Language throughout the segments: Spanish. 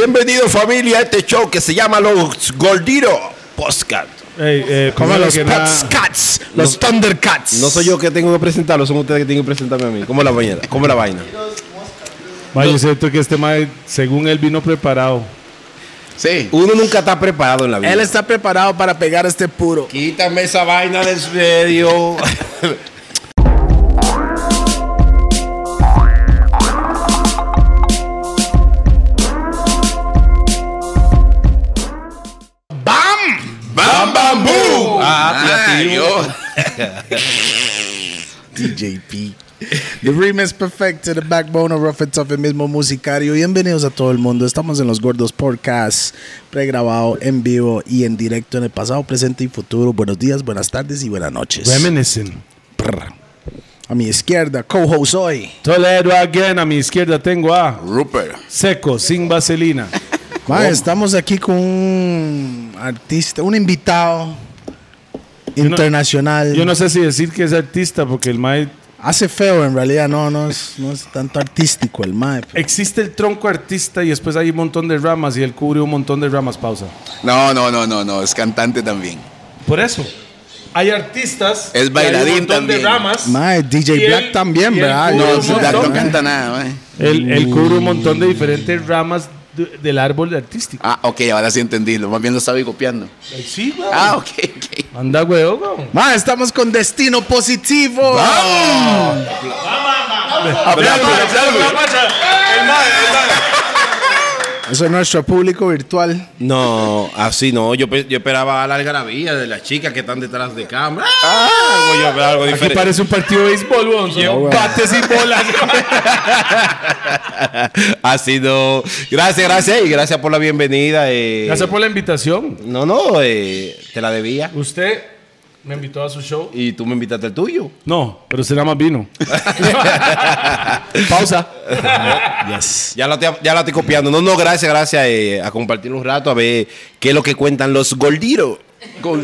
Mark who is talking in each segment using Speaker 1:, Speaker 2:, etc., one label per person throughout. Speaker 1: Bienvenido familia a este show que se llama Los Goldiro Postcats.
Speaker 2: Ey, eh,
Speaker 1: Como
Speaker 2: primero
Speaker 1: los
Speaker 2: que nada-
Speaker 1: Patscats, los Thundercats.
Speaker 3: No soy yo que tengo que presentarlo, son ustedes que tienen que presentarme a mí. ¿Cómo la vaina? ¿Cómo la vaina?
Speaker 2: Vaya, yo siento que este mae, según él, vino preparado.
Speaker 4: Sí.
Speaker 3: Uno nunca está preparado en la vida.
Speaker 4: Él está preparado para pegar este puro.
Speaker 1: Quítame esa vaina del medio.
Speaker 4: ¡Bam!
Speaker 1: ¡Bam, bam, boom!
Speaker 4: Ah, yo. DJP. The Rim is perfect to the backbone of Rough and Tough, el mismo musicario. Bienvenidos a todo el mundo. Estamos en los Gordos Podcast, pregrabado en vivo y en directo en el pasado, presente y futuro. Buenos días, buenas tardes y buenas noches.
Speaker 2: Reminiscent.
Speaker 4: Prr. A mi izquierda, co-host hoy.
Speaker 2: Toledo again. A mi izquierda tengo a
Speaker 1: Rupert.
Speaker 2: Seco, sin vaselina.
Speaker 4: Ma, estamos aquí con un artista, un invitado
Speaker 2: no-
Speaker 4: internacional.
Speaker 2: Yo no sé si decir que es artista porque el mae.
Speaker 4: Hace feo en realidad, no, no es, no es tanto artístico el mae. pero-
Speaker 2: Existe el tronco artista y después hay un montón de ramas y él cubre un montón de ramas. Pausa.
Speaker 5: No, no, no, no, no, es cantante también.
Speaker 2: Por eso. Hay artistas.
Speaker 5: Es
Speaker 2: y
Speaker 5: bailarín
Speaker 2: hay un montón de
Speaker 5: también.
Speaker 2: ramas.
Speaker 4: Mae, DJ
Speaker 2: Y él-
Speaker 4: Black también,
Speaker 2: y él
Speaker 4: ¿verdad?
Speaker 2: cubre
Speaker 5: No,
Speaker 2: un
Speaker 5: es- Black
Speaker 2: montón.
Speaker 5: no canta nada,
Speaker 1: ¿eh?
Speaker 5: mae.
Speaker 2: Él, él cubre un montón
Speaker 4: Mm.
Speaker 2: de diferentes ramas de- del árbol artístico.
Speaker 5: Ah, ok, ahora sí entendí, lo más bien lo estaba copiando.
Speaker 2: Sí, güey.
Speaker 5: Ah, ok, ok.
Speaker 2: Anda, güey. güey.
Speaker 4: Mae, estamos con Destino Positivo. Eso es nuestro público virtual.
Speaker 3: No, así no. Yo, pe- yo esperaba la algarabía de las chicas que están detrás de cámara. Ah, voy a ver algo
Speaker 2: Aquí
Speaker 3: diferente.
Speaker 2: parece un partido de béisbol, weón. Son bates y bolas.
Speaker 3: Así no. Gracias, gracias y gracias por la bienvenida. eh.
Speaker 2: Gracias por la invitación.
Speaker 3: No, no, eh, te la debía.
Speaker 2: Usted me invitó a su show.
Speaker 3: Y tú me invitaste al tuyo.
Speaker 2: No, pero será más vino.
Speaker 3: Pausa. Ya la, estoy- ya la estoy copiando. No, no, gracias, gracias eh, a compartir un rato a ver qué es lo que cuentan los goldiros.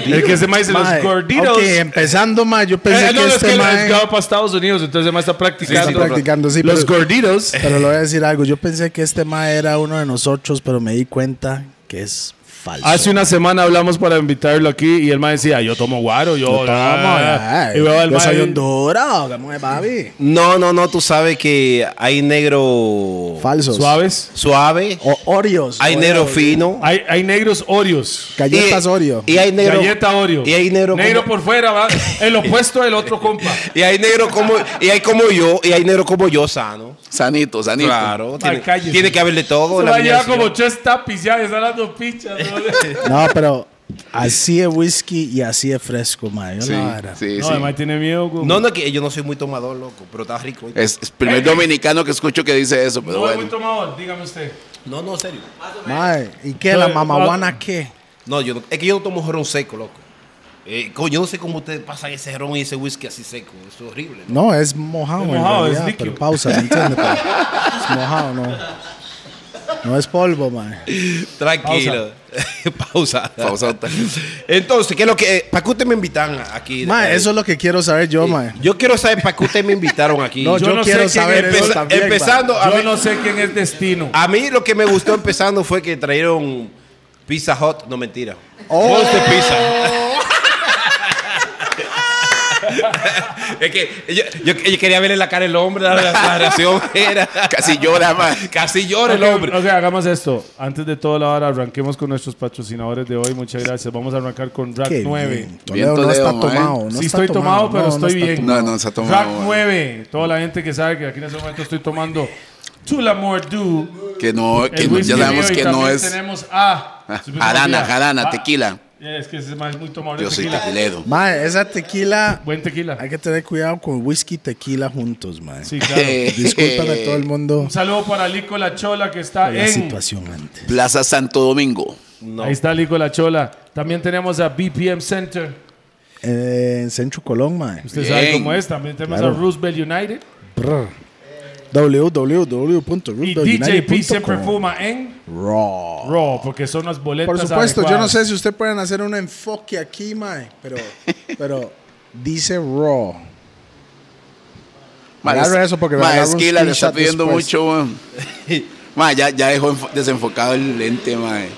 Speaker 2: El que se me dice los
Speaker 4: Mae,
Speaker 2: gorditos.
Speaker 4: Ok, empezando, mae, yo pensé
Speaker 2: Eh, no,
Speaker 4: que
Speaker 2: es
Speaker 4: este
Speaker 2: que
Speaker 4: mae-
Speaker 2: es para Estados Unidos, entonces además está practicando.
Speaker 4: está practicando, sí,
Speaker 2: los
Speaker 4: pero-
Speaker 2: gorditos.
Speaker 4: Pero le voy a decir algo. Yo pensé que este mae era uno de nosotros, pero me di cuenta que es falso.
Speaker 2: Hace una semana hablamos para invitarlo aquí y el mae decía, yo tomo guaro, yo...
Speaker 4: Vamos,
Speaker 2: ah,
Speaker 4: ay,
Speaker 2: y veo al
Speaker 4: yo
Speaker 2: mae-
Speaker 4: soy Honduras, vamos, papi.
Speaker 3: No, no, no, tú sabes que hay negro
Speaker 4: Falsos.
Speaker 2: Suaves.
Speaker 3: suave,
Speaker 4: O Oreos.
Speaker 3: hay negro fino.
Speaker 2: Hay, hay negros Oreos.
Speaker 4: Galletas
Speaker 3: y-
Speaker 4: Oreo.
Speaker 3: Y hay negro.
Speaker 2: Galleta Oreo.
Speaker 3: Y hay negro.
Speaker 2: negro
Speaker 3: como,
Speaker 2: por fuera, va. El opuesto del otro compa.
Speaker 3: y hay negro como. Y hay como yo. Y hay negro como yo sano.
Speaker 5: Sanito, sanito.
Speaker 3: Claro. Tiene,
Speaker 2: cállese.
Speaker 3: tiene que haber de todo. en
Speaker 2: Se
Speaker 3: la
Speaker 2: va a llevar
Speaker 3: habitación.
Speaker 2: como tres tapis ya, están dando pinchas. ¿no?
Speaker 4: No, pero así es whisky y así es fresco, mae. Yo
Speaker 5: Sí,
Speaker 4: la vara.
Speaker 5: sí,
Speaker 2: No,
Speaker 5: sí.
Speaker 2: además tiene miedo. güey.
Speaker 3: No, no, que yo no soy muy tomador, loco. Pero está rico.
Speaker 5: Es el primer dominicano que escucho que dice eso,
Speaker 2: Eh,
Speaker 5: pero
Speaker 2: No, es muy
Speaker 5: bueno.
Speaker 2: tomador, dígame usted.
Speaker 3: No, no, serio.
Speaker 4: Mae, ¿y qué?
Speaker 2: No,
Speaker 4: ¿La
Speaker 2: no.
Speaker 4: mamahuana qué?
Speaker 3: No, yo no- es que yo no tomo ron seco, loco. Eh, coño, yo no sé cómo ustedes pasan ese ron y ese whisky así seco. Es horrible. ¿no?
Speaker 4: No, es mojado.
Speaker 2: Es
Speaker 4: en
Speaker 2: mojado,
Speaker 4: realidad,
Speaker 2: es líquido.
Speaker 4: Pero pausa, ¿me entiendes? Pero es mojado, no. No es polvo, mae.
Speaker 3: Tranquilo. Pausa.
Speaker 5: Pausota.
Speaker 3: Entonces, ¿qué es lo que. eh, ¿Para qué ustedes me invitan aquí?
Speaker 4: Mae,
Speaker 3: Eh,
Speaker 4: eso es lo que quiero saber yo, mae.
Speaker 3: Yo quiero saber para qué ustedes me invitaron aquí.
Speaker 4: No, yo,
Speaker 2: yo no sé
Speaker 4: quiero
Speaker 2: quién
Speaker 4: saber
Speaker 2: empezó-
Speaker 4: eso también, mae.
Speaker 3: empezando a
Speaker 2: Yo
Speaker 3: mí,
Speaker 2: no sé quién es Destino.
Speaker 3: a mí lo que me gustó empezando fue que trajeron Pizza Hot, no mentira.
Speaker 4: Oh.
Speaker 3: Monster Pizza. es que yo, yo- yo quería verle la cara al hombre, la, la reacción era
Speaker 5: Casi llora, mae.
Speaker 3: casi
Speaker 5: Ah,
Speaker 3: llora el
Speaker 2: Ok,
Speaker 3: hombre.
Speaker 2: ok, hagamos esto. Antes de todo, la hora, arranquemos con nuestros patrocinadores de hoy. Muchas gracias. Vamos a arrancar con Rack
Speaker 4: Qué
Speaker 2: 9.
Speaker 4: bien.
Speaker 5: Bien,
Speaker 4: Toledo no
Speaker 5: Toledo,
Speaker 4: está
Speaker 5: mae.
Speaker 4: tomado. No
Speaker 2: sí,
Speaker 4: está
Speaker 2: estoy tomado, pero
Speaker 4: no, no
Speaker 2: estoy
Speaker 4: está
Speaker 2: bien.
Speaker 4: tomado.
Speaker 5: No, no, se ha tomado,
Speaker 2: Rack
Speaker 5: bueno.
Speaker 2: 9. Toda la gente que sabe que aquí en este momento estoy tomando Tula Mordu.
Speaker 5: Que no, que
Speaker 2: El
Speaker 5: no-
Speaker 2: whisky
Speaker 5: ya
Speaker 2: mío,
Speaker 5: sabemos
Speaker 2: y
Speaker 5: que no
Speaker 2: también
Speaker 5: es
Speaker 2: Tenemos a.
Speaker 5: Ah, Jarana, Jarana,
Speaker 2: Ah,
Speaker 5: tequila.
Speaker 2: Es que ese mae es muy tomable
Speaker 5: Yo soy
Speaker 2: tequila.
Speaker 5: tequiledo.
Speaker 4: Mae, esa tequila.
Speaker 2: Buen tequila.
Speaker 4: Hay que tener cuidado con whisky y tequila juntos, mae.
Speaker 2: Sí, claro.
Speaker 4: Disculpa de todo el mundo
Speaker 2: Un saludo para Lico La Chola que está
Speaker 4: la
Speaker 2: en.
Speaker 4: situación antes.
Speaker 5: Plaza Santo Domingo.
Speaker 2: Ahí está Lico La Chola. También tenemos a BPM Center.
Speaker 4: Eh, en Centro Colón, mae.
Speaker 2: Usted
Speaker 5: Bien.
Speaker 2: sabe cómo es. También tenemos
Speaker 4: Claro.
Speaker 2: a Roosevelt United. Y DJ Pizza
Speaker 4: www.rootdogunited.com
Speaker 2: Perfuma en
Speaker 4: Raw.
Speaker 2: Raw, porque son las boletas.
Speaker 4: Por supuesto, yo no
Speaker 2: adecuadas.
Speaker 4: sé si ustedes pueden hacer un enfoque aquí, mae, pero, pero dice Raw.
Speaker 5: Mae,
Speaker 4: Agarra
Speaker 5: es-
Speaker 4: eso porque me
Speaker 5: mae,
Speaker 4: agarra
Speaker 5: es
Speaker 4: un
Speaker 5: que la le está
Speaker 4: screenshot
Speaker 5: pidiendo
Speaker 4: después.
Speaker 5: mucho, weón. Ma, ya, ya dejó enfo- desenfocado el lente, mae.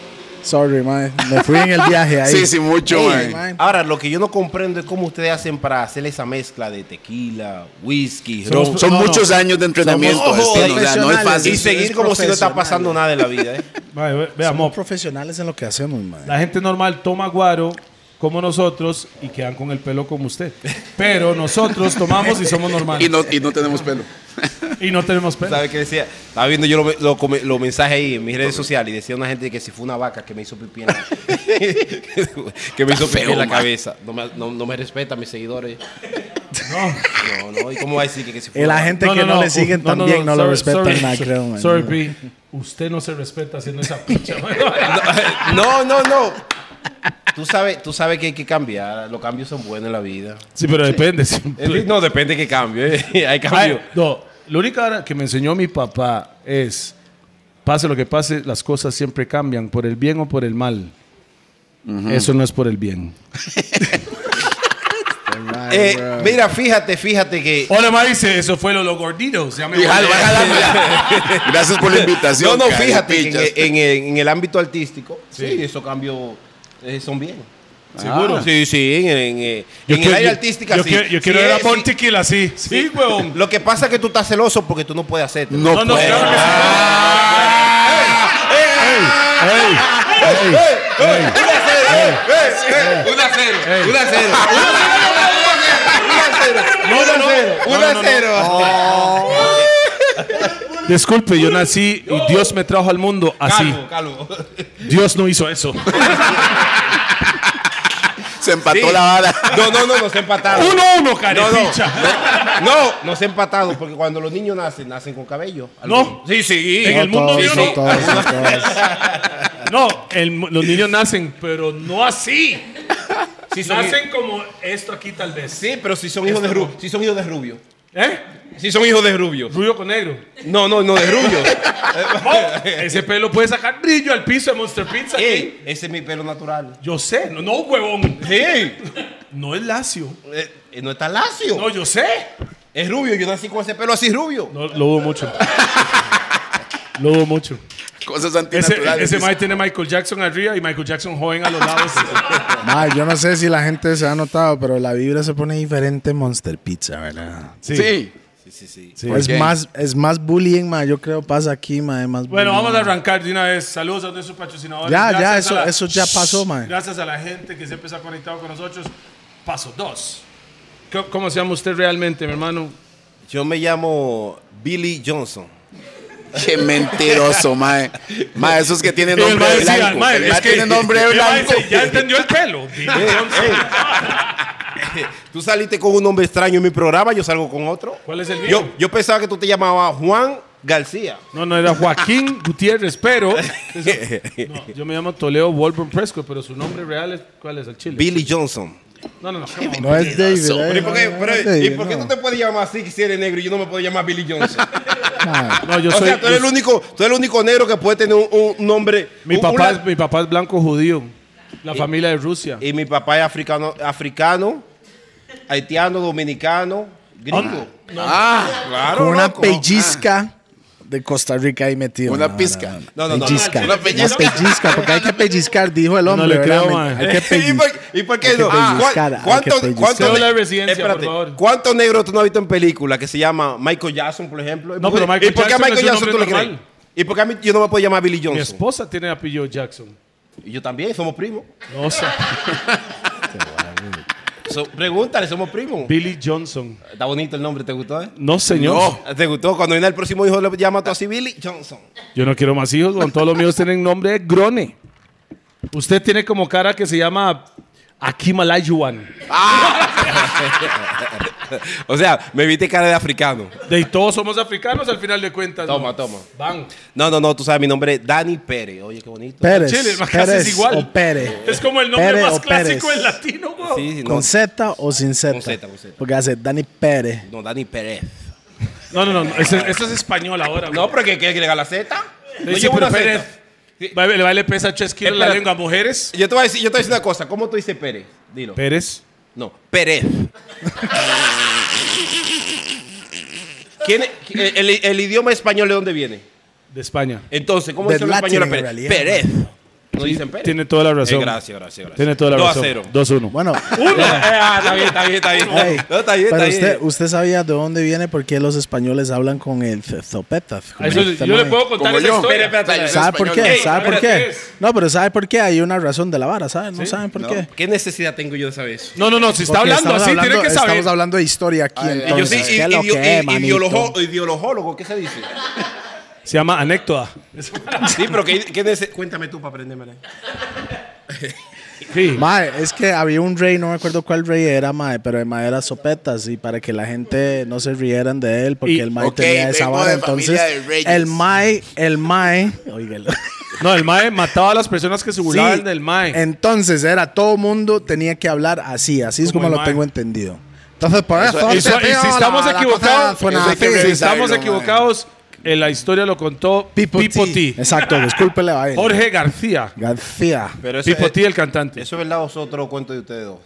Speaker 4: Sorry, mae. Me fui en el viaje ahí.
Speaker 5: Sí, sí, mucho,
Speaker 4: Ey,
Speaker 5: mae.
Speaker 4: mae.
Speaker 3: Ahora, lo que yo no comprendo es cómo ustedes hacen para hacer esa mezcla de tequila, whisky,
Speaker 2: Somos
Speaker 3: ron.
Speaker 5: Son
Speaker 4: No, no.
Speaker 5: muchos años de entrenamiento.
Speaker 3: Somos
Speaker 5: este, no, o sea, no es
Speaker 4: profesionales.
Speaker 5: fácil.
Speaker 3: Y seguir como si no está pasando nada en la vida. ¿eh?
Speaker 2: Mae, ve-
Speaker 4: Somos
Speaker 2: veamos,
Speaker 4: profesionales en lo que hacemos, mae.
Speaker 2: la gente normal toma guaro como nosotros y quedan con el pelo como usted. Pero nosotros tomamos y somos normales.
Speaker 5: Y no, y no tenemos pelo.
Speaker 2: Y no tenemos pelo.
Speaker 3: ¿Sabes qué decía? Estaba viendo yo los lo, come- los mensajes ahí en mis redes sociales y decía una gente que si fue una vaca que me hizo pipí en la, que me hizo pipí en la cabeza. No me, no, no me respeta a mis seguidores. No, no, no. ¿Y cómo va a decir que, que si fue
Speaker 4: Y la
Speaker 3: una
Speaker 4: gente que
Speaker 2: uh,
Speaker 4: no, le siguen también no, lo respetan, mae, creo, mae.
Speaker 2: Sorry, P. Usted no se respeta haciendo esa pincha, mae.
Speaker 3: vaca? No, no, no. Tú sabes, tú sabes que hay que cambiar. Los cambios son buenos en la vida.
Speaker 2: Sí, pero depende.
Speaker 3: El- No, depende de qué cambio. ¿eh? Hay cambio.
Speaker 2: Ay, no, lo único ahora que me enseñó mi papá es, pase lo que pase, las cosas siempre cambian, por el bien o por el mal. Eso no es por el bien.
Speaker 3: Eh, mira, fíjate, fíjate que.
Speaker 2: Hola, ma dice, eso fue lo, los gorditos. Ya me
Speaker 5: Y jalo,
Speaker 2: voy.
Speaker 5: jalo, ya. Gracias por la
Speaker 3: No,
Speaker 5: invitación.
Speaker 3: no,
Speaker 5: cara,
Speaker 3: fíjate que
Speaker 5: pichas.
Speaker 3: en, e, en- en el ámbito artístico, sí, esos cambios eh, son bien. Ah,
Speaker 5: ¿Seguro?
Speaker 3: Sí, sí, en, en, eh,
Speaker 2: Yo
Speaker 3: en
Speaker 2: quiero-
Speaker 3: el área
Speaker 2: yo-
Speaker 3: artística
Speaker 2: yo
Speaker 3: sí.
Speaker 2: quiero- yo
Speaker 3: Sí,
Speaker 2: quiero ver
Speaker 3: eh,
Speaker 2: a Bon
Speaker 3: sí.
Speaker 2: Tequila así. Sí, huevón.
Speaker 3: Lo que pasa es que tú estás celoso porque tú no puedes hacerte.
Speaker 5: No,
Speaker 2: No, no,
Speaker 5: puedo.
Speaker 2: claro que sí.
Speaker 5: Una cero, una cero.
Speaker 2: Disculpe, yo nací y Dios me trajo al mundo así. Dios no hizo eso.
Speaker 5: Se empató la vara.
Speaker 3: No, no, no, nos empataron.
Speaker 2: Uno a uno, carepicha.
Speaker 3: No, nos empataron porque cuando los niños nacen, nacen con cabello.
Speaker 2: No.
Speaker 3: Sí, sí.
Speaker 2: En el mundo
Speaker 4: todos,
Speaker 2: mío
Speaker 4: no
Speaker 2: no.
Speaker 4: todos, no todos.
Speaker 2: No, el- los niños nacen, pero no así. nacen como esto aquí tal vez.
Speaker 3: Sí, pero si son hijos de rubio. Si son hijos de rubio.
Speaker 2: ¿Eh?
Speaker 3: Si son hijos de rubio.
Speaker 2: Rubio con negro.
Speaker 3: No, no, no, de rubio.
Speaker 2: Ese pelo puede sacar brillo al piso de Monster Pizza. aquí.
Speaker 3: Ey, ese es mi pelo natural.
Speaker 2: Yo sé, no, no, huevón.
Speaker 3: Sí.
Speaker 2: No es lacio.
Speaker 3: eh, no está lacio.
Speaker 2: No, yo sé.
Speaker 3: Es rubio. Yo nací con ese pelo así rubio.
Speaker 2: No, lo dudo mucho. lo dudo mucho.
Speaker 5: Cosas
Speaker 2: Ese,
Speaker 5: antinaturales.
Speaker 2: ese mae tiene Michael Jackson arriba y Michael Jackson joven a los lados.
Speaker 4: Mae, yo no sé si la gente se ha notado, pero la vibra se pone diferente en Monster Pizza, ¿verdad?
Speaker 5: sí.
Speaker 4: Es,
Speaker 5: qué?
Speaker 4: más, es más bullying, mae. Yo creo pasa aquí, mae. Más
Speaker 2: Bueno,
Speaker 4: bullying.
Speaker 2: vamos a arrancar de una vez. Saludos a nuestros patrocinadores.
Speaker 4: Ya, ya,
Speaker 2: Gracias
Speaker 4: eso-
Speaker 2: a
Speaker 4: eso ya pasó, mae.
Speaker 2: Gracias a la gente que siempre se ha conectado con nosotros. Paso 2. ¿Cómo, cómo se llama usted realmente, mi hermano?
Speaker 3: Yo me llamo Billy Johnson.
Speaker 5: Qué mentiroso, mae. Mae, esos que tienen
Speaker 2: El
Speaker 5: nombre
Speaker 2: mae
Speaker 5: de
Speaker 2: decía,
Speaker 5: blanco.
Speaker 2: mae,
Speaker 5: El
Speaker 2: es
Speaker 5: mae
Speaker 2: que-
Speaker 5: tiene nombre de
Speaker 2: el mae
Speaker 5: blanco.
Speaker 2: dice, Ya entendió el pelo.
Speaker 3: Tú saliste con un nombre extraño en mi programa, yo salgo con otro.
Speaker 2: ¿Cuál es el mío?
Speaker 3: Yo, yo pensaba que tú te llamabas Juan García.
Speaker 2: No, no, era Joaquín Gutiérrez, pero. No, yo me llamo Toledo Wolburn Prescott, pero su nombre real es. ¿Cuál es? El chile.
Speaker 3: Billy Johnson.
Speaker 2: No, no, no. come on.
Speaker 4: No es David.
Speaker 5: Pero
Speaker 4: eh,
Speaker 3: ¿Y por qué,
Speaker 4: no, no
Speaker 3: pero-
Speaker 4: es
Speaker 3: ¿y
Speaker 4: David,
Speaker 3: por qué
Speaker 4: no.
Speaker 3: tú te puedes llamar así si eres negro y yo no me puedo llamar Billy Johnson?
Speaker 4: Mae,
Speaker 2: No, yo
Speaker 3: o
Speaker 2: soy.
Speaker 3: sea, tú eres,
Speaker 2: yo-
Speaker 3: el único, tú eres el único negro que puede tener un, un nombre.
Speaker 2: mi,
Speaker 3: un-
Speaker 2: papá
Speaker 3: un-
Speaker 2: es, mi papá es blanco judío. La familia de Rusia.
Speaker 3: Y mi papá es africano, africano haitiano, dominicano, gringo.
Speaker 5: Ah,
Speaker 3: Claro.
Speaker 4: Con una
Speaker 3: loco. Ah.
Speaker 4: pellizca de Costa Rica ahí metido.
Speaker 5: Una
Speaker 4: no,
Speaker 5: pizca.
Speaker 4: no, no.
Speaker 3: No, no, no,
Speaker 4: Pellizca.
Speaker 3: no, no,
Speaker 4: Una
Speaker 3: una pellizca.
Speaker 4: pellizca, porque hay que pellizcar, dijo el
Speaker 2: No, no
Speaker 4: hombre.
Speaker 2: le creo,
Speaker 4: ¿verdad?
Speaker 2: mae.
Speaker 4: Hay que
Speaker 3: ¿Y por,
Speaker 4: pellizcar.
Speaker 3: y por qué
Speaker 4: Hay que
Speaker 3: no? Ah,
Speaker 4: pellizcar,
Speaker 3: ¿cuán-
Speaker 4: hay
Speaker 3: ¿Cuánto,
Speaker 4: que
Speaker 3: cuánto
Speaker 2: pellizcar.
Speaker 3: ne-
Speaker 2: Habla de residencia,
Speaker 3: espérate,
Speaker 2: por favor.
Speaker 3: ¿Cuántos negros tú no has visto en película que se llama Michael Jackson, por ejemplo? ¿Y
Speaker 2: No,
Speaker 3: por-
Speaker 2: pero Michael
Speaker 3: ¿Y por qué a
Speaker 2: Jackson es
Speaker 3: Michael
Speaker 2: un
Speaker 3: Jackson tú le
Speaker 2: hombre
Speaker 3: crees?
Speaker 2: normal.
Speaker 3: ¿Y por qué a mí yo no me puedo llamar Billy
Speaker 2: Mi
Speaker 3: Johnson?
Speaker 2: esposa tiene apellido Jackson.
Speaker 3: Y yo también, somos primos.
Speaker 2: No, o sea,
Speaker 3: So, pregúntale, somos primos.
Speaker 2: Billy Johnson.
Speaker 3: Está bonito el nombre, ¿te gustó? eh?
Speaker 2: No, señor.
Speaker 3: ¿Te gustó? Cuando viene el próximo hijo, le llama tú así Billy Johnson.
Speaker 2: Yo no quiero más hijos, con todos los míos tienen nombre de Grone. Usted tiene como cara que se llama Akim Olajuwon.
Speaker 3: O sea, me viste cara de africano.
Speaker 2: De y todos somos africanos al final de cuentas.
Speaker 3: Toma,
Speaker 2: ¿no?
Speaker 3: toma.
Speaker 2: Van.
Speaker 3: No, no, no, tú sabes, mi nombre es Dani Pérez. Oye, qué bonito.
Speaker 4: Pérez.
Speaker 2: Chile, ma, casi
Speaker 4: Pérez
Speaker 2: es igual.
Speaker 4: o Pérez.
Speaker 2: Es como el nombre
Speaker 4: Pérez
Speaker 2: más
Speaker 4: o Pérez.
Speaker 2: clásico del latino, weón.
Speaker 3: Sí, sí, no,
Speaker 4: ¿Con Z o sin Z?
Speaker 3: Con Z, con Z.
Speaker 4: Porque hace Dani Pérez.
Speaker 3: no, Dani Pérez.
Speaker 2: No, no, no. no, Eso, eso es español ahora,
Speaker 3: No,
Speaker 2: weón.
Speaker 3: pero ¿qué quiere agregar la Z? No
Speaker 2: Le dice,
Speaker 3: llevo
Speaker 2: pero
Speaker 3: una Z.
Speaker 2: Pérez. va- Le, va- le pesa tres kilos la
Speaker 3: Espérate.
Speaker 2: lengua a mujeres.
Speaker 3: Yo te voy a decir, yo te voy a decir una cosa. ¿Cómo tú dices Pérez? Dilo.
Speaker 2: Pérez.
Speaker 3: no, Pérez. eh, ¿Quién, el, el- el idioma español de dónde viene?
Speaker 2: de España.
Speaker 3: Entonces, ¿cómo
Speaker 4: De
Speaker 3: dicen los
Speaker 4: Latin,
Speaker 3: españoles
Speaker 4: en
Speaker 3: Pérez?
Speaker 4: realidad.
Speaker 3: Pérez. No dicen Pérez.
Speaker 2: Tiene toda la razón.
Speaker 3: Eh, gracias, gracias, gracias.
Speaker 2: Tiene toda la
Speaker 3: 2
Speaker 2: razón.
Speaker 3: a 0.
Speaker 2: 2-1.
Speaker 4: Bueno,
Speaker 3: Uno. Eh, ah, está bien, está bien, está bien.
Speaker 4: ey,
Speaker 3: No, está bien,
Speaker 4: pero
Speaker 3: está
Speaker 4: usted,
Speaker 3: bien.
Speaker 4: usted sabía de dónde viene por qué los españoles hablan con el z- zopetas. con
Speaker 6: Eso-
Speaker 4: el
Speaker 6: yo le
Speaker 4: tema
Speaker 6: puedo
Speaker 4: de-
Speaker 6: contar
Speaker 5: Como
Speaker 6: esa
Speaker 5: yo.
Speaker 6: historia.
Speaker 5: Espera, espera, espera.
Speaker 4: ¿Sabe por qué?
Speaker 5: Ey,
Speaker 4: ¿Sabe por
Speaker 6: espérate,
Speaker 4: qué?
Speaker 6: es.
Speaker 4: No, pero ¿sabe por qué? Hay una razón de la vara, ¿sabe? No saben por qué.
Speaker 3: ¿Qué necesidad tengo yo de saber eso?
Speaker 2: No, no, no, si está
Speaker 4: Porque
Speaker 2: hablando
Speaker 4: estamos
Speaker 2: así, tiene
Speaker 4: hablando-
Speaker 2: que saber.
Speaker 4: Estamos hablando de historia aquí,
Speaker 5: Ay,
Speaker 3: Y yo sí,
Speaker 4: entonces.
Speaker 3: y-
Speaker 4: ¿Qué es lo
Speaker 3: idio-
Speaker 4: que es,
Speaker 3: y-
Speaker 4: manito?
Speaker 3: ideolojo- ideolojólogo, ¿qué se dice?
Speaker 2: Se llama anécdota.
Speaker 3: Sí, pero ¿qué, qué nece- Cuéntame tú para aprenderme.
Speaker 2: Sí.
Speaker 4: Mae, es que había un rey, no me acuerdo cuál rey era, mae, pero el mae era sopetas y para que la gente no se rieran de él porque
Speaker 2: Y-
Speaker 4: el mae
Speaker 5: Ok,
Speaker 4: tenía esa
Speaker 5: vengo
Speaker 4: vara,
Speaker 5: de familia
Speaker 4: entonces
Speaker 5: de reyes.
Speaker 4: el mae, el mae, oígalo.
Speaker 2: No, el Mae mataba a las personas que se burlaban
Speaker 4: Sí,
Speaker 2: del Mae.
Speaker 4: Entonces era todo mundo tenía que hablar así, así es
Speaker 2: Como
Speaker 4: como
Speaker 2: el
Speaker 4: lo
Speaker 2: mae.
Speaker 4: tengo entendido. Entonces pues, por eso,
Speaker 5: eso-
Speaker 2: Y so- y si estamos equivocados,
Speaker 5: eso hay que
Speaker 2: si
Speaker 5: revisarlo,
Speaker 2: estamos
Speaker 5: mae.
Speaker 2: equivocados, eh, la historia lo contó
Speaker 4: Pipo,
Speaker 2: Pipo T.
Speaker 4: Exacto, discúlpele a él.
Speaker 2: Jorge García.
Speaker 4: García.
Speaker 3: Pero
Speaker 2: Pipo T, el cantante.
Speaker 3: ¿Eso es verdad o es otro cuento de ustedes dos?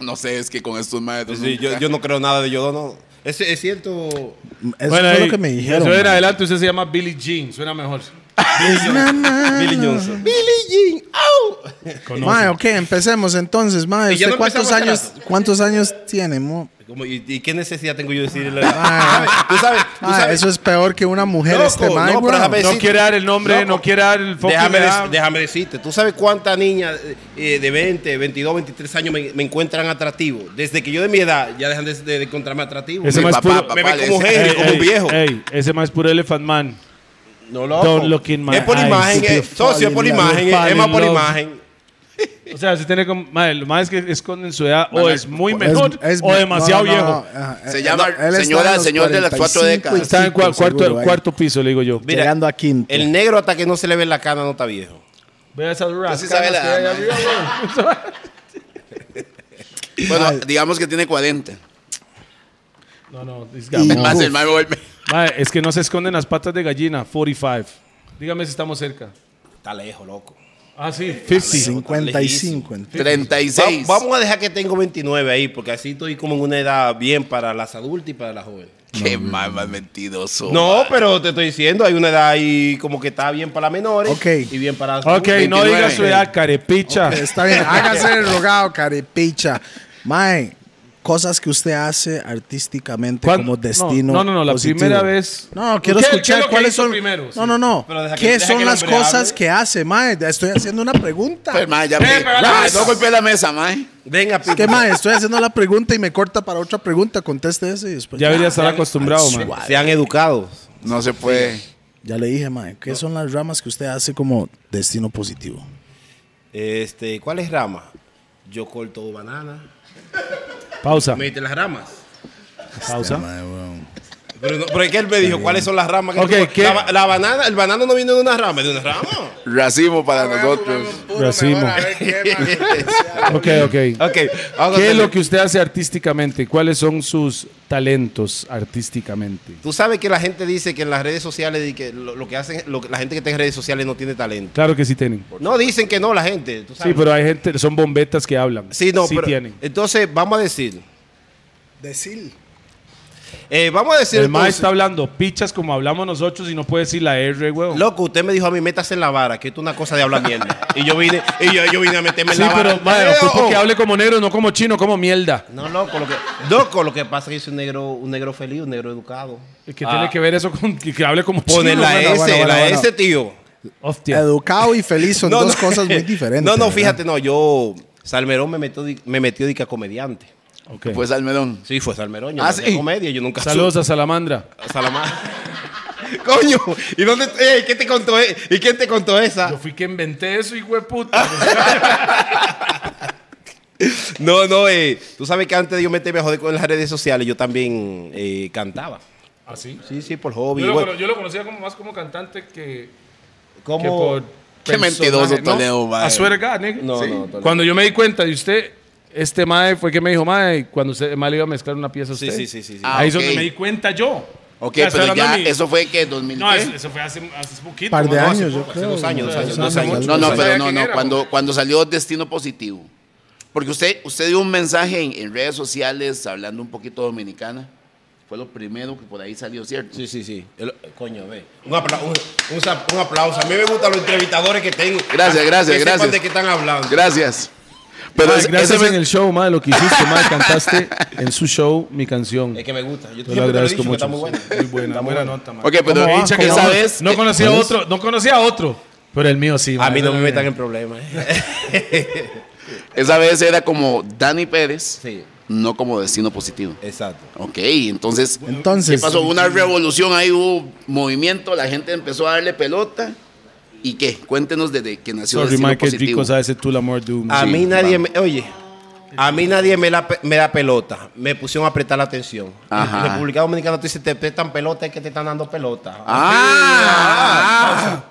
Speaker 5: No sé, es que con estos maestros.
Speaker 3: Sí, yo, yo no creo nada de yo, no. Es, es cierto.
Speaker 4: Eso
Speaker 2: Bueno,
Speaker 4: fue
Speaker 2: ahí,
Speaker 4: lo que me dijeron.
Speaker 2: Eso era
Speaker 4: mae.
Speaker 2: adelante, usted se llama Billy Jean, suena mejor.
Speaker 3: Billy Johnson.
Speaker 4: Mae, ok, empecemos entonces, mae,
Speaker 3: Y ya
Speaker 4: ¿usted
Speaker 3: no
Speaker 4: cuántos
Speaker 3: empezamos
Speaker 4: años
Speaker 3: carajo.
Speaker 4: cuántos años tiene, mo?
Speaker 3: Como, ¿Y, y qué necesidad tengo yo de decirle?
Speaker 4: Ah,
Speaker 3: tú sabes, tú
Speaker 4: Ah,
Speaker 3: sabes.
Speaker 4: eso es peor que una mujer
Speaker 3: Loco,
Speaker 4: este mae,
Speaker 3: no,
Speaker 4: bro.
Speaker 3: pero déjame
Speaker 2: No
Speaker 3: Eh, Sí.
Speaker 2: quiere dar el nombre,
Speaker 3: Loco.
Speaker 2: no quiere dar el foco.
Speaker 3: Déjame,
Speaker 2: le da-
Speaker 3: dec- déjame decirte, tú sabes cuántas niñas eh, de 20, 22, 23 años me, me encuentran atractivo. Desde que yo de mi edad ya dejan de, de- de encontrarme atractivo.
Speaker 2: Ese
Speaker 5: Mi
Speaker 2: más puro-
Speaker 5: papá, papá,
Speaker 3: me ve
Speaker 5: le
Speaker 3: como
Speaker 5: dice,
Speaker 3: Henry,
Speaker 2: Ey,
Speaker 3: como un
Speaker 2: ey,
Speaker 3: viejo.
Speaker 2: ey, ese Mae es puro Elephant Man.
Speaker 3: No loco.
Speaker 2: Don't look in my
Speaker 3: es por
Speaker 2: eyes.
Speaker 3: imagen,
Speaker 4: You
Speaker 3: es, socio, es
Speaker 4: fall
Speaker 3: por
Speaker 4: in love.
Speaker 3: imagen, eh,
Speaker 2: You fall
Speaker 3: es más
Speaker 2: in
Speaker 3: por
Speaker 2: love.
Speaker 3: imagen.
Speaker 2: O sea, se tiene como. Mae, lo más es que esconden su edad o
Speaker 5: Mae,
Speaker 2: es muy
Speaker 4: Es-
Speaker 2: mejor
Speaker 4: es-
Speaker 2: o
Speaker 4: no,
Speaker 2: demasiado
Speaker 4: no, no,
Speaker 2: viejo.
Speaker 4: ajá,
Speaker 5: Se
Speaker 4: eh,
Speaker 5: llama
Speaker 4: él está en los
Speaker 5: señora, señor de las cuatro
Speaker 4: 45 y
Speaker 5: décadas.
Speaker 2: Está en cua-
Speaker 4: cinco,
Speaker 2: cuarto,
Speaker 4: seguro, ahí.
Speaker 2: cuarto piso, le digo yo.
Speaker 3: Mira,
Speaker 4: Llegando a quinto.
Speaker 3: El negro hasta que no se le ve la cana no está viejo.
Speaker 2: Ve esas
Speaker 5: sí sabe
Speaker 2: rascadas
Speaker 5: la-
Speaker 2: que hay arriba, güey.
Speaker 5: Bueno, digamos que tiene 40.
Speaker 2: No, no, this
Speaker 4: Y-
Speaker 2: guy. no.
Speaker 5: Más
Speaker 4: Uf.
Speaker 5: el mae vuelve.
Speaker 2: Mae, es que no se esconden las patas de gallina. 45. Dígame si estamos cerca.
Speaker 3: Está lejos, loco.
Speaker 2: Ah, sí, 50.
Speaker 4: 55. ent-
Speaker 5: 36.
Speaker 3: Va- vamos a dejar que tengo 29 ahí, porque así estoy como en una edad bien para las adultas y para las jóvenes.
Speaker 5: Qué mae más mentiroso.
Speaker 3: No, pero te estoy diciendo, hay una edad ahí como que está bien para las menores
Speaker 4: Ok.
Speaker 3: y bien para las
Speaker 2: Ok, no
Speaker 5: 29.
Speaker 2: diga su edad, carepicha.
Speaker 4: Está bien, hágase el rogado, caripicha. Mae, cosas que usted hace artísticamente
Speaker 2: ¿Cuán-
Speaker 4: como
Speaker 2: no,
Speaker 4: destino.
Speaker 2: no, no, no, la
Speaker 4: positivo.
Speaker 2: primera vez-
Speaker 4: No, quiero
Speaker 2: ¿Qué- qué
Speaker 4: escuchar
Speaker 2: es lo que
Speaker 4: cuáles
Speaker 2: hizo
Speaker 4: son.
Speaker 2: primero? Sí.
Speaker 4: No, no, no.
Speaker 3: Pero deja que-
Speaker 4: ¿Qué
Speaker 3: deja
Speaker 4: son
Speaker 3: que el
Speaker 4: las
Speaker 3: hombre
Speaker 4: cosas
Speaker 3: hable.
Speaker 4: que hace, Mae? Estoy haciendo una pregunta.
Speaker 5: Pues, mae, ya
Speaker 2: Eh,
Speaker 5: me.
Speaker 2: pero
Speaker 5: mae,
Speaker 2: no-
Speaker 5: no golpea la mesa, mae.
Speaker 3: Venga,
Speaker 4: Es que, Mae, estoy haciendo la pregunta y me corta para otra pregunta. Conteste ese y después.
Speaker 2: Ya debería estar acostumbrado, man.
Speaker 3: Sean educados.
Speaker 5: No se puede.
Speaker 4: Ya le dije, Mae, ¿qué son las ramas que usted hace como destino positivo?
Speaker 3: Este, ¿cuál es rama? Yo corto banana.
Speaker 2: Pausa.
Speaker 3: Me diste las ramas.
Speaker 2: Pausa.
Speaker 4: Mae, weón.
Speaker 3: Pero, no, pero es que él me dijo, ¿cuáles son las ramas? Que
Speaker 2: Ok,
Speaker 3: tengo?
Speaker 2: ¿qué?
Speaker 3: La, ba- la banana, el banano no viene de una rama, es de una rama.
Speaker 5: Racismo para nosotros.
Speaker 2: Racimo. Ok, ok.
Speaker 3: Ok, vamos a
Speaker 2: ¿Qué es
Speaker 3: hacerle-
Speaker 2: lo que usted hace artísticamente? ¿Cuáles son sus talentos artísticamente?
Speaker 3: Tú sabes que la gente dice que en las redes sociales di que lo, lo que hacen, lo que- la gente que está en redes sociales no tiene talento.
Speaker 2: Claro que sí tienen.
Speaker 3: No dicen que no la gente. Tú
Speaker 2: Sí,
Speaker 3: sabes.
Speaker 2: pero hay gente, son bombetas que hablan.
Speaker 3: Sí, no, pero-
Speaker 2: tienen.
Speaker 3: Entonces, vamos a decir.
Speaker 4: Decir.
Speaker 3: eh, vamos a decir.
Speaker 2: El mae
Speaker 3: entonces,
Speaker 2: está hablando pichas como hablamos nosotros y no puede decir la R, weón.
Speaker 3: Loco, usted me dijo a mí, métase en la vara, que esto es una cosa de hablar mierda. y yo vine, y yo, yo vine a meterme en
Speaker 2: Sí,
Speaker 3: la vara.
Speaker 2: pero mae,
Speaker 3: Eh,
Speaker 2: ocupo
Speaker 3: oh.
Speaker 2: que hable como negro, no como chino, como mierda.
Speaker 3: No, loco, lo que, loco, lo que pasa es que soy un negro, un negro feliz, un negro educado.
Speaker 2: Que tiene que ver eso con que, que hable como Ah. chino.
Speaker 3: Poner la
Speaker 2: weón.
Speaker 3: S,
Speaker 4: bueno, bueno,
Speaker 3: la
Speaker 4: bueno.
Speaker 3: S, tío.
Speaker 2: Hostia.
Speaker 4: Educado y feliz son dos cosas muy diferentes.
Speaker 3: No, no,
Speaker 4: ¿verdad?
Speaker 3: fíjate, no, yo. Salmerón me metió, di- me metió dica comediante.
Speaker 2: Ok.
Speaker 5: Pues Almedón.
Speaker 3: Sí, fue Salmerón. Yo
Speaker 5: Ah,
Speaker 3: no hacía
Speaker 5: sí.
Speaker 3: comedia, yo nunca
Speaker 2: Saludos a Salamandra.
Speaker 3: a Salamán. Coño, ¿y dónde? ey, ¿Qué te contó? e- ¿Y quién te contó
Speaker 2: Yo
Speaker 3: esa?
Speaker 2: fui que inventé eso, hijo de puta.
Speaker 3: No, no, eh, tú sabes que antes de yo meterme a joder con las redes sociales, yo también eh, cantaba.
Speaker 2: Así.
Speaker 3: Sí, sí, por hobby.
Speaker 2: ¿Ah, Yo lo,
Speaker 3: bueno.
Speaker 2: cono- yo lo conocía como más como cantante que, que
Speaker 3: ¿Cómo?
Speaker 2: por.
Speaker 5: Qué mentiroso Toledo, mae.
Speaker 2: A suerga, nigga.
Speaker 3: No, no, Toledo.
Speaker 2: Cuando yo me di cuenta de usted, este mae fue que me dijo, mae, cuando usted, el mae le iba a mezclar una pieza a usted.
Speaker 3: Sí, sí, sí, sí. sí.
Speaker 5: Ah,
Speaker 2: Ahí es
Speaker 5: ok.
Speaker 2: donde me di cuenta yo. O sea,
Speaker 5: Ok, pero
Speaker 2: estoy
Speaker 5: ya,
Speaker 2: hablando de mi-
Speaker 5: eso fue que 2000.
Speaker 2: No,
Speaker 5: qué?
Speaker 2: es- eso fue hace, hace poquito.
Speaker 4: Par de
Speaker 2: ¿no?
Speaker 4: años, yo
Speaker 3: hace
Speaker 4: creo.
Speaker 3: dos años, dos años,
Speaker 4: No,
Speaker 3: dos
Speaker 4: no,
Speaker 3: años.
Speaker 5: No,
Speaker 2: No
Speaker 5: no,
Speaker 2: sabía
Speaker 5: pero no,
Speaker 2: quién
Speaker 5: no.
Speaker 2: era,
Speaker 5: Cuando, cuando salió Destino Positivo. Porque usted, usted dio un mensaje en, en redes sociales hablando un poquito dominicana. Fue lo primero que por ahí salió, ¿cierto?
Speaker 3: Sí, sí, sí. El- coño, ve. Un, apla- un, un sa- un aplauso. A mí me gustan los entrevistadores que tengo.
Speaker 5: Gracias, gracias,
Speaker 3: que sepan
Speaker 5: gracias.
Speaker 3: de qué están hablando.
Speaker 5: Gracias. Pero
Speaker 2: Ay,
Speaker 5: ese-
Speaker 2: Ah, gracias
Speaker 5: ese-
Speaker 2: en el show, madre, lo que hiciste, madre, cantaste en su show mi canción.
Speaker 3: Es que me gusta. Yo
Speaker 2: Yo le
Speaker 3: siempre te lo he
Speaker 2: agradezco
Speaker 3: dicho que
Speaker 2: mucho.
Speaker 3: está muy buena.
Speaker 2: Muy buena,
Speaker 3: Está muy
Speaker 2: buena
Speaker 3: buena.
Speaker 2: nota, madre.
Speaker 5: Ok, pero
Speaker 4: ¿Cómo va?
Speaker 5: dicha que
Speaker 4: ¿Cómo va?
Speaker 5: sabes.
Speaker 2: No
Speaker 5: que-
Speaker 2: conocía a otro, no conocía a otro, pero el mío sí.
Speaker 3: A
Speaker 2: madre.
Speaker 3: mí no me metan en problemas.
Speaker 5: Esa vez era como Dani Pérez,
Speaker 3: Sí.
Speaker 5: no como Destino Positivo.
Speaker 3: Exacto.
Speaker 5: Ok, entonces,
Speaker 4: Entonces-
Speaker 5: ¿qué pasó? Hubo una revolución ahí, hubo movimiento, la gente empezó a darle pelota. ¿Y qué? Cuéntenos desde que nació
Speaker 2: Sorry,
Speaker 5: Destino
Speaker 2: Mike, qué
Speaker 5: Positivo.
Speaker 2: rico sabe ese Tula More Doom.
Speaker 3: A
Speaker 5: Sí,
Speaker 3: mí nadie me. Oye, a mí nadie me, la, pe- me da pelota. Me pusieron a apretar la atención.
Speaker 5: Ajá.
Speaker 3: En República Dominicana tú dices, te prestan pelota, es que te están dando pelota.
Speaker 5: Ah,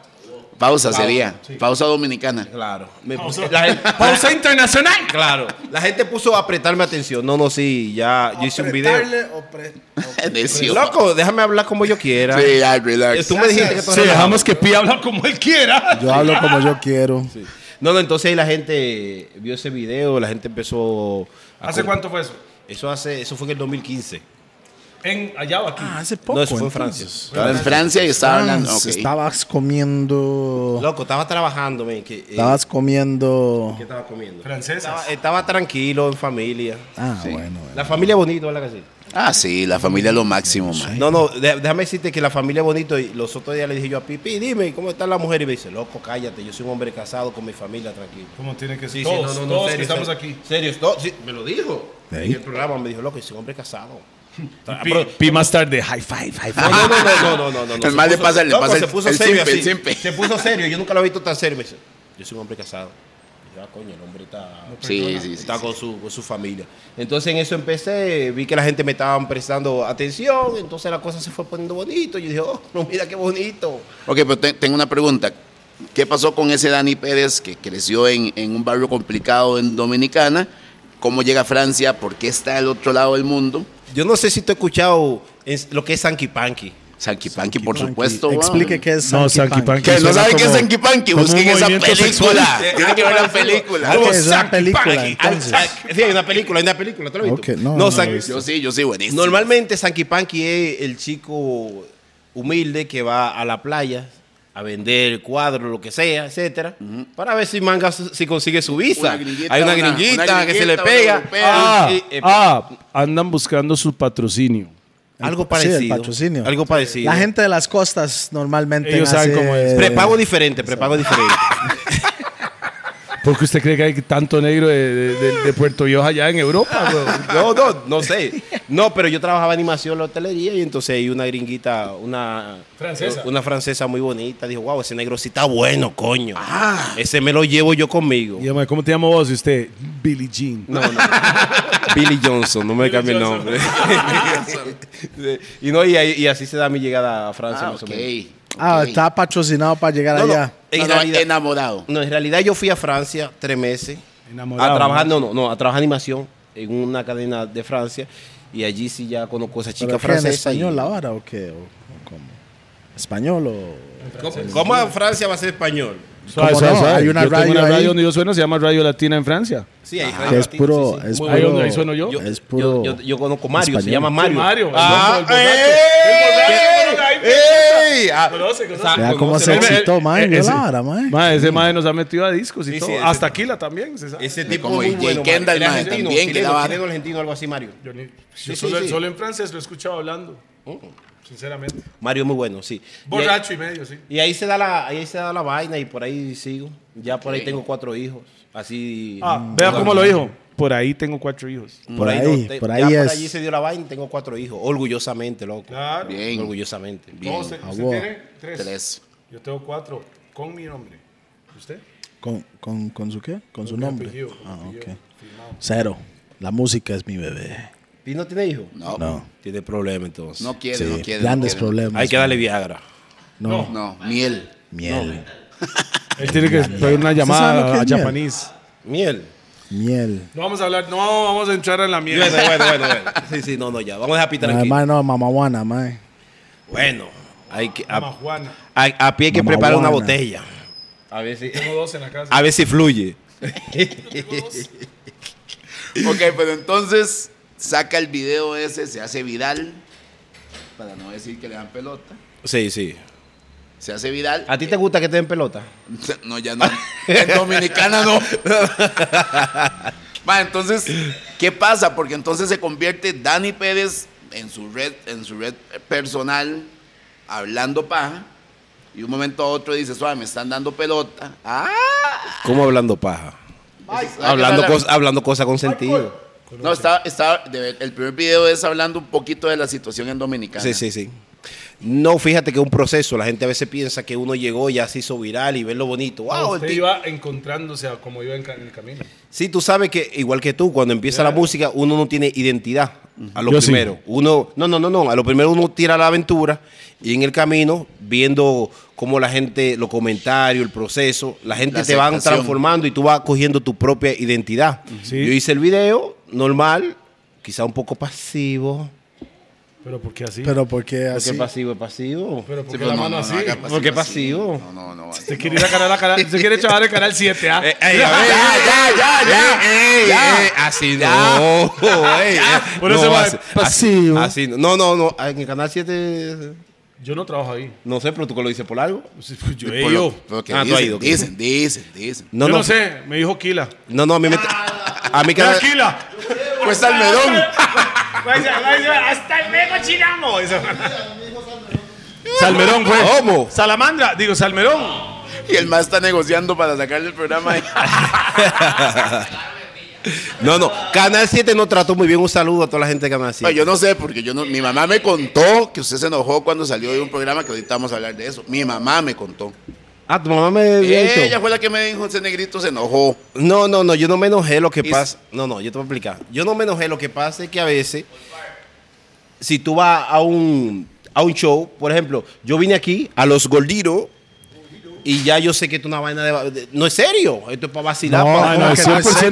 Speaker 5: pausa. sería. Pausa dominicana.
Speaker 3: Ah, Claro. Me puse- la gente- pausa internacional. Claro. La gente puso a apretarme atención. No, no, sí, ya. Yo hice un video.
Speaker 5: Necio.
Speaker 3: Loco, déjame hablar como yo quiera. Eh,
Speaker 5: Sí, ya, relax.
Speaker 3: Tú me
Speaker 2: Sí,
Speaker 3: dijiste que tú eres relajado.
Speaker 2: dejamos que Pi habla como él quiera.
Speaker 4: Yo hablo como yo quiero.
Speaker 3: No, no, entonces ahí la gente vio ese video, la gente empezó a
Speaker 2: ¿Hace
Speaker 3: com-
Speaker 2: cuánto fue eso?
Speaker 3: Eso hace, eso fue en el 2015.
Speaker 2: ¿En allá o aquí?
Speaker 4: Ah, hace
Speaker 3: no, eso fue en Francia.
Speaker 4: entonces.
Speaker 5: Estaba en Francia y estaba hablando.
Speaker 4: Ah,
Speaker 5: ok.
Speaker 4: Estabas comiendo.
Speaker 3: Loco, estaba trabajando, men, que, eh,
Speaker 4: Estabas comiendo.
Speaker 3: ¿Qué estaba comiendo?
Speaker 2: Francesas.
Speaker 3: Estaba, estaba tranquilo en familia.
Speaker 4: Ah, bueno. bueno.
Speaker 3: La familia bonito, ¿verdad que sí?
Speaker 5: Ah, sí, la familia es lo máximo, man.
Speaker 3: No, no, de- déjame decirte que la familia bonito, y los otros días le dije yo a Pipi, dime, ¿cómo está la mujer? Y me dice, loco, cállate, yo soy un hombre casado con mi familia, tranquilo.
Speaker 2: ¿Cómo tiene que ser?
Speaker 3: Sí,
Speaker 2: todos,
Speaker 3: sí, no, no, no,
Speaker 2: todos
Speaker 3: serio,
Speaker 2: que estamos
Speaker 3: serio.
Speaker 2: aquí.
Speaker 3: Serio, no, sí, me lo dijo.
Speaker 4: ¿Eh?
Speaker 3: En el programa me dijo, loco, yo soy un hombre casado. Ah,
Speaker 2: Pi, Pi más tarde, high five, high five.
Speaker 3: No, no, no, no, no, no, no, no.
Speaker 5: El mal
Speaker 3: Se
Speaker 5: le
Speaker 3: puso-
Speaker 5: pasa- le
Speaker 3: loco,
Speaker 5: pasa el-
Speaker 3: se puso
Speaker 5: el
Speaker 3: serio
Speaker 5: simple,
Speaker 3: así.
Speaker 5: el simple.
Speaker 3: Se puso serio, yo nunca lo he visto tan serio. Me dice, yo soy un hombre casado. Y yo, ah, coño, el hombre está,
Speaker 5: Sí, sí, sí.
Speaker 3: está con, su, con su familia. Entonces en eso empecé, vi que la gente me estaba prestando atención, entonces la cosa se fue poniendo bonito. Yo dije, oh, no, mira qué bonito.
Speaker 5: Ok, pero te- tengo una pregunta. ¿Qué pasó con ese Dani Pérez que creció en, en un barrio complicado en Dominicana? ¿Cómo llega a Francia? ¿Por qué está al otro lado del mundo?
Speaker 3: Yo no sé si tú has escuchado es- lo que es Sanky Panky.
Speaker 5: Sanquipanqui, por supuesto. weón.
Speaker 4: Explique qué es
Speaker 2: No,
Speaker 4: Sanky
Speaker 2: Sanky
Speaker 4: Panky.
Speaker 2: Panky.
Speaker 5: Que no
Speaker 2: Suena
Speaker 5: sabe qué es
Speaker 2: como-
Speaker 5: Sanquipanqui.
Speaker 2: como
Speaker 5: Busquen
Speaker 2: un
Speaker 5: esa
Speaker 2: movimiento
Speaker 5: película.
Speaker 2: sexual.
Speaker 5: Tiene que ver la
Speaker 4: Ah,
Speaker 5: película.
Speaker 4: que es una película,
Speaker 3: Panky.
Speaker 4: entonces.
Speaker 3: Ah, ah, Sí, hay una película, hay una película, ¿tú lo has visto?
Speaker 4: Ok, no, no
Speaker 3: no,
Speaker 4: lo
Speaker 3: Sanky-
Speaker 4: he visto.
Speaker 5: Yo sí, yo sí, buenísimo.
Speaker 3: Normalmente Sanky Panky es el chico humilde que va a la playa a vender cuadros, lo que sea, etcétera, para ver si manga su- si consigue su visa.
Speaker 5: Una grillita,
Speaker 3: Hay una
Speaker 5: una-
Speaker 3: gringuita,
Speaker 5: una
Speaker 3: que se le
Speaker 5: grillita, una
Speaker 3: pega. eh,
Speaker 5: europea.
Speaker 2: Ah,
Speaker 3: Y- y-
Speaker 2: ah, andan buscando su patrocinio.
Speaker 3: algo
Speaker 4: Sí, el
Speaker 3: parecido.
Speaker 4: patrocinio.
Speaker 3: Algo parecido.
Speaker 4: La gente de las costas normalmente.
Speaker 2: Ellos saben
Speaker 4: hace-
Speaker 2: cómo es.
Speaker 3: prepago diferente, prepago diferente.
Speaker 2: ¿Por qué usted cree que hay tanto negro de, de- de- de Puerto Viejo allá en Europa? weón?
Speaker 3: No, no, no sé. No, pero yo trabajaba animación en la hotelería y entonces hay una gringuita, una
Speaker 2: Francesa.
Speaker 3: una francesa muy bonita, dijo, wow, ese negro sí está bueno, coño.
Speaker 4: Ah.
Speaker 3: Ese me lo llevo yo conmigo.
Speaker 2: Y yo, "Ma, ¿Cómo te llamo vos? Y usted, Billie Jean.
Speaker 3: No, no. Billy Johnson, no me cambie el nombre.
Speaker 5: Ah,
Speaker 3: y no, y, ahí- y así se da mi llegada a Francia.
Speaker 5: Ah,
Speaker 3: más o
Speaker 5: ok.
Speaker 3: menos.
Speaker 4: Ah,
Speaker 5: ok.
Speaker 4: está patrocinado para llegar
Speaker 3: No, no,
Speaker 4: allá.
Speaker 3: en
Speaker 5: No, no,
Speaker 3: realidad-
Speaker 5: enamorado.
Speaker 3: no, en realidad yo fui a Francia tres meses.
Speaker 2: Enamorado,
Speaker 3: A trabajar, no, no, no, a trabajar animación en una cadena de Francia. Y allí sí ya conozco a esa
Speaker 4: ¿Pero
Speaker 3: chica
Speaker 4: qué, en
Speaker 3: francesa.
Speaker 4: español
Speaker 3: y-
Speaker 4: ahora o qué? ¿O- o cómo? ¿Español o.?
Speaker 3: ¿Cómo, cómo a Francia va a ser español?
Speaker 2: Suave,
Speaker 4: ¿Cómo
Speaker 2: suave,
Speaker 4: no?
Speaker 2: suave.
Speaker 4: Hay una
Speaker 2: yo tengo
Speaker 4: radio
Speaker 2: una
Speaker 4: ahí.
Speaker 2: radio donde yo sueno, se llama Radio Latina en Francia.
Speaker 3: Ah, Sí, hay
Speaker 4: Ah, Que
Speaker 3: radio
Speaker 4: es
Speaker 3: latina,
Speaker 4: puro.
Speaker 3: sí, sí.
Speaker 4: Es
Speaker 2: Muy bueno,
Speaker 4: puro-
Speaker 2: ahí sueno yo.
Speaker 3: Yo,
Speaker 4: es puro
Speaker 3: yo- yo- yo conozco Mario, se
Speaker 4: español.
Speaker 3: llama Mario.
Speaker 2: Mario, el
Speaker 3: Ah,
Speaker 2: loco, el borracho.
Speaker 3: ¡ey!
Speaker 2: El borracho,
Speaker 3: ¡Ey!
Speaker 2: bueno, ahí
Speaker 3: ¡Ey! Ah,
Speaker 2: Conoce, conoce.
Speaker 3: o sea,
Speaker 4: Vea cómo
Speaker 3: conoce-
Speaker 4: se
Speaker 2: Él- él-
Speaker 4: excitó, man.
Speaker 2: él-
Speaker 4: Yo
Speaker 2: ese-
Speaker 4: la vara, man.
Speaker 2: Ma, ese mae nos ha metido a discos y
Speaker 3: Sí, sí,
Speaker 2: todo.
Speaker 3: ese-
Speaker 2: Hasta Aquila también, se sabe.
Speaker 3: Ese
Speaker 5: De
Speaker 3: tipo
Speaker 5: como
Speaker 3: es muy
Speaker 5: J.
Speaker 3: bueno.
Speaker 5: Kendall,
Speaker 3: man.
Speaker 5: man,
Speaker 3: Era argentino,
Speaker 5: también, que
Speaker 3: chileno,
Speaker 5: daba-
Speaker 3: chileno, argentino, algo así, Mario.
Speaker 2: Yo, ni- yo
Speaker 3: Sí,
Speaker 2: solo,
Speaker 3: sí, sí.
Speaker 2: solo en francés lo he escuchado hablando, sinceramente.
Speaker 3: Mario muy bueno, sí.
Speaker 2: Borracho y medio, sí.
Speaker 3: Y ahí, y ahí se da la, ahí se da la vaina y por ahí sigo. Ya por ahí
Speaker 5: Ok.
Speaker 3: tengo cuatro hijos. Así.
Speaker 2: Ah, vea cómo lo dijo. Por ahí tengo cuatro hijos.
Speaker 3: Mm.
Speaker 4: Por ahí,
Speaker 3: te-
Speaker 4: por
Speaker 3: ya
Speaker 4: ahí
Speaker 3: por
Speaker 4: es.
Speaker 3: allí se dio la vaina y tengo cuatro hijos. Orgullosamente, loco.
Speaker 2: Claro.
Speaker 5: Bien.
Speaker 3: Orgullosamente.
Speaker 5: Bien.
Speaker 2: No, usted,
Speaker 4: Ah,
Speaker 2: usted
Speaker 4: wow.
Speaker 2: tiene tres.
Speaker 5: Tres.
Speaker 2: Yo tengo cuatro con mi nombre. ¿Usted?
Speaker 4: ¿Con, con, con su qué? ¿Con su
Speaker 2: mi
Speaker 4: nombre?
Speaker 2: apellido, con mi
Speaker 4: ah, ok.
Speaker 2: apellido, firmado.
Speaker 4: Cero. La música es mi bebé.
Speaker 3: ¿Y no tiene hijos?
Speaker 5: No, no,
Speaker 4: No.
Speaker 3: Tiene problemas entonces.
Speaker 5: quiere,
Speaker 4: Sí,
Speaker 5: no quiere.
Speaker 4: grandes
Speaker 5: no quiere.
Speaker 4: problemas.
Speaker 3: Hay que darle Viagra.
Speaker 4: No,
Speaker 5: No, miel.
Speaker 4: miel.
Speaker 2: Él tiene que pedir una
Speaker 4: sabe lo que
Speaker 2: llamada a
Speaker 4: es miel?
Speaker 2: Japanese.
Speaker 3: Miel.
Speaker 4: Miel.
Speaker 2: No vamos a hablar, no vamos a entrar en la
Speaker 3: Bueno,
Speaker 2: mierda.
Speaker 3: bueno, bueno, bueno. Sí, sí, no, no, ya. Vamos a dejar Pi
Speaker 4: No,
Speaker 3: tranquilo.
Speaker 4: man, no, mamahuana, man.
Speaker 3: Bueno, hay que. A,
Speaker 2: Mamá Juana.
Speaker 3: a- a pie hay que
Speaker 4: Mamá
Speaker 3: preparar una
Speaker 4: Juana.
Speaker 3: botella. A ver si.
Speaker 2: Tengo dos en la casa.
Speaker 3: A ver si fluye.
Speaker 5: Ok, pero entonces saca el video ese, se hace viral. para no decir que le dan pelota.
Speaker 3: Sí, sí.
Speaker 5: Se hace viral.
Speaker 3: ¿A ti te gusta que te den pelota?
Speaker 5: No, ya no. En Dominicana no. Ma, entonces, ¿qué pasa? Porque entonces se convierte Dani Pérez en su red, en su red personal, hablando paja, y de un momento a otro dice, suave, me están dando pelota. Ah, pues,
Speaker 3: ¿Cómo hablando paja?
Speaker 5: ay,
Speaker 3: Hablando,
Speaker 5: ay,
Speaker 3: cos- hablando cosas con sentido.
Speaker 5: No, estaba, estaba- de ver- el primer video es hablando un poquito de la situación en Dominicana.
Speaker 3: Sí, sí, sí. No, fíjate que es un proceso. La gente a veces piensa que uno llegó y ya se hizo viral y ve lo bonito. ¡Wow! el
Speaker 2: Usted
Speaker 3: tipo-
Speaker 2: iba encontrándose a como iba en, ca- en el camino.
Speaker 3: Sí, tú sabes que igual que tú, cuando empieza la música, uno no tiene identidad. A lo
Speaker 2: Yo sí.
Speaker 3: primero, uno, no, no, no, no, a lo primero uno tira la aventura y en el camino, viendo cómo la gente, los comentarios, el proceso, la gente
Speaker 5: La
Speaker 3: te van
Speaker 5: aceptación.
Speaker 3: transformando y tú vas cogiendo tu propia identidad.
Speaker 2: Sí.
Speaker 3: Yo hice el video normal, quizá un poco pasivo.
Speaker 2: Pero ¿por qué así?
Speaker 4: Pero porque
Speaker 3: ¿Por qué
Speaker 4: así.
Speaker 3: pasivo es pasivo?
Speaker 2: Pero ¿por
Speaker 5: Sí,
Speaker 2: qué
Speaker 5: pero
Speaker 2: la
Speaker 5: no,
Speaker 2: mano
Speaker 5: no, no
Speaker 2: así?
Speaker 5: haga
Speaker 3: ¿Por qué pasivo?
Speaker 5: así. No, no, no. así
Speaker 2: Se quiere ir a canal, a canal- se quiere chavar el canal 7, ¿ah?
Speaker 3: Eh, ya, ya, ya, ya. así no. ey, eh,
Speaker 2: Por eso
Speaker 3: no,
Speaker 2: va
Speaker 3: así-
Speaker 2: pasivo.
Speaker 3: así no. no, no, no. En el canal 7,
Speaker 2: Yo no trabajo ahí.
Speaker 3: no sé, pero tú que lo dices por algo.
Speaker 2: pues, Yo,
Speaker 5: no.
Speaker 2: he
Speaker 5: Por
Speaker 2: ido.
Speaker 5: lo- por lo que
Speaker 3: Ah, tú has
Speaker 5: dicen,
Speaker 3: ido, ok.
Speaker 5: dicen, dicen, dicen.
Speaker 2: Yo
Speaker 3: No,
Speaker 2: no
Speaker 3: no, Ah,
Speaker 2: sé, me dijo Kila.
Speaker 3: no, no, a mí me. A mí cada.
Speaker 2: ¡Tranquila!
Speaker 5: Cuesta Pues almedón.
Speaker 2: Pues, Hasta el mego chingamo. Salmerón, güey.
Speaker 3: ¿Cómo?
Speaker 2: Salamandra, digo, Salmerón.
Speaker 5: Y el más está negociando para sacarle el programa.
Speaker 3: No, no. Canal 7 no trató muy bien. Un saludo a toda la gente de Canal
Speaker 5: No,
Speaker 3: 7.
Speaker 5: yo no sé, porque yo no, mi mamá me contó que usted se enojó cuando salió de un programa que ahorita vamos a hablar de eso. Mi mamá me contó.
Speaker 3: Ah, tu mamá me había dicho.
Speaker 5: Ella fue la que me dijo, ese negrito se enojó.
Speaker 3: No, no, no, yo no me enojé lo que
Speaker 5: Y-
Speaker 3: pasa. No, no, yo te voy a explicar. Yo no me enojé lo que pasa es que a veces, si tú vas a un, a un show, por ejemplo, yo vine aquí a los Goldiro y ya yo sé que esto es una vaina de. de- no es serio, esto es para vacilar.
Speaker 2: No,
Speaker 3: para-
Speaker 2: no,
Speaker 3: para
Speaker 2: es
Speaker 3: que-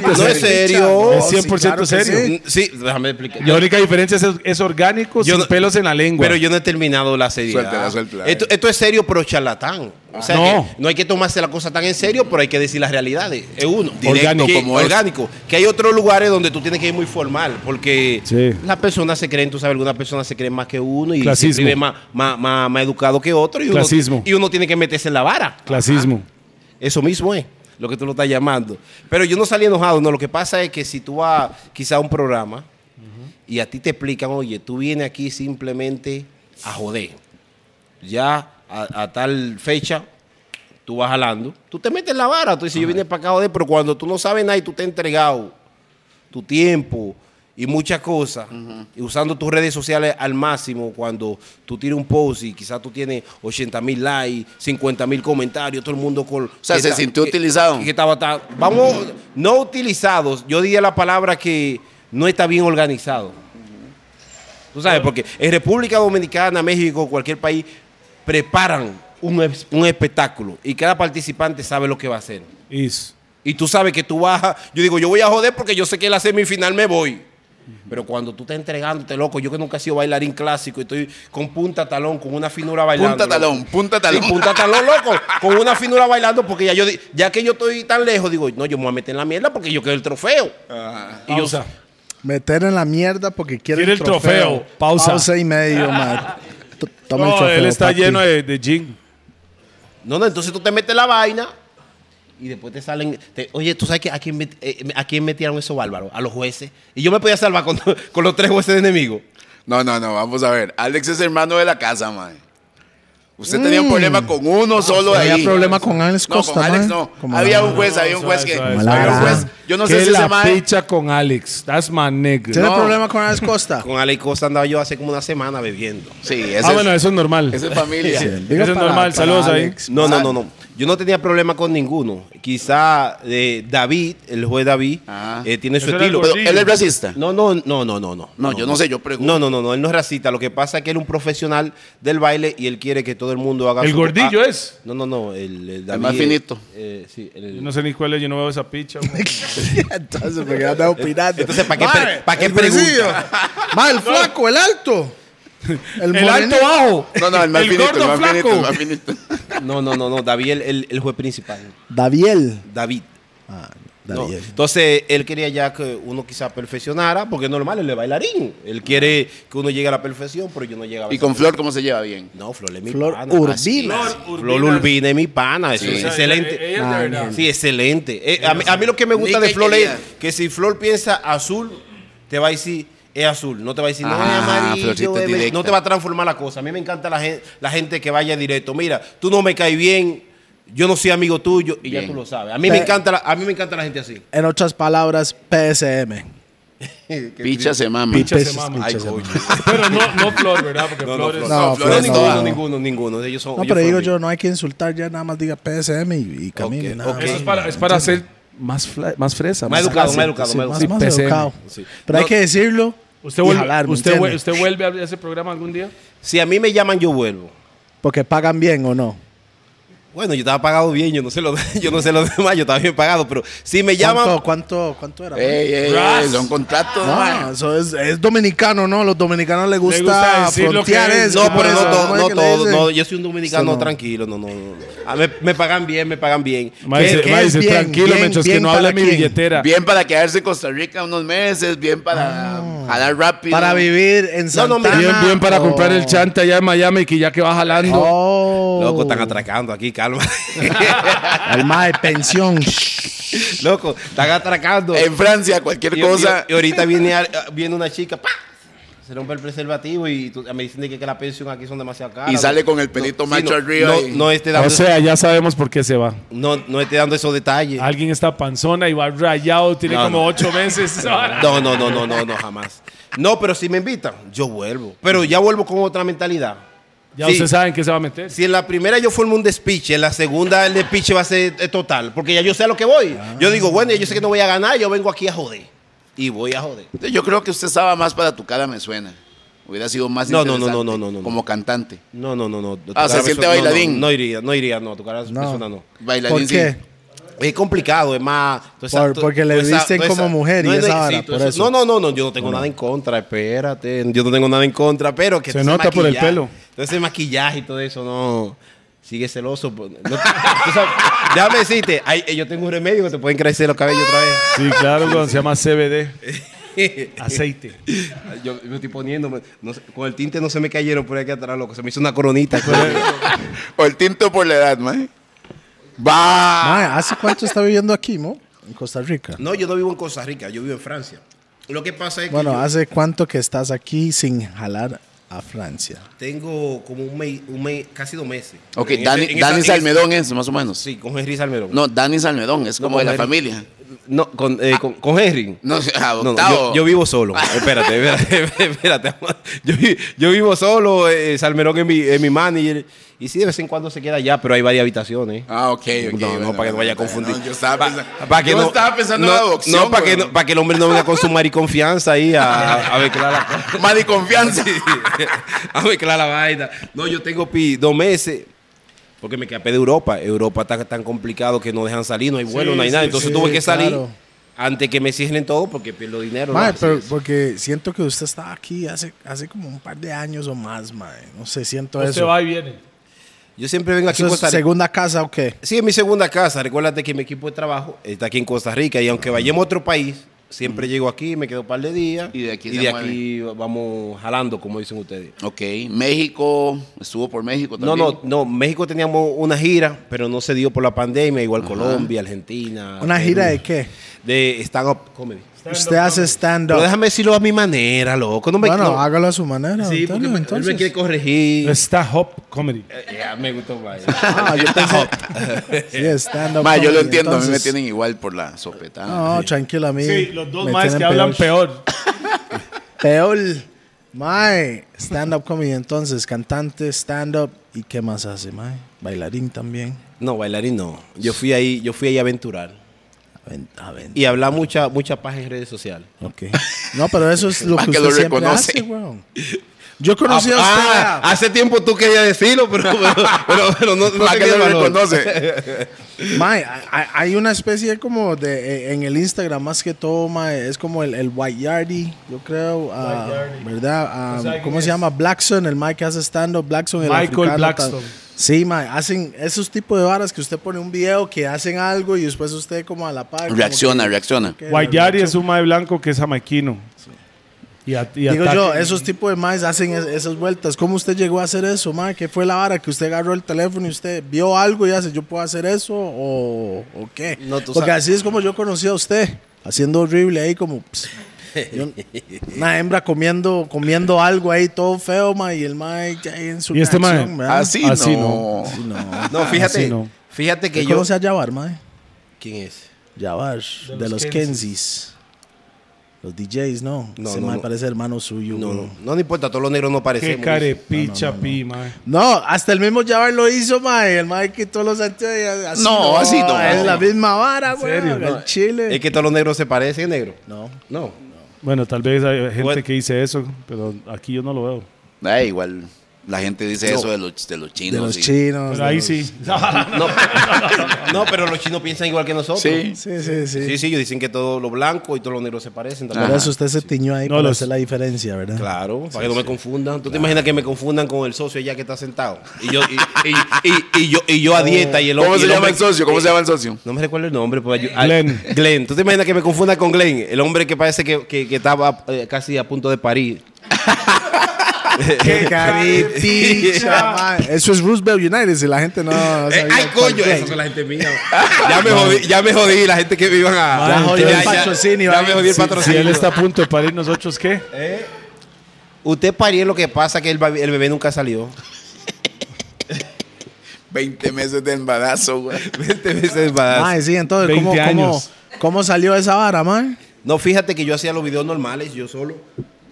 Speaker 2: 100%
Speaker 3: No es
Speaker 4: No,
Speaker 3: serio.
Speaker 4: es
Speaker 2: sí,
Speaker 4: 100%
Speaker 2: claro que
Speaker 4: serio.
Speaker 2: sí.
Speaker 3: Sí, déjame explicar.
Speaker 2: La única diferencia es, es orgánico,
Speaker 3: Yo
Speaker 2: sin
Speaker 3: no-
Speaker 2: pelos en la lengua.
Speaker 3: Pero yo no he terminado la serie.
Speaker 5: Suéltala, suéltala.
Speaker 3: Esto, esto es serio, pero charlatán. O sea,
Speaker 2: No.
Speaker 3: no. no hay que tomarse la cosa tan en serio, pero hay que decir las realidades. Es uno.
Speaker 5: Orgánico
Speaker 3: Que-
Speaker 5: como es.
Speaker 3: orgánico. Que hay otros lugares donde tú tienes que ir muy formal, porque
Speaker 2: Sí.
Speaker 3: las personas se creen, tú sabes, algunas personas se creen más que uno y
Speaker 2: Clasismo.
Speaker 3: se vive más, más, más, más educado que otro. Y uno,
Speaker 2: Clasismo.
Speaker 3: y uno tiene que meterse en la vara.
Speaker 2: Clasismo.
Speaker 3: Ah. Eso mismo es lo que tú lo estás llamando. Pero yo no salí enojado, no. Lo que pasa es que si tú vas quizá a un programa y a ti te explican, oye, tú vienes aquí simplemente a joder. Ya a, a tal fecha tú vas jalando. Tú te metes en la vara. Tú dices, yo vine para acá a joder, pero cuando tú no sabes nada y tú te has entregado tu tiempo y muchas cosas, y usando tus redes sociales al máximo, cuando tú tiras un post y quizás tú tienes 80 mil likes, 50 mil comentarios, todo el mundo con... O
Speaker 5: sea, se sintió utilizado.
Speaker 3: Que, estaba tan- vamos, no utilizados, yo diría la palabra que no está bien organizado. Tú sabes, porque en República Dominicana, México, cualquier país, preparan un, es- un espectáculo y cada participante sabe lo que va a hacer.
Speaker 2: Is.
Speaker 3: Y tú sabes que tú vas, a- yo digo, yo voy a joder porque yo sé que en la semifinal me voy. Pero cuando tú estás entregándote, loco, yo que nunca he sido bailarín clásico y estoy con punta talón, con una finura bailando.
Speaker 5: Punta talón,
Speaker 3: loco.
Speaker 5: punta talón.
Speaker 3: Sí, punta talón, loco, con una finura bailando porque ya yo di- ya que yo estoy tan lejos, digo, no, yo me voy a meter en la mierda porque yo quiero el trofeo. Y yo,
Speaker 2: Pausa.
Speaker 4: Meter en la mierda porque quiere,
Speaker 2: Quiere el trofeo. Pausa.
Speaker 4: Pausa y medio, man. T- Toma el
Speaker 2: No,
Speaker 4: trofeo.
Speaker 2: él está
Speaker 4: papi.
Speaker 2: lleno de, de gin.
Speaker 3: No, no, entonces tú te metes la vaina y después te salen. te- Oye, tú sabes que a quién, met- eh, a quién metieron esos bárbaros, a los jueces. Y yo me podía salvar con, con los tres jueces de enemigo.
Speaker 5: No, no, no, vamos a ver. Alex es hermano de la casa, man. Usted tenía un problema con uno solo
Speaker 4: había
Speaker 5: ahí.
Speaker 4: problema con Alex Costa,
Speaker 5: No, con Alex
Speaker 4: mae.
Speaker 5: no.
Speaker 4: Como
Speaker 5: había
Speaker 4: la-
Speaker 5: un juez, había un juez que...
Speaker 2: Suave,
Speaker 4: suave,
Speaker 5: había un
Speaker 4: suave.
Speaker 5: juez. Yo no
Speaker 2: Que
Speaker 5: sé si ese
Speaker 2: la
Speaker 5: mae...
Speaker 2: picha con Alex. That's my nigga. Ah,
Speaker 4: ¿Tiene
Speaker 5: No.
Speaker 4: problema con Alex Costa?
Speaker 3: Con Alex Costa andaba yo hace como una semana bebiendo.
Speaker 5: Sí, ese
Speaker 2: ah, bueno,
Speaker 5: es,
Speaker 2: eso es normal.
Speaker 5: ese es familia.
Speaker 4: Digo
Speaker 2: Eso es normal, saludos ahí.
Speaker 3: No, no, no, no. Yo no tenía problema con ninguno. Quizá eh, David, el juez David,
Speaker 5: Ajá.
Speaker 3: eh, tiene su
Speaker 2: Ese era el
Speaker 3: estilo.
Speaker 5: Pero,
Speaker 2: Sí.
Speaker 5: ¿Él es racista?
Speaker 3: No, no, no, no, no, no.
Speaker 5: No, yo no sé, yo pregunto.
Speaker 3: No, no, no, no, él no es racista. Lo que pasa es que él es un profesional del baile y él quiere que todo el mundo haga.
Speaker 2: El
Speaker 3: su-
Speaker 2: gordillo
Speaker 3: Ah,
Speaker 2: es.
Speaker 3: No, no, no, el, el David.
Speaker 5: más
Speaker 3: eh,
Speaker 5: finito.
Speaker 3: eh, sí, el-
Speaker 2: Yo no sé ni cuál es, yo no veo esa picha. güey.
Speaker 4: Entonces, me quedé opinando.
Speaker 3: Entonces, ¿para qué,
Speaker 4: Mae,
Speaker 3: pre- ¿para qué
Speaker 4: el preciso.
Speaker 3: pregunta?
Speaker 4: Mae, el flaco, el alto. El,
Speaker 2: El alto
Speaker 4: moreno.
Speaker 2: bajo.
Speaker 5: No, no, el más finito, el
Speaker 2: gordo
Speaker 5: más finito, el
Speaker 2: flaco.
Speaker 5: más finito.
Speaker 3: No, no, no, no. David, el, el- el juez principal.
Speaker 4: Daviel.
Speaker 3: David.
Speaker 4: Está
Speaker 3: No,
Speaker 4: bien.
Speaker 3: Entonces, él quería ya que uno quizá perfeccionara, porque es normal, él es bailarín. Él quiere que uno llegue a la perfección, pero yo no llegaba a
Speaker 5: Y
Speaker 3: esa
Speaker 5: con Flor, ¿cómo se lleva bien?
Speaker 3: No, Flor es mi
Speaker 4: Flor
Speaker 3: pana.
Speaker 4: Urbina.
Speaker 3: Así es.
Speaker 2: Flor Urbina.
Speaker 3: Flor Urbina es mi pana. eso
Speaker 5: Sí.
Speaker 3: es
Speaker 5: O sea,
Speaker 3: excelente.
Speaker 2: ella es de
Speaker 4: Ah,
Speaker 2: verdad.
Speaker 4: bien.
Speaker 3: Sí, excelente. Eh, a, mí, a mí lo que me gusta
Speaker 5: Ni
Speaker 3: de
Speaker 5: que
Speaker 3: Flor es
Speaker 5: quería.
Speaker 3: que si Flor piensa azul, te va a decir es azul, no te va a decir no
Speaker 5: Ajá,
Speaker 3: es amarillo,
Speaker 5: Florcita Ah, es
Speaker 3: es verde".
Speaker 5: directa.
Speaker 3: no te va a transformar la cosa. A mí me encanta la gente, la gente que vaya directo. Mira, tú no me caes bien, yo no soy amigo tuyo y ya
Speaker 5: Bien.
Speaker 3: tú lo sabes. A mí
Speaker 4: Pe-
Speaker 3: me encanta, la, a mí me encanta la gente así.
Speaker 4: En otras palabras, PSM.
Speaker 5: Picha se mama.
Speaker 2: Picha se
Speaker 4: Pichas-
Speaker 2: mama.
Speaker 4: pichas
Speaker 3: Ay,
Speaker 4: se
Speaker 3: coño.
Speaker 4: mama.
Speaker 2: Pero no, no Flor, ¿verdad? Porque
Speaker 3: No, no,
Speaker 2: Flor es-
Speaker 3: Flor.
Speaker 4: No,
Speaker 3: No,
Speaker 4: Flor
Speaker 3: Flor,
Speaker 4: no
Speaker 3: ninguno,
Speaker 4: va.
Speaker 3: ninguno, ninguno. Ellos son,
Speaker 4: No,
Speaker 3: ellos
Speaker 4: pero digo
Speaker 3: fueron
Speaker 4: yo,
Speaker 3: bien.
Speaker 4: no hay que insultar ya, nada más diga PSM y, y camine.
Speaker 3: Ok,
Speaker 4: nada
Speaker 3: ok.
Speaker 2: Eso
Speaker 4: más.
Speaker 2: es para, es para ser más, fla- más fresa.
Speaker 3: Más educado,
Speaker 2: clase.
Speaker 3: más educado,
Speaker 4: Sí,
Speaker 3: más
Speaker 4: más,
Speaker 3: educado.
Speaker 4: más
Speaker 2: PSM.
Speaker 4: educado.
Speaker 3: Sí.
Speaker 4: Pero hay
Speaker 3: No.
Speaker 4: que decirlo.
Speaker 2: ¿Usted
Speaker 4: y
Speaker 2: vuelve,
Speaker 4: jalar, ¿me
Speaker 2: usted,
Speaker 4: entiende?
Speaker 2: vuel- usted vuelve a ese programa algún día?
Speaker 3: Si a mí me llaman, yo vuelvo.
Speaker 4: Porque pagan bien o no.
Speaker 3: Bueno, yo estaba pagado bien, yo no sé lo, yo no sé lo demás, yo estaba bien pagado, pero si me llaman,
Speaker 4: ¿Cuánto, cuánto, cuánto era?
Speaker 3: Eh,
Speaker 5: Ey, ey,
Speaker 2: Ras.
Speaker 5: ey, son contratos,
Speaker 4: No,
Speaker 5: man.
Speaker 4: eso es, es dominicano, ¿no? Los dominicanos les gusta,
Speaker 2: gusta decir lo que
Speaker 4: frontear
Speaker 2: es.
Speaker 4: eso.
Speaker 3: no, pero no,
Speaker 4: eso,
Speaker 3: todo,
Speaker 4: ¿cómo es
Speaker 3: no
Speaker 4: que le
Speaker 3: todo,
Speaker 4: dicen?
Speaker 3: no, yo soy un dominicano
Speaker 4: Eso no.
Speaker 3: tranquilo, no, no, no. Ah, me, me pagan bien, me pagan bien.
Speaker 2: Mae,
Speaker 4: ¿Qué-
Speaker 2: dice-
Speaker 4: qué
Speaker 2: mae,
Speaker 4: es
Speaker 2: dice,
Speaker 4: bien?
Speaker 2: tranquilo,
Speaker 4: Bien,
Speaker 2: mientras
Speaker 4: bien
Speaker 2: que no
Speaker 4: para
Speaker 2: hable mi
Speaker 4: quién.
Speaker 2: billetera.
Speaker 5: Bien para quedarse en Costa Rica unos meses, bien para jalar rápido.
Speaker 4: Para vivir en
Speaker 3: No, no,
Speaker 4: Santana.
Speaker 3: mira.
Speaker 2: Bien, bien para
Speaker 4: o-
Speaker 2: comprar el chante allá en Miami que ya que va jalando.
Speaker 4: Oh.
Speaker 3: Loco, están atracando aquí, calma.
Speaker 4: El mae, pensión.
Speaker 3: Loco, están atracando.
Speaker 5: En Francia, cualquier
Speaker 3: Y-
Speaker 5: cosa.
Speaker 3: Y, y ahorita viene, al- viene una chica, ¡pa! Se rompe el preservativo y tú- me dicen de que, que la pensión aquí son demasiado caras.
Speaker 5: Y sale con el pelito
Speaker 3: sí,
Speaker 5: macho
Speaker 3: no,
Speaker 5: arriba
Speaker 3: No,
Speaker 5: y-
Speaker 3: no esté dando,
Speaker 2: O sea, ya sabemos por qué se va.
Speaker 3: no, no esté dando esos detalles.
Speaker 2: Alguien está panzona y va rayado, tiene
Speaker 3: No,
Speaker 2: como
Speaker 3: no.
Speaker 2: ocho meses.
Speaker 3: No, no, no, no, no, no, jamás. No, pero si me invitan, yo vuelvo. Pero ya vuelvo con otra mentalidad.
Speaker 2: Ya
Speaker 3: Sí.
Speaker 2: ustedes saben que se va a meter.
Speaker 3: Si en la primera yo formo un despiche, en la segunda el despiche va a ser eh, total, porque ya yo sé a lo que voy. Yo digo, bueno, ya yo sé que no voy a ganar, yo vengo aquí a joder. Y voy a joder.
Speaker 5: Yo creo que usted estaba más para tu cara, me suena. Hubiera sido más
Speaker 3: No, no, no,
Speaker 5: interesante
Speaker 3: no, no, no, no.
Speaker 5: como cantante.
Speaker 3: No, no, no, no. tu
Speaker 5: Ah,
Speaker 3: cara
Speaker 5: se
Speaker 3: me
Speaker 5: siente
Speaker 3: suena- no,
Speaker 5: bailarín.
Speaker 3: No, no iría, no iría, no, tu cara
Speaker 4: No.
Speaker 3: no. persona no.
Speaker 5: Bailarín.
Speaker 4: ¿Por
Speaker 5: sí.
Speaker 4: qué?
Speaker 3: Es complicado, es más. tú esa-
Speaker 4: Por-
Speaker 3: tú-
Speaker 4: porque le
Speaker 3: tú esa-
Speaker 4: visten
Speaker 3: tú esa-
Speaker 4: como mujer y
Speaker 3: no, no,
Speaker 4: esa
Speaker 3: sí,
Speaker 4: vara,
Speaker 3: tú
Speaker 4: por
Speaker 3: esa- No,
Speaker 4: eso.
Speaker 3: no, no, no, yo no tengo nada en contra, espérate. Yo no tengo nada en contra, pero que
Speaker 2: Se
Speaker 3: tú ese
Speaker 2: nota por el
Speaker 3: maquillaje-
Speaker 2: pelo.
Speaker 3: tú ese maquillaje y todo eso, no. Sigue celoso. pues, no- tú sabes, déjame decirte, ay, eh, yo tengo un remedio que te pueden crecer los cabellos otra vez.
Speaker 2: Sí, claro, weón, se llama CBD. Aceite.
Speaker 3: Ay, Yo me estoy poniendo, me- no sé, con el tinte no se me cayeron por aquí atrás, loco. Se me hizo una coronita.
Speaker 5: O el tinto por la edad, man. Va.
Speaker 4: Mae, ¿hace cuánto está viviendo aquí, mo? En Costa Rica.
Speaker 3: no, yo no vivo en Costa Rica, yo vivo en Francia. Lo que pasa es que
Speaker 4: Bueno,
Speaker 3: yo
Speaker 4: ¿hace cuánto que estás aquí sin jalar a Francia?
Speaker 3: tengo como un mes, un mes, casi dos meses.
Speaker 5: Ok,
Speaker 3: En ese-
Speaker 5: Dani,
Speaker 3: en esa-
Speaker 5: Dani
Speaker 3: en esa-
Speaker 5: Salmedón es, más o menos.
Speaker 3: Sí, con Henry Salmerón.
Speaker 5: No, Dani Salmedón es como
Speaker 3: con
Speaker 5: de la
Speaker 3: Henry.
Speaker 5: familia.
Speaker 3: No, con, eh, con, con Henry.
Speaker 5: No, ah, adoptado.
Speaker 3: No, no, yo, yo vivo solo. espérate, espérate, espérate. Yo, vi- yo vivo solo, eh, Salmerón es mi, es mi manager. Y sí, de vez en cuando se queda allá, pero hay varias habitaciones.
Speaker 5: Ah, ok, ok.
Speaker 3: No, no,
Speaker 5: bueno,
Speaker 3: para que no vaya a
Speaker 5: bueno,
Speaker 3: confundir.
Speaker 5: yo estaba pensando,
Speaker 3: Para que
Speaker 5: yo
Speaker 3: no,
Speaker 5: estaba pensando en la adopción.
Speaker 3: No, para que,
Speaker 5: güey.
Speaker 3: no- para que el hombre no venga con su mariconfianza ahí a, a mezclar la cosa.
Speaker 5: Mal y confianza.
Speaker 3: a mezclar la vaina. No, yo tengo pi, dos meses. Porque me escapé de Europa. Europa está tan complicado que no dejan salir, no hay vuelo,
Speaker 2: Sí,
Speaker 3: no hay nada.
Speaker 2: sí,
Speaker 3: Entonces
Speaker 4: sí,
Speaker 3: tuve que salir
Speaker 4: claro.
Speaker 3: antes que me cierren todo porque pierdo dinero.
Speaker 4: Mae,
Speaker 3: ¿no?
Speaker 4: pero porque siento que usted estaba aquí hace, hace como un par de años o más, mae. No sé, siento
Speaker 2: Usted
Speaker 4: eso.
Speaker 2: va y viene.
Speaker 3: Yo siempre vengo aquí
Speaker 4: ¿Eso
Speaker 3: a
Speaker 4: es
Speaker 3: Costa Rica.
Speaker 4: segunda casa o qué?
Speaker 3: Sí, es mi segunda casa. Recuérdate que mi equipo de trabajo está aquí en Costa Rica y aunque vayamos a otro país, siempre llego aquí, me quedo un par de días
Speaker 5: Y de aquí
Speaker 3: y
Speaker 5: se
Speaker 3: de aquí vamos jalando, como dicen ustedes.
Speaker 5: ok, México. Estuvo por México
Speaker 3: No,
Speaker 5: también.
Speaker 3: no, no. México teníamos una gira, pero no se dio por la pandemia. Igual Colombia, Argentina.
Speaker 4: ¿Una
Speaker 3: Perú.
Speaker 4: gira de qué?
Speaker 3: De Ah, stand-up comedy.
Speaker 4: Usted hace stand-up.
Speaker 3: Pero déjame decirlo a mi manera, loco. No me
Speaker 4: bueno,
Speaker 3: no.
Speaker 4: hágalo a su manera.
Speaker 3: Sí, porque
Speaker 4: Antonio,
Speaker 3: me- él me
Speaker 4: entonces.
Speaker 3: quiere corregir.
Speaker 2: Está Hop Comedy.
Speaker 3: Eh, ya, me gustó más.
Speaker 4: Ah, yo pensé. sí, stand-up.
Speaker 5: Ma, yo lo
Speaker 4: comedy,
Speaker 5: entiendo. a mí me
Speaker 4: entonces.
Speaker 5: tienen igual por la sopeta. Ah,
Speaker 4: No, tranquilo, a mí.
Speaker 2: Sí, los dos
Speaker 4: me
Speaker 2: más
Speaker 4: tienen
Speaker 2: que hablan peor.
Speaker 4: Peor. Mae, stand-up comedy entonces, cantante, stand-up. ¿Y qué más hace, mae? Bailarín también.
Speaker 3: No, bailarín no. Yo fui ahí, yo fui ahí a aventurar.
Speaker 4: Aven- aven-
Speaker 3: Y hablar mucha, mucha paja en redes sociales.
Speaker 4: Ok. No, pero eso es lo
Speaker 5: Pa'
Speaker 4: que
Speaker 5: que
Speaker 4: usted
Speaker 5: lo
Speaker 4: siempre
Speaker 5: reconoce.
Speaker 4: hace, weón. Yo conocí a usted.
Speaker 3: Ah,
Speaker 4: ah,
Speaker 3: hace tiempo tú querías decirlo, pero, pero, pero- pero no, no
Speaker 5: Para
Speaker 3: te
Speaker 5: que
Speaker 3: dio
Speaker 5: lo
Speaker 3: el valor.
Speaker 5: reconoce.
Speaker 4: mae, hay- hay- hay una especie como de eh, en el Instagram más que todo, mae, es como el, el White Yardie, yo creo, ah,
Speaker 2: White Yardie.
Speaker 4: ¿verdad? Ah,
Speaker 2: ¿No sabe quién
Speaker 4: ¿Cómo se
Speaker 2: es?
Speaker 4: llama? Blackson, el mae que hace stand-up, Blackson, el
Speaker 2: Michael
Speaker 4: africano, tal.
Speaker 2: Blackstone.
Speaker 4: Sí, mae, hacen esos tipos de varas que usted pone un video que hacen algo y después usted como a la par. como
Speaker 5: Reacciona,
Speaker 4: que-
Speaker 5: reacciona.
Speaker 4: que
Speaker 2: White Yari
Speaker 4: reacciona.
Speaker 2: es un mae blanco que es jamaiquino. Y a- y
Speaker 4: Digo
Speaker 2: ataque-
Speaker 4: yo, esos tipos de maes hacen es- esas vueltas. ¿Cómo usted llegó a hacer eso, mae? ¿Qué fue la vara que usted agarró el teléfono y usted vio algo y hace, yo puedo hacer eso o, o qué?
Speaker 3: No, tú
Speaker 4: Porque
Speaker 3: sabes.
Speaker 4: así es como yo conocí a usted, haciendo horrible ahí como... ps, yo- una hembra comiendo comiendo algo ahí todo feo, mae, y el mae ya ahí en su
Speaker 2: ¿Y este mae?
Speaker 4: reacción, ¿verdad?
Speaker 5: Así,
Speaker 2: Así
Speaker 5: no.
Speaker 4: Sí, no.
Speaker 3: No, fíjate.
Speaker 2: Así no.
Speaker 3: Fíjate que
Speaker 4: ¿Usted
Speaker 3: yo.
Speaker 4: conoce a Jabbar, mae?
Speaker 3: ¿Quién es?
Speaker 4: Jabbar, de, los Kensis. Los DJs, no.
Speaker 3: No,
Speaker 4: Ese
Speaker 3: no,
Speaker 4: mae
Speaker 3: no.
Speaker 4: parece hermano suyo.
Speaker 3: No,
Speaker 4: bro.
Speaker 3: no, no le importa, todos los negros no parecemos.
Speaker 2: Qué carepicha, pi, mae.
Speaker 4: No, hasta el mismo Jabbar lo hizo, mae. El mae quitó los anteojos y así.
Speaker 5: No, así no.
Speaker 4: Es la misma vara, güey.
Speaker 2: serio?
Speaker 4: El chile.
Speaker 3: Es que todos los negros se parecen, negro.
Speaker 4: No.
Speaker 3: No.
Speaker 2: Bueno, tal vez hay gente
Speaker 3: What?
Speaker 2: que dice eso, pero aquí yo no lo veo.
Speaker 5: Da igual. La gente dice eso de los, de los
Speaker 4: De
Speaker 5: chinos.
Speaker 4: los
Speaker 5: y-
Speaker 4: chinos.
Speaker 2: Pero
Speaker 4: de
Speaker 2: ahí
Speaker 4: los-
Speaker 2: sí. Ah,
Speaker 3: No, no, pero los chinos piensan igual que nosotros.
Speaker 5: Sí.
Speaker 4: Sí, sí, sí.
Speaker 3: Sí, sí, ellos dicen que todos los blancos y todos los negros se parecen. tal vez.
Speaker 4: Por eso usted se tiñó ahí
Speaker 2: No,
Speaker 4: para
Speaker 2: los-
Speaker 4: hacer la diferencia, ¿verdad?
Speaker 3: Claro, para que no me confundan. ¿Tú te imaginas que me confundan con el socio allá que está sentado? Y yo, y, y- y- y yo, y yo a dieta y el
Speaker 5: ¿Cómo
Speaker 3: hombre- y
Speaker 5: se llama
Speaker 3: hombre-
Speaker 5: el socio? ¿Cómo se llama el socio?
Speaker 3: No me recuerdo el nombre. Pues, yo-
Speaker 2: Glenn.
Speaker 3: Ah, Glenn. ¿Tú te imaginas que me confunda con Glenn? El hombre que parece que, que- que estaba eh, casi a punto de parir.
Speaker 4: Qué caripicha, mae. Eso es Roosevelt United, si la gente no. no
Speaker 3: Eh,
Speaker 4: sabía
Speaker 3: ay,
Speaker 4: cuál
Speaker 3: coño,
Speaker 4: fue.
Speaker 3: esa es la gente mía. ya, me jodí, ya me jodí la gente que me iban a.
Speaker 4: Ya jodió el
Speaker 3: ya- ya-
Speaker 4: patrocinio
Speaker 3: Ya,
Speaker 4: ahí.
Speaker 3: me jodí el
Speaker 4: Sí,
Speaker 2: Si
Speaker 3: patrocinio.
Speaker 2: él está a punto de parir, ¿nosotros qué?
Speaker 3: Usted parió lo que pasa que el, babi- el bebé nunca salió.
Speaker 5: 20 meses de embarazo, güey.
Speaker 3: 20 veces más.
Speaker 4: Mae, sí, entonces, ¿cómo,
Speaker 2: 20
Speaker 4: cómo,
Speaker 2: años.
Speaker 4: ¿cómo salió esa vara, mae?
Speaker 3: No, fíjate que yo hacía los videos normales, yo solo.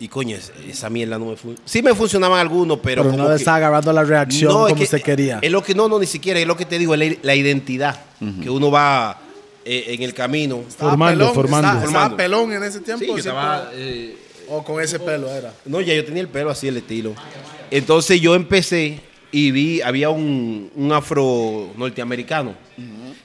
Speaker 3: Y coño, es- esa mierda no me funcionaba. Sí me funcionaban algunos, pero,
Speaker 4: Pero,
Speaker 3: como
Speaker 4: no le
Speaker 3: que-
Speaker 4: está agarrando la reacción
Speaker 3: No, es
Speaker 4: como
Speaker 3: que-
Speaker 4: usted quería.
Speaker 3: Es lo que, no, no, ni siquiera. Es lo que te digo, es la, la identidad. Que uno va eh, en el camino.
Speaker 2: Formando, formando.
Speaker 3: Formando.
Speaker 4: pelón en ese tiempo.
Speaker 3: Sí, yo
Speaker 4: ¿sí?
Speaker 3: estaba, eh,
Speaker 4: O con ese pelo era.
Speaker 3: no, ya yo tenía el pelo así, el estilo. Entonces yo empecé y vi, había un, un afro norteamericano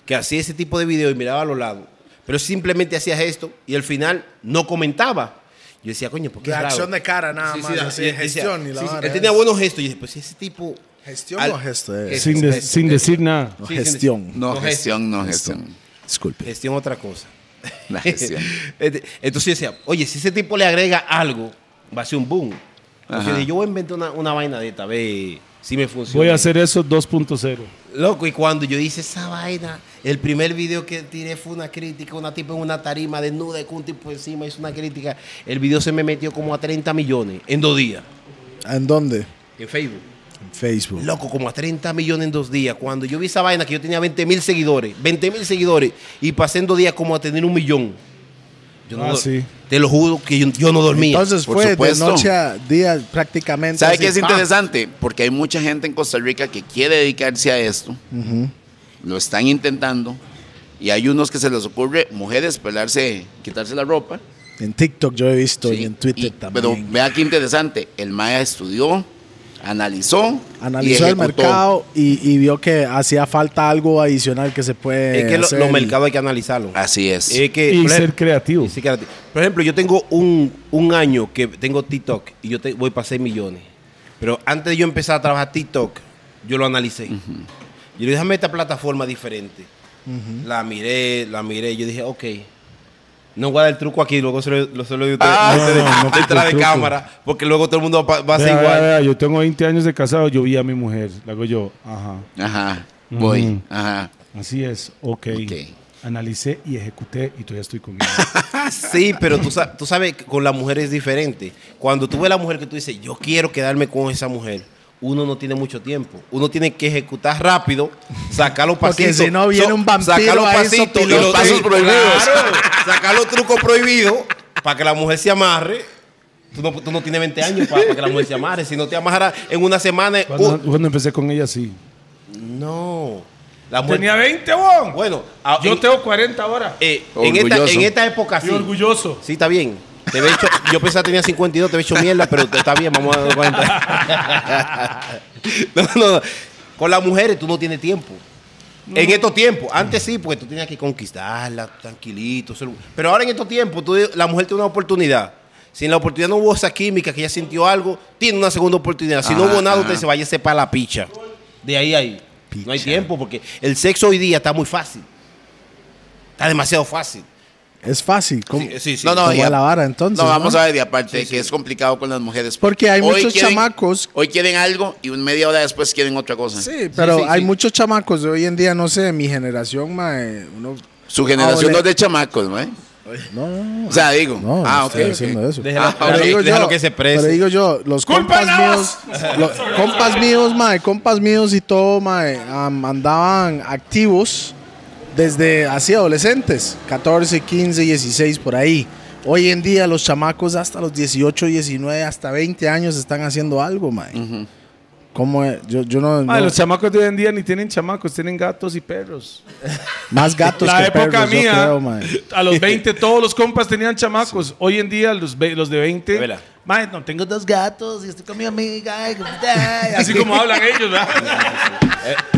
Speaker 3: que hacía ese tipo de video y miraba a los lados. Pero simplemente hacía esto y al final no comentaba. Yo decía, coño, ¿por qué es
Speaker 4: Reacción
Speaker 3: raro?
Speaker 4: de cara nada
Speaker 3: Sí, sí,
Speaker 4: más.
Speaker 3: da-
Speaker 4: así,
Speaker 3: y- y-
Speaker 4: gestión
Speaker 3: sí,
Speaker 4: y la
Speaker 3: sí,
Speaker 4: vara,
Speaker 3: Él tenía
Speaker 4: es.
Speaker 3: buenos gestos. Y yo dije, pues ese tipo.
Speaker 4: ¿Gestión
Speaker 3: Al-
Speaker 4: o gesto? eh?
Speaker 3: Gesto.
Speaker 2: Sin, de-
Speaker 3: Eso,
Speaker 2: sin
Speaker 3: eso.
Speaker 2: decir nada.
Speaker 3: Sí, sí,
Speaker 4: Gestión.
Speaker 5: No,
Speaker 3: No,
Speaker 5: gestión, no
Speaker 4: Gestión.
Speaker 5: gestión.
Speaker 4: Disculpe.
Speaker 3: Gestión otra cosa.
Speaker 5: La gestión.
Speaker 3: Ent- Entonces yo decía, oye, si ese tipo le agrega algo, va a ser un boom. Entonces
Speaker 5: Ajá.
Speaker 3: yo dije, yo voy a inventar una, una vaina de esta, vez si me funciona.
Speaker 2: Voy a hacer eso 2.0.
Speaker 3: Loco, y cuando yo hice esa vaina, el primer video que tiré fue una crítica, una tipa en una tarima desnuda y con un tipo encima hizo una crítica. El video se me metió como a 30 millones en dos días.
Speaker 4: ¿En dónde?
Speaker 3: En Facebook.
Speaker 4: En Facebook.
Speaker 3: Loco, como a 30 millones en dos días. Cuando yo vi esa vaina que yo tenía 20 mil seguidores, 20 mil seguidores, y pasé en dos días como a tener un millón. Yo no
Speaker 2: Ah,
Speaker 3: dor-
Speaker 2: sí.
Speaker 3: Te lo juro que yo, yo no dormía.
Speaker 4: Entonces
Speaker 5: Por
Speaker 4: fue
Speaker 5: supuesto.
Speaker 4: de noche a día prácticamente.
Speaker 5: ¿Sabe
Speaker 4: así,
Speaker 5: qué es
Speaker 4: ¡pam!
Speaker 5: interesante? Porque hay mucha gente en Costa Rica que quiere dedicarse a esto. Lo están intentando. Y hay unos que se les ocurre, mujeres, pelarse, quitarse la ropa.
Speaker 4: En TikTok yo he visto
Speaker 5: Sí,
Speaker 4: y en Twitter
Speaker 5: y-
Speaker 4: también.
Speaker 5: Pero vea qué interesante. El Maya estudió, analizó.
Speaker 4: Analizó
Speaker 5: y
Speaker 4: el
Speaker 5: ejecutó.
Speaker 4: mercado y, y vio que hacía falta algo adicional que se puede.
Speaker 3: es que lo-
Speaker 4: hacer
Speaker 3: los
Speaker 4: y-
Speaker 3: mercados hay que analizarlo.
Speaker 5: Así es.
Speaker 3: Es que,
Speaker 2: eh, Y
Speaker 3: por
Speaker 2: ser
Speaker 3: ejemplo,
Speaker 2: creativo.
Speaker 3: sí, claro. Por ejemplo, yo tengo un, un año que tengo TikTok y yo te- voy para 6 millones. Pero antes de yo empezar a trabajar TikTok, yo lo analicé. Yo dije, déjame esta plataforma diferente. La miré, la miré. Yo dije, ok. No voy a dar el truco aquí, luego se lo, lo- se lo doy a ustedes.
Speaker 2: Ah,
Speaker 3: a
Speaker 2: no,
Speaker 3: ustedes
Speaker 2: no, no,
Speaker 3: detrás
Speaker 2: quita el
Speaker 3: de
Speaker 2: truco.
Speaker 3: cámara, porque luego todo el mundo va, va a ser
Speaker 2: Vea,
Speaker 3: igual.
Speaker 2: vea, vea, yo tengo 20 años de casado, yo vi a mi mujer. Le hago yo, ajá.
Speaker 5: Ajá. Voy.
Speaker 2: Ujú.
Speaker 5: Ajá.
Speaker 2: Así es, ok.
Speaker 5: Ok.
Speaker 2: Analicé y ejecuté y todavía estoy con ella.
Speaker 3: Sí, pero tú, sa- tú sabes que con la mujer es diferente. Cuando tú ves la mujer que tú dices, yo quiero quedarme con esa mujer, uno no tiene mucho tiempo. Uno tiene que ejecutar rápido, sacar los
Speaker 4: Porque
Speaker 3: pasitos.
Speaker 4: si no viene
Speaker 3: so-
Speaker 4: un vampiro
Speaker 3: sacar los
Speaker 4: ahí
Speaker 3: pasitos y
Speaker 4: sopilote.
Speaker 3: los
Speaker 5: Pasos prohibidos.
Speaker 3: Claro, sacar los trucos prohibidos para que la mujer se amarre. Tú no, tú no tienes 20 años para, para que la mujer se amarre. Si no te amarra en una semana...
Speaker 2: Cuando,
Speaker 3: uh,
Speaker 2: cuando empecé con ella, sí.
Speaker 3: no. La mujer...
Speaker 2: 20, bon.
Speaker 3: Bueno, a- en-
Speaker 2: tengo 40 ahora.
Speaker 3: eh, en, esta,
Speaker 5: Orgulloso.
Speaker 3: en esta época sí.
Speaker 2: orgulloso.
Speaker 3: Sí, está bien. Te había hecho- yo pensaba que tenía 52, te había hecho mierda, pero está bien, vamos a dar 40. no, no, no. Con las mujeres tú no tienes tiempo. En estos tiempos, antes sí, porque tú tenías que conquistarla, tranquilito. solo- Pero ahora en estos tiempos, tú- la mujer tiene una oportunidad. Si en la oportunidad no hubo esa química, que ella sintió algo, tiene una segunda oportunidad. Si no
Speaker 5: Ajá,
Speaker 3: hubo nada,
Speaker 5: ajá.
Speaker 3: usted se vaya a separar la picha. De ahí ahí. No hay tiempo porque el sexo hoy día está muy fácil. Está demasiado fácil.
Speaker 4: Es fácil. ¿cómo?
Speaker 3: Sí, sí, sí.
Speaker 5: No, no,
Speaker 4: Como
Speaker 5: y
Speaker 4: a
Speaker 5: a-
Speaker 4: la vara, entonces,
Speaker 5: No,
Speaker 4: ¿no?
Speaker 5: vamos a ver, y aparte que es complicado con las mujeres.
Speaker 4: Porque hay muchos chamacos-
Speaker 5: Hoy quieren algo y un media hora después quieren otra cosa.
Speaker 4: Sí, pero
Speaker 3: sí,
Speaker 4: hay
Speaker 3: sí.
Speaker 4: muchos chamacos de hoy en día, no sé, mi generación, mae, uno...
Speaker 5: Su generación
Speaker 4: Ah,
Speaker 5: no es
Speaker 4: ole.
Speaker 5: de chamacos, ¿no? eh?
Speaker 4: No, no, no.
Speaker 5: O sea, digo.
Speaker 4: No,
Speaker 5: ah,
Speaker 4: no
Speaker 5: ok.
Speaker 4: estoy
Speaker 5: ok.
Speaker 4: diciendo eso.
Speaker 3: Déjalo-
Speaker 5: Ah,
Speaker 3: déjalo
Speaker 4: pero
Speaker 5: ok.
Speaker 4: digo
Speaker 3: déjalo
Speaker 4: yo,
Speaker 3: que se prese.
Speaker 4: pero digo yo, los compas míos, los compas míos, mae, compas míos y todo, mae, am, andaban activos desde así adolescentes, 14, 15, 16 por ahí. Hoy en día los chamacos hasta los 18, 19, hasta 20 años están haciendo algo, mae. ¿Cómo es? Yo, yo no,
Speaker 2: Mae,
Speaker 4: no-
Speaker 2: los chamacos de hoy en día ni tienen chamacos, tienen gatos y perros.
Speaker 4: más gatos
Speaker 2: La
Speaker 4: que
Speaker 2: época
Speaker 4: perros, yo
Speaker 2: mía,
Speaker 4: creo, mae.
Speaker 2: a los 20 todos los compas tenían chamacos. Hoy en día los, ve- los de 20,
Speaker 3: Vela.
Speaker 2: mae, no tengo dos gatos y estoy con mi amiga. y- ay, así como hablan ellos, ¿verdad?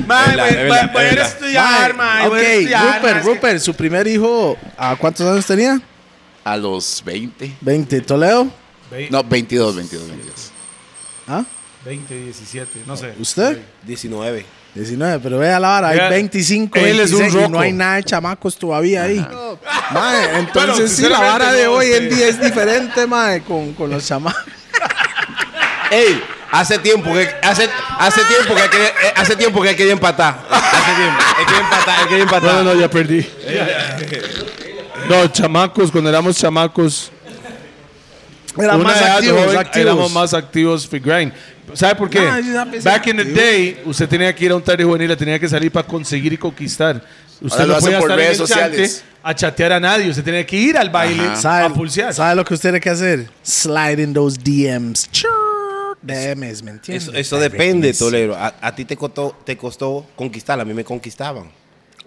Speaker 2: Mae,
Speaker 3: es verdad,
Speaker 2: voy- voy-
Speaker 3: es verdad,
Speaker 2: voy a
Speaker 3: es
Speaker 2: ir a
Speaker 3: verdad.
Speaker 2: estudiar, mae. voy a ir a
Speaker 4: ok,
Speaker 2: estudiar, mae,
Speaker 4: Rupert,
Speaker 2: es que-
Speaker 4: Rupert, su primer hijo, ¿a cuántos años tenía?
Speaker 5: A los 20.
Speaker 4: 20, Toledo.
Speaker 2: Ve-
Speaker 5: No, 22, 22, 22.
Speaker 4: ¿Ah?
Speaker 2: 20, 17, no sé.
Speaker 4: ¿Usted?
Speaker 3: 19.
Speaker 4: 19, pero vea la vara, hay
Speaker 2: Vea,
Speaker 4: 25,
Speaker 2: él es un
Speaker 4: 26, y
Speaker 2: roco.
Speaker 4: no hay nada de chamacos todavía ahí. Mae, entonces
Speaker 2: Bueno,
Speaker 4: sí, la
Speaker 2: sinceramente
Speaker 4: vara de
Speaker 2: no, este.
Speaker 4: hoy
Speaker 2: sí.
Speaker 4: en día es diferente, mae, con, con los chamacos.
Speaker 3: Ey, hace tiempo que hace, hace tiempo que hay que eh, hace tiempo que hay que empatar. Hace tiempo. Hay que empatar, hay que empatar.
Speaker 2: No, no, no, ya perdí. No, chamacos, cuando éramos chamacos,
Speaker 4: Era
Speaker 2: una
Speaker 4: más
Speaker 2: edad
Speaker 4: activos,
Speaker 2: joven,
Speaker 4: activos. Ah,
Speaker 2: éramos más activos for grind. ¿Sabe por qué?
Speaker 4: Nah, yo ya pensé
Speaker 2: Back in the
Speaker 4: activo.
Speaker 2: day, usted tenía que ir a un tarde juvenil, tenía que salir para conseguir y conquistar. Usted
Speaker 5: Ahora lo
Speaker 2: no
Speaker 5: hacen
Speaker 2: podía
Speaker 5: por
Speaker 2: estar en
Speaker 5: redes
Speaker 2: el chante
Speaker 5: sociales.
Speaker 2: a chatear a nadie, usted tenía que ir al baile a
Speaker 4: Ah. ¿Sabe,
Speaker 2: pulsear.
Speaker 4: sabe lo que usted tiene que hacer? Slide in those DMs. Chur, DMs, ¿me entiendes?
Speaker 3: Eso, eso depende, Tolero. A, a ti te costó, te costó conquistar, a mí me conquistaban.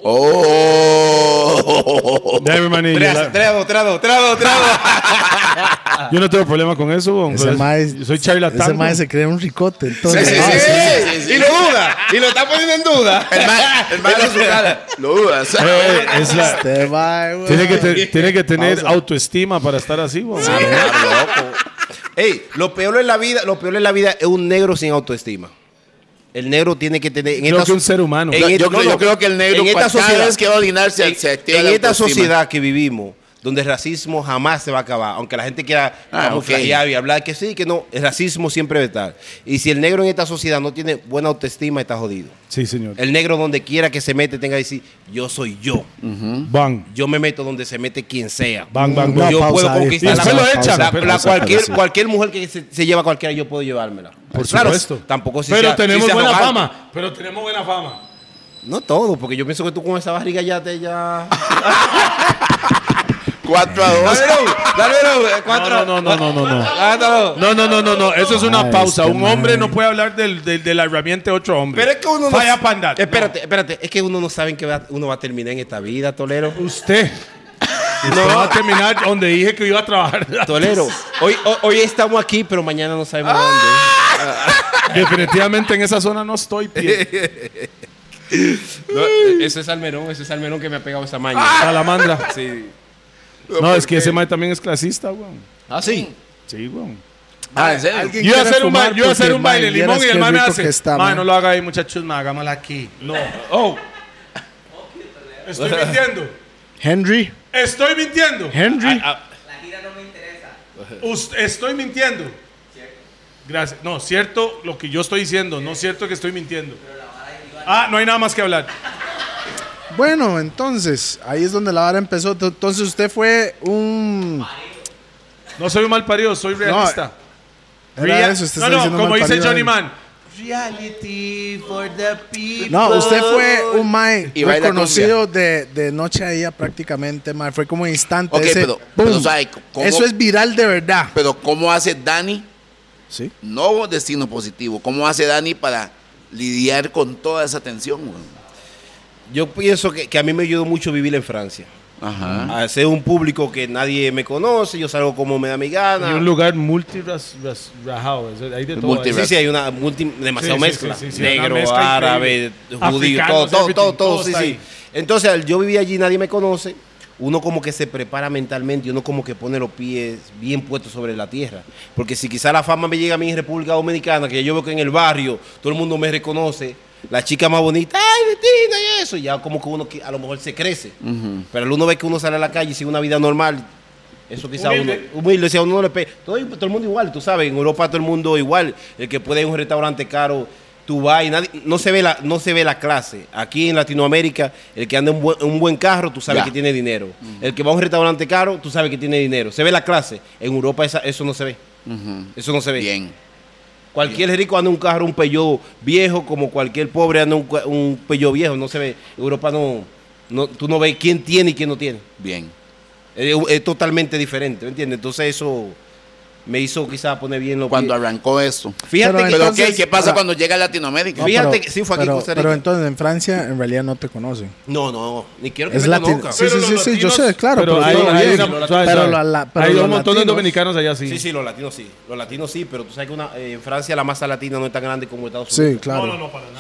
Speaker 5: Oh.
Speaker 2: Dame, maní, yo, la-
Speaker 3: Trago, trago, trago, trago,
Speaker 2: yo no tengo problema con eso, bon,
Speaker 4: Ese
Speaker 2: pero es-
Speaker 4: mae,
Speaker 2: yo soy charlatán.
Speaker 4: Ese mae
Speaker 2: bon.
Speaker 4: se cree un ricote, entonces.
Speaker 5: Sí, sí, sí, sí, sí, sí.
Speaker 3: Y lo duda, y lo está poniendo en duda.
Speaker 5: El ma- el ma- su cara. Lo dudas.
Speaker 2: Eh, es la-
Speaker 4: Este mae, güey.
Speaker 2: tiene, que te- tiene que tener autoestima para estar así, bon.
Speaker 3: Ey, lo peor en la vida, lo peor en la vida es un negro sin autoestima. El negro tiene que tener en
Speaker 2: Creo
Speaker 3: esta
Speaker 2: que un
Speaker 3: so-
Speaker 2: ser humano.
Speaker 3: en
Speaker 2: Yo-
Speaker 3: esta-
Speaker 5: yo creo- yo creo que el negro,
Speaker 3: en esta
Speaker 5: cada
Speaker 3: sociedad,
Speaker 5: vez que va a orinar, se-
Speaker 3: en,
Speaker 5: se activa
Speaker 3: en
Speaker 5: la
Speaker 3: esta
Speaker 5: autoestima.
Speaker 3: sociedad que vivimos, donde el racismo jamás se va a acabar, aunque la gente quiera
Speaker 5: Ah,
Speaker 3: camuflajear y hablar que sí, que no, el racismo siempre va a estar. Y si el negro en esta sociedad no tiene buena autoestima, está jodido.
Speaker 2: Sí, señor.
Speaker 3: El negro donde quiera que se mete tenga que decir, yo soy yo.
Speaker 2: Bang.
Speaker 3: Yo me meto donde se mete quien sea.
Speaker 2: Bang, bang,
Speaker 4: No,
Speaker 2: bang.
Speaker 3: yo
Speaker 4: pausa
Speaker 3: puedo
Speaker 4: ahí,
Speaker 3: conquistar
Speaker 2: pausa,
Speaker 3: la-
Speaker 2: pausa,
Speaker 3: la-
Speaker 2: pausa,
Speaker 3: la-
Speaker 2: pero
Speaker 3: la
Speaker 2: pausa,
Speaker 3: cualquier,
Speaker 4: pero sí.
Speaker 3: cualquier mujer que se, se lleva a cualquiera, yo puedo llevármela.
Speaker 2: Por
Speaker 3: Claro,
Speaker 2: supuesto.
Speaker 3: Tampoco si
Speaker 2: Pero
Speaker 3: sea- si
Speaker 2: tenemos
Speaker 3: sea
Speaker 2: buena
Speaker 3: arrogante.
Speaker 2: fama. Pero tenemos buena fama.
Speaker 3: No todo, porque yo pienso que tú con esa barriga ya te ya.
Speaker 5: 4 a 2.
Speaker 3: dale, no,
Speaker 2: No, no, no, no, no, no.
Speaker 3: Cuatro.
Speaker 2: No, no, no, no, no. Eso es una
Speaker 4: Ay,
Speaker 2: pausa.
Speaker 4: este
Speaker 2: Un
Speaker 4: man.
Speaker 2: hombre no puede hablar del- del- de la herramienta de otro hombre.
Speaker 3: Pero es que uno no.
Speaker 2: Vaya pa' andar.
Speaker 3: Espérate, espérate. Es que uno no sabe en qué va- uno va a terminar en esta vida, Tolero.
Speaker 2: No. Usted. Usted va a terminar donde dije que iba a trabajar.
Speaker 3: Tolero. Hoy, hoy, hoy estamos aquí, pero mañana no sabemos dónde.
Speaker 2: Definitivamente en esa zona no estoy. pie.
Speaker 3: eso es Almerón, eso es Almerón que me ha pegado esa maña.
Speaker 2: Ah. Salamandra.
Speaker 3: Sí.
Speaker 2: No, es que ese mae también es clasista, weón.
Speaker 3: Ah, sí.
Speaker 2: Sí, weón.
Speaker 5: Ah, ¿en serio?
Speaker 2: Yo iba a
Speaker 4: quiere
Speaker 2: hacer un,
Speaker 4: fumar
Speaker 2: ba- yo iba a hacer
Speaker 4: porque,
Speaker 2: un baile
Speaker 4: man,
Speaker 2: limón
Speaker 4: vieras
Speaker 2: y el
Speaker 4: qué
Speaker 2: man me
Speaker 4: rico
Speaker 2: hace.
Speaker 4: que está,
Speaker 2: "Man,
Speaker 4: man".
Speaker 2: no lo haga ahí, muchachos, man, hagámosla aquí. No. Oh. Estoy mintiendo.
Speaker 4: Henry,
Speaker 2: Estoy mintiendo.
Speaker 4: Henry.
Speaker 2: Ah, Us- estoy mintiendo. Gracias. No, cierto lo que yo estoy diciendo, no cierto que estoy mintiendo. Ah, no hay nada más que hablar.
Speaker 4: Bueno, entonces, ahí es donde la vara empezó. T- Entonces usted fue un...
Speaker 2: No soy un mal parido, soy realista.
Speaker 4: Era
Speaker 2: Real-
Speaker 4: eso, usted
Speaker 2: no,
Speaker 4: está
Speaker 2: no,
Speaker 4: diciendo
Speaker 2: como
Speaker 4: mal
Speaker 2: dice
Speaker 4: parido
Speaker 2: Johnny
Speaker 4: ahí.
Speaker 2: Man.
Speaker 4: No, usted fue un mae
Speaker 5: Y baila
Speaker 4: reconocido de, de noche a día prácticamente, mae. Fue como instante
Speaker 5: Ok,
Speaker 4: ese
Speaker 5: pero-
Speaker 4: boom.
Speaker 5: pero, ¿sabe cómo?
Speaker 4: Eso es viral de verdad.
Speaker 5: Pero ¿cómo hace Dani?
Speaker 4: Sí.
Speaker 5: No destino positivo. ¿Cómo hace Dani para lidiar con toda esa tensión? güey?
Speaker 3: Yo pienso que, que a mí me ayudó mucho vivir en Francia.
Speaker 5: Ajá.
Speaker 3: A ser un público que nadie me conoce, yo salgo como me da mi
Speaker 2: Y un
Speaker 3: gana.
Speaker 2: lugar multirajado. Hay de todo.
Speaker 5: Multi-
Speaker 3: Sí, sí, hay una multi, demasiado
Speaker 2: Sí, sí,
Speaker 3: mezcla.
Speaker 2: sí, sí, sí,
Speaker 3: Negro,
Speaker 2: una mezcla
Speaker 3: árabe,
Speaker 2: increíble.
Speaker 3: judío,
Speaker 2: Africanos,
Speaker 3: todo, todo,
Speaker 2: everything,
Speaker 3: todo,
Speaker 2: todo
Speaker 3: sí,
Speaker 2: está
Speaker 3: sí.
Speaker 2: ahí.
Speaker 3: Entonces, al yo vivía allí, nadie me conoce. Uno como que se prepara mentalmente y uno como que pone los pies bien puestos sobre la tierra. Porque si quizá la fama me llega a mí en República Dominicana, que ya yo veo que en el barrio todo el mundo me reconoce, la chica más bonita, ay, Betina y eso, y ya como que uno que- a lo mejor se crece. Pero al uno ve que uno sale a la calle y sigue una vida normal, eso quizá
Speaker 2: Humilde.
Speaker 3: uno, humilde, si a uno no le pega, todo, todo el mundo igual, tú sabes, en Europa todo el mundo igual, el que puede ir a un restaurante caro, tú vas y nadie, no se ve la, no se ve la clase. Aquí en Latinoamérica, el que anda en buen- en un buen carro, tú sabes
Speaker 5: Ya.
Speaker 3: que tiene dinero. El que va a un restaurante caro, tú sabes que tiene dinero. Se ve la clase. En Europa esa- eso no se ve. Eso no se ve.
Speaker 5: Bien.
Speaker 3: Cualquier rico anda en un carro, un Peugeot viejo, como cualquier pobre anda en un, cua- un Peugeot viejo. No se ve. Europa no, no. Tú no ves quién tiene y quién no tiene.
Speaker 5: Bien.
Speaker 3: Eh, Es, es totalmente diferente, ¿me entiendes? Entonces eso me hizo quizás poner bien los
Speaker 5: Cuando
Speaker 3: pies.
Speaker 5: arrancó eso.
Speaker 3: Fíjate
Speaker 4: Pero
Speaker 3: que
Speaker 5: Pero
Speaker 4: Entonces,
Speaker 5: ¿qué, ¿qué pasa
Speaker 4: ahora-
Speaker 5: cuando llega a Latinoamérica?
Speaker 4: No,
Speaker 3: Fíjate que sí fue aquí en
Speaker 4: pero,
Speaker 3: Costa Rica.
Speaker 4: pero entonces en Francia en realidad no te conocen.
Speaker 3: No, no, ni quiero que
Speaker 4: Es
Speaker 3: me
Speaker 4: latin.
Speaker 3: conozca.
Speaker 4: Sí, sí,
Speaker 2: Pero
Speaker 4: sí,
Speaker 2: los
Speaker 4: sí, yo
Speaker 2: latinos-
Speaker 4: sé, claro.
Speaker 2: Pero
Speaker 4: Pero,
Speaker 2: hay,
Speaker 4: todo
Speaker 2: hay-
Speaker 4: bien.
Speaker 2: suave,
Speaker 3: pero
Speaker 2: suave.
Speaker 4: la- la- pero
Speaker 2: hay
Speaker 4: los
Speaker 2: un montón de
Speaker 4: latinos-
Speaker 2: dominicanos allá, sí.
Speaker 3: Sí, sí, los latinos sí. Los latinos sí, pero tú sabes que una, eh, en Francia la masa latina no es tan grande como Estados Unidos.
Speaker 4: Sí, claro.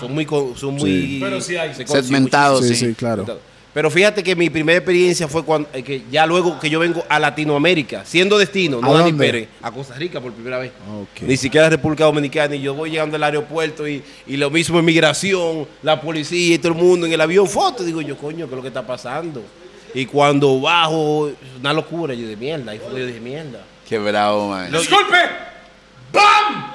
Speaker 3: Son muy. co- Son muy
Speaker 2: Pero sí hay.
Speaker 3: se conocen
Speaker 5: Segmentado,
Speaker 4: sí,
Speaker 5: sí.
Speaker 4: sí, claro.
Speaker 3: muchísimo. Pero fíjate que mi primera experiencia fue cuando, eh, que ya luego que yo vengo a Latinoamérica, siendo destino, no
Speaker 4: ¿A
Speaker 3: Dani
Speaker 4: dónde? Ah.
Speaker 3: Pérez, a Costa Rica por primera vez.
Speaker 4: Ok.
Speaker 3: Ni siquiera a República Dominicana. Y yo voy llegando al aeropuerto y, y lo mismo inmigración, la policía y todo el mundo en el avión, foto. Digo yo, coño, ¿qué es lo que está pasando? Y cuando bajo, una locura, yo de mierda. Y yo dije, mierda.
Speaker 5: Qué bravo, man.
Speaker 3: Lo-
Speaker 6: Disculpe. ¡Bam!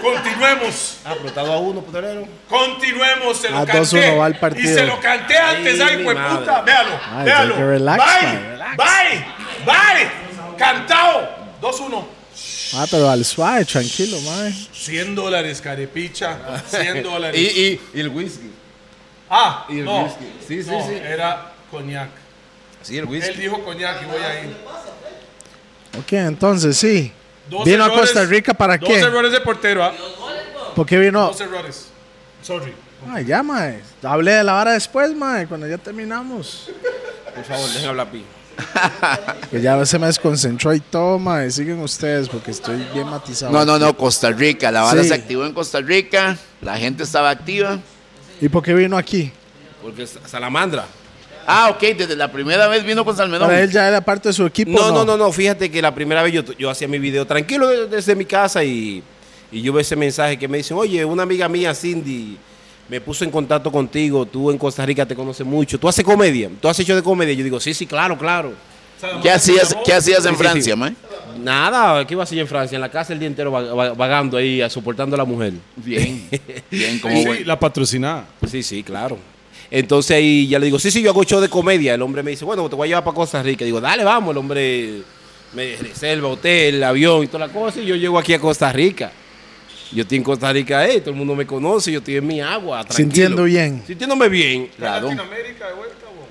Speaker 6: Continuemos.
Speaker 3: ah, pero estaba uno, putarero.
Speaker 6: Continuemos. Se lo
Speaker 4: A
Speaker 6: canté.
Speaker 4: 2-1 va el
Speaker 6: Y
Speaker 4: partido.
Speaker 6: se lo canté antes.
Speaker 3: Sí,
Speaker 6: ¡Ay,
Speaker 3: mi
Speaker 6: hueputa!
Speaker 3: madre.
Speaker 6: Véalo.
Speaker 4: Ay,
Speaker 6: véalo.
Speaker 4: hay que relax,
Speaker 6: bye.
Speaker 4: man, relax.
Speaker 6: Bye. Bye. Cantao. 2-1.
Speaker 4: Ah, pero al suave, tranquilo, mae.
Speaker 6: 100 dólares, carepicha. 100 dólares.
Speaker 3: y, y el whisky.
Speaker 6: ah,
Speaker 3: y el
Speaker 6: no.
Speaker 3: whisky. Sí, sí,
Speaker 6: no,
Speaker 3: sí.
Speaker 6: Era coñac.
Speaker 3: Sí, el whisky.
Speaker 6: Él dijo coñac y voy a ir.
Speaker 4: Ok, entonces sí.
Speaker 6: Dos
Speaker 4: ¿Vino a
Speaker 6: errores-
Speaker 4: Costa Rica para
Speaker 6: Dos
Speaker 4: qué?
Speaker 6: errores de portero, ¿ah?
Speaker 4: ¿Por qué vino?
Speaker 6: Dos errores. Sorry.
Speaker 4: Ay, ya, mae. Hablé de la vara después, mae, cuando ya terminamos.
Speaker 3: Por favor, déjenme hablar, pi.
Speaker 4: Que Pues ya se me desconcentró y todo, mae. Siguen ustedes porque estoy bien matizado.
Speaker 5: No, no, no, Costa Rica. La bala
Speaker 4: Sí.
Speaker 5: se activó en Costa Rica. La gente estaba activa.
Speaker 4: ¿Y por qué vino aquí?
Speaker 3: Porque es salamandra.
Speaker 5: Ah, ok, desde la primera vez vino con Salmedón.
Speaker 4: Para él ya era parte de su equipo.
Speaker 3: No, no, no, no, fíjate que la primera vez yo, yo hacía mi video tranquilo de- desde mi casa y, y yo veo ese mensaje que me dicen, oye, una amiga mía, Cindy, me puso en contacto contigo, tú en Costa Rica te conoces mucho, tú haces comedia, tú has hecho de comedia, yo digo, sí, sí, claro, claro.
Speaker 5: ¿Qué hacías, ¿Qué hacías en
Speaker 3: Sí, sí,
Speaker 5: Francia,
Speaker 3: sí.
Speaker 5: man?
Speaker 3: Nada, ¿qué iba a hacer yo en Francia? En la casa el día entero va- va- vagando ahí, a- soportando a la mujer.
Speaker 5: Bien, bien, como
Speaker 2: Sí,
Speaker 5: bueno.
Speaker 2: la patrocinada.
Speaker 3: Pues Sí, sí, claro. Entonces ahí ya le digo, sí, sí, yo hago show de comedia. El hombre me dice, bueno, te voy a llevar para Costa Rica. Digo, dale, vamos. El hombre me reserva hotel, avión y toda la cosa. Y yo llego aquí a Costa Rica. Yo estoy en Costa Rica, eh, todo el mundo me conoce, yo estoy en mi agua. Tranquilo.
Speaker 4: Sintiendo bien.
Speaker 3: Sintiéndome bien.
Speaker 5: Claro.
Speaker 6: Latinoamérica de vuelta, bo.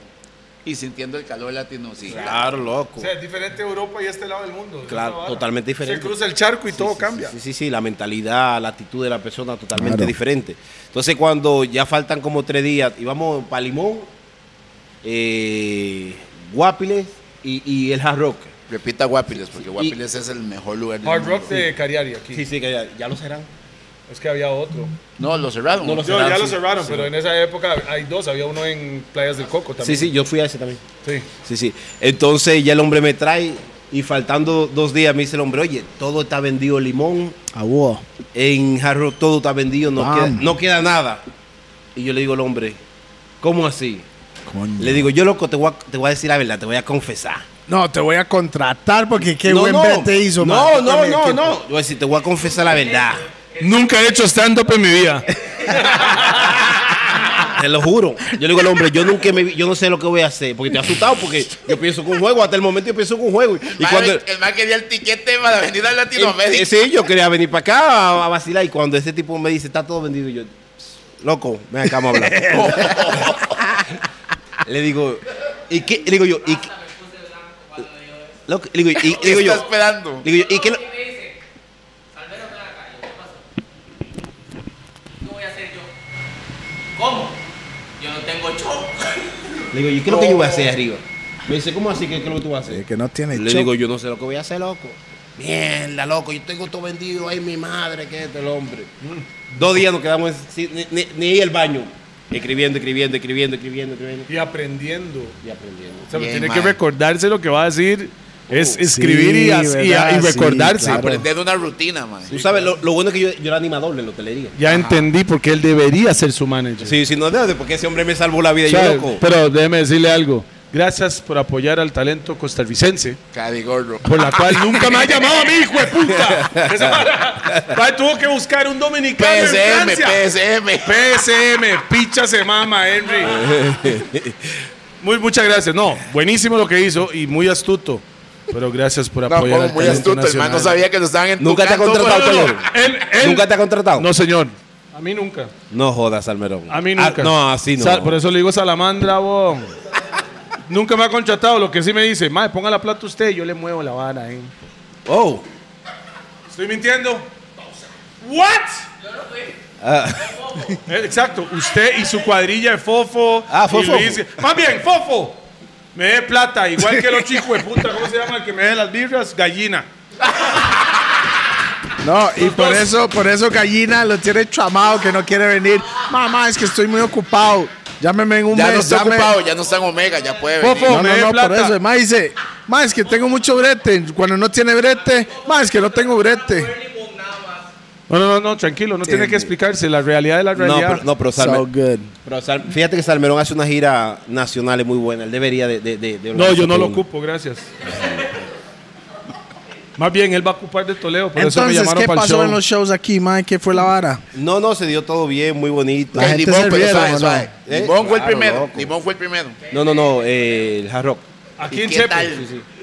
Speaker 5: Y sintiendo el calor latino, sí.
Speaker 3: Claro, loco.
Speaker 6: O sea, es diferente Europa y este lado del mundo. Es
Speaker 3: Claro,
Speaker 6: una vara.
Speaker 3: totalmente diferente.
Speaker 6: Se cruza el charco y todo
Speaker 3: sí,
Speaker 6: cambia.
Speaker 3: Sí, sí, sí, la mentalidad, la actitud de la persona totalmente
Speaker 4: Claro.
Speaker 3: diferente. Entonces, cuando ya faltan como tres días, íbamos para Limón, eh, Guapiles y, y el Hard Rock.
Speaker 5: Repita Guapiles, porque Guapiles es el mejor lugar del
Speaker 6: Hard
Speaker 5: mundo.
Speaker 6: Rock de Cariari aquí.
Speaker 3: Sí, sí, que ya, ya lo serán.
Speaker 6: Es que había otro.
Speaker 5: No, lo cerraron.
Speaker 3: No lo
Speaker 6: Yo-
Speaker 3: cerraron,
Speaker 6: ya lo
Speaker 3: sí.
Speaker 6: cerraron,
Speaker 3: Sí.
Speaker 6: pero en esa época hay dos. Había uno en Playas del Coco
Speaker 3: Sí,
Speaker 6: también.
Speaker 3: sí, yo fui a ese también.
Speaker 6: Sí.
Speaker 3: Sí, sí. Entonces ya el hombre me trae y faltando dos días me dice el hombre, oye, todo está vendido limón,
Speaker 4: A vos.
Speaker 3: en Hard Rock todo está vendido, no,
Speaker 4: Vamos.
Speaker 3: queda, no queda nada. Y yo le digo al hombre, ¿cómo así?
Speaker 4: Coño.
Speaker 3: Le digo, yo loco, te voy a- te voy a decir la verdad, te voy a confesar.
Speaker 4: No, te voy a contratar porque qué buen bet te hizo,
Speaker 3: No,
Speaker 4: mae.
Speaker 3: no,
Speaker 4: Dame
Speaker 3: no,
Speaker 4: equipo.
Speaker 3: no. Yo voy a decir, te voy a confesar la verdad.
Speaker 2: Nunca he hecho stand-up en mi vida.
Speaker 3: Te lo juro. Yo le digo al hombre, yo nunca me vi- yo no sé lo que voy a hacer. Porque estoy asustado, porque yo pienso con un juego. Hasta el momento yo pienso con un juego. Y
Speaker 5: Mae,
Speaker 3: cuando.
Speaker 5: El más quería el tiquete para venir a
Speaker 3: eh,
Speaker 5: Latinoamérica.
Speaker 3: eh, sí, yo quería venir para acá a, a vacilar. Y cuando ese tipo me dice, está todo vendido, yo, loco, ven acá vamos a hablar. le digo, ¿y qué? Le digo yo, ¿y qué? Loco, le digo, y-
Speaker 5: ¿Qué
Speaker 3: le digo
Speaker 5: está
Speaker 3: yo,
Speaker 5: esperando?
Speaker 3: le digo yo, ¿y qué? lo-
Speaker 7: me dice, Salvero ven acá, yo, ¿qué pasó? ¿Qué voy a hacer yo? ¿Cómo? Yo no tengo show.
Speaker 3: Le digo, ¿y qué es lo que yo voy a hacer arriba? Me dice, ¿cómo así? ¿Qué qué es lo que tú vas a hacer?
Speaker 4: Eh, Que no tiene
Speaker 3: Le
Speaker 4: chip.
Speaker 3: digo, yo no sé lo que voy a hacer, loco. Mierda, loco, yo tengo todo vendido. Ay, mi madre, que es el hombre. Dos días nos quedamos sin, ni, ni, ni ir al baño. Escribiendo, escribiendo, escribiendo, escribiendo, escribiendo.
Speaker 6: Y aprendiendo.
Speaker 3: Y aprendiendo.
Speaker 2: O sea,
Speaker 5: Bien,
Speaker 2: tiene
Speaker 5: mae.
Speaker 2: que recordarse lo que va a decir Es escribir y, as- y-
Speaker 4: ¿verdad?
Speaker 2: y
Speaker 4: Sí,
Speaker 2: recordarse.
Speaker 4: claro.
Speaker 5: Aprender una rutina, man.
Speaker 3: Tú sabes, lo, lo bueno es que yo, yo era animador en la hotelería.
Speaker 2: Ya entendí por qué él debería ser su manager.
Speaker 3: Sí, sí, no, no, porque ese hombre me salvó la vida.
Speaker 2: O sea,
Speaker 3: yo loco.
Speaker 2: pero déjeme decirle algo. Gracias por apoyar al talento costarricense,
Speaker 5: Cadigorro.
Speaker 2: por la cual nunca me ha llamado a mí, hijo de puta. Esa mara- Ay, tuvo que buscar un dominicano en
Speaker 5: PSM,
Speaker 2: Francia.
Speaker 5: PSM.
Speaker 2: PSM, picha se mama, Henry. Muy, muchas gracias. No, buenísimo lo que hizo y muy astuto. Pero gracias por
Speaker 5: No,
Speaker 2: apoyar
Speaker 5: como
Speaker 2: al
Speaker 5: muy
Speaker 2: talento
Speaker 5: astuto, el man no
Speaker 2: nacional.
Speaker 5: sabía que lo estaban en
Speaker 3: Nunca te ha contratado,
Speaker 2: No,
Speaker 3: Toño.
Speaker 2: él- él-
Speaker 3: ¿Nunca te ha contratado?
Speaker 2: No, señor.
Speaker 6: A mí nunca.
Speaker 3: No jodas, Salmerón.
Speaker 2: A mí nunca.
Speaker 3: Ah, no, así no.
Speaker 2: Sal- por eso le digo salamandra, bo. nunca me ha contratado. Lo que sí me dice, mae, ponga la plata usted, yo le muevo la vara. eh".
Speaker 3: Oh,
Speaker 2: ¿Estoy mintiendo? ¿What?
Speaker 3: Ah.
Speaker 2: Eh, Exacto, usted y su cuadrilla de fofo.
Speaker 3: Ah,
Speaker 2: y
Speaker 3: Fofo.
Speaker 2: Luis- más bien, fofo. Me dé plata, igual que los chicos de puta, ¿cómo se llama? El que me dé las birras, gallina.
Speaker 4: No, y por
Speaker 2: dos.
Speaker 4: eso, por eso Gallina lo tiene chamado que no quiere venir. Mamá, es que estoy muy ocupado. Llámeme en un
Speaker 5: Ya
Speaker 4: mes.
Speaker 5: no está
Speaker 4: llame-
Speaker 5: ocupado, ya no está en Omega, ya puede venir.
Speaker 2: Fofo,
Speaker 4: No,
Speaker 2: me
Speaker 4: no,
Speaker 2: dé
Speaker 4: no, por
Speaker 2: plata.
Speaker 4: eso. Más dice, más es que tengo mucho brete. Cuando no tiene brete, más es que no tengo brete.
Speaker 2: No, no, no, no, tranquilo, no tiene que explicarse la realidad de la
Speaker 3: no,
Speaker 2: realidad.
Speaker 3: pero, no, pero Salmer-
Speaker 4: So good.
Speaker 3: pero Sal- fíjate que Salmerón hace una gira nacional es muy buena. Él debería de. de- de- de
Speaker 2: No, yo no lo
Speaker 3: organizar
Speaker 2: ocupo, gracias. Más bien, él va a ocupar de Toledo, por eso me
Speaker 4: Entonces,
Speaker 2: llamaron
Speaker 4: ¿qué
Speaker 2: para el
Speaker 4: pasó
Speaker 2: show.
Speaker 4: en los shows aquí, man? ¿Qué fue la vara?
Speaker 3: uno. No, no, se dio todo bien, muy bonito.
Speaker 4: La
Speaker 5: Ok,
Speaker 4: gente
Speaker 5: Limón,
Speaker 4: se
Speaker 5: pero
Speaker 4: rieron,
Speaker 5: suave,
Speaker 4: ¿o no?
Speaker 5: suave.
Speaker 3: Eh,
Speaker 5: Limón fue el
Speaker 3: claro,
Speaker 5: primero.
Speaker 3: loco.
Speaker 5: Limón fue el primero.
Speaker 3: No, no, no, eh, el hard rock.
Speaker 2: Aquí
Speaker 5: ¿Y
Speaker 2: en
Speaker 5: qué
Speaker 2: Chepe.
Speaker 5: tal?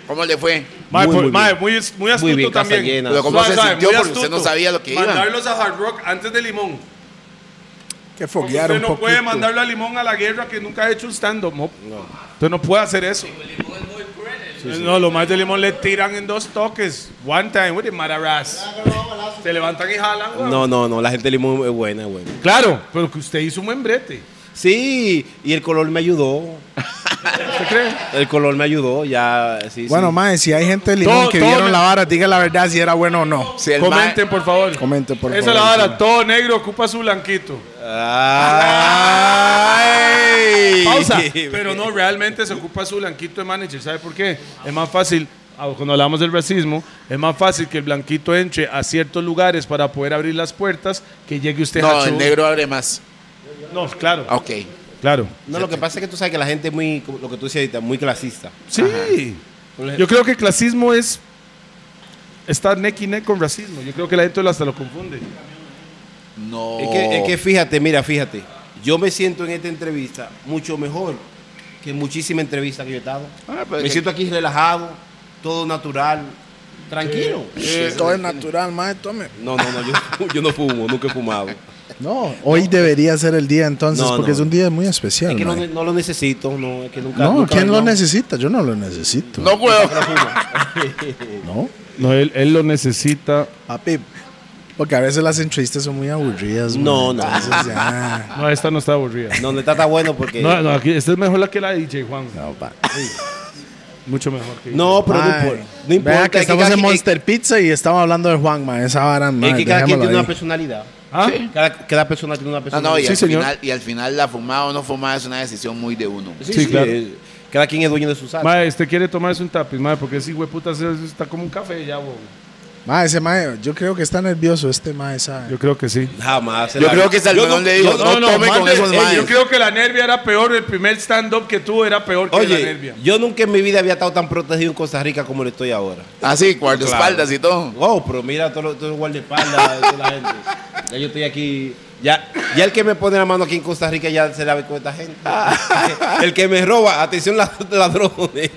Speaker 5: ¿Cómo le fue?
Speaker 2: Mae,
Speaker 3: Muy,
Speaker 2: por-
Speaker 3: muy bien.
Speaker 2: mae, muy, muy astuto
Speaker 3: Muy bien, casa
Speaker 2: también.
Speaker 3: llena.
Speaker 5: Pero ¿cómo
Speaker 2: Suave,
Speaker 5: se
Speaker 2: suave,
Speaker 5: sintió?
Speaker 2: muy
Speaker 5: Porque usted no
Speaker 2: astuto.
Speaker 5: sabía lo que iban.
Speaker 2: Mandarlos a Hard Rock antes de Limón.
Speaker 4: Que
Speaker 2: Porque
Speaker 4: foguearon
Speaker 2: usted
Speaker 4: un
Speaker 2: no puede
Speaker 4: poquito.
Speaker 2: mandarlo a Limón a la guerra que nunca ha hecho un stand-up. No. Usted no puede hacer eso. No, los más de Limón le tiran en dos toques. One time, with the mararas. Se levantan y jalan. weón.
Speaker 3: No, no, no, la gente de Limón es buena, es buena.
Speaker 2: Claro, pero que usted hizo un buen brete.
Speaker 3: Sí, y el color me ayudó.
Speaker 2: ¿Usted cree?
Speaker 3: El color me ayudó, ya. Sí,
Speaker 4: Bueno,
Speaker 3: sí.
Speaker 4: mae, si hay gente de Limón
Speaker 2: Todo-
Speaker 4: que
Speaker 2: todo
Speaker 4: vieron
Speaker 2: me-
Speaker 4: la vara, diga la verdad si era bueno o no.
Speaker 5: Si el ma-
Speaker 2: Comenten, por favor.
Speaker 4: Comente, por
Speaker 2: Esa es la
Speaker 4: favor.
Speaker 2: vara. Todo negro ocupa su blanquito.
Speaker 3: Ay.
Speaker 2: Pausa. Pero no, realmente se ocupa su blanquito de manager. ¿Sabe por qué? Es más fácil, ah, cuando hablamos del racismo, es más fácil que el blanquito entre a ciertos lugares para poder abrir las puertas que llegue usted
Speaker 5: No,
Speaker 2: hachu.
Speaker 5: el negro abre más.
Speaker 2: No, claro,
Speaker 5: Ah, Ok.
Speaker 2: claro.
Speaker 3: No, lo que pasa es que tú sabes que la gente es muy, como lo que tú decías ahorita, muy clasista.
Speaker 2: Sí. Yo creo que clasismo es estar neck y neck con racismo. Yo creo que la gente lo- hasta lo confunde.
Speaker 5: No.
Speaker 3: Es, que, es que fíjate, mira, fíjate. Yo me siento en esta entrevista mucho mejor que en muchísimas entrevistas que yo he estado.
Speaker 5: Ah,
Speaker 3: me
Speaker 5: pero es que-
Speaker 3: siento aquí relajado, todo natural, tranquilo.
Speaker 4: Sí, Todo es natural, mae, tome.
Speaker 3: No, no, no, yo, yo no fumo, nunca he fumado.
Speaker 4: No, hoy debería ser el día entonces,
Speaker 3: No,
Speaker 4: porque
Speaker 3: no.
Speaker 4: es un día muy especial.
Speaker 3: Es que no,
Speaker 4: mae.
Speaker 3: ne- no lo necesito, no, es que nunca.
Speaker 4: No,
Speaker 3: nunca-
Speaker 4: ¿quién lo
Speaker 3: no.
Speaker 4: necesita? Yo no lo necesito.
Speaker 5: No, huevo.
Speaker 4: No.
Speaker 2: No, él, él lo necesita.
Speaker 4: Papi, porque a veces las entrevistas son muy aburridas.
Speaker 3: No,
Speaker 4: man.
Speaker 3: no.
Speaker 4: Entonces, ya.
Speaker 2: No, esta no está aburrida.
Speaker 3: No, no está tan bueno porque.
Speaker 2: No,
Speaker 3: No,
Speaker 2: no, aquí, esta es mejor la que la de DJ Juan.
Speaker 4: No, pa.
Speaker 2: Mucho mejor que
Speaker 3: pero no
Speaker 4: Ay,
Speaker 3: importa. No importa.
Speaker 4: Vea que
Speaker 3: es
Speaker 4: estamos
Speaker 3: cada
Speaker 4: en
Speaker 3: quien-
Speaker 4: Monster Pizza y estamos hablando de Juan, ma. Esa vara, ma.
Speaker 3: Es que cada quien
Speaker 4: dejémoslo
Speaker 3: tiene una
Speaker 4: ahí.
Speaker 3: personalidad.
Speaker 2: ¿Ah?
Speaker 3: Cada, cada persona tiene una
Speaker 5: No,
Speaker 3: personalidad.
Speaker 5: Ah, no, y,
Speaker 2: Sí,
Speaker 5: al
Speaker 2: señor.
Speaker 5: final, y al final la fumada o no fumada es una decisión muy de uno.
Speaker 3: Sí,
Speaker 2: Sí,
Speaker 3: sí,
Speaker 2: claro.
Speaker 3: eh, Cada quien es dueño de su salsa.
Speaker 2: Mae, usted quiere tomarse un tapiz, mae, porque ese hijo de puta se- se está como un café ya, bo.
Speaker 4: Ma, ese ma, yo creo que está nervioso este ma, ¿sabe?
Speaker 2: Yo creo que sí.
Speaker 3: Jamás.
Speaker 5: Yo creo que Salmerón
Speaker 3: Yo
Speaker 5: le dijo,
Speaker 3: yo
Speaker 5: no, tome
Speaker 3: más
Speaker 5: con
Speaker 3: de-
Speaker 5: esos
Speaker 3: eh,
Speaker 5: maes.
Speaker 2: Yo creo que la nervia era peor, el primer stand-up que tuvo era peor que la
Speaker 3: Oye,
Speaker 2: nervia.
Speaker 3: yo nunca en mi vida había estado tan protegido en Costa Rica como lo estoy ahora.
Speaker 5: Así, Ah, guardaespaldas y todo.
Speaker 3: Oh, pero mira todos los todo guardaespaldas, toda la gente. Ya yo estoy aquí. Ya, ya el que me pone la mano aquí en Costa Rica ya se la ve con esta gente. el que me roba, atención la- ladrones.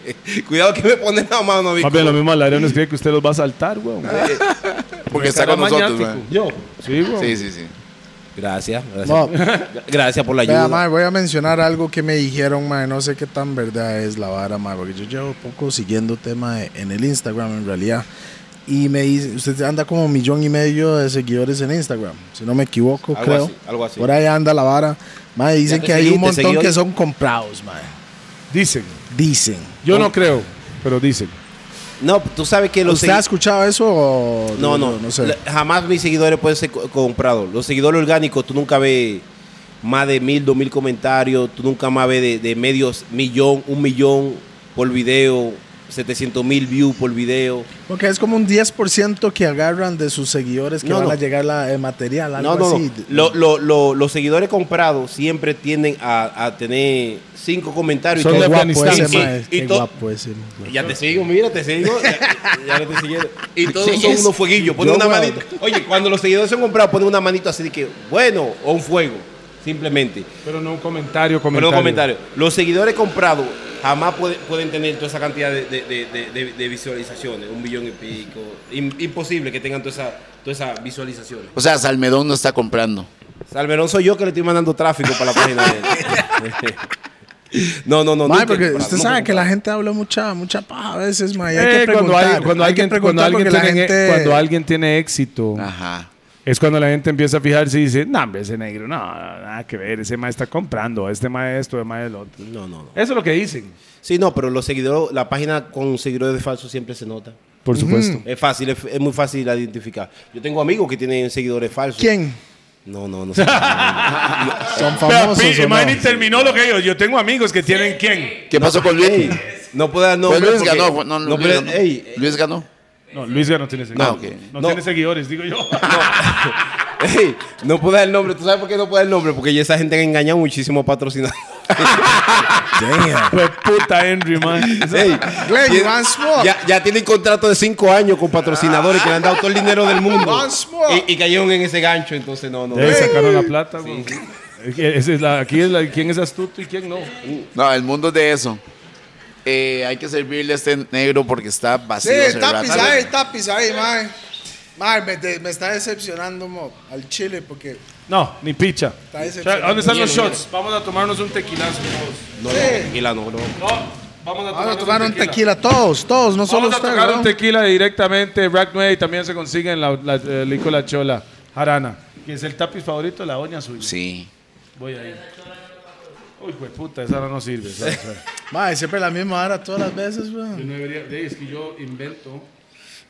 Speaker 3: Cuidado que me pone la mano.
Speaker 2: Más
Speaker 3: bico.
Speaker 2: bien, los mismos ladrones creen que usted los va a saltar, weón.
Speaker 5: Porque está con nosotros,
Speaker 2: Ah, Maniático.
Speaker 5: man.
Speaker 3: Yo.
Speaker 2: Sí, weón.
Speaker 5: Sí, sí, sí.
Speaker 3: Gracias, gracias.
Speaker 4: No,
Speaker 3: Gracias por la
Speaker 4: vea,
Speaker 3: ayuda.
Speaker 4: ma, voy a mencionar algo que me dijeron, ma. No sé qué tan verdad es la vara, ma. Porque yo llevo poco siguiendo tema en el Instagram, en realidad. Y me dice, usted anda como un millón y medio de seguidores en Instagram, si no me equivoco,
Speaker 3: Algo
Speaker 4: creo.
Speaker 3: así, algo así.
Speaker 4: Por ahí anda la vara. Ma, dicen
Speaker 3: te
Speaker 4: que hay
Speaker 3: seguí,
Speaker 4: un
Speaker 3: te
Speaker 4: montón
Speaker 3: seguí hoy.
Speaker 4: que son comprados, ma.
Speaker 2: Dicen.
Speaker 4: Dicen.
Speaker 2: Yo
Speaker 5: Oh.
Speaker 2: no creo, pero dicen.
Speaker 3: No, tú sabes que los
Speaker 4: ¿Usted ha
Speaker 3: segui-
Speaker 4: escuchado eso o-
Speaker 3: No, no,
Speaker 4: No sé.
Speaker 3: La- Jamás mis seguidores pueden ser co- comprados. Los seguidores orgánicos, tú nunca ves más de mil, dos mil comentarios. Tú nunca más ves de, de medios millón, un millón por video. 700 mil views por video.
Speaker 4: Porque es como un 10% que agarran de sus seguidores que
Speaker 3: No,
Speaker 4: van
Speaker 3: no.
Speaker 4: a llegar la, el material, algo
Speaker 3: No, no,
Speaker 4: así.
Speaker 3: no. Lo- lo- lo- los seguidores comprados siempre tienden a, a tener cinco comentarios.
Speaker 4: Qué
Speaker 6: Son de
Speaker 3: todo-
Speaker 4: guapo
Speaker 6: Afganistán.
Speaker 4: ese,
Speaker 3: Y-
Speaker 4: mae,
Speaker 3: y- y
Speaker 4: qué
Speaker 3: to-
Speaker 4: guapo ese, mae.
Speaker 3: Ya te sigo, mira, te sigo. Ya, ya no te siguieron. Y todos
Speaker 5: Sí,
Speaker 3: son
Speaker 5: es-
Speaker 3: unos fueguillos. Ponen
Speaker 4: Yo,
Speaker 3: una
Speaker 4: weón.
Speaker 3: manita. Oye, cuando los seguidores son comprados, ponen una manito así de que, bueno, o un fuego. Simplemente.
Speaker 6: Pero no un comentario,
Speaker 3: Pero
Speaker 6: comentario.
Speaker 3: un comentario. Los seguidores comprados jamás puede- pueden tener toda esa cantidad de, de- de- de- de- de visualizaciones. Un millón y pico. Im- imposible que tengan toda esa, toda esa visualizaciones.
Speaker 5: O sea, Salmedón no está comprando.
Speaker 3: Salmerón soy yo que le estoy mandando tráfico para la página de él. no, no, no.
Speaker 4: Mae,
Speaker 3: nunca
Speaker 4: porque
Speaker 3: he comprado,
Speaker 4: usted
Speaker 3: nunca he
Speaker 4: sabe que la
Speaker 3: comprado.
Speaker 4: gente habla mucha, mucha paja a veces, mae. y Hay que
Speaker 6: Eh,
Speaker 4: preguntar.
Speaker 6: cuando, hay- cuando
Speaker 4: hay
Speaker 6: alguien,
Speaker 4: que
Speaker 6: cuando,
Speaker 4: preguntar
Speaker 6: alguien
Speaker 4: porque la
Speaker 6: tiene,
Speaker 4: gente...
Speaker 6: cuando alguien tiene éxito,
Speaker 2: Ah.
Speaker 5: Ajá.
Speaker 6: es cuando la gente empieza a fijarse y dice, no, hombre, ese negro, no, nada que ver, ese ma está comprando, este ma esto, este ma el otro.
Speaker 3: No, no, no.
Speaker 6: Eso es lo que dicen.
Speaker 3: Sí, no, pero los seguidores, la página con seguidores falsos siempre se nota.
Speaker 6: Por supuesto.
Speaker 3: Es fácil, es, es muy fácil de identificar. Yo tengo amigos que tienen seguidores falsos.
Speaker 4: ¿Quién?
Speaker 3: No, no, no. sé.
Speaker 4: Son famosos.
Speaker 2: Papi,
Speaker 4: o no?
Speaker 2: Imagínate, terminó lo que ellos. Yo tengo amigos que tienen quién.
Speaker 5: ¿Qué pasó con Luis?
Speaker 3: no puedo dar
Speaker 5: Pues
Speaker 3: nombre.
Speaker 5: Luis
Speaker 3: porque-
Speaker 5: ganó. fue- No, no, Luis,
Speaker 3: pero-
Speaker 5: ganó.
Speaker 3: ey, eh,
Speaker 5: Luis ganó.
Speaker 2: No, Luis ya no tiene
Speaker 5: No,
Speaker 2: seguidores.
Speaker 5: ok.
Speaker 2: No,
Speaker 3: No.
Speaker 2: tiene seguidores, digo yo.
Speaker 3: ey, no puedo dar el nombre. ¿Tú sabes por qué no puedo dar el nombre? Porque ya esa gente que ha engañado muchísimo patrocinado.
Speaker 4: Damn.
Speaker 2: Pues puta Henry, man.
Speaker 4: Glenn, once more.
Speaker 3: ya, ya tienen contrato de cinco años con patrocinadores que le han dado todo el dinero del mundo.
Speaker 4: Once more.
Speaker 3: Y, y cayeron en ese gancho, entonces no, no.
Speaker 6: Ya le sacaron la plata, güey. Esa es la- Aquí es la, quién es astuto y quién no.
Speaker 5: No, el mundo es de eso. Eh, hay que servirle a este negro porque está
Speaker 4: Sí,
Speaker 5: vacío. hace rato.
Speaker 4: tapis ahí, tapis ahí, mae. Mae, me, de- me está decepcionando mo, al chile porque
Speaker 2: No, ni picha.
Speaker 4: está decepcionando.
Speaker 2: ¿Dónde están los shots? Vamos a tomarnos un tequilazo.
Speaker 3: No,
Speaker 4: Sí.
Speaker 3: no, tranquila, no, no.
Speaker 2: No, vamos a
Speaker 4: Vamos a
Speaker 2: tomarnos
Speaker 4: tomar un
Speaker 2: tequila.
Speaker 4: tequila todos, todos, no solo
Speaker 2: Vamos a
Speaker 4: usted,
Speaker 2: tocar un
Speaker 4: weón.
Speaker 2: tequila directamente. Rack 9 también se consigue en la, la, eh, licor La Chola Jarana, que es el tapiz favorito de la doña suya.
Speaker 5: Sí.
Speaker 2: Voy a ir. Uy, güey, puta, esa no nos sirve. ¿sabes?
Speaker 4: Mae, siempre la misma hora todas las veces, weón.
Speaker 2: no debería, de- es que yo invento.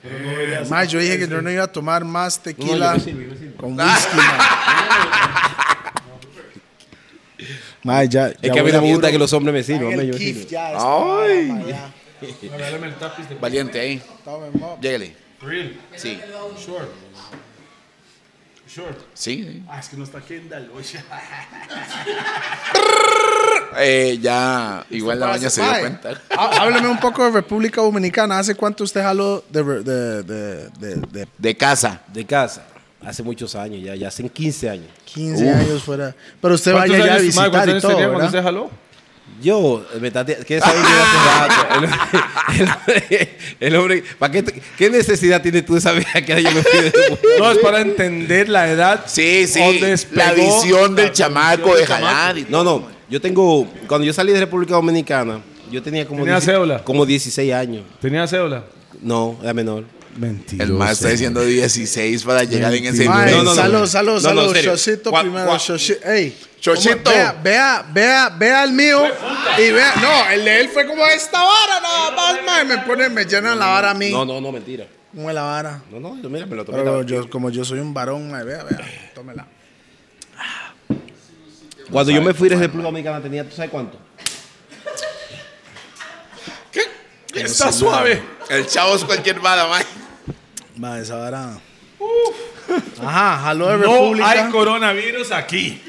Speaker 2: Eh,
Speaker 4: Mae, yo dije que yo no iba a tomar más tequila con whisky, mae. Mae, ya,
Speaker 3: Es que a mí no me gusta que los hombres me sirvan. hombre, yo sirvo.
Speaker 4: ya
Speaker 5: Ay.
Speaker 2: Regálame el tapiz de
Speaker 5: Valiente ahí. Llegale.
Speaker 2: Real.
Speaker 5: Sí.
Speaker 2: Short. Short.
Speaker 5: Sí. sí.
Speaker 2: Ah, es que no está Kendall, güey.
Speaker 5: Eh, ya, igual la doña se dio cuenta.
Speaker 4: Hábleme un poco de República Dominicana. ¿Hace cuánto usted jaló de, re- de, de, de, de
Speaker 5: De casa.
Speaker 3: De casa. Hace muchos años ya, ya hacen 15 años.
Speaker 4: 15 años fuera. Pero usted vaya
Speaker 2: ¿Cuántos
Speaker 4: ya a
Speaker 2: años, Mike,
Speaker 4: visitar
Speaker 2: cuántos
Speaker 4: y
Speaker 2: años
Speaker 4: todo,
Speaker 2: tenía cuando
Speaker 4: ¿verdad?
Speaker 2: se jaló?
Speaker 3: Yo, eh, me está, ¿qué sabe yo hace rato? El, el hombre, el hombre- ¿para qué, te- qué necesidad tienes tú de saber a qué edad yo me fui de
Speaker 2: No, es para entender la edad.
Speaker 5: Sí, sí.
Speaker 2: o despegó
Speaker 5: la visión del
Speaker 2: la
Speaker 5: chamaco
Speaker 2: visión
Speaker 5: de
Speaker 2: del chamaco.
Speaker 5: jalar. y-
Speaker 3: No, no, yo tengo, cuando yo salí de República Dominicana, yo tenía como,
Speaker 2: ¿Tenía
Speaker 3: 16
Speaker 2: cédula?
Speaker 3: como 16 años.
Speaker 2: ¿Tenía cédula?
Speaker 3: No, era menor.
Speaker 5: El más está diciendo 16 para llegar en ese
Speaker 4: Mae,
Speaker 3: No, no, no.
Speaker 4: salud, salud,
Speaker 3: No, no, en
Speaker 4: salud.
Speaker 3: serio.
Speaker 4: Chocito
Speaker 3: Cua-
Speaker 4: primero.
Speaker 3: cua-
Speaker 4: Chochi- ey,
Speaker 5: Chochito.
Speaker 4: ¿cómo? Vea, vea, vea, vea el mío. Y vea, no, el de él fue como esta vara, nada más, mae. Me ponen, me llenan la vara a mí.
Speaker 3: No, no, no, mentira.
Speaker 4: Como la vara.
Speaker 3: No, no, yo- mira, me lo tomé.
Speaker 4: Pero
Speaker 3: estaba-
Speaker 4: yo, como yo soy un varón, mae, vea, vea, tómela.
Speaker 3: Cuando yo me fui de República Dominicana tenía, ¿tú sabes cuánto?
Speaker 2: Está suave.
Speaker 5: El chavo es cualquier bala, mae.
Speaker 4: Mae, esa vara. Ajá, jaló de
Speaker 2: No hay
Speaker 4: República.
Speaker 2: coronavirus aquí.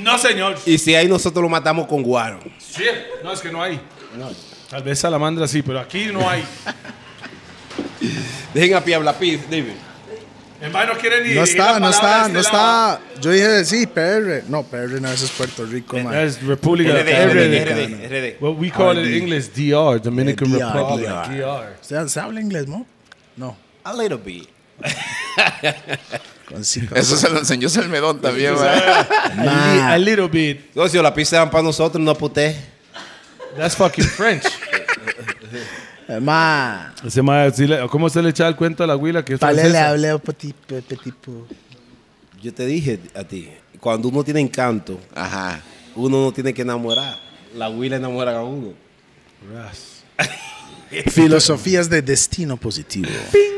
Speaker 2: No, señor.
Speaker 3: Y si ahí nosotros lo matamos con guaro.
Speaker 2: Sí, no, es que no hay. Tal vez salamandra sí, pero aquí no hay.
Speaker 3: Dejen a pie hablar, pi, dime.
Speaker 2: El man no quiere ni.
Speaker 4: No
Speaker 2: dirigir la
Speaker 4: está,
Speaker 2: palabra
Speaker 4: no está,
Speaker 2: de
Speaker 4: no
Speaker 2: este lado.
Speaker 4: está. Yo dije, sí, PR. No, PR no, eso es Puerto Rico, mae.
Speaker 2: Es República
Speaker 3: RD,
Speaker 2: Dominicana.
Speaker 3: RD, RD.
Speaker 2: What we call it in English, DR, Dominican
Speaker 4: Eh, DR.
Speaker 2: Republic. DR.
Speaker 4: ¿Se, se habla inglés, no? No.
Speaker 3: A little bit.
Speaker 4: Con cinco.
Speaker 5: Eso se lo enseñó Salmedón también, mae.
Speaker 2: A li- A little bit.
Speaker 3: No, si la pizza eran para nosotros, no puté.
Speaker 2: That's fucking French.
Speaker 4: Eh, Ma.
Speaker 2: Ese ma, sí le- ¿Cómo se le echaba el cuento a la huila que es
Speaker 4: Palé le
Speaker 2: francesa?
Speaker 4: hablé a petit, petit pou.
Speaker 3: Yo te dije a ti, cuando uno tiene encanto,
Speaker 5: Ajá.
Speaker 3: uno no tiene que enamorar. La huila enamora a uno.
Speaker 4: Filosofías de destino positivo.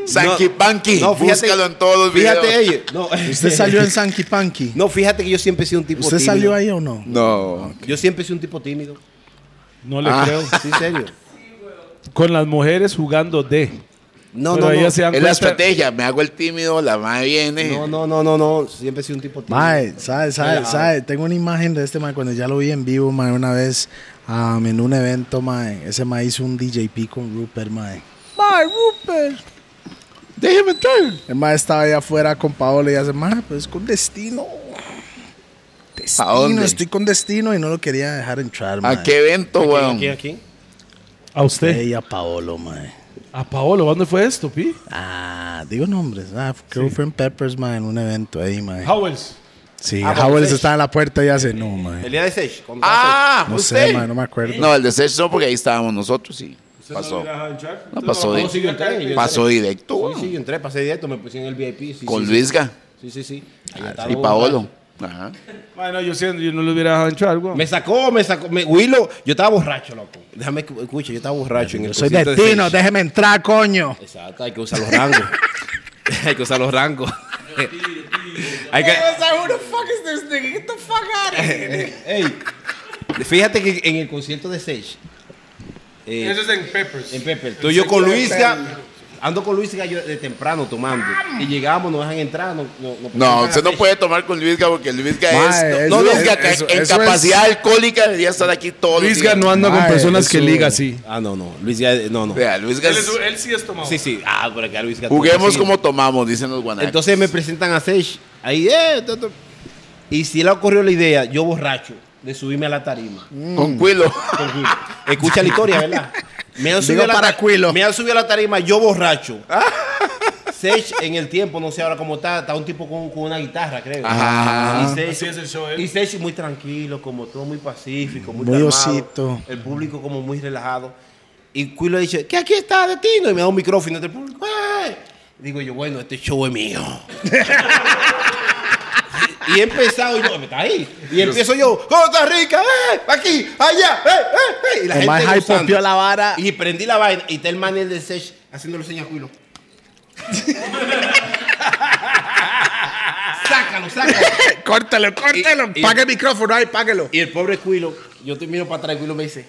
Speaker 5: Sanky Panky. Búscalo en todos los videos.
Speaker 3: Fíjate ella. No,
Speaker 4: ¿Usted salió en Sanky Panky?
Speaker 3: No, fíjate que yo siempre he sido un tipo
Speaker 4: ¿Usted
Speaker 3: tímido.
Speaker 4: salió ahí o no?
Speaker 5: No.
Speaker 4: Ah.
Speaker 3: Yo siempre he sido un tipo tímido.
Speaker 5: Ah.
Speaker 2: No le creo.
Speaker 3: Sí, serio.
Speaker 6: con las mujeres jugando de.
Speaker 3: No,
Speaker 6: Pero
Speaker 3: no,
Speaker 6: ellas
Speaker 3: no.
Speaker 6: se dan
Speaker 5: Es la
Speaker 6: cuenta-
Speaker 5: estrategia. Me hago el tímido, la madre viene.
Speaker 3: No, no, no, no, no. Siempre he sido un tipo tímido.
Speaker 4: Mae, sabe, sabe,
Speaker 3: Relajado.
Speaker 4: sabe. Tengo una imagen de este mae cuando ya lo vi en vivo, mae, una vez am, en un evento, mae. Ese mae hizo un DJP con Rupert, mae. Mae, Rupert. Déjeme entrar. El mae estaba allá afuera con Paola y hace, mae, pues con destino. Destino,
Speaker 5: dónde?
Speaker 4: estoy con destino y no lo quería dejar entrar, mae.
Speaker 5: ¿A qué evento, weón?
Speaker 3: Aquí, aquí.
Speaker 6: A usted.
Speaker 4: Ella, Paolo, mae.
Speaker 6: A Paolo, ¿dónde fue esto, Pi?
Speaker 4: Ah, digo nombres. Ah, Girlfriend Peppers, mae, en un evento ahí,
Speaker 5: Ah,
Speaker 4: mae.
Speaker 6: Howells.
Speaker 4: Sí,
Speaker 3: Ah,
Speaker 4: Howells
Speaker 3: Howells.
Speaker 4: estaba en la puerta y hace, no, mae.
Speaker 3: El día de Sech. cuando estaba
Speaker 5: Ah,
Speaker 4: No
Speaker 5: usted.
Speaker 4: sé, mae, no me acuerdo.
Speaker 5: No, el de Sech no, porque ahí estábamos nosotros, sí. Pasó. No, pasó,
Speaker 3: Sech.
Speaker 5: di-
Speaker 3: No, sí, yo entré. yo
Speaker 5: pasó
Speaker 3: entré.
Speaker 5: directo,
Speaker 3: Sí, sí,
Speaker 5: weón.
Speaker 3: yo entré, pasé directo, me puse en el VIP. sí,
Speaker 5: Con
Speaker 3: sí,
Speaker 5: Luisga
Speaker 3: Sí, sí, sí. Ahí estaba
Speaker 5: y
Speaker 3: un
Speaker 5: Paolo.
Speaker 3: rato.
Speaker 5: Ajá.
Speaker 6: Bueno, yo, siento, yo no le hubiera dejado entrar, güey.
Speaker 3: Me sacó, me sacó. Me, Willow, yo estaba borracho, loco. Déjame que escuche, yo estaba borracho en el
Speaker 4: Yo soy
Speaker 3: concierto de
Speaker 4: destino,
Speaker 3: Sech.
Speaker 4: déjeme entrar, coño.
Speaker 3: Exacto, hay que usar los rangos. hay que usar los rangos. hay que... Eh, Ey, fíjate que en el concierto de Sech, eh,
Speaker 2: Eso es en Peppers.
Speaker 3: en Pepe, tú y yo con Luisga, ando con Luisga yo de temprano tomando. Y llegamos, nos dejan entrar. No, no,
Speaker 5: No,
Speaker 3: se
Speaker 5: usted no puede tomar con Luisga porque Luisga
Speaker 4: Mae,
Speaker 5: es.
Speaker 4: eso
Speaker 5: No,
Speaker 4: es-
Speaker 5: Luisga, ca-
Speaker 4: eso-
Speaker 5: en
Speaker 4: eso
Speaker 5: capacidad alcohólica debería estar aquí todo el día.
Speaker 6: Luisga no anda con
Speaker 4: Ay,
Speaker 6: personas que
Speaker 4: eso-
Speaker 6: liga así.
Speaker 3: Ah, no, no. Luisga, eh, no, no.
Speaker 5: Vea, Luisga
Speaker 2: Él,
Speaker 5: es-
Speaker 2: es- él sí es tomado.
Speaker 3: Sí, sí. Ah, por acá Luisga.
Speaker 5: Juguemos
Speaker 3: sí.
Speaker 5: como tomamos, dicen los guanacos.
Speaker 3: Entonces me presentan a Sech. Ahí, eh. tu, tu. Y si le ocurrió la idea, yo borracho, de subirme a la tarima.
Speaker 5: Mm. Con Cuilo.
Speaker 3: Por Cuilo. Escucha la historia, ¿verdad? Me han subido,
Speaker 4: Digo
Speaker 3: a la,
Speaker 4: para Ah.
Speaker 3: ta-
Speaker 4: Cuilo.
Speaker 3: me han subido a la tarima, yo borracho. Sech en el tiempo, no sé ahora cómo está, está un tipo con, con una guitarra, creo.
Speaker 5: Ajá.
Speaker 3: Y Sech,
Speaker 2: Así es el show, ¿eh?
Speaker 3: y Sech muy tranquilo, como todo muy pacífico, muy,
Speaker 4: Muy
Speaker 3: calmado.
Speaker 4: osito.
Speaker 3: El público como muy relajado. Y Cuilo dice, ¿qué aquí está Destino? Y me da un micrófono entre el público. ¡Ey! Digo yo, bueno, este show es mío. Y he empezado yo, está ahí. Y empiezo yo, Costa Rica, eh, aquí, allá, eh, eh, eh. Y la
Speaker 4: El
Speaker 3: gente
Speaker 4: más hype
Speaker 3: gozando.
Speaker 4: pompió la vara.
Speaker 3: Y prendí la vaina y está el man de Sech haciéndole señas a Cuilo. sácalo, sácalo.
Speaker 4: Córtalo, córtalo.
Speaker 3: Y- y-
Speaker 4: Pague el micrófono ahí, páguelo.
Speaker 3: Y el pobre Cuilo, yo te miro para atrás y Cuilo me dice.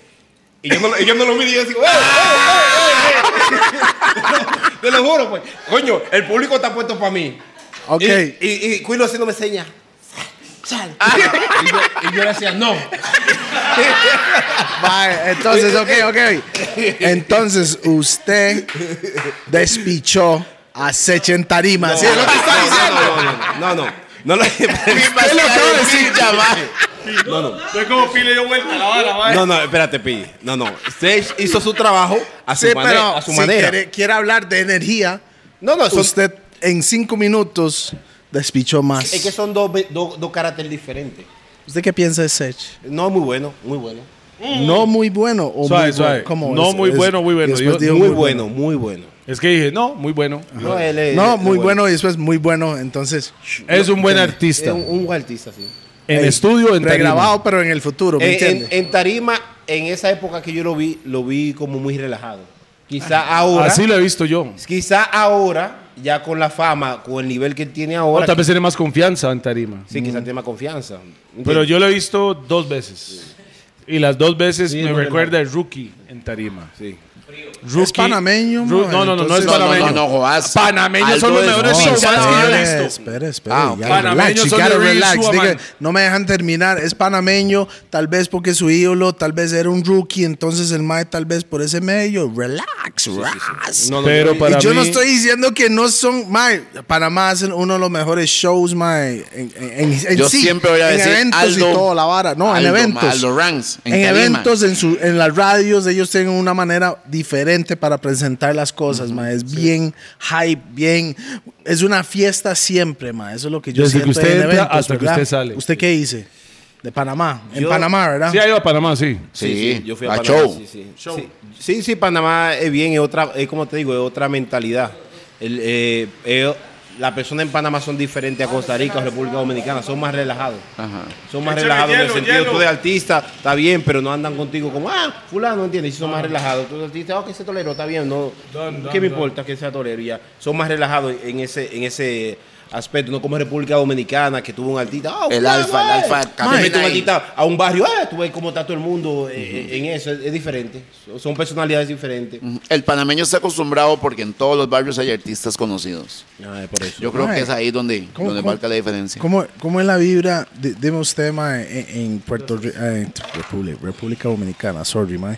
Speaker 3: Y yo no, lo- y yo no lo miro y yo digo, ¡eh, eh, eh, eh, eh". Te lo juro, pues. Coño, el público está puesto para mí.
Speaker 4: Ok.
Speaker 3: Y, y, y Cuilo haciéndome señas. Sal, sal. Y, yo, y yo le decía, no.
Speaker 4: Mae, entonces, ok, ok. Entonces, usted despichó a Sech en tarima. ¿sí? es lo que está diciendo?
Speaker 3: No, no, no. No, no. No, no,
Speaker 5: lo acabo de decir, ya va.
Speaker 3: no, no.
Speaker 2: Fue como Pi le dio vuelta a la bala, mae.
Speaker 3: No, no, espérate, Pi. No, no. Sage hizo su trabajo a su,
Speaker 4: Sí,
Speaker 3: mane-
Speaker 4: pero
Speaker 3: a su
Speaker 4: si
Speaker 3: manera.
Speaker 4: Quiere, quiere hablar de energía,
Speaker 3: No, no, son-
Speaker 4: usted en cinco minutos despichó más.
Speaker 3: es que son dos, ve- dos, dos caracteres diferentes.
Speaker 4: ¿Usted qué piensa de Sech?
Speaker 3: No, muy bueno, muy bueno. Mm.
Speaker 4: No muy bueno o
Speaker 6: Suave,
Speaker 4: muy
Speaker 6: suave.
Speaker 4: bueno. ¿Cómo
Speaker 6: No
Speaker 4: es?
Speaker 6: muy
Speaker 4: Es-
Speaker 6: bueno, muy bueno.
Speaker 4: después
Speaker 6: Yo-
Speaker 4: digo
Speaker 3: muy bueno, muy bueno.
Speaker 6: Es que dije, no, muy bueno.
Speaker 3: No, él es-
Speaker 4: No,
Speaker 3: es
Speaker 4: muy bueno y después muy bueno. Entonces,
Speaker 6: Es un buen
Speaker 3: Es
Speaker 6: artista.
Speaker 3: un, un buen artista, sí.
Speaker 6: en
Speaker 4: Ey,
Speaker 6: estudio, en
Speaker 4: Regrabado, pero en el
Speaker 6: Eh,
Speaker 4: futuro, ¿me
Speaker 3: En,
Speaker 4: entiende?
Speaker 3: en- en tarima, en esa época que yo lo vi, lo vi como muy relajado. Quizá ahora,
Speaker 6: Así lo he visto yo.
Speaker 3: quizá ahora, ya con la fama, con el nivel que él tiene ahora,
Speaker 6: O tal vez tiene más confianza en tarima.
Speaker 3: sí, quizá tiene más confianza. ¿entiendes?
Speaker 6: Pero yo lo he visto dos veces. Y las dos veces
Speaker 3: Sí,
Speaker 6: me
Speaker 3: no,
Speaker 6: recuerda el rookie en tarima.
Speaker 3: Sí.
Speaker 6: Rookie-
Speaker 4: Es panameño,
Speaker 6: Ru-
Speaker 4: man,
Speaker 6: No, no, no, no es
Speaker 4: entonces-
Speaker 5: No, no,
Speaker 6: panameño.
Speaker 5: no, no, Joás.
Speaker 6: Panameños son los
Speaker 5: Algo es-
Speaker 6: mejores
Speaker 5: No,
Speaker 6: showmanes que yo he visto.
Speaker 4: Espera, espera.
Speaker 5: Ah,
Speaker 4: ya,
Speaker 6: panameños
Speaker 4: relax, you
Speaker 6: son
Speaker 4: gotta
Speaker 6: de Real
Speaker 4: relax.
Speaker 6: Suaman.
Speaker 4: Diga, no me dejan terminar. Es panameño, tal vez porque su ídolo, tal vez era un rookie, entonces el Mae tal vez por ese medio. Relax, relax.
Speaker 3: No, no,
Speaker 6: Pero
Speaker 3: yo-
Speaker 6: para
Speaker 4: y yo no
Speaker 6: mí-
Speaker 4: estoy diciendo que no son, Mae, Panamá hacen uno de los mejores shows, Mae, en, en, en- en
Speaker 5: Yo
Speaker 4: sí,
Speaker 5: siempre voy a
Speaker 4: en
Speaker 5: decir
Speaker 4: eventos
Speaker 5: Aldo-
Speaker 4: y todo, la vara, no, en
Speaker 5: Aldo,
Speaker 4: eventos.
Speaker 5: ma, Aldo Ranks, en
Speaker 4: en
Speaker 5: Tarima.
Speaker 4: eventos, en, su, en las radios, ellos tienen una manera diferente para presentar las cosas, Mae, es bien hype, bien, es una fiesta siempre, Mae, eso es lo que yo
Speaker 6: Desde que
Speaker 4: siento
Speaker 6: usted
Speaker 4: en
Speaker 6: entra
Speaker 4: eventos,
Speaker 6: hasta que
Speaker 4: ¿verdad?
Speaker 6: usted sale.
Speaker 4: ¿Usted qué dice? De Panamá, en
Speaker 3: Yo-
Speaker 4: Panamá, ¿verdad?
Speaker 6: Sí, ha ido a Panamá, sí.
Speaker 5: Sí,
Speaker 3: yo fui
Speaker 5: a
Speaker 3: a, Panamá.
Speaker 5: show.
Speaker 3: Sí, sí. Sí, sí, sí, Panamá es bien, es otra, es como te digo, es otra mentalidad. El, eh, eh, las personas en Panamá son diferentes a Costa Rica o República Dominicana, son más relajados.
Speaker 5: Ajá.
Speaker 3: Son más
Speaker 2: Échale
Speaker 3: relajados en el
Speaker 2: hielo,
Speaker 3: sentido,
Speaker 2: hielo.
Speaker 3: tú de artista, está bien, pero no andan contigo como, ah, fulano, ¿entiendes? Si son más relajados, tú de artista, oh, que ese tolero, está bien, no,
Speaker 2: Don,
Speaker 3: ¿qué
Speaker 2: don,
Speaker 3: me
Speaker 2: don.
Speaker 3: importa que sea tolero? y Ya, son más relajados en ese, en ese aspectos, no como República Dominicana, que tuvo un artista. ah,
Speaker 5: El
Speaker 3: fulano,
Speaker 5: alfa, el
Speaker 3: eh.
Speaker 5: alfa,
Speaker 3: Tú
Speaker 5: camina
Speaker 3: metes un
Speaker 5: ahí.
Speaker 3: artista a un barrio, ah, tú ves cómo está todo el mundo eh, en eso, es, es diferente. Son- Son personalidades diferentes.
Speaker 5: El panameño está acostumbrado porque en todos los barrios hay artistas conocidos.
Speaker 3: Ah, por eso.
Speaker 5: Yo creo
Speaker 4: Mae,
Speaker 5: que es ahí donde,
Speaker 4: ¿cómo-
Speaker 5: donde
Speaker 4: cómo-
Speaker 5: marca la diferencia.
Speaker 4: ¿Cómo, cómo es la vibra? de- Dime usted, mae, en, en Puerto Rico, República, Dominicana, sorry, mae.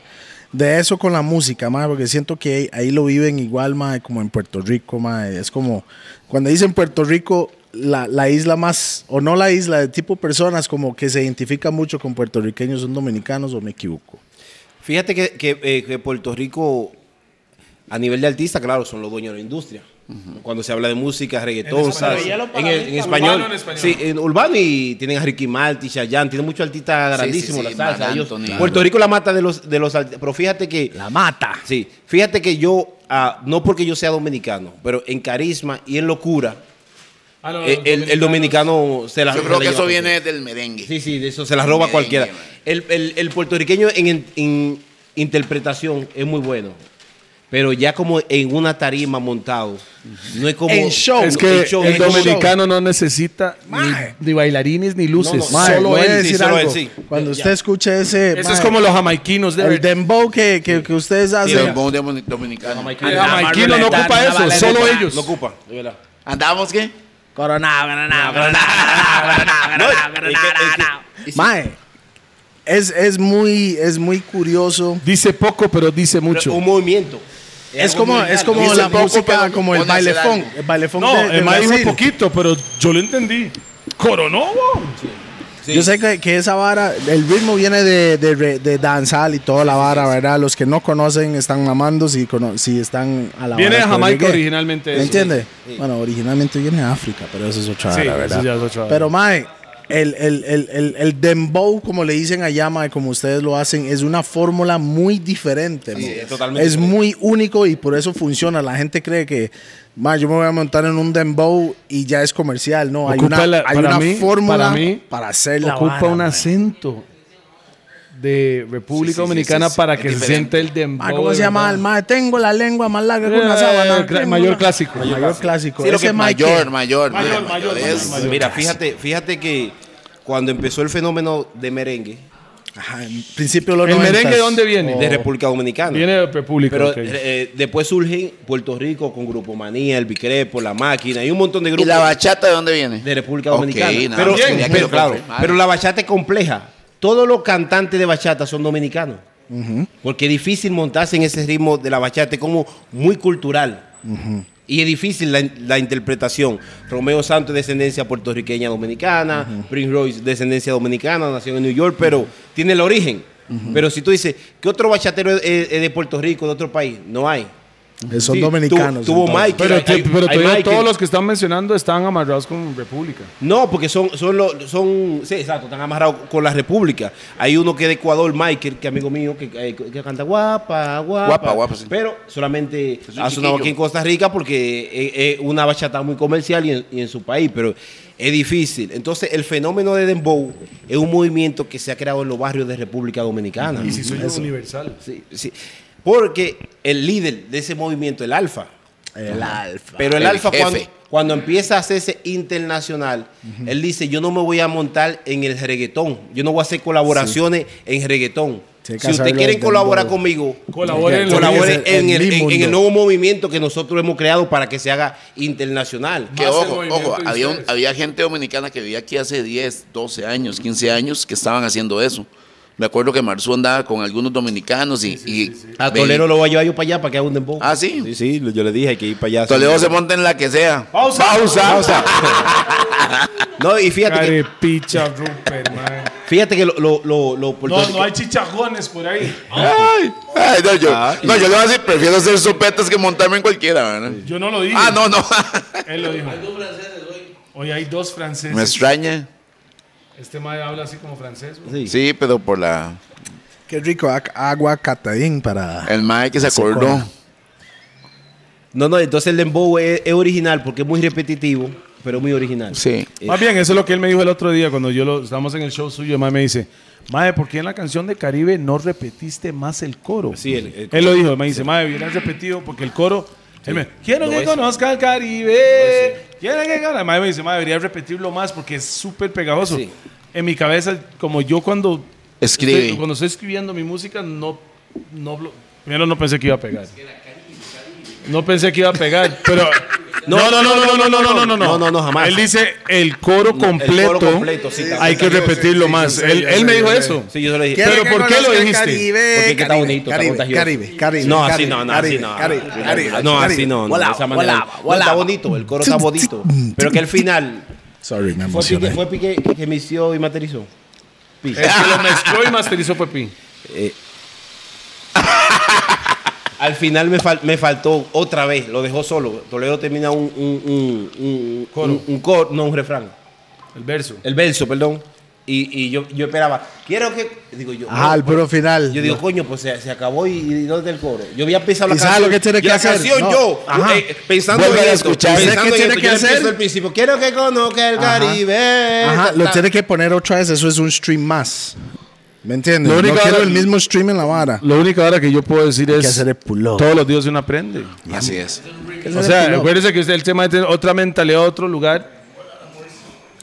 Speaker 4: De eso con la música, mae, porque siento que ahí, ahí lo viven igual, mae, como en Puerto Rico, mae. Es como, cuando dicen Puerto Rico, la, la isla más, o no la isla, de tipo personas como que se identifican mucho con puertorriqueños, son dominicanos, o me equivoco.
Speaker 3: Fíjate que, que, eh, que Puerto Rico, a nivel de artista, claro, son los dueños de la industria. Cuando se habla de música, reggaetón, salsa, en, en español.
Speaker 2: Urbano en español.
Speaker 3: Sí, en urbano y tienen a Ricky Martin, Chayanne, tienen muchos artistas
Speaker 5: Sí,
Speaker 3: grandísimos
Speaker 5: sí,
Speaker 3: la
Speaker 5: sí,
Speaker 3: salsa.
Speaker 5: Marc
Speaker 3: ellos-
Speaker 5: Anthony.
Speaker 3: Puerto Rico la mata de los, de los artistas, pero fíjate que... La mata. Sí, fíjate que yo, ah, no porque yo sea dominicano, pero en carisma y en locura,
Speaker 2: Ah, no,
Speaker 3: eh, el, el dominicano se la
Speaker 5: Yo
Speaker 3: se la
Speaker 5: creo que
Speaker 3: lleva
Speaker 5: eso
Speaker 3: completa.
Speaker 5: viene del merengue.
Speaker 3: Sí, sí, de eso se la roba
Speaker 5: Merengue,
Speaker 3: cualquiera.
Speaker 5: man.
Speaker 3: El, el- el puertorriqueño en, en- en interpretación es muy bueno. Pero ya como en una tarima montado, no es como...
Speaker 4: En show.
Speaker 6: Oh, Es
Speaker 3: no,
Speaker 6: que
Speaker 3: en show,
Speaker 6: el
Speaker 3: no es como-
Speaker 6: dominicano no necesita ni, ni bailarines ni luces.
Speaker 3: No, no,
Speaker 4: Mae,
Speaker 3: solo
Speaker 4: voy a
Speaker 3: él, sí,
Speaker 4: decir
Speaker 3: solo
Speaker 4: algo.
Speaker 3: él, sí.
Speaker 4: Cuando
Speaker 3: Ya.
Speaker 4: usted escuche ese,
Speaker 2: Eso
Speaker 4: mae,
Speaker 2: es como los jamaiquinos de
Speaker 4: el dembow que, que, que ustedes
Speaker 5: Del
Speaker 4: hacen.
Speaker 5: mundo domin- dominicano.
Speaker 2: El jamaiquino no ocupa eso, solo ellos.
Speaker 3: No ocupa, de verdad.
Speaker 5: ¿Andábamos qué?
Speaker 3: No, es que- es que-
Speaker 4: Mae, es, es, muy, es muy curioso.
Speaker 6: Dice poco, pero dice mucho.
Speaker 3: un movimiento.
Speaker 4: Es
Speaker 3: algo
Speaker 4: como,
Speaker 3: muy
Speaker 4: es
Speaker 3: grande.
Speaker 4: como
Speaker 5: Dice
Speaker 4: la
Speaker 5: poco,
Speaker 4: música,
Speaker 5: pero
Speaker 4: como el
Speaker 5: pone a
Speaker 4: baile
Speaker 5: hacer
Speaker 4: funk.
Speaker 5: algo.
Speaker 4: El baile funk
Speaker 2: No,
Speaker 4: de, de
Speaker 2: el mae dijo
Speaker 4: Brasil.
Speaker 2: poquito, pero yo lo entendí. Coronó, wow.
Speaker 3: Sí.
Speaker 4: Yo sé que, que esa vara, el ritmo viene de, de, re- de danzal y toda la vara, ¿verdad? Los que no conocen están mamando si, cono- si están a la
Speaker 2: Viene
Speaker 4: vara
Speaker 2: de
Speaker 4: con
Speaker 2: Jamaica
Speaker 4: reggae.
Speaker 2: originalmente eso.
Speaker 4: ¿Entiendes? Bueno, originalmente viene de África, pero eso es otra
Speaker 2: Sí,
Speaker 4: vara,
Speaker 2: eso
Speaker 4: ¿verdad?
Speaker 2: ya es otra vara.
Speaker 4: Pero, mae, el, el, el, el, el dembow, como le dicen allá, mae, como ustedes lo hacen, es una fórmula muy diferente. mae.
Speaker 3: es totalmente
Speaker 4: Es muy único y por eso funciona. La gente cree que, mae, yo me voy a montar en un dembow y ya es comercial. No, hay
Speaker 6: Ocupa
Speaker 4: una,
Speaker 6: la-
Speaker 4: hay
Speaker 6: para
Speaker 4: una
Speaker 6: mí-
Speaker 4: fórmula para,
Speaker 6: para mí,
Speaker 4: hacer la
Speaker 6: ocupa
Speaker 4: vara,
Speaker 6: un
Speaker 4: mae.
Speaker 6: acento de República
Speaker 5: Sí, sí, sí,
Speaker 6: Dominicana
Speaker 5: sí, sí,
Speaker 6: para
Speaker 5: es
Speaker 6: que se
Speaker 5: diferente.
Speaker 6: sienta el dembow.
Speaker 4: Mae, Ah, ¿Cómo
Speaker 6: de
Speaker 4: se llama
Speaker 6: verdad.
Speaker 4: el mae? Tengo la lengua más larga que una
Speaker 6: Eh, cla-
Speaker 4: sábana. Tengo
Speaker 6: mayor
Speaker 4: una-
Speaker 6: clásico.
Speaker 4: Mayor clásico.
Speaker 3: Sí, lo que
Speaker 4: Ese mae que-
Speaker 5: Mayor, mayor, mayor,
Speaker 2: mayor,
Speaker 5: mayor.
Speaker 2: mayor,
Speaker 5: es-
Speaker 2: mayor.
Speaker 3: Mira, fíjate, fíjate que cuando empezó el fenómeno de merengue
Speaker 4: Ajá, en principio de los
Speaker 6: ¿El merengue de
Speaker 4: noventas.
Speaker 6: dónde viene?
Speaker 3: de República Dominicana.
Speaker 6: Viene de República.
Speaker 3: Oh. Pero
Speaker 6: ok.
Speaker 3: eh, después surge Puerto Rico con Grupo Manía, el Bicrepo, la Máquina y un montón de
Speaker 5: ¿Y
Speaker 3: grupos
Speaker 5: la bachata de dónde viene?
Speaker 3: de República
Speaker 5: Ok,
Speaker 3: Dominicana.
Speaker 5: nada
Speaker 3: pero,
Speaker 5: más quería que
Speaker 3: pero
Speaker 5: lo
Speaker 3: claro,
Speaker 5: confirmara.
Speaker 3: pero la bachata es compleja. Todos los cantantes de bachata son dominicanos. Porque es difícil montarse en ese ritmo de la bachata, es como muy cultural. Y es difícil la, la interpretación. Romeo Santos es descendencia puertorriqueña dominicana, Prince Royce descendencia dominicana, nació en New York, pero tiene el origen. Pero si tú dices, ¿qué otro bachatero es, es- es de Puerto Rico, de otro país? No hay.
Speaker 4: Eh, Son
Speaker 3: Sí,
Speaker 4: dominicanos.
Speaker 3: tu- tuvo
Speaker 4: entonces.
Speaker 3: Mike.
Speaker 6: Pero,
Speaker 3: hay-
Speaker 6: te-
Speaker 3: hay-
Speaker 6: pero
Speaker 3: hay
Speaker 6: te digo,
Speaker 3: Michael.
Speaker 6: todos los que están mencionando están amarrados con República.
Speaker 3: No, porque son, son los, son, sí, exacto, están amarrados con la República. Hay uno que es de Ecuador, Michael, que amigo mío, que, eh, que canta guapa, guapa.
Speaker 5: Guapa, guapa, sí.
Speaker 3: Pero solamente
Speaker 5: Es un
Speaker 3: ha sonado
Speaker 5: chiquillo.
Speaker 3: aquí en Costa Rica porque es, es una bachata muy comercial y en, y en su país, pero es difícil. Entonces, el fenómeno de Dembow es un movimiento que se ha creado en los barrios de República Dominicana.
Speaker 2: Y si soy yo universal.
Speaker 3: Sí, sí. Porque el líder de ese movimiento, el alfa,
Speaker 4: El alfa.
Speaker 3: pero el,
Speaker 5: El
Speaker 3: alfa
Speaker 5: jefe.
Speaker 3: cuando, cuando empieza a hacerse internacional, él dice, yo no me voy a montar en el reggaetón, yo no voy a hacer colaboraciones en reggaetón.
Speaker 4: Tiene que
Speaker 3: Si ustedes
Speaker 4: hacerlo
Speaker 3: quieren
Speaker 4: desde
Speaker 3: colaborar
Speaker 4: luego.
Speaker 3: conmigo,
Speaker 2: Colaboren en lo
Speaker 3: colaboren
Speaker 4: que es el-
Speaker 3: en el,
Speaker 4: en mi
Speaker 3: en- en el
Speaker 4: mundo.
Speaker 3: nuevo movimiento que nosotros hemos creado para que se haga internacional.
Speaker 5: Que
Speaker 2: Más el
Speaker 5: ojo,
Speaker 2: movimiento
Speaker 5: ojo,
Speaker 2: de
Speaker 5: había, un-
Speaker 2: ustedes.
Speaker 5: había gente dominicana que vivía aquí hace 10, 12 años, 15 años que estaban haciendo eso. Me acuerdo que Marzú andaba con algunos dominicanos y. y
Speaker 3: A Tolero lo voy a llevar yo para allá para que haga un dembow.
Speaker 5: Ah, sí.
Speaker 3: Sí, sí, yo le dije hay que ir para allá.
Speaker 5: Toledo se monta en la que sea.
Speaker 2: Pausa. Pausa.
Speaker 3: No, y fíjate que,
Speaker 2: Carepicha, Rupert, man.
Speaker 3: fíjate que lo, lo, lo-
Speaker 2: No,
Speaker 3: lo
Speaker 2: no
Speaker 3: puertorriqueño-
Speaker 2: hay chichajones por ahí.
Speaker 5: Ah. Ay, no, yo,
Speaker 2: Ah,
Speaker 5: no, yo le voy a decir, prefiero ser sopetas que montarme en cualquiera, ¿verdad?
Speaker 2: Yo no lo dije.
Speaker 5: Ah, no, no.
Speaker 2: Él lo dijo. Hay dos franceses hoy. Hoy hay dos franceses.
Speaker 5: Me extraña.
Speaker 2: Este madre habla así como francés. güey.
Speaker 3: Sí.
Speaker 5: Sí, pero por la.
Speaker 4: Qué rico ac- agua catadín para.
Speaker 3: Eh,
Speaker 5: El mae que se
Speaker 4: Se
Speaker 5: acordó.
Speaker 4: cola.
Speaker 3: No, no, entonces el dembow es, es original porque es muy repetitivo, pero muy original.
Speaker 5: Sí.
Speaker 3: Eh,
Speaker 2: Más bien, eso es lo que él me dijo el otro día cuando yo lo estábamos en el show suyo. El mae me dice, Mae, ¿por qué en la canción de Caribe no repetiste más el coro?
Speaker 3: Sí, el- el
Speaker 2: él lo dijo, me dice, Mae, hubieras repetido porque el coro. Él me, quiero que conozca el Caribe, ¿Quieren que gane? Además me dice, "Mae, debería repetirlo más porque es súper pegajoso.
Speaker 3: Sí.
Speaker 2: En mi cabeza, como yo cuando
Speaker 5: Escribe.
Speaker 2: estoy- cuando estoy escribiendo mi música, no, no lo- primero no pensé que iba a pegar. No pensé que iba a pegar, pero no, no, no, no, no, no, no, no, no,
Speaker 3: No, no, no, jamás.
Speaker 2: Él dice el coro completo.
Speaker 3: El coro completo, sí,
Speaker 2: hay
Speaker 3: también.
Speaker 2: que repetirlo más. él él me dijo eso.
Speaker 3: Sí, yo se lo dije.
Speaker 4: ¿Quieren
Speaker 2: Pero
Speaker 4: que
Speaker 2: ¿por qué lo
Speaker 4: conozca el
Speaker 2: dijiste?
Speaker 4: Caribe,
Speaker 3: Porque que está
Speaker 4: Caribe,
Speaker 3: bonito, está
Speaker 4: Caribe,
Speaker 3: contagioso.
Speaker 4: Caribe, Caribe,
Speaker 3: No, así
Speaker 4: Caribe,
Speaker 3: no, no,
Speaker 4: Caribe,
Speaker 3: así no.
Speaker 4: Caribe, Caribe,
Speaker 3: No, así
Speaker 4: Caribe.
Speaker 3: no. no, de
Speaker 4: Hola,
Speaker 3: esa manera.
Speaker 4: hola,
Speaker 3: No,
Speaker 4: hola.
Speaker 3: está bonito, el coro está bonito. Pero que al final.
Speaker 4: Sorry, me
Speaker 3: Fue Piqué,
Speaker 4: emocioné.
Speaker 3: fue Piqué que emisió y materizó.
Speaker 2: El que Este, lo mezcló y masterizó fue Pi.
Speaker 3: Al final me, fal- me faltó otra vez, lo dejó solo. Toledo termina un, un, un, un- un- un coro, no un refrán.
Speaker 2: El verso.
Speaker 3: El verso, perdón. Y, y yo, yo esperaba, quiero que. Digo yo.
Speaker 4: Ajá, el puro final.
Speaker 3: Yo digo, coño, pues se, se acabó y, y ¿dónde el coro? Yo había pensado la
Speaker 4: ¿Y sabe
Speaker 3: canción.
Speaker 4: lo que tiene
Speaker 3: y
Speaker 4: que
Speaker 3: la
Speaker 4: hacer?
Speaker 3: canción
Speaker 4: No.
Speaker 3: yo,
Speaker 4: Ajá.
Speaker 3: eh, pensando
Speaker 1: Vuelve
Speaker 3: en
Speaker 1: a
Speaker 3: esto,
Speaker 1: escuchar.
Speaker 3: pensando
Speaker 4: ¿Sabe qué
Speaker 3: en
Speaker 4: tiene
Speaker 3: esto,
Speaker 4: que
Speaker 3: yo
Speaker 4: hacer?
Speaker 3: empiezo al principio, quiero que conozca el
Speaker 4: Ajá.
Speaker 3: Caribe.
Speaker 4: Ajá,
Speaker 3: ta,
Speaker 4: lo
Speaker 3: ta.
Speaker 4: tiene que poner otra vez, eso es un stream más. ¿Me entiendes?
Speaker 2: Lo
Speaker 4: No
Speaker 2: único
Speaker 4: quiero
Speaker 2: ahora-
Speaker 4: el mismo stream en la vara.
Speaker 2: Lo único ahora que yo puedo decir
Speaker 4: Hay que hacer el pull-up.
Speaker 2: todos los días uno aprende.
Speaker 5: Así es.
Speaker 2: O sea, acuérdense que usted el tema es tener otra mentalidad, otro lugar,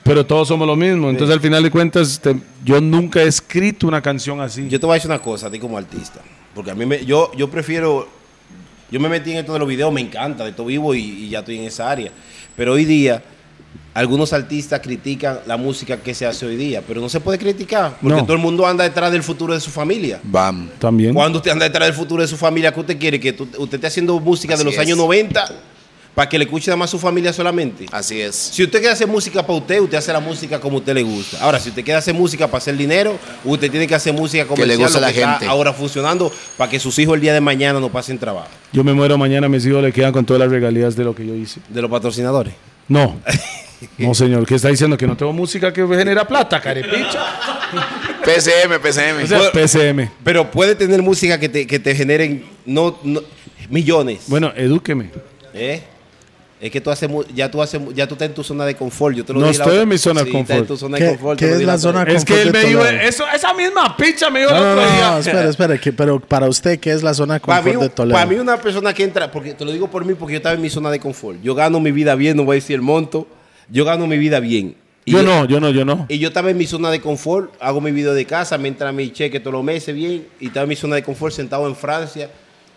Speaker 2: pero todos somos lo mismo. Entonces, al final de cuentas, este, yo nunca he escrito una canción así.
Speaker 3: Yo te voy a decir una cosa, a ti como artista. Porque a mí me, yo, yo prefiero. Yo me metí en esto de los videos, me encanta, de todo vivo y, y ya estoy en esa área. Pero hoy día, algunos artistas critican la música que se hace hoy día, pero no se puede criticar, porque
Speaker 2: No.
Speaker 3: todo el mundo anda detrás del futuro de su familia.
Speaker 5: Vamos.
Speaker 2: También.
Speaker 3: Cuando usted anda detrás del futuro de su familia, ¿qué usted quiere? Que tú- usted esté haciendo música de
Speaker 5: Así
Speaker 3: los
Speaker 5: es.
Speaker 3: años 90 para que le escuche nada más su familia solamente.
Speaker 5: Así es.
Speaker 3: Si usted quiere hacer música para usted, usted hace la música como a usted le gusta. Ahora, si usted quiere hacer música para hacer dinero, usted tiene que hacer música comercial,
Speaker 5: le guste a
Speaker 3: lo
Speaker 5: la
Speaker 3: que está
Speaker 5: gente.
Speaker 3: ahora funcionando para que sus hijos el día de mañana no pasen trabajo
Speaker 2: Yo me muero mañana, mis hijos le quedan con todas las regalías de lo que yo hice.
Speaker 3: de los patrocinadores.
Speaker 2: No. No, señor, ¿qué está diciendo? Que no tengo música que genera plata, carepicha.
Speaker 5: PCM, PCM.
Speaker 2: O sea, PCM.
Speaker 3: Pero puede tener música que te, que te generen no, no- millones.
Speaker 2: Bueno, edúqueme.
Speaker 3: ¿eh? Es que tú haces mu- ya tú haces mu- ya tú estás en tu zona de confort. Yo te lo
Speaker 2: No
Speaker 3: dije la
Speaker 2: estoy
Speaker 3: otra-
Speaker 2: en mi zona de
Speaker 3: Sí, estás
Speaker 2: confort.
Speaker 3: en tu zona
Speaker 4: ¿Qué-
Speaker 3: de confort. te
Speaker 4: qué
Speaker 3: lo
Speaker 4: es
Speaker 3: dije
Speaker 4: la
Speaker 3: otra
Speaker 4: zona
Speaker 3: vez.
Speaker 4: de
Speaker 2: Es que él me
Speaker 4: Confort de
Speaker 2: dijo,
Speaker 4: Toledo.
Speaker 2: eso, esa misma picha me dijo
Speaker 4: No,
Speaker 2: el
Speaker 4: no,
Speaker 2: otro
Speaker 4: no,
Speaker 2: día.
Speaker 4: no, espera, espera, que- pero para usted, ¿qué es la zona de
Speaker 3: Para
Speaker 4: confort
Speaker 3: mí,
Speaker 4: de Toledo?
Speaker 3: para mí una persona que entra, porque te lo digo por mí, porque yo estaba en mi zona de confort. Yo gano mi vida bien, no voy a decir el monto. Yo gano mi vida bien. Y
Speaker 2: Yo no, yo no, yo no.
Speaker 3: Y yo estaba en mi zona de confort, hago mi video de casa, me entra mi cheque todos los meses bien, y estaba en mi zona de confort sentado en Francia,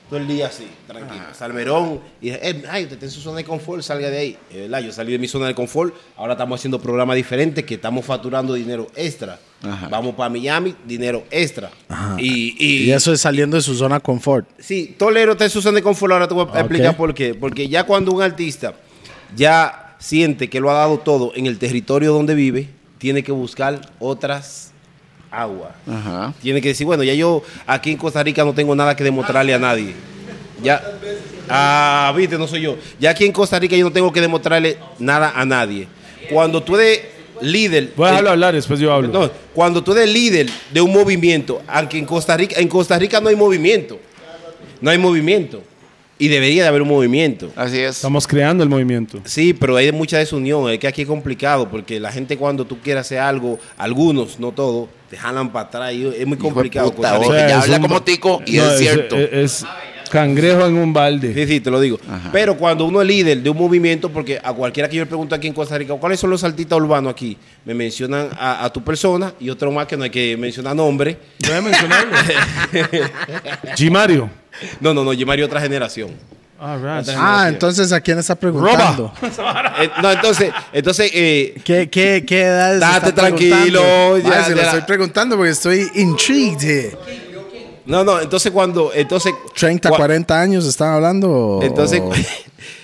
Speaker 3: todo el día así, tranquilo. Salmerón, y dije, eh, ay, usted está en su zona de confort, salga de ahí. Es verdad, yo salí de mi zona de confort, ahora estamos haciendo programas diferentes que estamos facturando dinero extra. Vamos para Miami, dinero extra. Y, y-
Speaker 4: Y eso es saliendo de su zona de confort.
Speaker 3: Sí, Tolero está en su zona de confort. Ahora te voy a
Speaker 2: Ah,
Speaker 3: explicar por qué. Porque ya cuando un artista ya siente que lo ha dado todo en el territorio donde vive, tiene que buscar otras aguas.
Speaker 5: Ajá.
Speaker 3: Tiene que decir, bueno, ya yo aquí en Costa Rica no tengo nada que demostrarle a nadie. Ya. Ah, viste, no soy yo. Ya aquí en Costa Rica yo no tengo que demostrarle nada a nadie. Cuando tú eres líder.
Speaker 2: Voy a
Speaker 3: el-
Speaker 2: dejarlo hablar, después yo hablo.
Speaker 3: no, cuando tú eres líder de un movimiento, aunque en Costa Rica, en Costa Rica no hay movimiento. No hay movimiento. Y debería de haber un movimiento.
Speaker 5: Así es.
Speaker 2: Estamos creando el movimiento.
Speaker 3: Sí, pero hay mucha desunión. Es que aquí es complicado porque la gente cuando tú quieres hacer algo, algunos, no todos, te jalan para atrás. y es muy
Speaker 5: Hijo de
Speaker 3: complicado.
Speaker 5: puta,
Speaker 3: Costa
Speaker 5: vos,
Speaker 3: Rica.
Speaker 2: sea,
Speaker 5: ya
Speaker 2: es
Speaker 5: habla
Speaker 2: un-
Speaker 5: como tico y
Speaker 2: No,
Speaker 5: es cierto.
Speaker 2: Es, cangrejo en un balde.
Speaker 3: Sí, sí, te lo digo. Pero cuando uno es líder de un movimiento, porque a cualquiera que yo le pregunto aquí en Costa Rica, ¿cuáles son los artistas urbanos aquí? Me mencionan a, a tu persona y otro más que no hay que mencionar nombre.
Speaker 2: Voy a mencionarlo. G. Mario.
Speaker 3: No, no, no, yo Mario otra generación.
Speaker 4: Ah, entonces ¿a quién está preguntando?
Speaker 3: Eh, no, entonces, entonces, eh,
Speaker 4: ¿Qué, qué, qué edades
Speaker 3: Date
Speaker 4: está
Speaker 3: tranquilo,
Speaker 4: preguntando?
Speaker 3: ya,
Speaker 4: Mae,
Speaker 3: ya
Speaker 4: se lo
Speaker 3: la-
Speaker 4: estoy preguntando porque estoy intrigued. here.
Speaker 3: no, no, entonces cuando, entonces,
Speaker 4: 30,
Speaker 3: cua-
Speaker 4: 40 años están hablando.
Speaker 3: Entonces-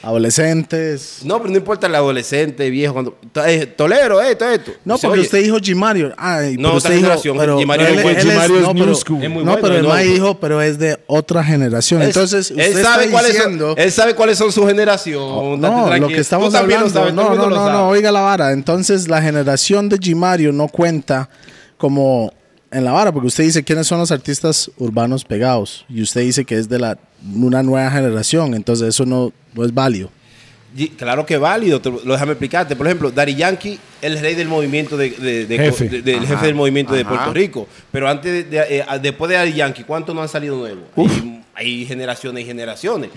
Speaker 4: adolescentes.
Speaker 3: no, pero no importa el adolescente, viejo, cuando, to- eh, tolero esto, esto.
Speaker 4: No,
Speaker 3: Dice,
Speaker 4: porque
Speaker 3: oye,
Speaker 4: usted dijo Gimario.
Speaker 3: No,
Speaker 4: Ay, pero
Speaker 3: otra
Speaker 4: usted dijo,
Speaker 3: generación.
Speaker 4: pero
Speaker 3: Gimario
Speaker 4: él-
Speaker 3: es muy-
Speaker 4: él es-
Speaker 2: Gimario es
Speaker 4: no,
Speaker 2: new
Speaker 4: pero-
Speaker 2: school.
Speaker 3: Es muy
Speaker 4: no,
Speaker 3: bueno,
Speaker 4: pero
Speaker 3: es
Speaker 4: el
Speaker 3: nuevo.
Speaker 4: Mae dijo, pero es de otra generación.
Speaker 3: él-
Speaker 4: Entonces, usted
Speaker 3: él sabe
Speaker 4: está
Speaker 3: cuáles
Speaker 4: diciendo... Oh,
Speaker 3: son, él sabe cuáles son su generación. date
Speaker 4: No, lo
Speaker 3: tranquilo.
Speaker 4: que
Speaker 3: Tú
Speaker 4: estamos
Speaker 3: también lo
Speaker 4: hablando.
Speaker 3: sabes, todo
Speaker 4: no,
Speaker 3: el
Speaker 4: no,
Speaker 3: mundo lo
Speaker 4: no, no,
Speaker 3: sabe.
Speaker 4: oiga la vara. Entonces, la generación de Gimario no cuenta como en la vara, porque usted dice quiénes son los artistas urbanos pegados y usted dice que es de la una nueva generación, entonces eso no, no es válido.
Speaker 3: Y Claro que es válido, te lo lo déjame explicarte. Por ejemplo, Dari Yankee, el rey del movimiento de, de- de-
Speaker 2: Jefe.
Speaker 3: de- del jefe del movimiento de Puerto Rico. Pero antes de- de- eh, después de Dari Yankee, ¿cuántos no han salido nuevos? Hay, hay generaciones y generaciones.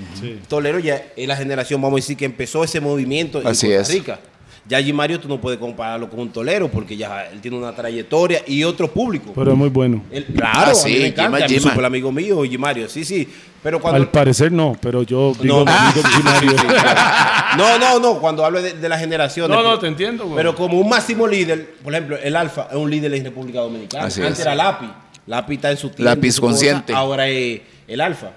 Speaker 3: Tolero ya es la generación, vamos a decir, que empezó ese movimiento
Speaker 5: Así
Speaker 3: en Puerto
Speaker 5: es.
Speaker 3: Rica. Ya Jim Mario tú no puedes compararlo con un Tolero porque ya él tiene una trayectoria y otro público.
Speaker 2: Pero es muy bueno.
Speaker 3: Él- claro,
Speaker 5: Ah,
Speaker 3: a mí
Speaker 5: sí,
Speaker 3: me encanta,
Speaker 5: Gima,
Speaker 3: a mí es
Speaker 5: Gima.
Speaker 3: súper amigo mío, Jim Mario, sí, sí. Pero cuando
Speaker 2: Al parecer no, pero yo digo
Speaker 3: no,
Speaker 2: mi amigo
Speaker 3: sí, sí,
Speaker 2: primario.
Speaker 3: sí, claro. no, no, no, cuando hablo de, de las generaciones.
Speaker 8: No, no,
Speaker 3: pero-
Speaker 8: te entiendo, güey.
Speaker 3: Pero como un máximo líder, por ejemplo, el Alfa es un líder en República Dominicana.
Speaker 5: Así
Speaker 3: Antes
Speaker 5: es.
Speaker 3: era Lápiz. Lápiz está en su tienda,
Speaker 5: Lápiz
Speaker 3: en su cosa,
Speaker 5: consciente.
Speaker 3: ahora es el Alfa.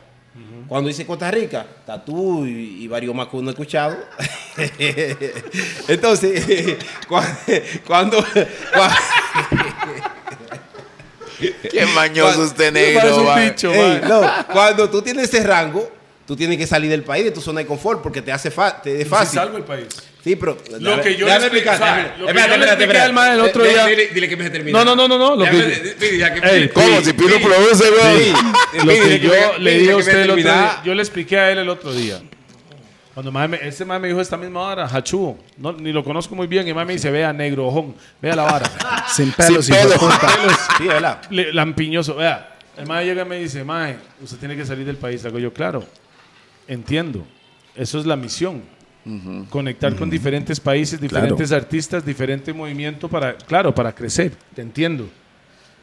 Speaker 3: Cuando dice Costa Rica, está tú y, y varios más que uno ha escuchado. Entonces, cu- cuando, cuando
Speaker 5: Qué mañoso
Speaker 3: Cuando-
Speaker 5: usted,
Speaker 3: Me parece
Speaker 5: negro.
Speaker 3: un
Speaker 5: va.
Speaker 3: bicho, Ey, no, cuando tú tienes ese rango, tú tienes que salir del país de tu zona de confort porque te hace fa- te es
Speaker 8: Si
Speaker 3: fácil.
Speaker 8: salgo del país.
Speaker 3: Sí, pero
Speaker 8: Lo que yo le
Speaker 3: déjame
Speaker 8: expliqué-
Speaker 3: explicarte,
Speaker 8: o sea,
Speaker 3: déjame-
Speaker 8: lo que yo le expliqué al man el otro
Speaker 3: Ve- ve-
Speaker 8: día-
Speaker 3: Dile, dile que me termine.
Speaker 2: No, no, no, no, no. Lo
Speaker 3: Déjame-
Speaker 2: que,
Speaker 3: dile- dile que me
Speaker 2: Ey,
Speaker 3: termine.
Speaker 5: ¿Cómo? Si Pino produce, güey.
Speaker 3: Sí,
Speaker 2: lo
Speaker 3: dile
Speaker 2: que
Speaker 3: que
Speaker 2: yo
Speaker 3: me-
Speaker 2: le
Speaker 3: dile
Speaker 2: dije
Speaker 3: que
Speaker 2: a
Speaker 3: me
Speaker 2: usted el otro
Speaker 3: termine.
Speaker 2: día, yo le expliqué a él el otro día. Cuando mae me- ese mae me dijo esta misma hora, Hachu, no, ni lo conozco muy bien, y mae me dice, vea negro, ojón, vea la vara.
Speaker 4: Sin pelos,
Speaker 5: Sin
Speaker 4: hijo de
Speaker 5: pelo.
Speaker 4: puta.
Speaker 3: Sí, ¿verdad?
Speaker 2: Le- lampiñoso, vea. El mae llega y me dice, mae, usted tiene que salir del país. Hago yo, claro, entiendo. Eso es la misión. Conectar con diferentes países, diferentes artistas, diferente movimiento para, claro, para crecer. Te entiendo.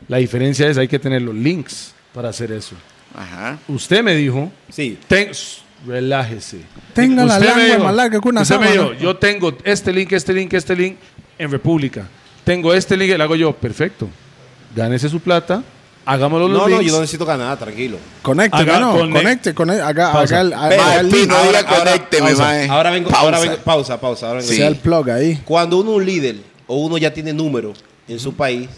Speaker 2: La diferencia es hay que tener los links para hacer eso.
Speaker 5: Ajá.
Speaker 2: Usted me dijo,
Speaker 3: Sí.
Speaker 2: ten- relájese.
Speaker 4: Tenga la
Speaker 2: Usted me
Speaker 4: lengua
Speaker 2: dijo-
Speaker 4: más larga que una
Speaker 2: usted me
Speaker 4: sábana.
Speaker 2: dijo, yo tengo este link, este link, este link en República. Tengo este link, y le hago yo, perfecto. Gánese su plata, hagámoslo los
Speaker 3: No, no,
Speaker 2: links.
Speaker 3: yo no necesito ganar, tranquilo.
Speaker 4: Conecte,
Speaker 2: Haga-
Speaker 4: no,
Speaker 2: conect-
Speaker 4: conecte, conecte, haga,
Speaker 2: Pausa.
Speaker 4: haga el, haga
Speaker 3: Pero,
Speaker 4: el
Speaker 5: Pi,
Speaker 4: link,
Speaker 5: no diga
Speaker 3: ahora-
Speaker 5: conécteme,
Speaker 3: pausa.
Speaker 5: mae.
Speaker 3: Ahora vengo, ahora vengo, pausa, pausa. ahora vengo.
Speaker 5: Sí.
Speaker 4: sea el plug ahí.
Speaker 3: Cuando uno es un líder o uno ya tiene número en su país,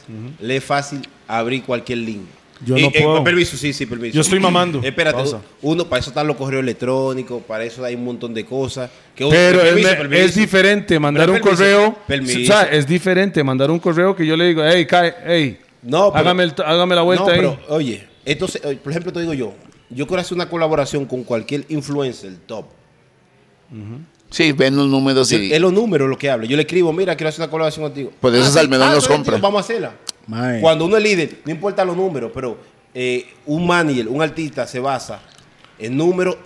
Speaker 3: le es fácil abrir cualquier link. Eh,
Speaker 2: Yo no puedo.
Speaker 3: permiso, sí, sí, permiso.
Speaker 2: Yo estoy mamando.
Speaker 3: Espérate,
Speaker 2: Pausa.
Speaker 3: uno, para eso están los correos electrónicos, para eso hay un montón de cosas. que uno-
Speaker 2: Pero es,
Speaker 3: permiso,
Speaker 2: me-
Speaker 3: permiso.
Speaker 2: es diferente mandar
Speaker 3: Pero
Speaker 2: un
Speaker 3: permiso,
Speaker 2: correo.
Speaker 3: permiso.
Speaker 2: O sea, es diferente mandar un correo que yo le digo, hey, cae, hey,
Speaker 3: No, pero-
Speaker 2: hágame, el t- hágame la vuelta
Speaker 3: No,
Speaker 2: ahí.
Speaker 3: pero, oye, entonces, oye, por ejemplo, te digo yo, yo quiero hacer una colaboración con cualquier influencer top.
Speaker 5: Sí, Pues ven los números y.
Speaker 3: Es los números lo que hablo. Yo le escribo, mira, quiero hacer una colaboración contigo. Ah,
Speaker 5: Por eso
Speaker 3: sí.
Speaker 5: Salmedón los
Speaker 3: tú eres
Speaker 5: compra.
Speaker 3: tío, Vamos a hacerla.
Speaker 4: Mae.
Speaker 3: Cuando uno es líder, no importa los números, pero eh, un manager, un artista se basa en números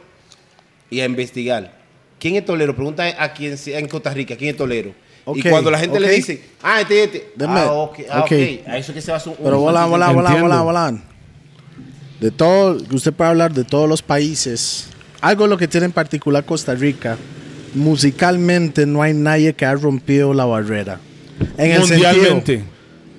Speaker 3: y a investigar. ¿Quién es Tolero? Pregunta a quien sea en Costa Rica, ¿quién es Tolero?
Speaker 4: Ok,
Speaker 3: y cuando la gente
Speaker 4: ok.
Speaker 3: le dice, ah, este, este.
Speaker 4: Deme-
Speaker 3: Ah, ok, ah,
Speaker 4: ok.
Speaker 3: ok. A eso que se basa un.
Speaker 4: Pero
Speaker 3: un-
Speaker 4: volá, volá, volá,
Speaker 2: Entiendo.
Speaker 4: volá, volá. De todo, usted puede hablar de todos los países. Algo lo que tiene en particular Costa Rica, musicalmente no hay nadie que ha rompido la barrera. En el sentido,
Speaker 2: Mundialmente.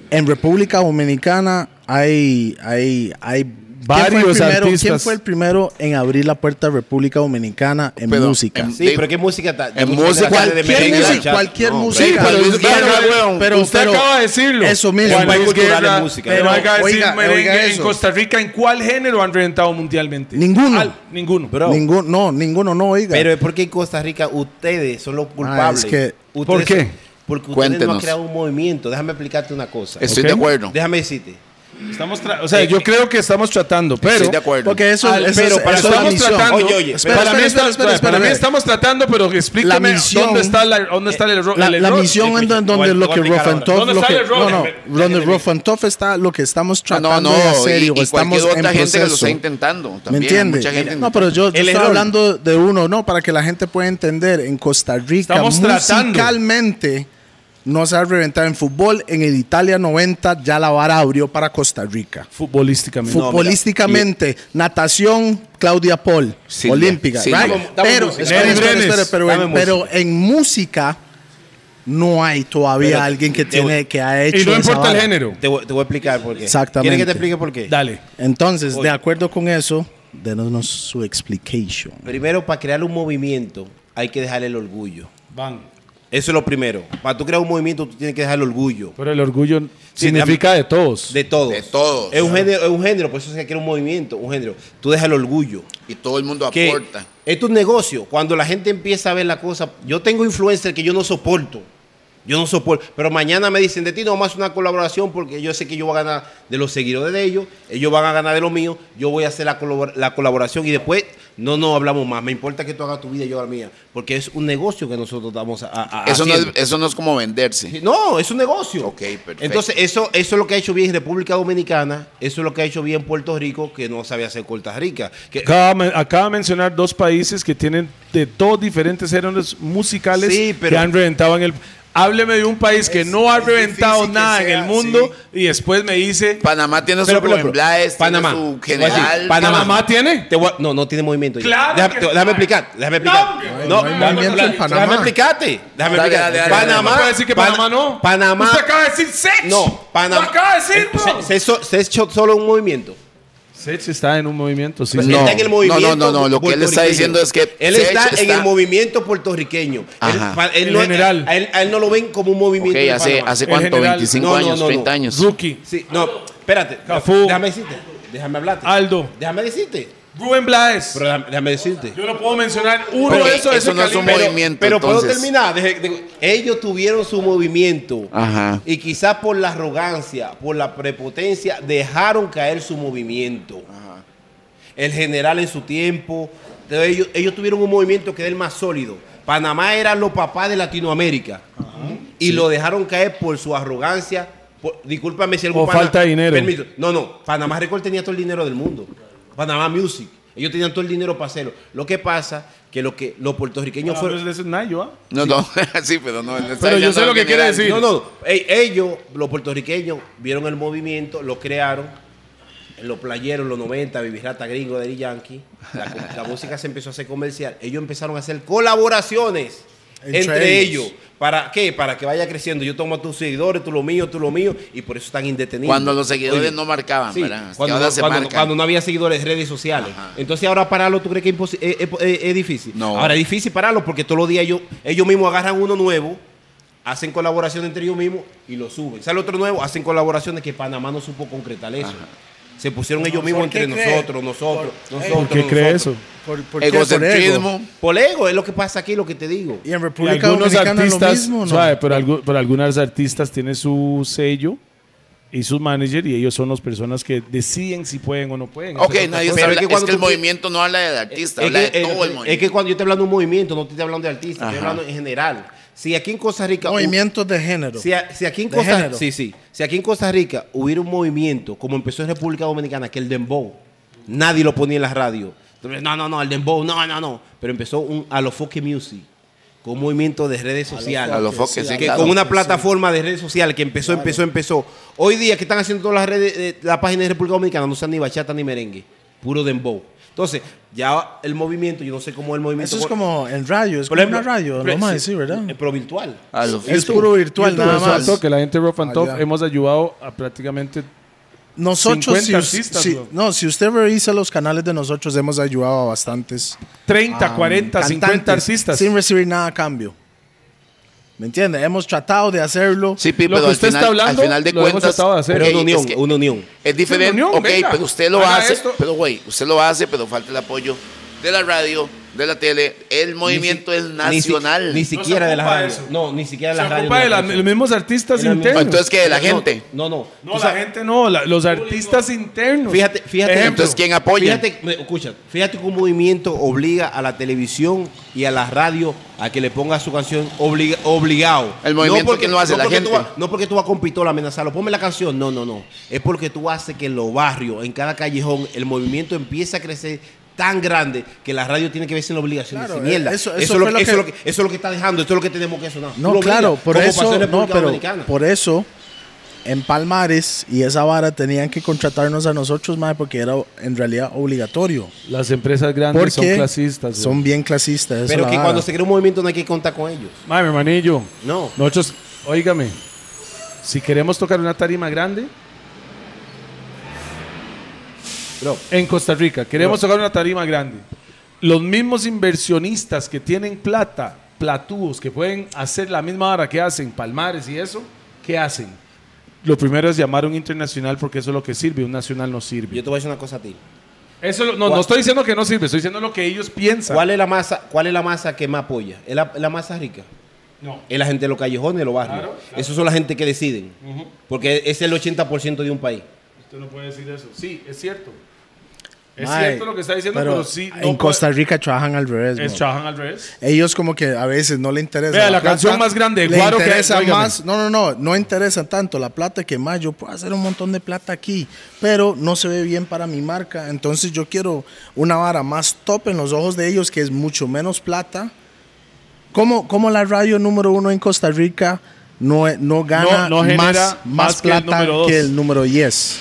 Speaker 4: en República Dominicana hay, hay, hay ¿quién fue el
Speaker 2: Varios
Speaker 4: primero- ¿Quién
Speaker 2: artistas.
Speaker 4: fue el primero en abrir la puerta a República Dominicana en
Speaker 5: Pero,
Speaker 4: música?
Speaker 5: en-
Speaker 3: Sí, pero ¿qué música está?
Speaker 5: En
Speaker 3: Cualquier
Speaker 5: música,
Speaker 4: cualquier
Speaker 5: merengue,
Speaker 4: música,
Speaker 5: bachata.
Speaker 4: cualquier
Speaker 3: No,
Speaker 4: música.
Speaker 5: pero- Sí, cualquier música, weón.
Speaker 2: Usted acaba de decirlo.
Speaker 4: Eso mismo.
Speaker 3: Juan Luis
Speaker 2: Guerra,
Speaker 3: Guerra, música.
Speaker 2: pero
Speaker 4: Pero,
Speaker 2: oiga, decir
Speaker 4: oiga,
Speaker 2: merengue
Speaker 4: oiga
Speaker 2: en
Speaker 4: eso.
Speaker 2: Costa Rica, ¿en cuál género han reventado mundialmente?
Speaker 4: Ninguno.
Speaker 2: ninguno.
Speaker 3: Bro,
Speaker 4: Ninguno, no, ninguno, no, oiga.
Speaker 3: Pero es porque en Costa Rica ustedes son los culpables.
Speaker 4: es que-
Speaker 3: Ustedes
Speaker 2: ¿Por qué?
Speaker 3: son- porque ustedes no han
Speaker 5: Cuéntenos.
Speaker 3: creado un movimiento. Déjame explicarte una cosa.
Speaker 5: Estoy
Speaker 2: Ok.
Speaker 5: de acuerdo.
Speaker 3: Déjame decirte.
Speaker 2: Estamos tra- o sea, Eh, yo creo que estamos tratando, pero
Speaker 5: Estoy de acuerdo.
Speaker 4: porque eso,
Speaker 2: Al-
Speaker 4: eso
Speaker 2: pero
Speaker 4: es,
Speaker 2: para
Speaker 4: eso es la
Speaker 2: estamos
Speaker 4: misión.
Speaker 2: tratando.
Speaker 3: Oye, oye,
Speaker 4: espera,
Speaker 2: para mí
Speaker 4: espera,
Speaker 2: estamos-
Speaker 4: espera, espera,
Speaker 2: para mí
Speaker 4: espera.
Speaker 2: estamos tratando, pero explícame
Speaker 4: La misión-
Speaker 2: dónde está la- dónde está el error.
Speaker 4: La,
Speaker 2: el
Speaker 4: la
Speaker 2: error.
Speaker 4: misión en
Speaker 3: Explica-
Speaker 4: donde, donde
Speaker 3: te voy
Speaker 4: lo
Speaker 3: a
Speaker 4: que
Speaker 3: explicar
Speaker 4: Rough and
Speaker 3: ahora.
Speaker 4: Tough,
Speaker 2: ¿Dónde
Speaker 4: lo
Speaker 2: está
Speaker 4: que,
Speaker 2: el error?
Speaker 4: no, no,
Speaker 2: Déjeme-
Speaker 4: donde Rough and Tough está lo que estamos
Speaker 5: Ah,
Speaker 4: tratando de hacer
Speaker 5: y,
Speaker 4: y,
Speaker 5: y
Speaker 4: o
Speaker 5: cualquier
Speaker 4: estamos en
Speaker 5: otra gente que lo
Speaker 4: proceso.
Speaker 5: está intentando.
Speaker 4: ¿Me
Speaker 5: También, hay
Speaker 4: entiende?
Speaker 5: Mucha gente
Speaker 4: No, pero yo, yo
Speaker 3: El
Speaker 4: estoy
Speaker 3: error.
Speaker 4: hablando de uno, no, para que la gente pueda entender. En Costa Rica,
Speaker 2: Estamos tratando.
Speaker 4: musicalmente, no se va a reventar en fútbol. En el Italia 90 ya la vara abrió para Costa Rica.
Speaker 2: futbolísticamente.
Speaker 3: No,
Speaker 4: Futbolísticamente, natación, Claudia Paul,
Speaker 5: Silvia,
Speaker 4: olímpica.
Speaker 5: Silvia.
Speaker 4: right?
Speaker 5: Dame-
Speaker 3: dame
Speaker 4: pero,
Speaker 3: música.
Speaker 4: espera,
Speaker 2: Nelly
Speaker 4: espera,
Speaker 2: Brenes,
Speaker 4: espera, pero,
Speaker 3: dame
Speaker 4: en, pero en música no hay todavía
Speaker 3: Pero
Speaker 4: alguien que
Speaker 3: te
Speaker 4: tiene
Speaker 3: voy-
Speaker 4: que ha hecho
Speaker 2: Y no
Speaker 4: esa
Speaker 2: importa el
Speaker 4: vara.
Speaker 2: género.
Speaker 3: Te voy, te voy a explicar por qué.
Speaker 4: Exactamente.
Speaker 3: ¿Quieres que te explique por qué?
Speaker 2: Dale.
Speaker 4: Entonces,
Speaker 3: Oye.
Speaker 4: de acuerdo con eso, denos su explication.
Speaker 3: Primero, para crear un movimiento, hay que dejar el orgullo.
Speaker 2: Van.
Speaker 3: Eso es lo primero. Para tú crear un movimiento, tú tienes que dejar el orgullo.
Speaker 2: Pero el orgullo
Speaker 3: Sí,
Speaker 2: significa de todos.
Speaker 3: De todos.
Speaker 5: De todos.
Speaker 3: Es un género, es un género, por eso se crea un movimiento, un género. Tú dejas el orgullo.
Speaker 5: Y todo el mundo
Speaker 3: que
Speaker 5: aporta.
Speaker 3: esto es un negocio. Cuando la gente empieza a ver la cosa, yo tengo influencers que yo no soporto. Yo no soporto. Pero mañana me dicen de ti, no vamos a hacer una colaboración porque yo sé que yo voy a ganar de los seguidores de ellos, ellos van a ganar de lo mío, yo voy a hacer la, colabor- la colaboración y después no, no hablamos más, me importa que tú hagas tu vida y yo la mía, porque es un negocio que nosotros damos a... a- a-
Speaker 5: Eso no, es,
Speaker 3: haciendo.
Speaker 5: eso no es como venderse.
Speaker 3: No, es un negocio.
Speaker 5: Ok, perfecto.
Speaker 3: Entonces, eso, eso es lo que ha hecho bien República Dominicana, eso es lo que ha hecho bien Puerto Rico, que no sabe hacer Costa Rica. Que,
Speaker 2: Acaba, men- acaba de mencionar dos países que tienen de dos diferentes géneros musicales
Speaker 3: Sí, pero-
Speaker 2: que han reventado en el... Hábleme de un país que no ha reventado
Speaker 4: difícil que
Speaker 2: nada en
Speaker 4: sea,
Speaker 2: el mundo y después me dice...
Speaker 5: Panamá tiene
Speaker 3: Pero,
Speaker 5: su
Speaker 3: pero, pero,
Speaker 5: Rubén Blades, tiene
Speaker 3: Panamá.
Speaker 5: su
Speaker 3: Te voy a decir,
Speaker 5: general.
Speaker 3: Panamá.
Speaker 2: ¿Panamá tiene?
Speaker 3: Te voy a- no, no tiene movimiento. ya.
Speaker 2: Claro
Speaker 3: Déjame,
Speaker 2: que
Speaker 3: te-
Speaker 2: no.
Speaker 3: déjame explicar, déjame explicar.
Speaker 2: porque-
Speaker 3: No,
Speaker 4: No hay
Speaker 3: déjame
Speaker 4: movimiento en
Speaker 3: explicar,
Speaker 4: Panamá.
Speaker 3: Déjame explicarte. Déjame
Speaker 5: Dale,
Speaker 3: explicarte.
Speaker 5: dale, dale, dale.
Speaker 3: Panamá.
Speaker 5: No
Speaker 2: puede decir que
Speaker 3: Pan-
Speaker 2: Panamá no.
Speaker 3: Panamá.
Speaker 2: Usted acaba de decir Sech.
Speaker 3: No, Panamá.
Speaker 2: Lo acaba de decir,
Speaker 3: Eh,
Speaker 2: bro.
Speaker 3: se- Se, so- se echó solo un movimiento.
Speaker 2: Sech está en un movimiento, sí.
Speaker 5: No,
Speaker 3: está en el movimiento.
Speaker 5: no, no, no, lo que él está
Speaker 3: puertorriqueño.
Speaker 5: diciendo es que
Speaker 3: Él
Speaker 5: Sech
Speaker 3: está, en
Speaker 5: está-
Speaker 3: el movimiento puertorriqueño.
Speaker 5: Ajá.
Speaker 3: Él, pa- él
Speaker 2: El
Speaker 3: no,
Speaker 2: general.
Speaker 3: A él, a él no lo ven como un movimiento.
Speaker 5: Ok,
Speaker 3: de
Speaker 5: hace,
Speaker 3: Panamá.
Speaker 5: hace
Speaker 2: El
Speaker 5: cuánto,
Speaker 2: general.
Speaker 5: 25
Speaker 3: No, no,
Speaker 5: años,
Speaker 3: no, no.
Speaker 5: 30 años.
Speaker 2: Rookie,
Speaker 3: Sí, no, espérate.
Speaker 2: Cafú.
Speaker 3: Déjame decirte. Déjame hablarte.
Speaker 2: Aldo,
Speaker 3: Déjame decirte.
Speaker 2: Rubén Blades.
Speaker 3: Pero déjame- déjame decirte.
Speaker 2: Yo no puedo mencionar uno
Speaker 5: Ok,
Speaker 2: de esos. de
Speaker 5: eso
Speaker 2: ese
Speaker 5: no es un
Speaker 2: calibre.
Speaker 5: movimiento,
Speaker 3: Pero puedo
Speaker 5: entonces.
Speaker 3: terminar. Deje- de- ellos tuvieron su movimiento.
Speaker 5: Ajá.
Speaker 3: Y quizás por la arrogancia, por la prepotencia, dejaron caer su movimiento. El general en su tiempo. Entonces, ellos, ellos tuvieron un movimiento que era el más sólido. Panamá eran los papás de Latinoamérica. Y lo dejaron caer por su arrogancia. por- discúlpame si algún
Speaker 2: O
Speaker 3: pana-
Speaker 2: falta de dinero.
Speaker 3: Permito. No, no. Panamá Record tenía todo el dinero del mundo. Panamá Music. Ellos tenían todo el dinero para hacerlo. Lo que pasa que lo que los puertorriqueños fueron.
Speaker 2: Hablando de ese Nayo, ¿ah?
Speaker 5: No, no, sí, pero no. él está
Speaker 2: Pero yo
Speaker 5: hablando
Speaker 2: sé lo que quiere
Speaker 5: general.
Speaker 2: decir.
Speaker 3: No, no. Ey, ellos, los puertorriqueños, vieron el movimiento, lo crearon. En los playeros, en los 90, Baby Rata Gringo, Daddy Yankee. La, co- la música se empezó a hacer comercial. Ellos empezaron a hacer colaboraciones
Speaker 4: Entre
Speaker 3: entre,
Speaker 4: ellos.
Speaker 3: ellos. ¿Para qué? Para que vaya creciendo. Yo tomo a tus seguidores, tú lo mío, tú lo mío. Y por eso están indetenidos.
Speaker 5: Cuando los seguidores
Speaker 3: Oye,
Speaker 5: no marcaban,
Speaker 3: sí,
Speaker 5: ¿verdad? Es que
Speaker 3: cuando,
Speaker 5: ahora
Speaker 3: no,
Speaker 5: se
Speaker 3: cuando-
Speaker 5: marcan.
Speaker 3: cuando no había seguidores en redes sociales. Entonces ahora pararlo, ¿tú crees que es, imposi- eh, es- es- es- es difícil?
Speaker 5: No.
Speaker 3: Ahora es difícil pararlo porque todos los días ellos, ellos mismos agarran uno nuevo, hacen colaboración entre ellos mismos y lo suben. Sale otro nuevo, hacen colaboraciones que Panamá no supo concretar eso. Se pusieron ellos mismos
Speaker 4: ¿por qué
Speaker 3: entre
Speaker 4: cree?
Speaker 3: nosotros, nosotros, nosotros.
Speaker 2: ¿Por qué cree
Speaker 3: nosotros.
Speaker 2: eso?
Speaker 4: ¿Por, por qué? Por ego.
Speaker 5: Egocentrismo.
Speaker 3: Por ego, es lo que pasa aquí, lo que te digo.
Speaker 4: Y en
Speaker 2: Y
Speaker 4: República
Speaker 2: algunos
Speaker 4: Dominicana
Speaker 2: artistas,
Speaker 4: lo mismo, ¿no?
Speaker 2: suave, pero, algu- pero algunas artistas tienen su sello y sus manager y ellos son las personas que deciden si pueden o no pueden.
Speaker 5: Ok,
Speaker 2: Hacer otra
Speaker 5: nadie
Speaker 3: Pero
Speaker 5: está
Speaker 3: es
Speaker 5: habla-
Speaker 3: que
Speaker 5: es que,
Speaker 3: cuando
Speaker 5: el
Speaker 3: tú-
Speaker 5: movimiento no habla del artista,
Speaker 3: Es
Speaker 5: habla
Speaker 3: que,
Speaker 5: de
Speaker 3: eh,
Speaker 5: todo el
Speaker 3: es
Speaker 5: movimiento.
Speaker 3: que cuando yo te hablando de un movimiento, no te estoy hablando de artista, estoy
Speaker 5: Ajá.
Speaker 3: hablando en general. Si aquí en Costa Rica.
Speaker 4: Movimientos de género.
Speaker 3: Si, a- si aquí en
Speaker 4: De
Speaker 3: Costa
Speaker 4: género.
Speaker 3: sí, sí. Si aquí en Costa Rica hubiera un movimiento como empezó en República Dominicana, que el dembow, nadie lo ponía en la radio. Entonces, No, no, no, el dembow, no, no, no. Pero empezó un a lo Foque Music, con un movimiento de redes sociales.
Speaker 5: a lo Foque, sí,
Speaker 3: que
Speaker 5: claro.
Speaker 3: Con una plataforma de redes sociales que empezó, empezó, empezó. Hoy día que están haciendo todas las redes, eh, la página de República Dominicana, no usan ni bachata ni merengue, puro dembow. Entonces, ya el movimiento, yo no sé cómo es el movimiento.
Speaker 4: Eso es como en radio, es
Speaker 3: Por
Speaker 4: como
Speaker 3: ejemplo,
Speaker 4: una radio,
Speaker 3: pre-
Speaker 4: no más, sí, ¿verdad?
Speaker 3: eh, Pero virtual.
Speaker 5: A lo
Speaker 4: Es
Speaker 5: YouTube.
Speaker 4: puro virtual
Speaker 2: YouTube,
Speaker 4: nada
Speaker 2: eso
Speaker 4: más.
Speaker 2: es que la gente de Rough and
Speaker 4: Ah,
Speaker 2: Tough
Speaker 4: ya.
Speaker 2: hemos ayudado a prácticamente
Speaker 4: Nosotros,
Speaker 2: 50
Speaker 4: si, us-
Speaker 2: artistas,
Speaker 4: si-
Speaker 2: bro.
Speaker 4: no, si usted revisa los canales de nosotros, hemos ayudado a bastantes
Speaker 2: 30,
Speaker 4: um,
Speaker 2: 40, 50
Speaker 4: cantantes
Speaker 2: artistas.
Speaker 4: sin recibir nada a cambio. ¿Me entiende? Hemos tratado de hacerlo.
Speaker 5: Sí, Pi,
Speaker 2: Lo
Speaker 5: pero
Speaker 2: que
Speaker 5: al
Speaker 2: usted está
Speaker 5: final,
Speaker 2: hablando,
Speaker 5: al final de
Speaker 2: lo hemos
Speaker 5: cuentas,
Speaker 2: tratado de hacer.
Speaker 5: ok,
Speaker 3: Pero una unión,
Speaker 5: es, que
Speaker 3: una unión.
Speaker 5: es diferente.
Speaker 2: unión,
Speaker 5: ok,
Speaker 2: venga,
Speaker 5: pero usted lo
Speaker 2: haga
Speaker 5: hace.
Speaker 2: esto.
Speaker 5: Pero güey, usted lo hace, pero falta el apoyo de la radio, de la tele. El movimiento es
Speaker 3: Ni si-
Speaker 5: nacional.
Speaker 3: Ni, siquiera
Speaker 2: se
Speaker 3: de las
Speaker 2: ocupa
Speaker 3: radios.
Speaker 2: eso.
Speaker 3: No, ni siquiera de
Speaker 2: Se
Speaker 3: las radios.
Speaker 2: ocupa
Speaker 3: ni
Speaker 2: de
Speaker 3: la
Speaker 2: la-
Speaker 3: prensa.
Speaker 2: los mismos artistas
Speaker 3: Era mi-
Speaker 2: internos.
Speaker 5: Ah, Entonces, ¿qué? ¿De la
Speaker 3: No,
Speaker 5: gente?
Speaker 3: No, no.
Speaker 2: no,
Speaker 3: Tú
Speaker 2: la
Speaker 3: sabes-
Speaker 2: gente no, la- los artistas internos.
Speaker 3: Fíjate, fíjate.
Speaker 2: Ejemplo.
Speaker 5: Entonces, ¿quién apoya?
Speaker 3: Fíjate, me- escucha, fíjate que un movimiento obliga a la televisión y a la radio a que le ponga su canción obliga- obligado.
Speaker 5: El movimiento que no hace la
Speaker 3: porque
Speaker 5: gente.
Speaker 3: tú vas- no porque tú vas con pistola a amenazarlo, ponme la canción. No, no, no. Es porque tú haces que en los barrios, en cada callejón, el movimiento empieza a crecer tan grande que la radio tiene que verse en la obligación de
Speaker 4: Claro,
Speaker 3: decir, mierda.
Speaker 4: eso-
Speaker 3: Eso,
Speaker 4: eso
Speaker 3: es lo
Speaker 4: fue
Speaker 3: que,
Speaker 4: lo
Speaker 3: eso
Speaker 4: que-
Speaker 3: es lo que- eso es lo que está dejando, esto es lo que tenemos que sonar. Tú
Speaker 4: No,
Speaker 3: lo
Speaker 4: claro,
Speaker 3: obligas,
Speaker 4: por
Speaker 3: como pasó en
Speaker 4: eso, no,
Speaker 3: República
Speaker 4: pero
Speaker 3: Dominicana.
Speaker 4: por eso en Palmares y esa vara tenían que contratarnos a nosotros, más porque era en realidad obligatorio.
Speaker 2: Las empresas grandes
Speaker 4: Porque
Speaker 2: son clasistas. güey.
Speaker 4: Son bien clasistas. esa
Speaker 3: Pero
Speaker 4: la
Speaker 3: que
Speaker 4: vara.
Speaker 3: cuando se crea un movimiento no hay que contar con ellos.
Speaker 2: Mae, mi hermanillo.
Speaker 3: No.
Speaker 2: Nosotros, óigame, si queremos tocar una tarima grande.
Speaker 3: Bro.
Speaker 2: En Costa Rica, queremos tocar una tarima grande. Los mismos inversionistas que tienen plata, platúos, que pueden hacer la misma hora que hacen, palmares y eso, ¿qué hacen? Lo primero es llamar a un internacional porque eso es lo que sirve, un nacional no sirve.
Speaker 3: Yo te voy a decir una cosa a ti.
Speaker 2: Eso lo- no, no
Speaker 3: ¿Cuál?
Speaker 2: estoy diciendo que no sirve, estoy diciendo lo que ellos piensan.
Speaker 3: ¿Cuál es la masa, cuál es la masa que más apoya? ¿Es la, la masa rica?
Speaker 2: No.
Speaker 3: Es la gente de los callejones, de los barrios. Esos son la gente que deciden. Porque es el 80% de un país.
Speaker 2: Usted no puede decir eso. Sí, es cierto. Es
Speaker 4: Mae,
Speaker 2: cierto lo que está diciendo, pero, sí. no
Speaker 4: en
Speaker 2: puede-
Speaker 4: Costa Rica trabajan al revés.
Speaker 2: Es
Speaker 4: bro.
Speaker 2: trabajan al revés.
Speaker 4: Ellos como que a veces no le interesa.
Speaker 2: Vea, la
Speaker 4: plata,
Speaker 2: canción más grande de
Speaker 4: le
Speaker 2: Guaro que-
Speaker 4: interesa
Speaker 2: óigame.
Speaker 4: más. No, no, no. No interesa tanto la plata que más. Yo puedo hacer un montón de plata aquí, pero no se ve bien para mi marca. Entonces yo quiero una vara más top en los ojos de ellos, que es mucho menos plata. Como, como la radio número uno en Costa Rica no, e- no gana
Speaker 2: No- no genera
Speaker 4: más, más
Speaker 2: más que el
Speaker 4: plata
Speaker 2: número dos.
Speaker 4: que el número 10.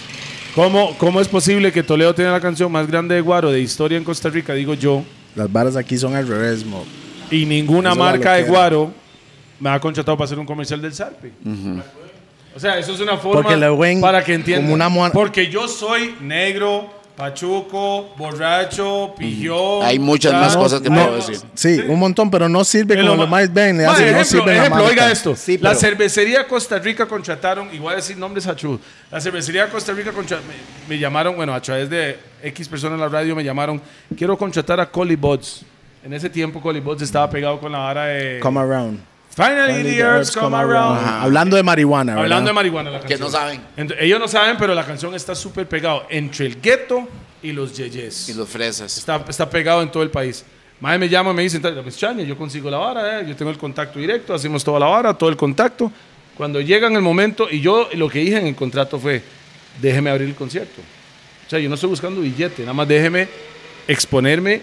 Speaker 2: ¿Cómo, ¿Cómo es posible que Toledo tenga la canción más grande de Guaro de historia en Costa Rica, digo yo,
Speaker 4: Las varas aquí son al revés, mo.
Speaker 2: y ninguna
Speaker 4: Eso es la
Speaker 2: marca de
Speaker 4: loquera.
Speaker 2: Guaro me ha contratado para hacer un comercial del Sarpe? O sea, eso es una forma
Speaker 4: Porque le ven
Speaker 2: para que entiendan.
Speaker 4: como una moana-
Speaker 2: Porque yo soy negro, pachuco, borracho, pijón.
Speaker 5: Hay muchas más
Speaker 2: ¿sabes?
Speaker 5: cosas que
Speaker 2: Hay
Speaker 5: puedo
Speaker 2: más.
Speaker 5: decir.
Speaker 4: Sí, un montón, pero no sirve
Speaker 2: Pero
Speaker 4: como lo
Speaker 2: ma-
Speaker 4: más ven. le
Speaker 2: Ma,
Speaker 4: hacen, no
Speaker 2: ejemplo,
Speaker 4: sirve la
Speaker 2: ejemplo,
Speaker 4: marca.
Speaker 2: oiga esto.
Speaker 3: Sí,
Speaker 2: la
Speaker 3: pero-
Speaker 2: cervecería de Costa Rica contrataron, igual voy a decir nombres a Chu. La cervecería de Costa Rica contra- me, me llamaron, bueno, a través de X personas en la radio me llamaron, quiero contratar a Collie Buds. En ese tiempo Collie Buds estaba pegado con la vara de
Speaker 4: Come around.
Speaker 2: Finally, the Earth's Come, Around.
Speaker 4: Ajá. Hablando de marihuana, ¿verdad?
Speaker 2: Hablando de marihuana la
Speaker 5: Que
Speaker 2: canción.
Speaker 5: no saben.
Speaker 2: Ent- ellos no saben, pero la canción está súper pegado entre el gueto y los yeyes.
Speaker 5: Y los fresas.
Speaker 2: Está, está pegado en todo el país. Madre me llama, me dice, "Entonces, pues, Chani, yo consigo la vara, eh, yo tengo el contacto directo, hacemos toda la vara, todo el contacto. Cuando llega en el momento, y yo lo que dije en el contrato fue, déjeme abrir el concierto. O sea, yo no estoy buscando billete, nada más déjeme exponerme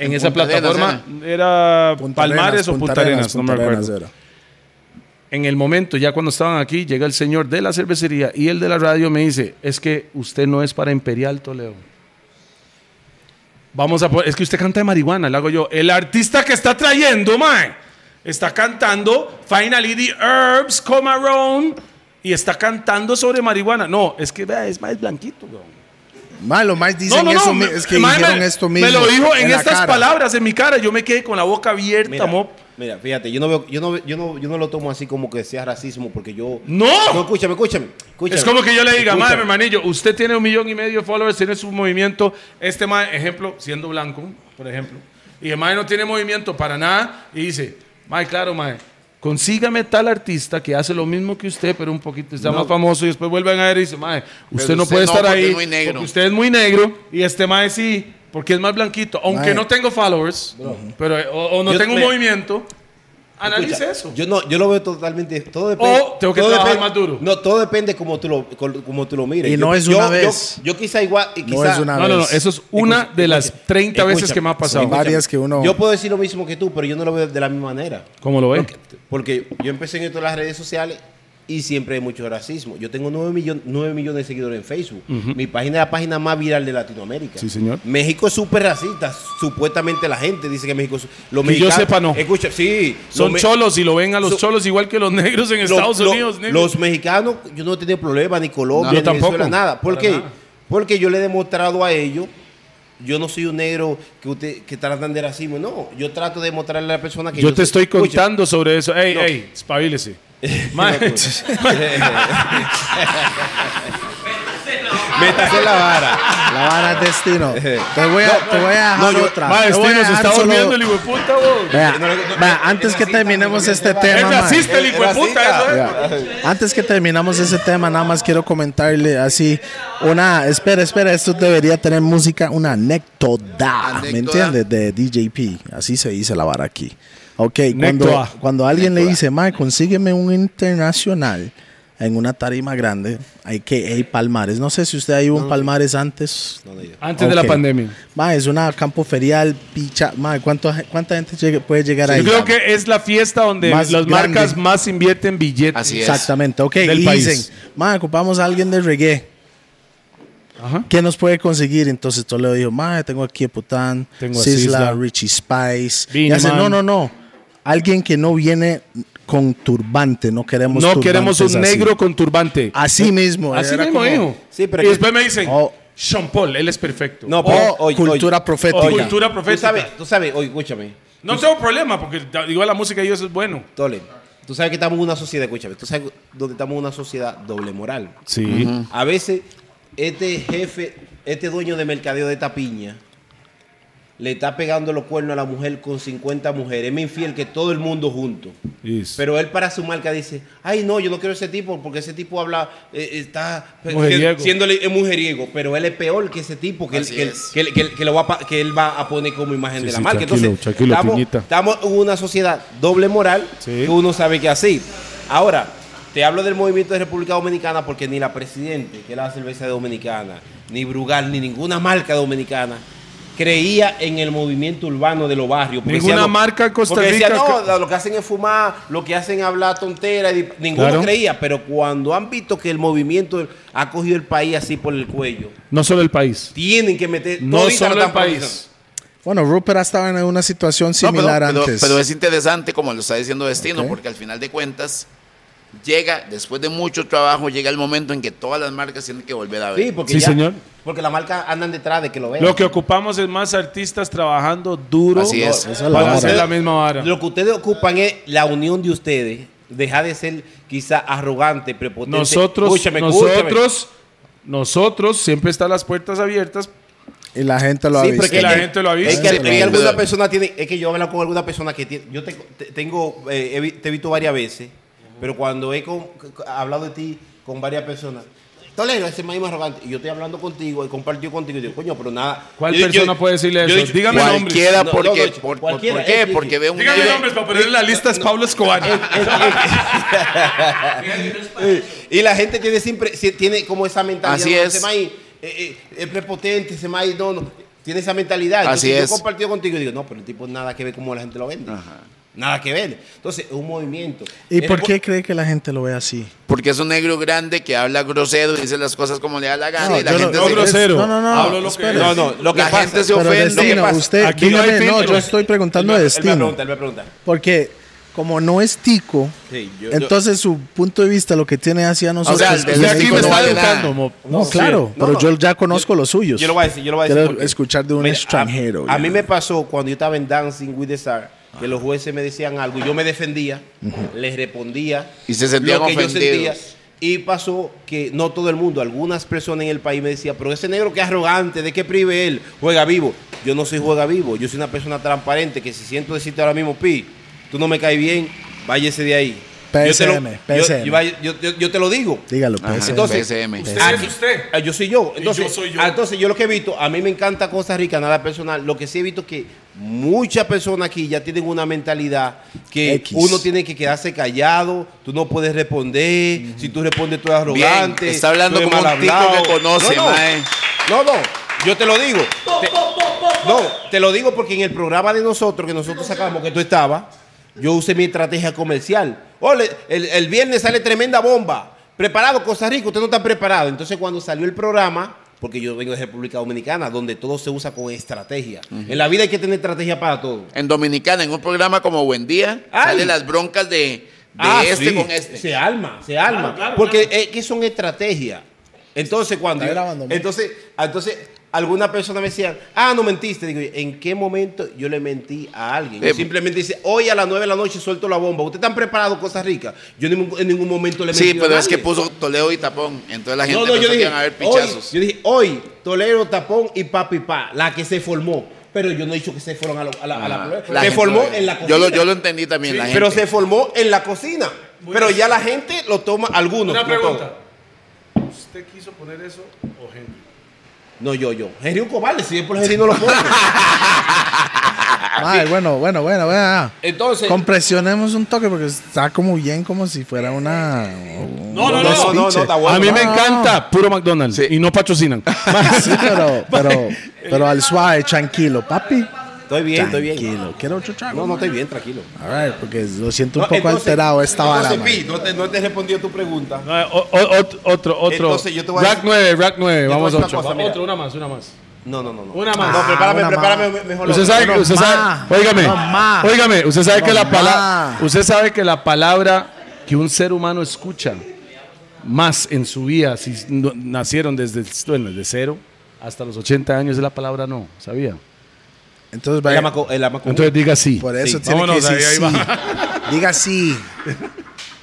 Speaker 2: en,
Speaker 5: En
Speaker 2: esa
Speaker 5: Punta Arenas ¿eh?
Speaker 2: plataforma. Era
Speaker 4: Punta
Speaker 2: Palmares
Speaker 4: Arenas,
Speaker 2: o Punta Arenas, no me
Speaker 4: Punta Arenas
Speaker 2: acuerdo. En el momento, ya cuando estaban aquí, llega el señor de la cervecería y el de la radio me dice, es que usted no es para Imperial Toledo. Vamos a poner, es que usted canta de marihuana, le hago yo. El artista que está trayendo, mae, está cantando Finally the Herbs Come Around y está cantando sobre marihuana. No, es que vea, es más blanquito, weón.
Speaker 4: era. Ma, lo más dicen eso mi- es que
Speaker 2: mae,
Speaker 4: dijeron
Speaker 2: me-
Speaker 4: esto mismo.
Speaker 2: Me lo dijo en,
Speaker 4: la
Speaker 2: estas
Speaker 4: cara.
Speaker 2: palabras, en mi cara. Yo me quedé con la boca abierta, mo.
Speaker 3: Mira, fíjate, yo no, veo, yo, no, veo- yo, no, yo no lo tomo así como que sea racismo, porque yo...
Speaker 2: ¡No!
Speaker 3: escúchame, escúchame, escúchame.
Speaker 2: Es como que yo le diga,
Speaker 3: Escúchame.
Speaker 2: madre, mi hermanillo, usted tiene un millón y medio de followers, tiene su movimiento. Este madre, ejemplo, siendo blanco, por ejemplo, y el madre no tiene movimiento para nada, y dice, madre, claro, madre, consígame tal artista que hace lo mismo que usted, pero un poquito está más famoso, y después vuelven a ver y dice, madre, usted
Speaker 5: Pero
Speaker 2: no
Speaker 5: usted
Speaker 2: puede
Speaker 5: no,
Speaker 2: estar
Speaker 5: porque
Speaker 2: ahí,
Speaker 5: es muy negro.
Speaker 2: porque usted es muy negro, y este madre sí, porque es más blanquito, aunque
Speaker 4: Mae.
Speaker 2: no tengo followers, pero, eh, o, o no
Speaker 3: Yo
Speaker 2: tengo un
Speaker 3: me-
Speaker 2: movimiento, analice
Speaker 3: Escucha,
Speaker 2: eso.
Speaker 3: Yo no, yo lo veo totalmente. Todo depende.
Speaker 2: O tengo que
Speaker 3: todo
Speaker 2: trabajar
Speaker 3: depende-
Speaker 2: más duro.
Speaker 3: No, todo depende como tú lo, col- como tú lo mires.
Speaker 4: Y no es una vez.
Speaker 3: Yo, quizá igual. y
Speaker 4: No
Speaker 3: quizá-
Speaker 4: es una
Speaker 2: no, no, no,
Speaker 4: vez.
Speaker 2: eso es una
Speaker 3: Escucha,
Speaker 2: de las
Speaker 3: escucha,
Speaker 2: 30 veces
Speaker 3: escucha,
Speaker 2: que me ha pasado.
Speaker 4: escucha. varias que uno-
Speaker 3: Yo puedo decir lo mismo que tú, pero yo no lo veo de la misma manera.
Speaker 2: ¿Cómo lo ve?
Speaker 3: Porque yo empecé en esto de las redes sociales y siempre hay mucho racismo. Yo tengo 9, millon- 9 millones de seguidores en Facebook. Mi página es la página más viral de Latinoamérica.
Speaker 2: Sí, señor.
Speaker 3: México es súper racista. Supuestamente la gente dice que México es. Los
Speaker 2: Que yo
Speaker 3: mexicanos-
Speaker 2: sepa, no.
Speaker 3: Escucha, sí.
Speaker 2: Son
Speaker 3: los me-
Speaker 2: cholos y lo ven a los
Speaker 3: so-
Speaker 2: cholos igual que los negros en
Speaker 3: lo-
Speaker 2: Estados
Speaker 3: lo-
Speaker 2: Unidos. negro.
Speaker 3: Los mexicanos, yo no he tenido problema, ni Colombia,
Speaker 2: No, yo
Speaker 3: ni
Speaker 2: tampoco.
Speaker 3: Venezuela, nada. ¿Por
Speaker 2: Para
Speaker 3: qué?
Speaker 2: nada.
Speaker 3: Porque yo le he demostrado a ellos, yo no soy un negro que usted que tratan de racismo, no. Yo trato de mostrarle a la persona que
Speaker 2: yo te
Speaker 3: soy-
Speaker 2: estoy
Speaker 3: Escucha,
Speaker 2: contando sobre eso. Ey,
Speaker 3: No.
Speaker 2: ey, espabilese. Ma-
Speaker 3: Métase la vara.
Speaker 4: La vara es destino. te, voy a, te voy a dejar
Speaker 3: No, yo-
Speaker 4: Ah, otra.
Speaker 2: ma,
Speaker 4: Te
Speaker 2: este
Speaker 4: voy a
Speaker 2: nos
Speaker 4: dejar
Speaker 2: está
Speaker 4: solo-
Speaker 2: durmiendo el hijo de puta, vos.
Speaker 4: Vea,
Speaker 3: No, no, no,
Speaker 4: vea,
Speaker 3: no,
Speaker 4: antes
Speaker 3: es
Speaker 4: que
Speaker 3: racista,
Speaker 4: terminemos
Speaker 3: no,
Speaker 4: este
Speaker 3: es
Speaker 4: tema,
Speaker 2: Es
Speaker 4: man.
Speaker 2: racista el hijo de puta, eso ¿eh? es.
Speaker 4: Ya. Antes que terminamos ese tema, nada más quiero comentarle así una, espera, espera, esto debería tener música, una anécdota, ¿me
Speaker 5: Anécdota.
Speaker 4: entiendes? De DJP, así se dice la vara aquí. Ok, cuando,
Speaker 2: Anécdota.
Speaker 4: cuando alguien le dice, Mae, consígueme un internacional en una tarima grande, hay que hay Palmares. No sé si usted ha ido a un Palmares antes.
Speaker 2: Antes de la
Speaker 4: Ok.
Speaker 2: pandemia.
Speaker 4: Mae, es una campo ferial, picha, Mae, ¿cuánto- ¿cuánta gente llega- puede llegar ahí?
Speaker 2: Yo creo que es la fiesta donde
Speaker 4: Más
Speaker 2: las
Speaker 4: grande.
Speaker 2: marcas más invierten billetes.
Speaker 5: Así es.
Speaker 4: Exactamente, ok.
Speaker 2: Del
Speaker 4: y
Speaker 2: país.
Speaker 4: dicen, ma, ocupamos a alguien de reggae.
Speaker 2: Ajá.
Speaker 4: ¿Qué nos puede conseguir? Entonces Toledo dijo, ma, tengo aquí a Pután,
Speaker 2: Tengo a
Speaker 4: Sisla,
Speaker 2: Sisla,
Speaker 4: Richie Spice.
Speaker 2: Beanie
Speaker 4: Y hacen,
Speaker 2: Man.
Speaker 4: no, no, no. Alguien que no viene con turbante, no queremos
Speaker 2: No queremos un
Speaker 4: turbantes así". Ah,
Speaker 2: negro con turbante.
Speaker 4: Así mismo.
Speaker 2: Así
Speaker 4: era
Speaker 2: mismo, eh.
Speaker 4: como-
Speaker 2: hijo.
Speaker 3: Sí, pero
Speaker 2: y
Speaker 3: que-
Speaker 2: después me dicen,
Speaker 4: Oh.
Speaker 2: Sean Paul, él es perfecto.
Speaker 3: No,
Speaker 4: O
Speaker 3: oye,
Speaker 4: cultura
Speaker 3: oye,
Speaker 4: profética.
Speaker 3: oye,
Speaker 2: Oh, Cultura
Speaker 3: Tú sabes,
Speaker 2: profética.
Speaker 3: tú sabes, oye, escúchame.
Speaker 2: No tengo problema porque da- igual la música de ellos es bueno.
Speaker 3: Tole, tú sabes que estamos en una sociedad, escúchame, tú sabes donde estamos en una sociedad doble moral.
Speaker 2: Sí.
Speaker 3: A veces, este jefe, este dueño de mercadeo de esta piña, le está pegando los cuernos a la mujer con 50 mujeres. Es más infiel que todo el mundo junto. Pero él para su marca dice, ay no, yo no quiero ese tipo porque ese tipo habla, eh, está
Speaker 6: Mujeriego.
Speaker 3: siéndole eh, mujeriego, pero él es peor que ese tipo que, él,
Speaker 5: Así
Speaker 3: que él-
Speaker 5: es.
Speaker 3: que él- que él- que lo va, a pa- que él va a poner como imagen de la
Speaker 6: sí,
Speaker 3: marca.
Speaker 6: tranquilo,
Speaker 3: Entonces,
Speaker 6: tranquilo,
Speaker 3: estamos,
Speaker 6: piñita.
Speaker 3: estamos en una sociedad doble moral
Speaker 6: Sí.
Speaker 3: que uno sabe que así. Ahora, te hablo del movimiento de República Dominicana porque ni la Presidente, que es la cerveza dominicana, ni Brugal, ni ninguna marca dominicana creía en el movimiento urbano de los barrios. porque
Speaker 2: Ninguna
Speaker 3: decían,
Speaker 2: marca en Costa
Speaker 3: porque decían,
Speaker 2: Rica
Speaker 3: no,
Speaker 2: que-
Speaker 3: lo- lo que hacen es fumar, lo que hacen es hablar tontera. y- Ninguno
Speaker 6: Claro.
Speaker 3: creía, pero cuando han visto que el movimiento ha cogido el país así por el cuello,
Speaker 6: No solo el país.
Speaker 3: tienen que meter...
Speaker 6: No
Speaker 3: todita la
Speaker 6: solo el
Speaker 3: están
Speaker 6: país.
Speaker 4: Bueno, Rupert ha estado en una situación
Speaker 5: No, pero,
Speaker 4: similar
Speaker 5: pero-
Speaker 4: antes.
Speaker 5: pero es interesante como lo está diciendo Destino,
Speaker 4: Ok.
Speaker 5: porque al final de cuentas llega, después de mucho trabajo, llega el momento en que todas las marcas tienen que volver a ver.
Speaker 3: Sí, porque
Speaker 6: Sí,
Speaker 3: ya-
Speaker 6: señor.
Speaker 3: Porque la marca andan detrás de que lo vean.
Speaker 6: Lo que ocupamos es más artistas trabajando duro
Speaker 5: Así es.
Speaker 4: Esa es la
Speaker 6: para
Speaker 4: vara.
Speaker 6: hacer la misma vara.
Speaker 3: Lo que ustedes ocupan es la unión de ustedes. Deja de ser quizá arrogante, prepotente.
Speaker 6: Nosotros,
Speaker 3: Escúchame, escúchame.
Speaker 6: nosotros, nosotros siempre están las puertas abiertas.
Speaker 4: y la gente lo ha
Speaker 3: Sí,
Speaker 4: visto.
Speaker 3: porque
Speaker 6: Que la gente lo ha
Speaker 3: Es
Speaker 6: visto.
Speaker 3: que, es que
Speaker 5: Sí,
Speaker 3: alguna
Speaker 5: verdad.
Speaker 3: persona tiene, es que yo he hablado con alguna persona que tiene, yo te, te- tengo, eh, he vi- te he visto varias veces, pero cuando he con- hablado de ti con varias personas, Toledo, ese maíz más arrogante, y yo estoy hablando contigo y compartido contigo, y digo, coño, pero nada.
Speaker 6: ¿Cuál
Speaker 3: Yo- yo-
Speaker 6: persona puede decirle
Speaker 3: yo-
Speaker 6: eso?
Speaker 3: yo-
Speaker 6: Dígame
Speaker 3: cual-
Speaker 6: nombres.
Speaker 5: Cualquiera,
Speaker 3: No,
Speaker 5: porque,
Speaker 3: no, no,
Speaker 5: por, por-
Speaker 3: cualquiera,
Speaker 5: ¿por qué?
Speaker 3: es que-
Speaker 5: porque ve un
Speaker 2: Dígame
Speaker 6: Eh,
Speaker 2: nombres para poner en la lista es Pablo Escobar.
Speaker 3: Y la gente tiene siempre, si- tiene como esa mentalidad.
Speaker 5: Así
Speaker 3: "No,
Speaker 5: es.
Speaker 3: Ese maíz eh, eh, es prepotente, ese maíz no, no". Tiene esa mentalidad.
Speaker 5: Así
Speaker 3: Entonces,
Speaker 5: es.
Speaker 3: Yo he compartido contigo y digo, no, pero el tipo nada que ver cómo la gente lo vende. Nada que ver. Entonces, es un movimiento. Eh,
Speaker 4: ¿Y
Speaker 3: El
Speaker 4: por
Speaker 3: po-
Speaker 4: qué cree que la gente lo ve así?
Speaker 5: porque es un negro grande que habla grosero, dice las cosas como le da la gana y la
Speaker 4: yo
Speaker 5: gente
Speaker 4: no-
Speaker 5: se,
Speaker 4: no, grosero. No, no, no.
Speaker 2: Hablo lo que
Speaker 4: espere.
Speaker 3: No, no, lo que
Speaker 5: la
Speaker 3: pasa-
Speaker 5: gente se
Speaker 4: Pero
Speaker 5: ofende.
Speaker 4: Destino,
Speaker 5: Pasa-
Speaker 4: usted,
Speaker 6: Aquí no hay
Speaker 4: dígame, no,
Speaker 6: filtro.
Speaker 4: yo estoy preguntando
Speaker 3: él
Speaker 4: a
Speaker 3: me- Él me
Speaker 4: Destino.
Speaker 3: pregunta, él me pregunta.
Speaker 4: Porque como no es tico,
Speaker 3: Sí, yo- yo-
Speaker 4: entonces su punto de vista, lo que tiene hacia nosotros...
Speaker 5: sea, el
Speaker 4: es
Speaker 5: de
Speaker 4: que
Speaker 5: aquí
Speaker 4: es
Speaker 5: me
Speaker 4: tico,
Speaker 5: está
Speaker 4: no vale
Speaker 5: educando,
Speaker 4: nada.
Speaker 6: mo-
Speaker 4: No,
Speaker 6: Sí.
Speaker 4: claro,
Speaker 3: No,
Speaker 4: pero
Speaker 3: no.
Speaker 4: yo ya conozco los suyos.
Speaker 3: Yo lo voy a decir, yo lo voy a decir.
Speaker 4: Quiero
Speaker 3: porque-
Speaker 4: escuchar de un
Speaker 3: Mira, a-
Speaker 4: extranjero.
Speaker 3: A,
Speaker 4: ya.
Speaker 3: mí me pasó cuando yo estaba en Dancing with the Star, que los jueces me decían algo y yo me defendía, les respondía.
Speaker 5: Y se sentían
Speaker 3: lo que yo sentía.
Speaker 5: ofendidos.
Speaker 3: Y pasó que no todo el mundo, algunas personas en el país me decían, pero ese negro que arrogante, ¿de qué prive él? Juega vivo. Yo no soy juega vivo, yo soy una persona transparente que si siento decirte ahora mismo, Pi, tú no me caes bien, váyese de ahí. Yo te lo-
Speaker 4: PSM,
Speaker 3: yo-
Speaker 4: PSM.
Speaker 3: yo- yo- yo- yo te lo digo.
Speaker 4: Dígalo,
Speaker 5: Ajá,
Speaker 4: PSM.
Speaker 3: Entonces,
Speaker 5: PSM.
Speaker 3: Aquí- Ah, Yo soy yo. Entonces, ah,
Speaker 2: yo
Speaker 3: entonces
Speaker 2: soy
Speaker 3: yo
Speaker 2: yo.
Speaker 3: lo que he visto, a mí me encanta Costa Rica, nada personal. Lo que sí he visto que muchas personas aquí ya tienen una mentalidad que
Speaker 4: X.
Speaker 3: uno tiene que quedarse callado, tú no puedes responder, si tú respondes tú eres
Speaker 5: Bien,
Speaker 3: arrogante.
Speaker 5: está hablando
Speaker 3: tú eres
Speaker 5: como
Speaker 3: mal
Speaker 5: un tico
Speaker 3: hablado.
Speaker 5: que conoce,
Speaker 3: no, no.
Speaker 5: mae.
Speaker 3: No, no, yo te lo digo. Te- no, te lo digo porque en el programa de nosotros que nosotros sacamos, que tú estabas, yo usé mi estrategia comercial. Ole, el, el viernes sale tremenda bomba. Preparado, Costa Rica, usted no está preparado. Entonces, cuando salió el programa, porque yo vengo de República Dominicana, donde todo se usa con estrategia. En la vida hay que tener estrategia para todo.
Speaker 5: En Dominicana, en un programa como Buen Día,
Speaker 3: Ay.
Speaker 5: sale las broncas de, de
Speaker 3: Ah,
Speaker 5: este
Speaker 3: sí.
Speaker 5: con este.
Speaker 3: Se arma, se arma.
Speaker 6: claro,
Speaker 3: porque es que son estrategias. Entonces, cuando.
Speaker 4: Está
Speaker 3: yo-
Speaker 4: grabando, ¿no?
Speaker 3: entonces, ah, entonces, alguna persona me decía, ah, no mentiste. Digo, ¿en qué momento yo le mentí a alguien? Yo
Speaker 5: Eh,
Speaker 3: simplemente dice, hoy a las 9 de la noche suelto la bomba. ¿Ustedes están preparados, Costa Rica? Yo en ningún, en ningún momento le mentí
Speaker 5: Sí,
Speaker 3: a
Speaker 5: pero es
Speaker 3: nadie.
Speaker 5: que puso Toledo y Tapón. Entonces la gente
Speaker 3: No, no, yo
Speaker 5: pensó que
Speaker 3: dije,
Speaker 5: iban a haber
Speaker 3: hoy,
Speaker 5: pichazos.
Speaker 3: yo dije, hoy, Tolero, Tapón y Papi Pa, la que se formó. Pero yo no he dicho que se fueron a, lo- a la, a la-
Speaker 5: Ah,
Speaker 3: Se
Speaker 5: gente
Speaker 3: formó
Speaker 5: lo-
Speaker 3: en la
Speaker 5: Yo lo,
Speaker 3: cocina.
Speaker 5: yo lo entendí también. la gente.
Speaker 3: Pero se formó en la cocina. pero ya la gente lo toma, algunos.
Speaker 6: Una
Speaker 3: lo toman.
Speaker 6: pregunta. ¿Usted quiso poner eso o Henry?
Speaker 3: No, yo, yo. Henry un cobarde, si es por Henry no lo pone.
Speaker 4: Ay, bueno, bueno, bueno, bueno. ah.
Speaker 3: Entonces.
Speaker 4: Compresionemos un toque porque está como bien como si fuera una...
Speaker 6: No, no,
Speaker 4: un
Speaker 6: no,
Speaker 3: no,
Speaker 4: despiche.
Speaker 3: no, está bueno.
Speaker 6: A mí me
Speaker 4: No, no, Ah.
Speaker 6: encanta puro McDonald's y no patrocinan.
Speaker 4: Sí, pero, pero, pero al suave, tranquilo, papi.
Speaker 3: Estoy bien, estoy bien.
Speaker 4: Tranquilo, quiero otro trago.
Speaker 3: No, no, estoy bien, tranquilo.
Speaker 4: A ver, porque lo siento un
Speaker 3: No,
Speaker 4: poco
Speaker 3: entonces-
Speaker 4: alterado esta vara.
Speaker 3: entonces, Pi, no te, no te he respondido tu pregunta.
Speaker 6: No, o- o- ot- otro, otro.
Speaker 3: Entonces, yo te voy a
Speaker 6: rack
Speaker 3: decir-
Speaker 6: 9, rack 9,
Speaker 3: voy a
Speaker 6: vamos a
Speaker 3: decir una
Speaker 6: 8.
Speaker 3: cosa, mira.
Speaker 6: una más, una más.
Speaker 3: No, no, no. no.
Speaker 6: Una más.
Speaker 3: No, prepárame,
Speaker 4: Ah, una
Speaker 3: prepárame
Speaker 4: más.
Speaker 3: me- mejor.
Speaker 6: Usted
Speaker 3: la
Speaker 6: sabe,
Speaker 3: otra.
Speaker 6: usted
Speaker 4: ma.
Speaker 6: sabe, óigame,
Speaker 4: No, ma.
Speaker 6: óigame, usted sabe
Speaker 4: No,
Speaker 6: que la
Speaker 4: ma.
Speaker 6: palabra, usted sabe que la palabra que un ser humano escucha más en su vida, si no- nacieron desde, bueno, desde cero hasta los 80 años, es la palabra no, ¿sabía?
Speaker 4: Entonces,
Speaker 3: El
Speaker 4: vaya,
Speaker 3: amaco- el amaco-
Speaker 6: Entonces diga sí.
Speaker 4: por eso
Speaker 3: Sí.
Speaker 4: tiene
Speaker 2: Vámonos,
Speaker 4: que decir
Speaker 2: ahí- ahí
Speaker 4: sí. Diga sí.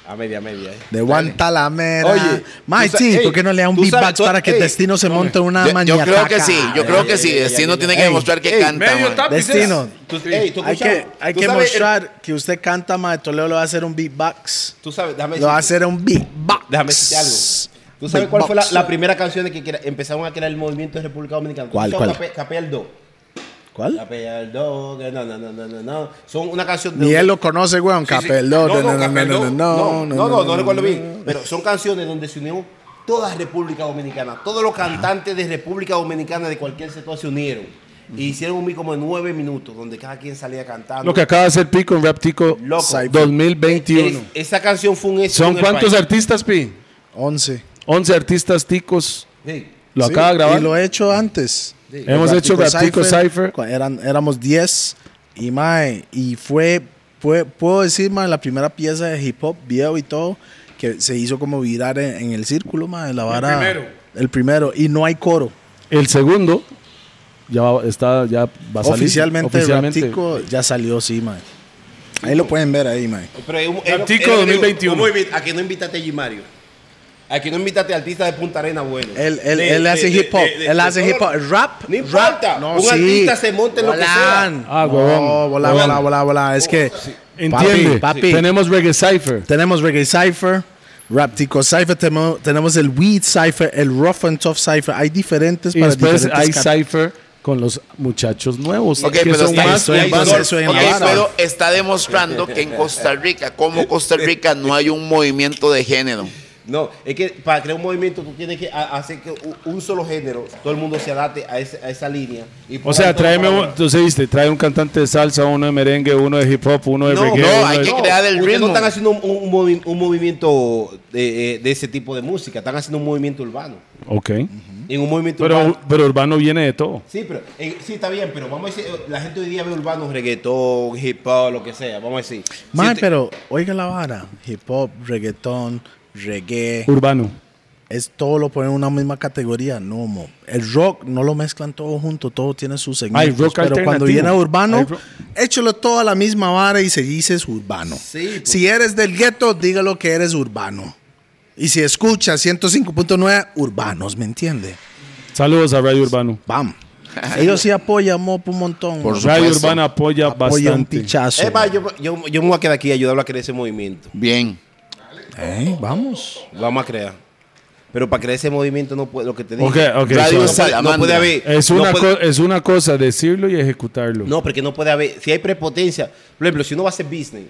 Speaker 3: A media, media. eh.
Speaker 4: De Guantalamera.
Speaker 3: Oye,
Speaker 4: Mae,
Speaker 3: tú sa-
Speaker 4: sí,
Speaker 3: ey,
Speaker 4: ¿por qué no le da un
Speaker 3: tú sabes,
Speaker 4: beatbox
Speaker 3: tú-
Speaker 4: para que
Speaker 3: ey,
Speaker 4: Destino se monte una
Speaker 5: Yo, yo
Speaker 4: mañana?
Speaker 5: creo que sí, yo creo que sí. Destino tiene que demostrar que
Speaker 3: Ey,
Speaker 5: canta.
Speaker 2: medio
Speaker 5: mae.
Speaker 2: tap.
Speaker 4: Destino.
Speaker 3: Tú- ey, tú
Speaker 4: Hay que,
Speaker 3: escuchamos.
Speaker 4: hay
Speaker 3: Tú sabes
Speaker 4: que
Speaker 3: el-
Speaker 4: mostrar que usted canta, Mae. Toledo le va a hacer un beatbox.
Speaker 3: Tú sabes, déjame
Speaker 4: Lo va a
Speaker 3: decirte,
Speaker 4: hacer un beatbox.
Speaker 3: déjame decirte algo. ¿Tú sabes cuál fue la, la primera canción de que crea- empezaron a crear el movimiento de República Dominicana?
Speaker 4: ¿Cuál,
Speaker 3: Son
Speaker 4: cuál?
Speaker 3: Cape- Capel Do.
Speaker 4: ¿Cuál?
Speaker 3: Capel Do, que no, no, no, no, no, no. Son una canción de...
Speaker 4: Ni él lo conoce, weón.
Speaker 3: Sí, sí.
Speaker 4: Capel, no, no, no, no,
Speaker 3: Capel
Speaker 4: no,
Speaker 3: Do.
Speaker 4: no, no,
Speaker 3: no, no, no recuerdo bien. Pero son canciones donde se unió toda República Dominicana. Todos los cantantes de República Dominicana de cualquier sector se unieron. Y hicieron un mix como de nueve minutos, donde cada quien salía cantando.
Speaker 6: Lo que acaba de hacer Pico en Rap Tico
Speaker 3: Loco.
Speaker 6: 2021.
Speaker 3: Es- esa canción fue un éxito.
Speaker 6: ¿Son
Speaker 3: en el
Speaker 6: cuántos
Speaker 3: país.
Speaker 6: artistas, Pi?
Speaker 4: 11.
Speaker 6: 11 artistas ticos.
Speaker 3: Sí.
Speaker 6: Lo
Speaker 4: Sí,
Speaker 6: acaba de grabar.
Speaker 4: Y lo he hecho antes.
Speaker 6: Hemos
Speaker 4: Ratico
Speaker 6: hecho Ratico Cypher.
Speaker 4: Cu- Eran, éramos 10 y mae, y fue, fue, puedo decir, mae, la primera pieza de hip hop, video y todo, que se hizo como virar en, en el círculo, mae, la vara.
Speaker 2: primero.
Speaker 4: El primero, y no hay coro.
Speaker 6: El segundo ya va- está, ya va a salir.
Speaker 4: Oficialmente, Ratico ya salió, sí, mae. Ahí lo pueden ver ahí, mae.
Speaker 3: Pero es un, es-
Speaker 6: Ratico
Speaker 3: es lo que digo,
Speaker 6: 2021.
Speaker 3: ¿cómo invi- a que no invitaste a G. Mario. A que no invitaste a artistas de Punta Arena bueno.
Speaker 4: Él, él,
Speaker 3: De-
Speaker 4: él
Speaker 3: de-
Speaker 4: hace
Speaker 3: de-
Speaker 4: hip hop,
Speaker 3: de- de-
Speaker 4: él
Speaker 3: de
Speaker 4: hace
Speaker 3: todo
Speaker 4: hip hop, rap,
Speaker 3: No
Speaker 4: rap.
Speaker 3: importa, un artista se monta en lo que sea.
Speaker 6: Ah,
Speaker 4: Ah,
Speaker 6: huevón,
Speaker 4: no, volá,
Speaker 6: huevón. Oh,
Speaker 4: volá, volá, volá. Es que,
Speaker 6: Entiende.
Speaker 4: papi, papi,
Speaker 6: Tenemos Reggae Cypher.
Speaker 4: Tenemos Reggae Cypher, Raptico Cypher, temo- tenemos el Weed Cypher, el Rough and Tough Cypher. Hay diferentes
Speaker 6: Y
Speaker 4: para
Speaker 6: después hay
Speaker 4: diferentes cap-
Speaker 6: Cypher con los muchachos nuevos.
Speaker 5: Ok,
Speaker 6: que
Speaker 5: pero
Speaker 6: son
Speaker 5: está-
Speaker 6: más.
Speaker 5: está-
Speaker 4: Estoy en
Speaker 5: está-
Speaker 4: base, estoy en
Speaker 5: ok,
Speaker 4: base.
Speaker 5: pero está demostrando que en Costa Rica, como Costa Rica, no hay un movimiento de género.
Speaker 3: No, es que para crear un movimiento tú tienes que a- hacer que u- un solo género, todo el mundo se adapte a, ese- a esa línea. y
Speaker 6: O
Speaker 3: ponga
Speaker 6: sea,
Speaker 3: todo
Speaker 6: tráeme,
Speaker 3: para
Speaker 6: un- entonces viste, trae un cantante de salsa, uno de merengue, uno de hip hop, uno de
Speaker 3: No,
Speaker 6: reggae.
Speaker 5: no,
Speaker 6: uno
Speaker 5: hay
Speaker 6: de-
Speaker 5: que crear el
Speaker 3: Ustedes
Speaker 5: ritmo.
Speaker 3: no están haciendo un, un movi- un movimiento de, eh, de ese tipo de música, están haciendo un movimiento urbano.
Speaker 6: Ok.
Speaker 3: En un movimiento
Speaker 6: Pero,
Speaker 3: urbano.
Speaker 6: pero Urbano viene de todo.
Speaker 3: Sí, pero eh, sí está bien, pero vamos a decir, eh, la gente hoy día ve urbano, reggaetón, hip hop, lo que sea, vamos a decir.
Speaker 4: Mae,
Speaker 3: Siete-
Speaker 4: pero oiga la vara. Hip hop, reggaetón, reggae.
Speaker 6: Urbano.
Speaker 4: Es todo lo ponen en una misma categoría. No, mo. El rock no lo mezclan todo junto. Todo tiene sus segmentos.
Speaker 6: Hay rock
Speaker 4: pero cuando
Speaker 6: alternativo.
Speaker 4: viene
Speaker 6: Hay
Speaker 4: urbano,
Speaker 6: rock-
Speaker 4: échalo todo a la misma vara y se dice es urbano.
Speaker 3: Sí, pues.
Speaker 4: si eres del gueto, dígalo que eres urbano. Y si escuchas 105.9, urbanos, ¿me entiende?
Speaker 6: Saludos a Radio Urbano.
Speaker 4: Bam. Ellos sí apoyan Mop un montón.
Speaker 5: Por su-
Speaker 6: Radio
Speaker 5: supuesto.
Speaker 6: Urbana apoya
Speaker 4: Apoyan un
Speaker 6: bastante.
Speaker 4: pichazo.
Speaker 3: Es más, yo, yo, yo me voy a quedar aquí y ayudarlo a crear ese movimiento.
Speaker 5: Bien.
Speaker 4: Ey, Eh, vamos.
Speaker 3: Lo vamos a crear. Pero para crear ese movimiento no puede, lo que te digo.
Speaker 6: Ok, ok,
Speaker 3: Radio
Speaker 5: so-
Speaker 3: no, puede, no puede haber.
Speaker 6: Es
Speaker 3: no
Speaker 6: una,
Speaker 3: puede-
Speaker 6: co- es una cosa decirlo y ejecutarlo.
Speaker 3: No, porque no puede haber. Si hay prepotencia, por ejemplo, si uno va a hacer business,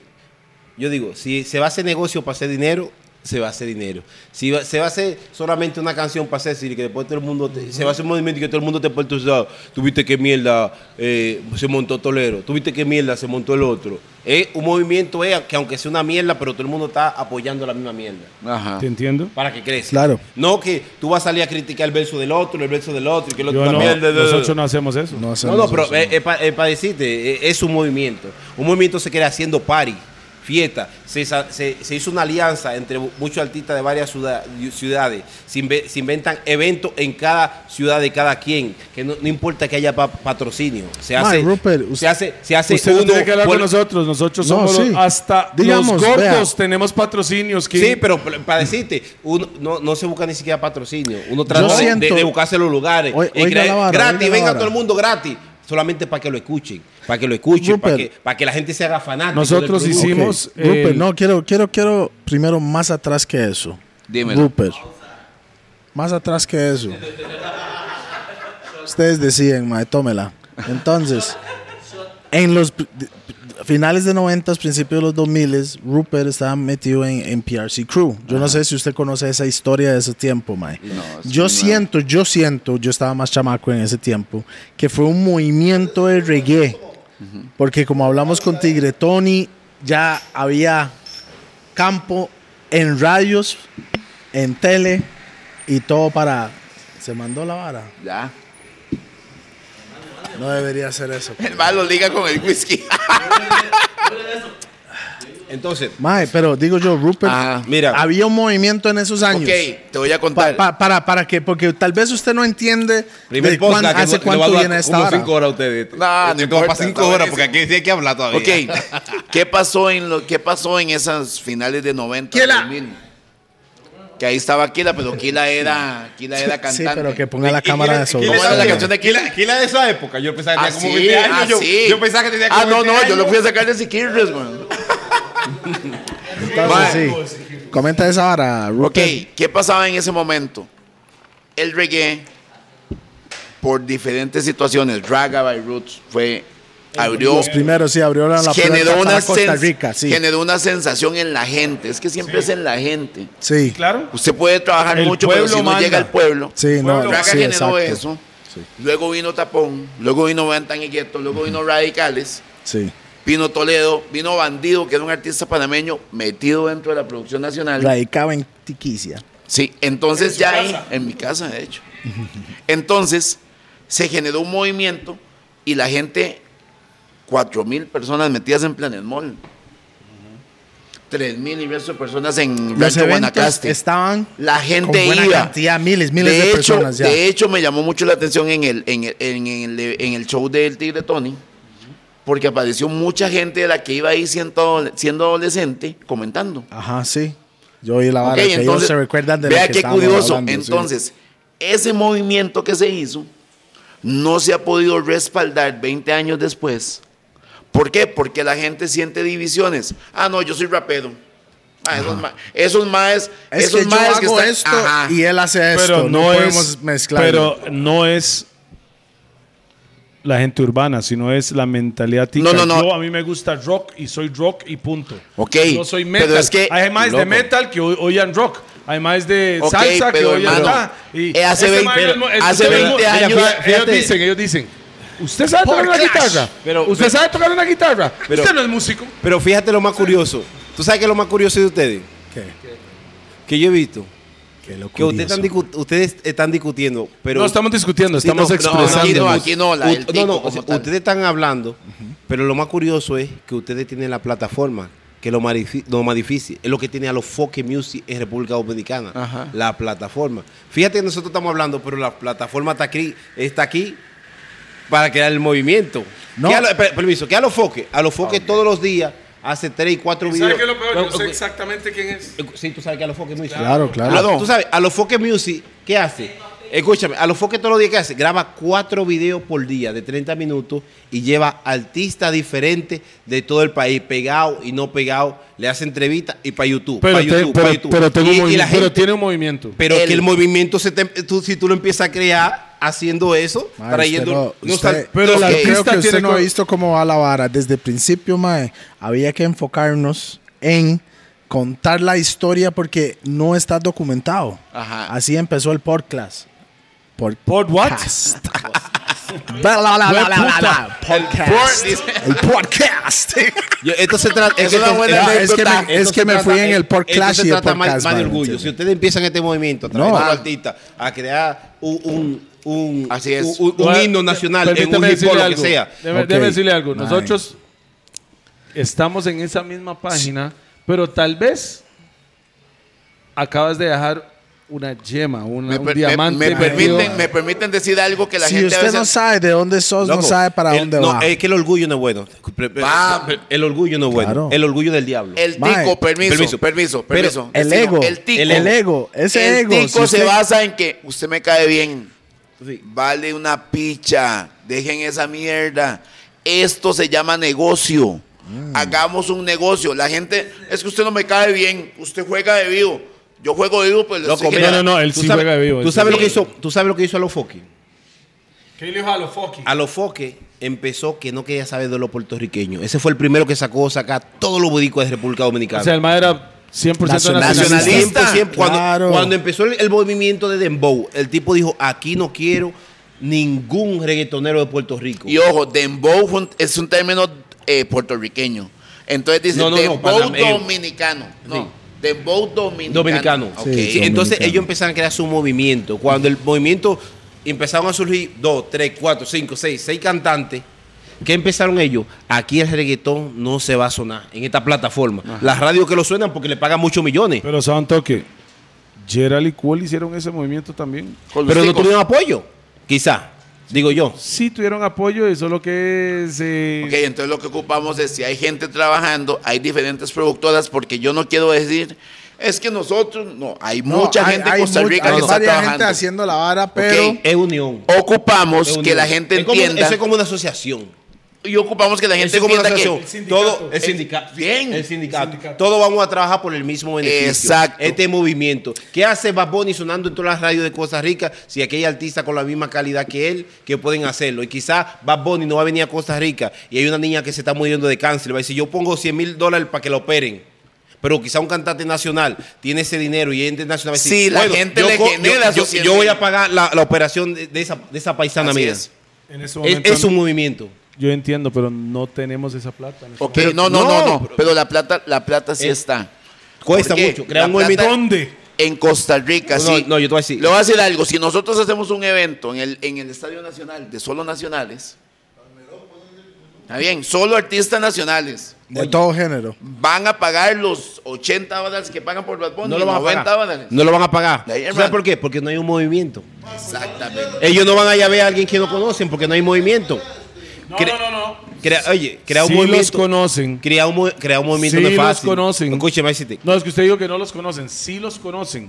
Speaker 3: yo digo, si se va a hacer negocio para hacer dinero, se va a hacer dinero. Si va- se va a hacer solamente una canción para hacer decir que después todo el mundo te- se va a hacer un movimiento y que todo el mundo te puede usar. Tuviste que mierda eh, se montó Tolero, tuviste que mierda se montó el otro. Es un movimiento es que aunque sea una mierda, pero todo el mundo está apoyando la misma mierda.
Speaker 5: Ajá.
Speaker 6: ¿Te entiendo?
Speaker 3: Para que crezca.
Speaker 4: Claro.
Speaker 3: No que tú vas a salir a criticar el verso del otro, el verso del otro, y que el otro
Speaker 6: Yo no,
Speaker 3: también.
Speaker 6: nosotros no hacemos eso.
Speaker 4: No,
Speaker 3: No, no, pero eh, es para decirte, eh, es un movimiento. Un movimiento se crea haciendo party, fiesta. Se, sa- se- se hizo una alianza entre mu- muchos artistas de varias ciuda- ciudades. Se, inve- se inventan eventos en cada ciudad de cada quien. Que no, no importa que haya pa- patrocinio. Se
Speaker 4: Mae,
Speaker 3: hace,
Speaker 4: Rupert,
Speaker 3: se
Speaker 4: usted-
Speaker 3: hace, se hace
Speaker 6: Usted no
Speaker 3: uno
Speaker 6: tiene que hablar
Speaker 3: por-
Speaker 6: con nosotros. Nosotros
Speaker 4: No,
Speaker 6: somos
Speaker 4: sí.
Speaker 6: los- hasta
Speaker 4: Digamos,
Speaker 6: los gordos.
Speaker 4: vea.
Speaker 6: Tenemos patrocinios. que
Speaker 3: Sí, pero para decirte, uno no, no se busca ni siquiera patrocinio. Uno trata
Speaker 4: Yo
Speaker 3: de-
Speaker 4: siento-
Speaker 3: de, de buscarse los lugares.
Speaker 4: Oi-
Speaker 3: y
Speaker 4: oiga
Speaker 3: creer-
Speaker 4: la vara,
Speaker 3: gratis,
Speaker 4: oiga la
Speaker 3: venga
Speaker 4: vara.
Speaker 3: todo el mundo gratis. Solamente para que lo escuchen. Para que lo escuchen. Para que,
Speaker 4: Rupert.
Speaker 3: para que la gente se haga fanática.
Speaker 6: Nosotros
Speaker 3: del producto.
Speaker 6: hicimos-
Speaker 4: Ok, Rupert,
Speaker 6: el-
Speaker 4: no, quiero, quiero, quiero primero más atrás que eso.
Speaker 5: Dímelo.
Speaker 4: Rupert, más atrás que eso. Ustedes deciden, mae, tómela. Entonces, en los pr- d- p- finales de 90, principios de los 2000, Rupert estaba metido en, en PRC Crew. Yo no sé si usted conoce esa historia de ese tiempo, mae.
Speaker 5: es
Speaker 4: yo
Speaker 5: muy
Speaker 4: siento, yo siento, yo estaba más chamaco en ese tiempo, que fue un movimiento de reggae. Porque como hablamos con Tigre Tony, ya había campo en radios, en tele y todo para... Se mandó la vara.
Speaker 5: Ya.
Speaker 4: No debería hacer eso.
Speaker 5: El malo liga con el whisky.
Speaker 3: El Entonces,
Speaker 4: Mae, pero digo yo, Rupert,
Speaker 5: Ajá.
Speaker 3: Mira.
Speaker 4: había un movimiento en esos años.
Speaker 5: Ok, te voy a
Speaker 4: Pa-
Speaker 5: contar.
Speaker 4: pa- para, para que, porque tal vez usted no entiende
Speaker 3: primer
Speaker 4: de
Speaker 3: podcast
Speaker 4: cuán-
Speaker 3: que
Speaker 4: hace
Speaker 3: no- le va a
Speaker 4: cuánto
Speaker 3: durar
Speaker 4: viene esta
Speaker 3: como
Speaker 4: hora.
Speaker 3: cinco horas a ustedes.
Speaker 5: No, no
Speaker 3: Yo tengo
Speaker 5: importa,
Speaker 3: para
Speaker 5: está
Speaker 3: cinco horas porque aquí sí hay que hablar todavía.
Speaker 5: Ok, ¿qué pasó en, lo, qué pasó en esas finales de 90? 2000? Que ahí estaba Kila, pero Kila era, Kila era
Speaker 4: Sí,
Speaker 5: cantante.
Speaker 4: pero que ponga la cámara de sobre.
Speaker 5: ¿Cómo era la canción de
Speaker 3: ¿Quién
Speaker 5: Kila?
Speaker 3: la- quién la de esa época? Yo pensaba
Speaker 5: Ah,
Speaker 3: que tenía Ah, como 20 años. yo,
Speaker 5: así.
Speaker 3: yo pensaba que tenía como
Speaker 5: Ah, no,
Speaker 3: 20
Speaker 5: no, yo
Speaker 3: años.
Speaker 5: lo fui a sacar de Siquirres, man.
Speaker 4: Entonces, sí. Comenta esa hora,
Speaker 5: Ok,
Speaker 4: Rupert.
Speaker 5: ¿qué pasaba en ese momento? El reggae, por diferentes situaciones, Raga by Roots fue, abrió,
Speaker 4: Los primeros sí abrieron la puerta
Speaker 5: generó
Speaker 4: para
Speaker 5: una,
Speaker 4: Costa
Speaker 5: sens-
Speaker 4: Rica, sí.
Speaker 5: generó una sensación en la gente. Es que siempre es en la gente.
Speaker 4: Sí,
Speaker 2: Claro.
Speaker 5: Usted puede trabajar
Speaker 2: El
Speaker 5: mucho, pero
Speaker 2: pueblo
Speaker 5: si no
Speaker 2: manda.
Speaker 5: llega al pueblo.
Speaker 4: sí, no,
Speaker 5: Raga
Speaker 4: sí, exacto.
Speaker 5: generó eso. Luego vino Tapón, luego vino Bantan y Gueto, luego vino Radicales,
Speaker 4: Sí.
Speaker 5: vino Toledo, vino Bandido, que era un artista panameño metido dentro de la producción nacional.
Speaker 4: Radicaba en Tiquicia.
Speaker 5: Sí, entonces ya ahí, en mi casa, de hecho. Entonces, se generó un movimiento y la gente, cuatro mil personas metidas en Planet Mall. Tres mil y resto de personas en
Speaker 4: Los
Speaker 5: Rancho
Speaker 4: eventos
Speaker 5: Guanacaste.
Speaker 4: estaban
Speaker 5: La gente
Speaker 4: con buena
Speaker 5: iba.
Speaker 4: cantidad, miles, miles de,
Speaker 5: hecho,
Speaker 4: personas ya.
Speaker 5: de hecho, me llamó mucho la atención en el, en el, en el, en el show del Tigre Tony, porque apareció mucha gente de la que iba ahí siendo, siendo adolescente comentando.
Speaker 4: Ajá, sí. Yo oí la vara,
Speaker 5: Ok,
Speaker 4: que ellos se recuerdan de lo
Speaker 5: vea
Speaker 4: que
Speaker 5: qué
Speaker 4: estábamos
Speaker 5: curioso.
Speaker 4: hablando, sí.
Speaker 5: entonces, ese movimiento que se hizo no se ha podido respaldar 20 años después. ¿Por qué? Porque la gente siente divisiones. Ah, no, yo soy rapero. Ah, esos, ma- esos maes,
Speaker 4: Es
Speaker 5: esos
Speaker 4: que yo
Speaker 5: maes
Speaker 4: hago
Speaker 5: están-
Speaker 4: esto
Speaker 5: Ajá.
Speaker 4: y él hace
Speaker 3: Pues
Speaker 4: esto.
Speaker 6: Pero
Speaker 4: no,
Speaker 6: no, es.
Speaker 4: podemos mezclar.
Speaker 6: Pero no es la gente urbana, sino es la mentalidad tica.
Speaker 5: No, no, no.
Speaker 6: Yo, a mí me gusta rock y soy rock y punto.
Speaker 5: Ok,
Speaker 6: Yo soy
Speaker 5: pero
Speaker 6: metal.
Speaker 5: es que-
Speaker 6: Hay más de
Speaker 5: loco.
Speaker 6: metal que o- oyan rock. Hay más de
Speaker 5: Ok,
Speaker 6: salsa
Speaker 5: pero,
Speaker 6: que oyan
Speaker 5: hermano,
Speaker 6: rock. Y
Speaker 5: eh, hace
Speaker 6: este
Speaker 5: 20
Speaker 6: man mismo-
Speaker 5: hace
Speaker 6: este
Speaker 5: 20
Speaker 6: mismo-
Speaker 5: años-
Speaker 6: Mira, fíjate.
Speaker 2: Ellos dicen, ellos dicen.
Speaker 6: ¿Usted sabe tocar una guitarra? ¿Usted sabe tocar una guitarra?
Speaker 3: Pero-
Speaker 6: ¿Usted no es músico?
Speaker 3: Pero fíjate lo más curioso. ¿Tú sabes qué es lo más curioso de ustedes? Que yo he visto.
Speaker 4: Qué lo
Speaker 3: Que ustedes
Speaker 4: curioso.
Speaker 3: están, discu- ustedes están discutiendo, pero...
Speaker 6: No estamos discutiendo,
Speaker 3: Sí,
Speaker 6: estamos
Speaker 3: no, no,
Speaker 5: aquí
Speaker 6: expresando.
Speaker 5: no, aquí no, la del
Speaker 3: Ut- no, no,
Speaker 5: tico
Speaker 3: o sea,
Speaker 5: como tal.
Speaker 3: ustedes están hablando, pero lo más curioso es que ustedes tienen la plataforma, que es lo más, difi- lo más difícil, es lo que tiene a los Foque Music en República Dominicana, la plataforma. Fíjate que nosotros estamos hablando, pero la plataforma está aquí, está aquí para crear el movimiento.
Speaker 4: No.
Speaker 3: Que a lo- per- permiso, que a los Foque, a los Foque todos los días hace tres y cuatro videos.
Speaker 2: ¿Sabes qué es lo peor?
Speaker 3: No,
Speaker 2: Yo sé
Speaker 3: ok.
Speaker 2: exactamente quién es.
Speaker 3: Sí, tú sabes que a los Foque Music.
Speaker 4: Claro, claro.
Speaker 3: Ah, Tú sabes, a los Foque Music, ¿qué hace? Escúchame, a los Foque todos los días, ¿qué hace? Graba cuatro videos por día de 30 minutos y lleva artistas diferentes de todo el país, pegado y no pegado, le hace entrevistas y para YouTube.
Speaker 6: Pero,
Speaker 3: pa' YouTube,
Speaker 6: te- pero-
Speaker 3: pa' YouTube.
Speaker 6: pero tengo
Speaker 3: Y-
Speaker 6: un
Speaker 3: y la
Speaker 6: movimiento, pero
Speaker 3: gente-
Speaker 6: tiene un movimiento.
Speaker 3: pero
Speaker 5: Él.
Speaker 3: que el movimiento, se te- tú- si tú lo empiezas a crear haciendo eso,
Speaker 4: Mae,
Speaker 3: trayendo.
Speaker 4: usted
Speaker 3: no
Speaker 4: no-
Speaker 3: sal-
Speaker 4: usted-
Speaker 6: pero
Speaker 4: yo
Speaker 6: el
Speaker 4: creo
Speaker 6: artista
Speaker 4: que usted
Speaker 6: tiene
Speaker 4: no ha
Speaker 6: que-
Speaker 4: visto cómo va la vara. Desde el principio, mae, había que enfocarnos en contar la historia porque no está documentado.
Speaker 5: Ajá.
Speaker 4: Así empezó el podcast. Por
Speaker 6: ¿Por what?
Speaker 4: podcast. Bla, bla, bla, bla, bla, bla, bla. Podcast. El podcast.
Speaker 3: Yo- esto se trata.
Speaker 5: Es una buena
Speaker 3: esto-
Speaker 4: idea. Es que me-
Speaker 3: esto
Speaker 4: es
Speaker 3: se
Speaker 4: que me fui en el
Speaker 3: esto-
Speaker 4: podcast
Speaker 3: esto se
Speaker 4: y el
Speaker 3: trata más-
Speaker 4: podcast,
Speaker 3: más de
Speaker 4: man,
Speaker 3: orgullo.
Speaker 4: ¿entiendes?
Speaker 3: Si ustedes empiezan este movimiento a través
Speaker 4: No.
Speaker 3: de los artistas, a crear un, un, un,
Speaker 5: Así es.
Speaker 3: un, un- un
Speaker 6: Bueno,
Speaker 3: himno nacional en un
Speaker 6: permítame
Speaker 3: hip hop,
Speaker 6: decirle
Speaker 3: lo que
Speaker 6: algo.
Speaker 3: sea.
Speaker 6: Debe,
Speaker 4: Ok.
Speaker 6: debe decirle algo.
Speaker 4: Mae.
Speaker 6: Nosotros estamos en esa misma página, pero tal vez acabas de dejar una yema, una-
Speaker 5: Me,
Speaker 6: un
Speaker 5: per- me-
Speaker 6: diamante.
Speaker 5: me
Speaker 6: metido.
Speaker 5: permiten, me permiten decir algo que la
Speaker 4: Si
Speaker 5: gente a
Speaker 4: usted
Speaker 5: veces...
Speaker 4: no sabe de dónde sos, no
Speaker 3: Loco,
Speaker 4: sabe para
Speaker 3: el-
Speaker 4: dónde
Speaker 3: no,
Speaker 4: va. Ah.
Speaker 3: Es que el orgullo no es bueno.
Speaker 5: Va.
Speaker 3: El orgullo no es bueno.
Speaker 4: Claro.
Speaker 3: El orgullo del diablo.
Speaker 5: El tico,
Speaker 4: Mae.
Speaker 5: permiso,
Speaker 3: Permiso.
Speaker 5: permiso, permiso.
Speaker 3: Pero
Speaker 4: el
Speaker 5: Destino,
Speaker 4: ego,
Speaker 5: El tico.
Speaker 4: el ego, ese
Speaker 5: el
Speaker 4: ego,
Speaker 5: tico
Speaker 4: si
Speaker 5: se
Speaker 4: usted-
Speaker 5: basa en que usted me cae bien. Vale una picha. Dejen esa mierda. Esto se llama negocio.
Speaker 3: Mm.
Speaker 5: Hagamos un negocio. La gente, es que usted no me cae bien. Usted juega de vivo. Yo juego de vivo, pues le
Speaker 3: Loco,
Speaker 5: estoy
Speaker 3: mira,
Speaker 5: generando-
Speaker 6: No, no, no, él
Speaker 3: tú
Speaker 6: sí
Speaker 3: sabes-
Speaker 6: juega de vivo,
Speaker 3: ¿Tú
Speaker 6: él
Speaker 3: sabes,
Speaker 6: sí
Speaker 3: lo que hizo, tú sabes lo que hizo a los Foki.
Speaker 2: ¿Qué le dijo a los fucking?
Speaker 3: A los foques empezó que no quería saber de los puertorriqueños. Ese fue el primero que sacó sacar todos los budicos de República Dominicana.
Speaker 6: O sea, el mae era 100%
Speaker 4: Nacionalista.
Speaker 6: nacionalista.
Speaker 5: Nacionalista.
Speaker 3: cuando,
Speaker 4: Claro.
Speaker 3: cuando empezó el, el movimiento de Dembow, el tipo dijo, aquí no quiero ningún reggaetonero de Puerto Rico.
Speaker 5: Y ojo, dembow fue un- es un término eh, puertorriqueño. Entonces dice
Speaker 3: No, no, no,
Speaker 5: dembow
Speaker 3: paname- eh,
Speaker 5: dominicano. No,
Speaker 3: sí.
Speaker 5: dembow dominicano.
Speaker 3: dominicano.
Speaker 5: Ok.
Speaker 4: Sí,
Speaker 3: Sí,
Speaker 4: dominicano.
Speaker 3: Entonces ellos empezaron a crear su movimiento. Cuando el movimiento empezaron a surgir dos, tres, cuatro, cinco, seis, seis cantantes, ¿Qué empezaron ellos? Aquí el reggaetón no se va a sonar en esta plataforma. Las radios que lo suenan porque le pagan muchos millones.
Speaker 6: Pero saben toque. Gerald y Cuel hicieron ese movimiento también.
Speaker 5: Con los
Speaker 3: Pero no
Speaker 5: ticos.
Speaker 3: tuvieron apoyo, quizá, digo yo.
Speaker 6: Sí tuvieron apoyo, eso lo que eh, se...
Speaker 5: Ok, entonces lo que ocupamos es si hay gente trabajando, hay diferentes productoras, porque yo no quiero decir, es que nosotros, no, hay mucha
Speaker 4: No, hay-
Speaker 5: gente
Speaker 4: hay
Speaker 5: en Costa
Speaker 4: mu-
Speaker 5: Rica
Speaker 4: hay
Speaker 5: que está
Speaker 4: varias gente
Speaker 5: trabajando.
Speaker 4: haciendo la vara, pero
Speaker 5: Ok.
Speaker 3: Es unión.
Speaker 5: Ocupamos
Speaker 3: es
Speaker 5: que
Speaker 3: unión.
Speaker 5: la gente
Speaker 3: Es como-
Speaker 5: entienda
Speaker 3: Eso es como una asociación.
Speaker 5: y ocupamos que la gente
Speaker 3: Eso es como una
Speaker 5: entienda
Speaker 3: asociación.
Speaker 5: que
Speaker 3: Todo, el sindicato.
Speaker 5: Bien.
Speaker 3: El sindicato. Todos vamos a trabajar por el mismo beneficio.
Speaker 5: Exacto.
Speaker 3: Este movimiento. ¿Qué hace Bad Bunny sonando en todas las radios de Costa Rica si aquí hay artistas con la misma calidad que él que pueden hacerlo? Y quizás Bad Bunny no va a venir a Costa Rica y hay una niña que se está muriendo de cáncer. Va a decir, yo pongo 100 mil dólares para que la operen. Pero quizá un cantante nacional tiene ese dinero y es internacional. va a decir,
Speaker 5: Sí, la gente
Speaker 3: yo
Speaker 5: le
Speaker 3: co-
Speaker 5: genera
Speaker 3: yo- yo,
Speaker 5: esos 100
Speaker 3: yo voy
Speaker 5: mil.
Speaker 3: a pagar la, la operación de, de esa, de esa paisana
Speaker 5: Así
Speaker 3: mía.
Speaker 5: es.
Speaker 3: Es,
Speaker 6: En ese momento
Speaker 3: es un movimiento.
Speaker 6: yo entiendo, pero no tenemos esa plata. en ese
Speaker 5: Ok,
Speaker 3: Pero-
Speaker 5: no, no, no,
Speaker 3: no,
Speaker 5: no, pero la plata, la plata sí
Speaker 3: Eh,
Speaker 5: está.
Speaker 3: Cuesta
Speaker 5: ¿Por qué?
Speaker 3: mucho. Crear
Speaker 5: La
Speaker 3: un
Speaker 5: plata-
Speaker 3: movimiento.
Speaker 6: ¿Dónde?
Speaker 5: En Costa Rica,
Speaker 3: No,
Speaker 5: sí.
Speaker 3: no, yo te voy a decir.
Speaker 5: Le voy a decir algo, si nosotros hacemos un evento en el, en el Estadio Nacional de solo nacionales, está bien, solo artistas nacionales.
Speaker 4: de todo género.
Speaker 5: van a pagar los 80 dólares que pagan por Bad Bunny,
Speaker 3: No lo van a
Speaker 5: 90
Speaker 3: pagar.
Speaker 5: dólares.
Speaker 3: No lo van a pagar.
Speaker 5: De ahí,
Speaker 3: ¿Sabes
Speaker 5: hermano.
Speaker 3: por qué? Porque no hay un movimiento.
Speaker 5: Exactamente.
Speaker 3: Ellos no van allá a ver a alguien que no conocen porque no hay movimiento. Cre- Crea, oye, crear un
Speaker 6: Sí los
Speaker 3: movimiento.
Speaker 6: conocen.
Speaker 3: Crear un, mo- crear un movimiento
Speaker 6: Sí
Speaker 3: no es
Speaker 6: los
Speaker 3: fácil.
Speaker 6: conocen.
Speaker 3: Escúchame, decirte.
Speaker 6: No, es que usted dijo que no los conocen. Sí los conocen.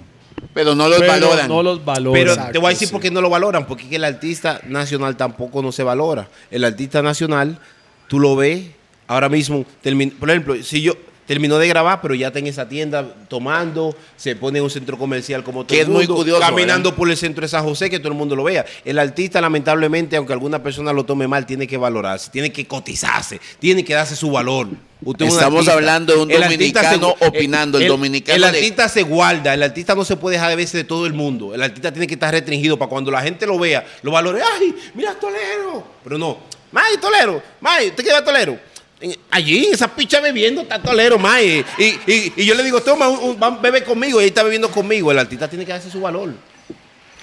Speaker 5: Pero no los
Speaker 6: pero
Speaker 5: valoran.
Speaker 6: no los valoran.
Speaker 3: Pero te
Speaker 4: Exacto,
Speaker 3: voy a decir
Speaker 4: sí.
Speaker 3: por qué no lo valoran. Porque es que el artista nacional tampoco no se valora. El artista nacional, tú lo ves ahora mismo. termin- por ejemplo, si yo. Terminó de grabar, pero ya está en esa tienda tomando, se pone en un centro comercial como todo
Speaker 5: Que es
Speaker 3: el
Speaker 5: muy
Speaker 3: mundo,
Speaker 5: curioso, ¿eh?
Speaker 3: caminando
Speaker 5: ¿verdad?
Speaker 3: por el centro de San José, que todo el mundo lo vea. El artista, lamentablemente, aunque alguna persona lo tome mal, tiene que valorarse, tiene que cotizarse, tiene que darse su valor. Usted es un
Speaker 5: Estamos
Speaker 3: artista.
Speaker 5: hablando de un
Speaker 3: El artista
Speaker 5: dominicano
Speaker 3: gu-
Speaker 5: opinando, el dominicano
Speaker 3: El
Speaker 5: le-
Speaker 3: artista artista se guarda, el artista no se puede dejar de verse de todo el mundo. El artista tiene que estar restringido para cuando la gente lo vea, lo valore. ¡Ay, mira Tolero! Pero no, ¡May, Tolero! ¡May, usted qué va a Tolero! En- Allí, esa picha bebiendo está Tolero, May. Y, y- y yo le digo, toma, un, un- van, bebe conmigo, y ahí está bebiendo conmigo. El artista tiene que darse su valor.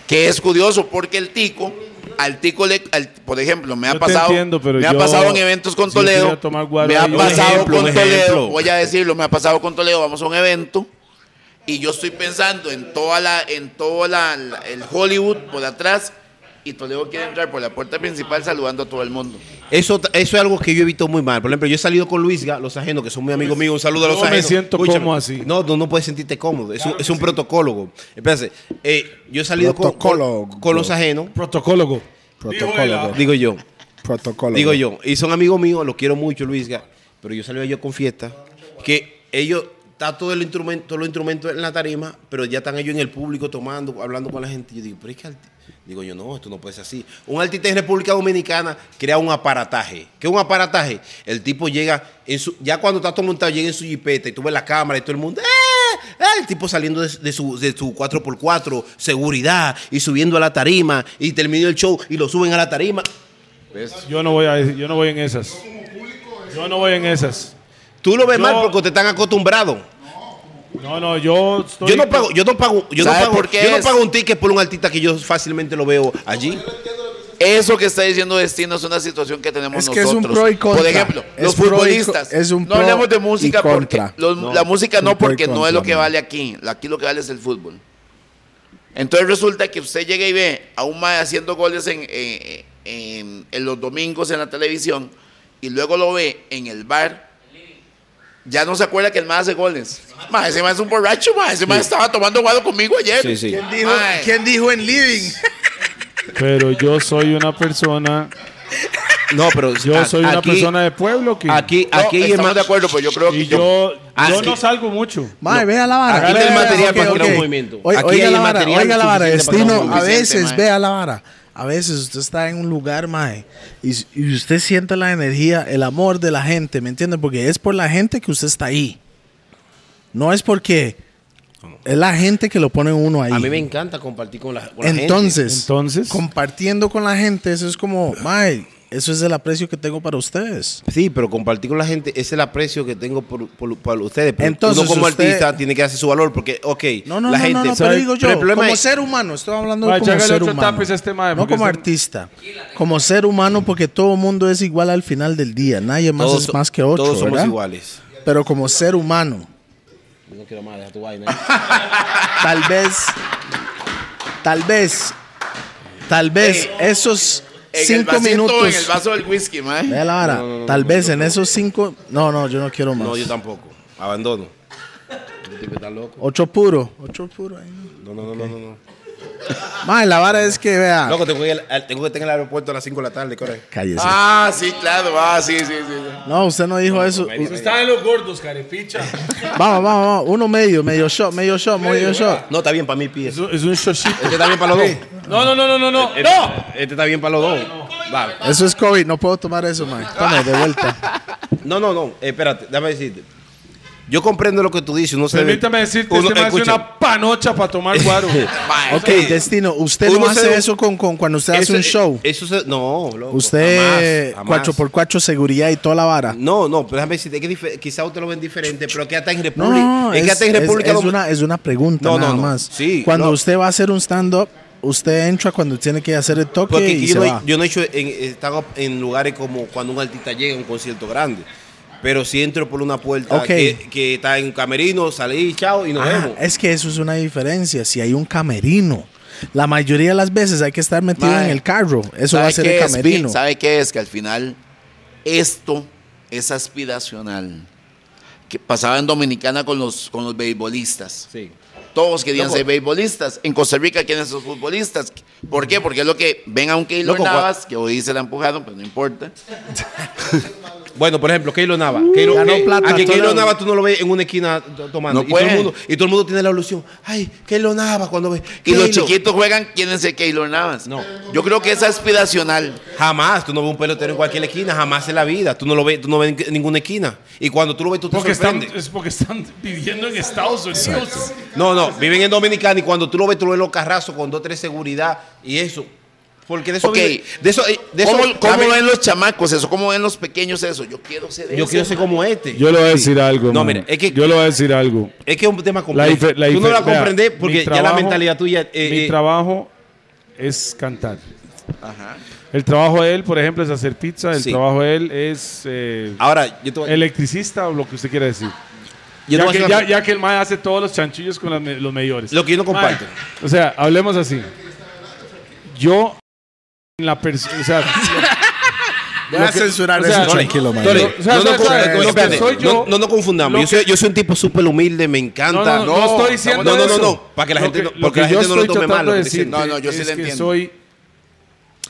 Speaker 5: Que es curioso porque el tico, al tico le, al- por ejemplo, me ha
Speaker 6: Yo te
Speaker 5: pasado,
Speaker 6: entiendo, pero
Speaker 5: me ha
Speaker 6: yo-
Speaker 5: pasado en eventos con
Speaker 6: si yo
Speaker 5: Toledo,
Speaker 6: pudiera tomar guaro
Speaker 5: me ha
Speaker 6: ahí, un
Speaker 5: pasado
Speaker 3: ejemplo,
Speaker 5: con
Speaker 3: un
Speaker 5: Toledo,
Speaker 3: ejemplo.
Speaker 5: voy a decirlo, me ha pasado con Toledo, vamos a un evento y yo estoy pensando en toda la, en toda la, la- el Hollywood por atrás y Toledo quiere entrar por la puerta principal saludando a todo el mundo.
Speaker 3: Eso, eso es algo que yo he visto muy mal. Por ejemplo, yo he salido con Luisga, los ajenos, que son muy amigos míos. Un saludo a los
Speaker 6: No me
Speaker 3: ajenos.
Speaker 6: siento
Speaker 3: Escúchame.
Speaker 6: cómodo así.
Speaker 3: No, no, no puedes sentirte cómodo. Es, un- es un protocólogo. Espérate, eh, yo he salido con, con,
Speaker 4: Protocólogo.
Speaker 3: con los ajenos,
Speaker 6: Protocólogo.
Speaker 4: Protocolo. bro.
Speaker 3: digo yo.
Speaker 4: Protocolo.
Speaker 3: Digo
Speaker 4: bro.
Speaker 3: yo. Y son amigos míos, los quiero mucho, Luisga. Pero yo salí yo con fiesta. Que ellos, está todo el instrumento, todos los instrumentos en la tarima, pero ya están ellos en el público tomando, hablando con la gente. Yo digo, pero es que arti-". Digo yo, no, esto no puede ser así. Un artista en República Dominicana crea un aparataje. ¿Qué es un aparataje? El tipo llega, en su, ya cuando está todo montado, llega en su jipeta y tú ves la cámara y todo el mundo, ¡eh! ¡eh! El tipo saliendo de, de su, de su 4x4, seguridad, y subiendo a la tarima, y terminó el show y lo suben a la tarima.
Speaker 6: Yo no voy a yo no voy en esas. Yo no voy en esas.
Speaker 3: Tú lo ves
Speaker 6: Yo-
Speaker 3: mal porque te están acostumbrados.
Speaker 6: No, no, yo estoy
Speaker 3: Yo no pago, yo no pago, yo no
Speaker 5: ¿Sabe
Speaker 3: pago,
Speaker 5: por qué
Speaker 3: yo no
Speaker 5: es?
Speaker 3: pago un ticket por un artista que yo fácilmente lo veo allí.
Speaker 5: Eso que está diciendo Destino es una situación que tenemos
Speaker 4: Es que es
Speaker 5: nosotros.
Speaker 4: un pro y contra.
Speaker 5: Por ejemplo,
Speaker 4: Es
Speaker 5: los
Speaker 4: pro y co-
Speaker 5: futbolistas.
Speaker 4: es un
Speaker 5: no
Speaker 4: pro
Speaker 5: hablemos de
Speaker 4: y
Speaker 5: música porque
Speaker 4: contra.
Speaker 5: los-
Speaker 4: No,
Speaker 5: la música
Speaker 4: es un
Speaker 5: no
Speaker 4: pro y
Speaker 5: porque no es lo
Speaker 4: contra,
Speaker 5: que
Speaker 4: man.
Speaker 5: vale aquí. Aquí lo que vale es el fútbol. Entonces resulta que usted llega y ve a un mae haciendo goles en, en- en- en los domingos en la televisión y luego lo ve en el bar. Ya no se acuerda que el mae hace goles. Mae, ese mae es un borracho, mae. Ese mae estaba tomando guado conmigo ayer.
Speaker 3: Sí, sí.
Speaker 4: ¿Quién dijo,
Speaker 5: Mae.
Speaker 4: quién dijo en living?
Speaker 6: pero yo soy una persona,
Speaker 3: No, pero
Speaker 6: yo
Speaker 3: a-
Speaker 6: soy una
Speaker 3: aquí-
Speaker 6: persona de pueblo que
Speaker 3: aquí,
Speaker 5: No,
Speaker 3: aquí es
Speaker 5: estamos
Speaker 3: más
Speaker 5: de acuerdo, pues yo creo que
Speaker 6: y yo yo
Speaker 3: Aquí-
Speaker 6: no salgo mucho.
Speaker 4: Mae, vea la vara.
Speaker 3: Aquí
Speaker 4: Vea,
Speaker 3: hay
Speaker 4: vea,
Speaker 3: material
Speaker 4: ok,
Speaker 3: para crear
Speaker 4: ok.
Speaker 3: un movimiento.
Speaker 4: Oiga,
Speaker 3: Aquí
Speaker 4: oiga
Speaker 3: hay
Speaker 4: la vara,
Speaker 3: material
Speaker 4: oiga la vara.
Speaker 3: suficiente para crear un
Speaker 4: Destino, a
Speaker 5: movimiento.
Speaker 4: veces,
Speaker 5: Suficiente, mae.
Speaker 4: vea la vara. A veces usted está en un lugar, mae, y, y usted siente la energía, el amor de la gente, ¿me entiende? Porque es por la gente que usted está ahí. No es porque es la gente que lo pone uno ahí.
Speaker 3: A mí me encanta compartir con la, con la gente.
Speaker 4: Entonces,
Speaker 6: Entonces,
Speaker 4: compartiendo con la gente, eso es como, mae, Eso es el aprecio que tengo para ustedes.
Speaker 3: Sí, pero compartir con la gente ese es el aprecio que tengo por, por- por ustedes. Pero
Speaker 4: Entonces,
Speaker 3: uno como
Speaker 4: usted-
Speaker 3: artista tiene que hacer su valor porque, ok,
Speaker 4: No, no,
Speaker 3: la
Speaker 4: no,
Speaker 3: gente.
Speaker 4: no, no, pero digo yo,
Speaker 3: el problema
Speaker 4: como
Speaker 3: es-
Speaker 4: ser humano, estoy hablando
Speaker 2: Vaya,
Speaker 4: como
Speaker 2: hágale
Speaker 4: ser
Speaker 2: ocho
Speaker 4: humano.
Speaker 2: tapes a este mae,
Speaker 4: no
Speaker 2: porque
Speaker 4: como
Speaker 2: este-
Speaker 4: artista, como ser humano, porque todo mundo es igual al final del día, nadie más
Speaker 3: todos
Speaker 4: es
Speaker 3: so-
Speaker 4: más que otro,
Speaker 3: Todos somos
Speaker 4: ¿verdad?
Speaker 3: iguales.
Speaker 4: Pero como ser humano,
Speaker 3: No quiero más, deja tu vaina. ¿eh?
Speaker 4: tal vez, tal vez, tal vez
Speaker 3: Eh,
Speaker 4: esos
Speaker 5: En
Speaker 4: cinco
Speaker 5: el vasito,
Speaker 4: minutos.
Speaker 5: En el vaso del whisky, mae.
Speaker 4: Vea la vara, tal vez en esos cinco, no, no, yo no quiero más.
Speaker 3: No, yo tampoco. Abandono. Este tipo está loco.
Speaker 4: Ocho puro, ocho puro. ahí no.
Speaker 3: No, no, no, no, no, no.
Speaker 4: Mae, la vara es que vea.
Speaker 3: Loco, tengo que, ir al- tengo que estar en el aeropuerto a las 5 de la tarde, corre.
Speaker 4: Cállese.
Speaker 5: Ah, sí, claro. Ah, sí, sí, sí. sí.
Speaker 4: No, usted no dijo eso.
Speaker 9: Están los gordos, carepicha.
Speaker 4: Vamos, vamos, vamos. Uno medio, medio shot, medio shot, medio shot.
Speaker 3: No, está bien para mí, pie.
Speaker 2: Es un, es un showcito.
Speaker 3: Este está bien para los dos.
Speaker 2: No, no, no, no, no, no.
Speaker 6: Eh,
Speaker 3: ¡No! Este está bien para los dos. Vale.
Speaker 4: Eso es COVID, no puedo tomar eso, man. Tome, de vuelta.
Speaker 3: No, no, no. Espérate, déjame decirte. Yo comprendo lo que tú dices. Uno se
Speaker 9: Permítame decirte,
Speaker 3: uno-
Speaker 9: este mae hace
Speaker 3: escucha,
Speaker 9: una panocha para tomar guaro.
Speaker 5: Mae,
Speaker 4: Ok, destino, usted
Speaker 3: Ah, Uno
Speaker 4: no hace
Speaker 3: se-
Speaker 4: eso con, con cuando usted hace
Speaker 3: eso- eh,
Speaker 4: un show.
Speaker 3: Eso se- no, loco,
Speaker 4: Usted
Speaker 3: jamás, jamás.
Speaker 4: 4x4 seguridad y toda la vara.
Speaker 3: No, no, pero déjame decirte que dife- quizá usted lo ven diferente, pero que hasta en
Speaker 4: No,
Speaker 3: República.
Speaker 4: no,
Speaker 3: es, que
Speaker 4: es,
Speaker 3: hasta en
Speaker 4: es-
Speaker 3: República
Speaker 4: es
Speaker 3: Domin-
Speaker 4: una, es una pregunta
Speaker 3: No, no,
Speaker 4: nada
Speaker 3: no.
Speaker 4: más.
Speaker 3: Sí,
Speaker 4: cuando
Speaker 3: no.
Speaker 4: usted va a hacer un stand-up, usted entra cuando tiene que hacer el toque
Speaker 3: Porque
Speaker 4: y
Speaker 3: yo,
Speaker 4: se
Speaker 3: no he,
Speaker 4: va.
Speaker 3: yo no he hecho en, he estado en lugares como cuando un artista llega a un concierto grande. Pero si entro por una puerta
Speaker 4: Ok.
Speaker 3: que, que está en un camerino, salí, chao, y nos
Speaker 4: Ah,
Speaker 3: vemos.
Speaker 4: es que eso es una diferencia. Si hay un camerino, la mayoría de las veces hay que estar metido
Speaker 5: Mae,
Speaker 4: en el carro. Eso va
Speaker 5: ¿sabe
Speaker 4: a ser
Speaker 5: qué
Speaker 4: el
Speaker 5: es, Vic?
Speaker 4: camerino.
Speaker 5: ¿Sabe qué es? Que al final esto es aspiracional. Que pasaba en Dominicana con los, con los beisbolistas.
Speaker 3: Sí.
Speaker 5: Todos querían
Speaker 3: Loco.
Speaker 5: ser beisbolistas. En Costa Rica, ¿quiénes son futbolistas? ¿Por qué? Porque es lo que ven a un Keylor
Speaker 3: Loco, cua-
Speaker 5: Navas, que hoy se la empujaron, pero no importa.
Speaker 3: Bueno, por ejemplo, Keilo Nava. Keylor-
Speaker 4: ganó
Speaker 3: Ke-
Speaker 4: plata,
Speaker 3: a que
Speaker 4: todo
Speaker 3: Keylor
Speaker 4: el-
Speaker 3: Nava tú no lo ves en una esquina to- tomando.
Speaker 5: No
Speaker 3: y, todo el
Speaker 5: puede.
Speaker 3: mundo, y todo el mundo tiene la ilusión. Ay, Keylor Nava cuando ve.
Speaker 5: Y
Speaker 3: Keylor.
Speaker 5: los chiquitos juegan, ¿quién es el Keylor Navas?
Speaker 3: No.
Speaker 5: Yo creo que es aspiracional.
Speaker 3: Jamás, tú no ves un pelotero en cualquier esquina, jamás en la vida. Tú no lo ves, tú no ves en ninguna esquina. Y cuando tú lo ves, tú te
Speaker 2: Porque están,
Speaker 3: sorprendes.
Speaker 2: es porque están viviendo en Estados Unidos.
Speaker 3: No, no, viven en Dominicana y cuando tú lo ves, tú lo ves los carrazos con dos, tres seguridad y eso. Porque de eso
Speaker 5: Ok.
Speaker 3: vive- De eso, eh, de
Speaker 5: ¿Cómo,
Speaker 3: eso-
Speaker 5: cómo
Speaker 3: dame-
Speaker 5: ven los chamacos eso? ¿Cómo ven los pequeños eso? Yo quiero ser
Speaker 3: Yo
Speaker 5: ese.
Speaker 3: quiero ser como este.
Speaker 2: Yo le voy a decir
Speaker 3: Sí.
Speaker 2: algo.
Speaker 3: No,
Speaker 2: man.
Speaker 3: mira, es que,
Speaker 2: Yo le voy a decir algo.
Speaker 3: es que es un tema
Speaker 2: La
Speaker 3: complejo.
Speaker 2: dife- la
Speaker 3: tú no
Speaker 2: dife-
Speaker 3: la
Speaker 2: vea,
Speaker 3: comprendes
Speaker 2: mi
Speaker 3: porque ya la
Speaker 2: trabajo-
Speaker 3: mentalidad tuya. eh,
Speaker 2: mi
Speaker 3: eh,
Speaker 2: trabajo es cantar. El trabajo de él, por ejemplo, es hacer pizza. El
Speaker 3: Sí.
Speaker 2: trabajo de él es eh,
Speaker 3: ahora, yo te voy-
Speaker 2: electricista o lo que usted quiera decir.
Speaker 3: yo te
Speaker 2: ya,
Speaker 3: voy a
Speaker 2: que,
Speaker 3: decir
Speaker 2: ya,
Speaker 3: una-
Speaker 2: ya que el mae hace todos los chanchillos con las me- los mayores.
Speaker 3: Lo que yo no comparto.
Speaker 2: Mae, o sea, hablemos así. Yo en la persona, o sea,
Speaker 4: Voy a censurar
Speaker 2: o sea,
Speaker 4: eso,
Speaker 2: Tony,
Speaker 4: tranquilo, man.
Speaker 3: Tony,
Speaker 2: Yo- o sea,
Speaker 3: no, no,
Speaker 2: o sea,
Speaker 3: no,
Speaker 2: lo que
Speaker 3: espérate,
Speaker 2: soy
Speaker 3: no-
Speaker 2: yo-
Speaker 3: no nos confundamos.
Speaker 2: lo
Speaker 3: Yo soy,
Speaker 2: que-
Speaker 3: yo soy un tipo súper humilde, me
Speaker 2: no,
Speaker 3: encanta.
Speaker 2: no, no, no estoy diciendo
Speaker 3: no, no, no,
Speaker 2: eso.
Speaker 3: no, para que la
Speaker 2: Lo
Speaker 3: gente no-
Speaker 2: lo
Speaker 3: porque la
Speaker 2: que yo
Speaker 3: gente no lo
Speaker 2: estoy
Speaker 3: tome mal,
Speaker 2: tratando
Speaker 3: lo
Speaker 2: de
Speaker 3: que estoy
Speaker 2: decir
Speaker 5: diciendo. No, no, yo sí
Speaker 2: es
Speaker 5: le
Speaker 2: que
Speaker 5: entiendo.
Speaker 2: soy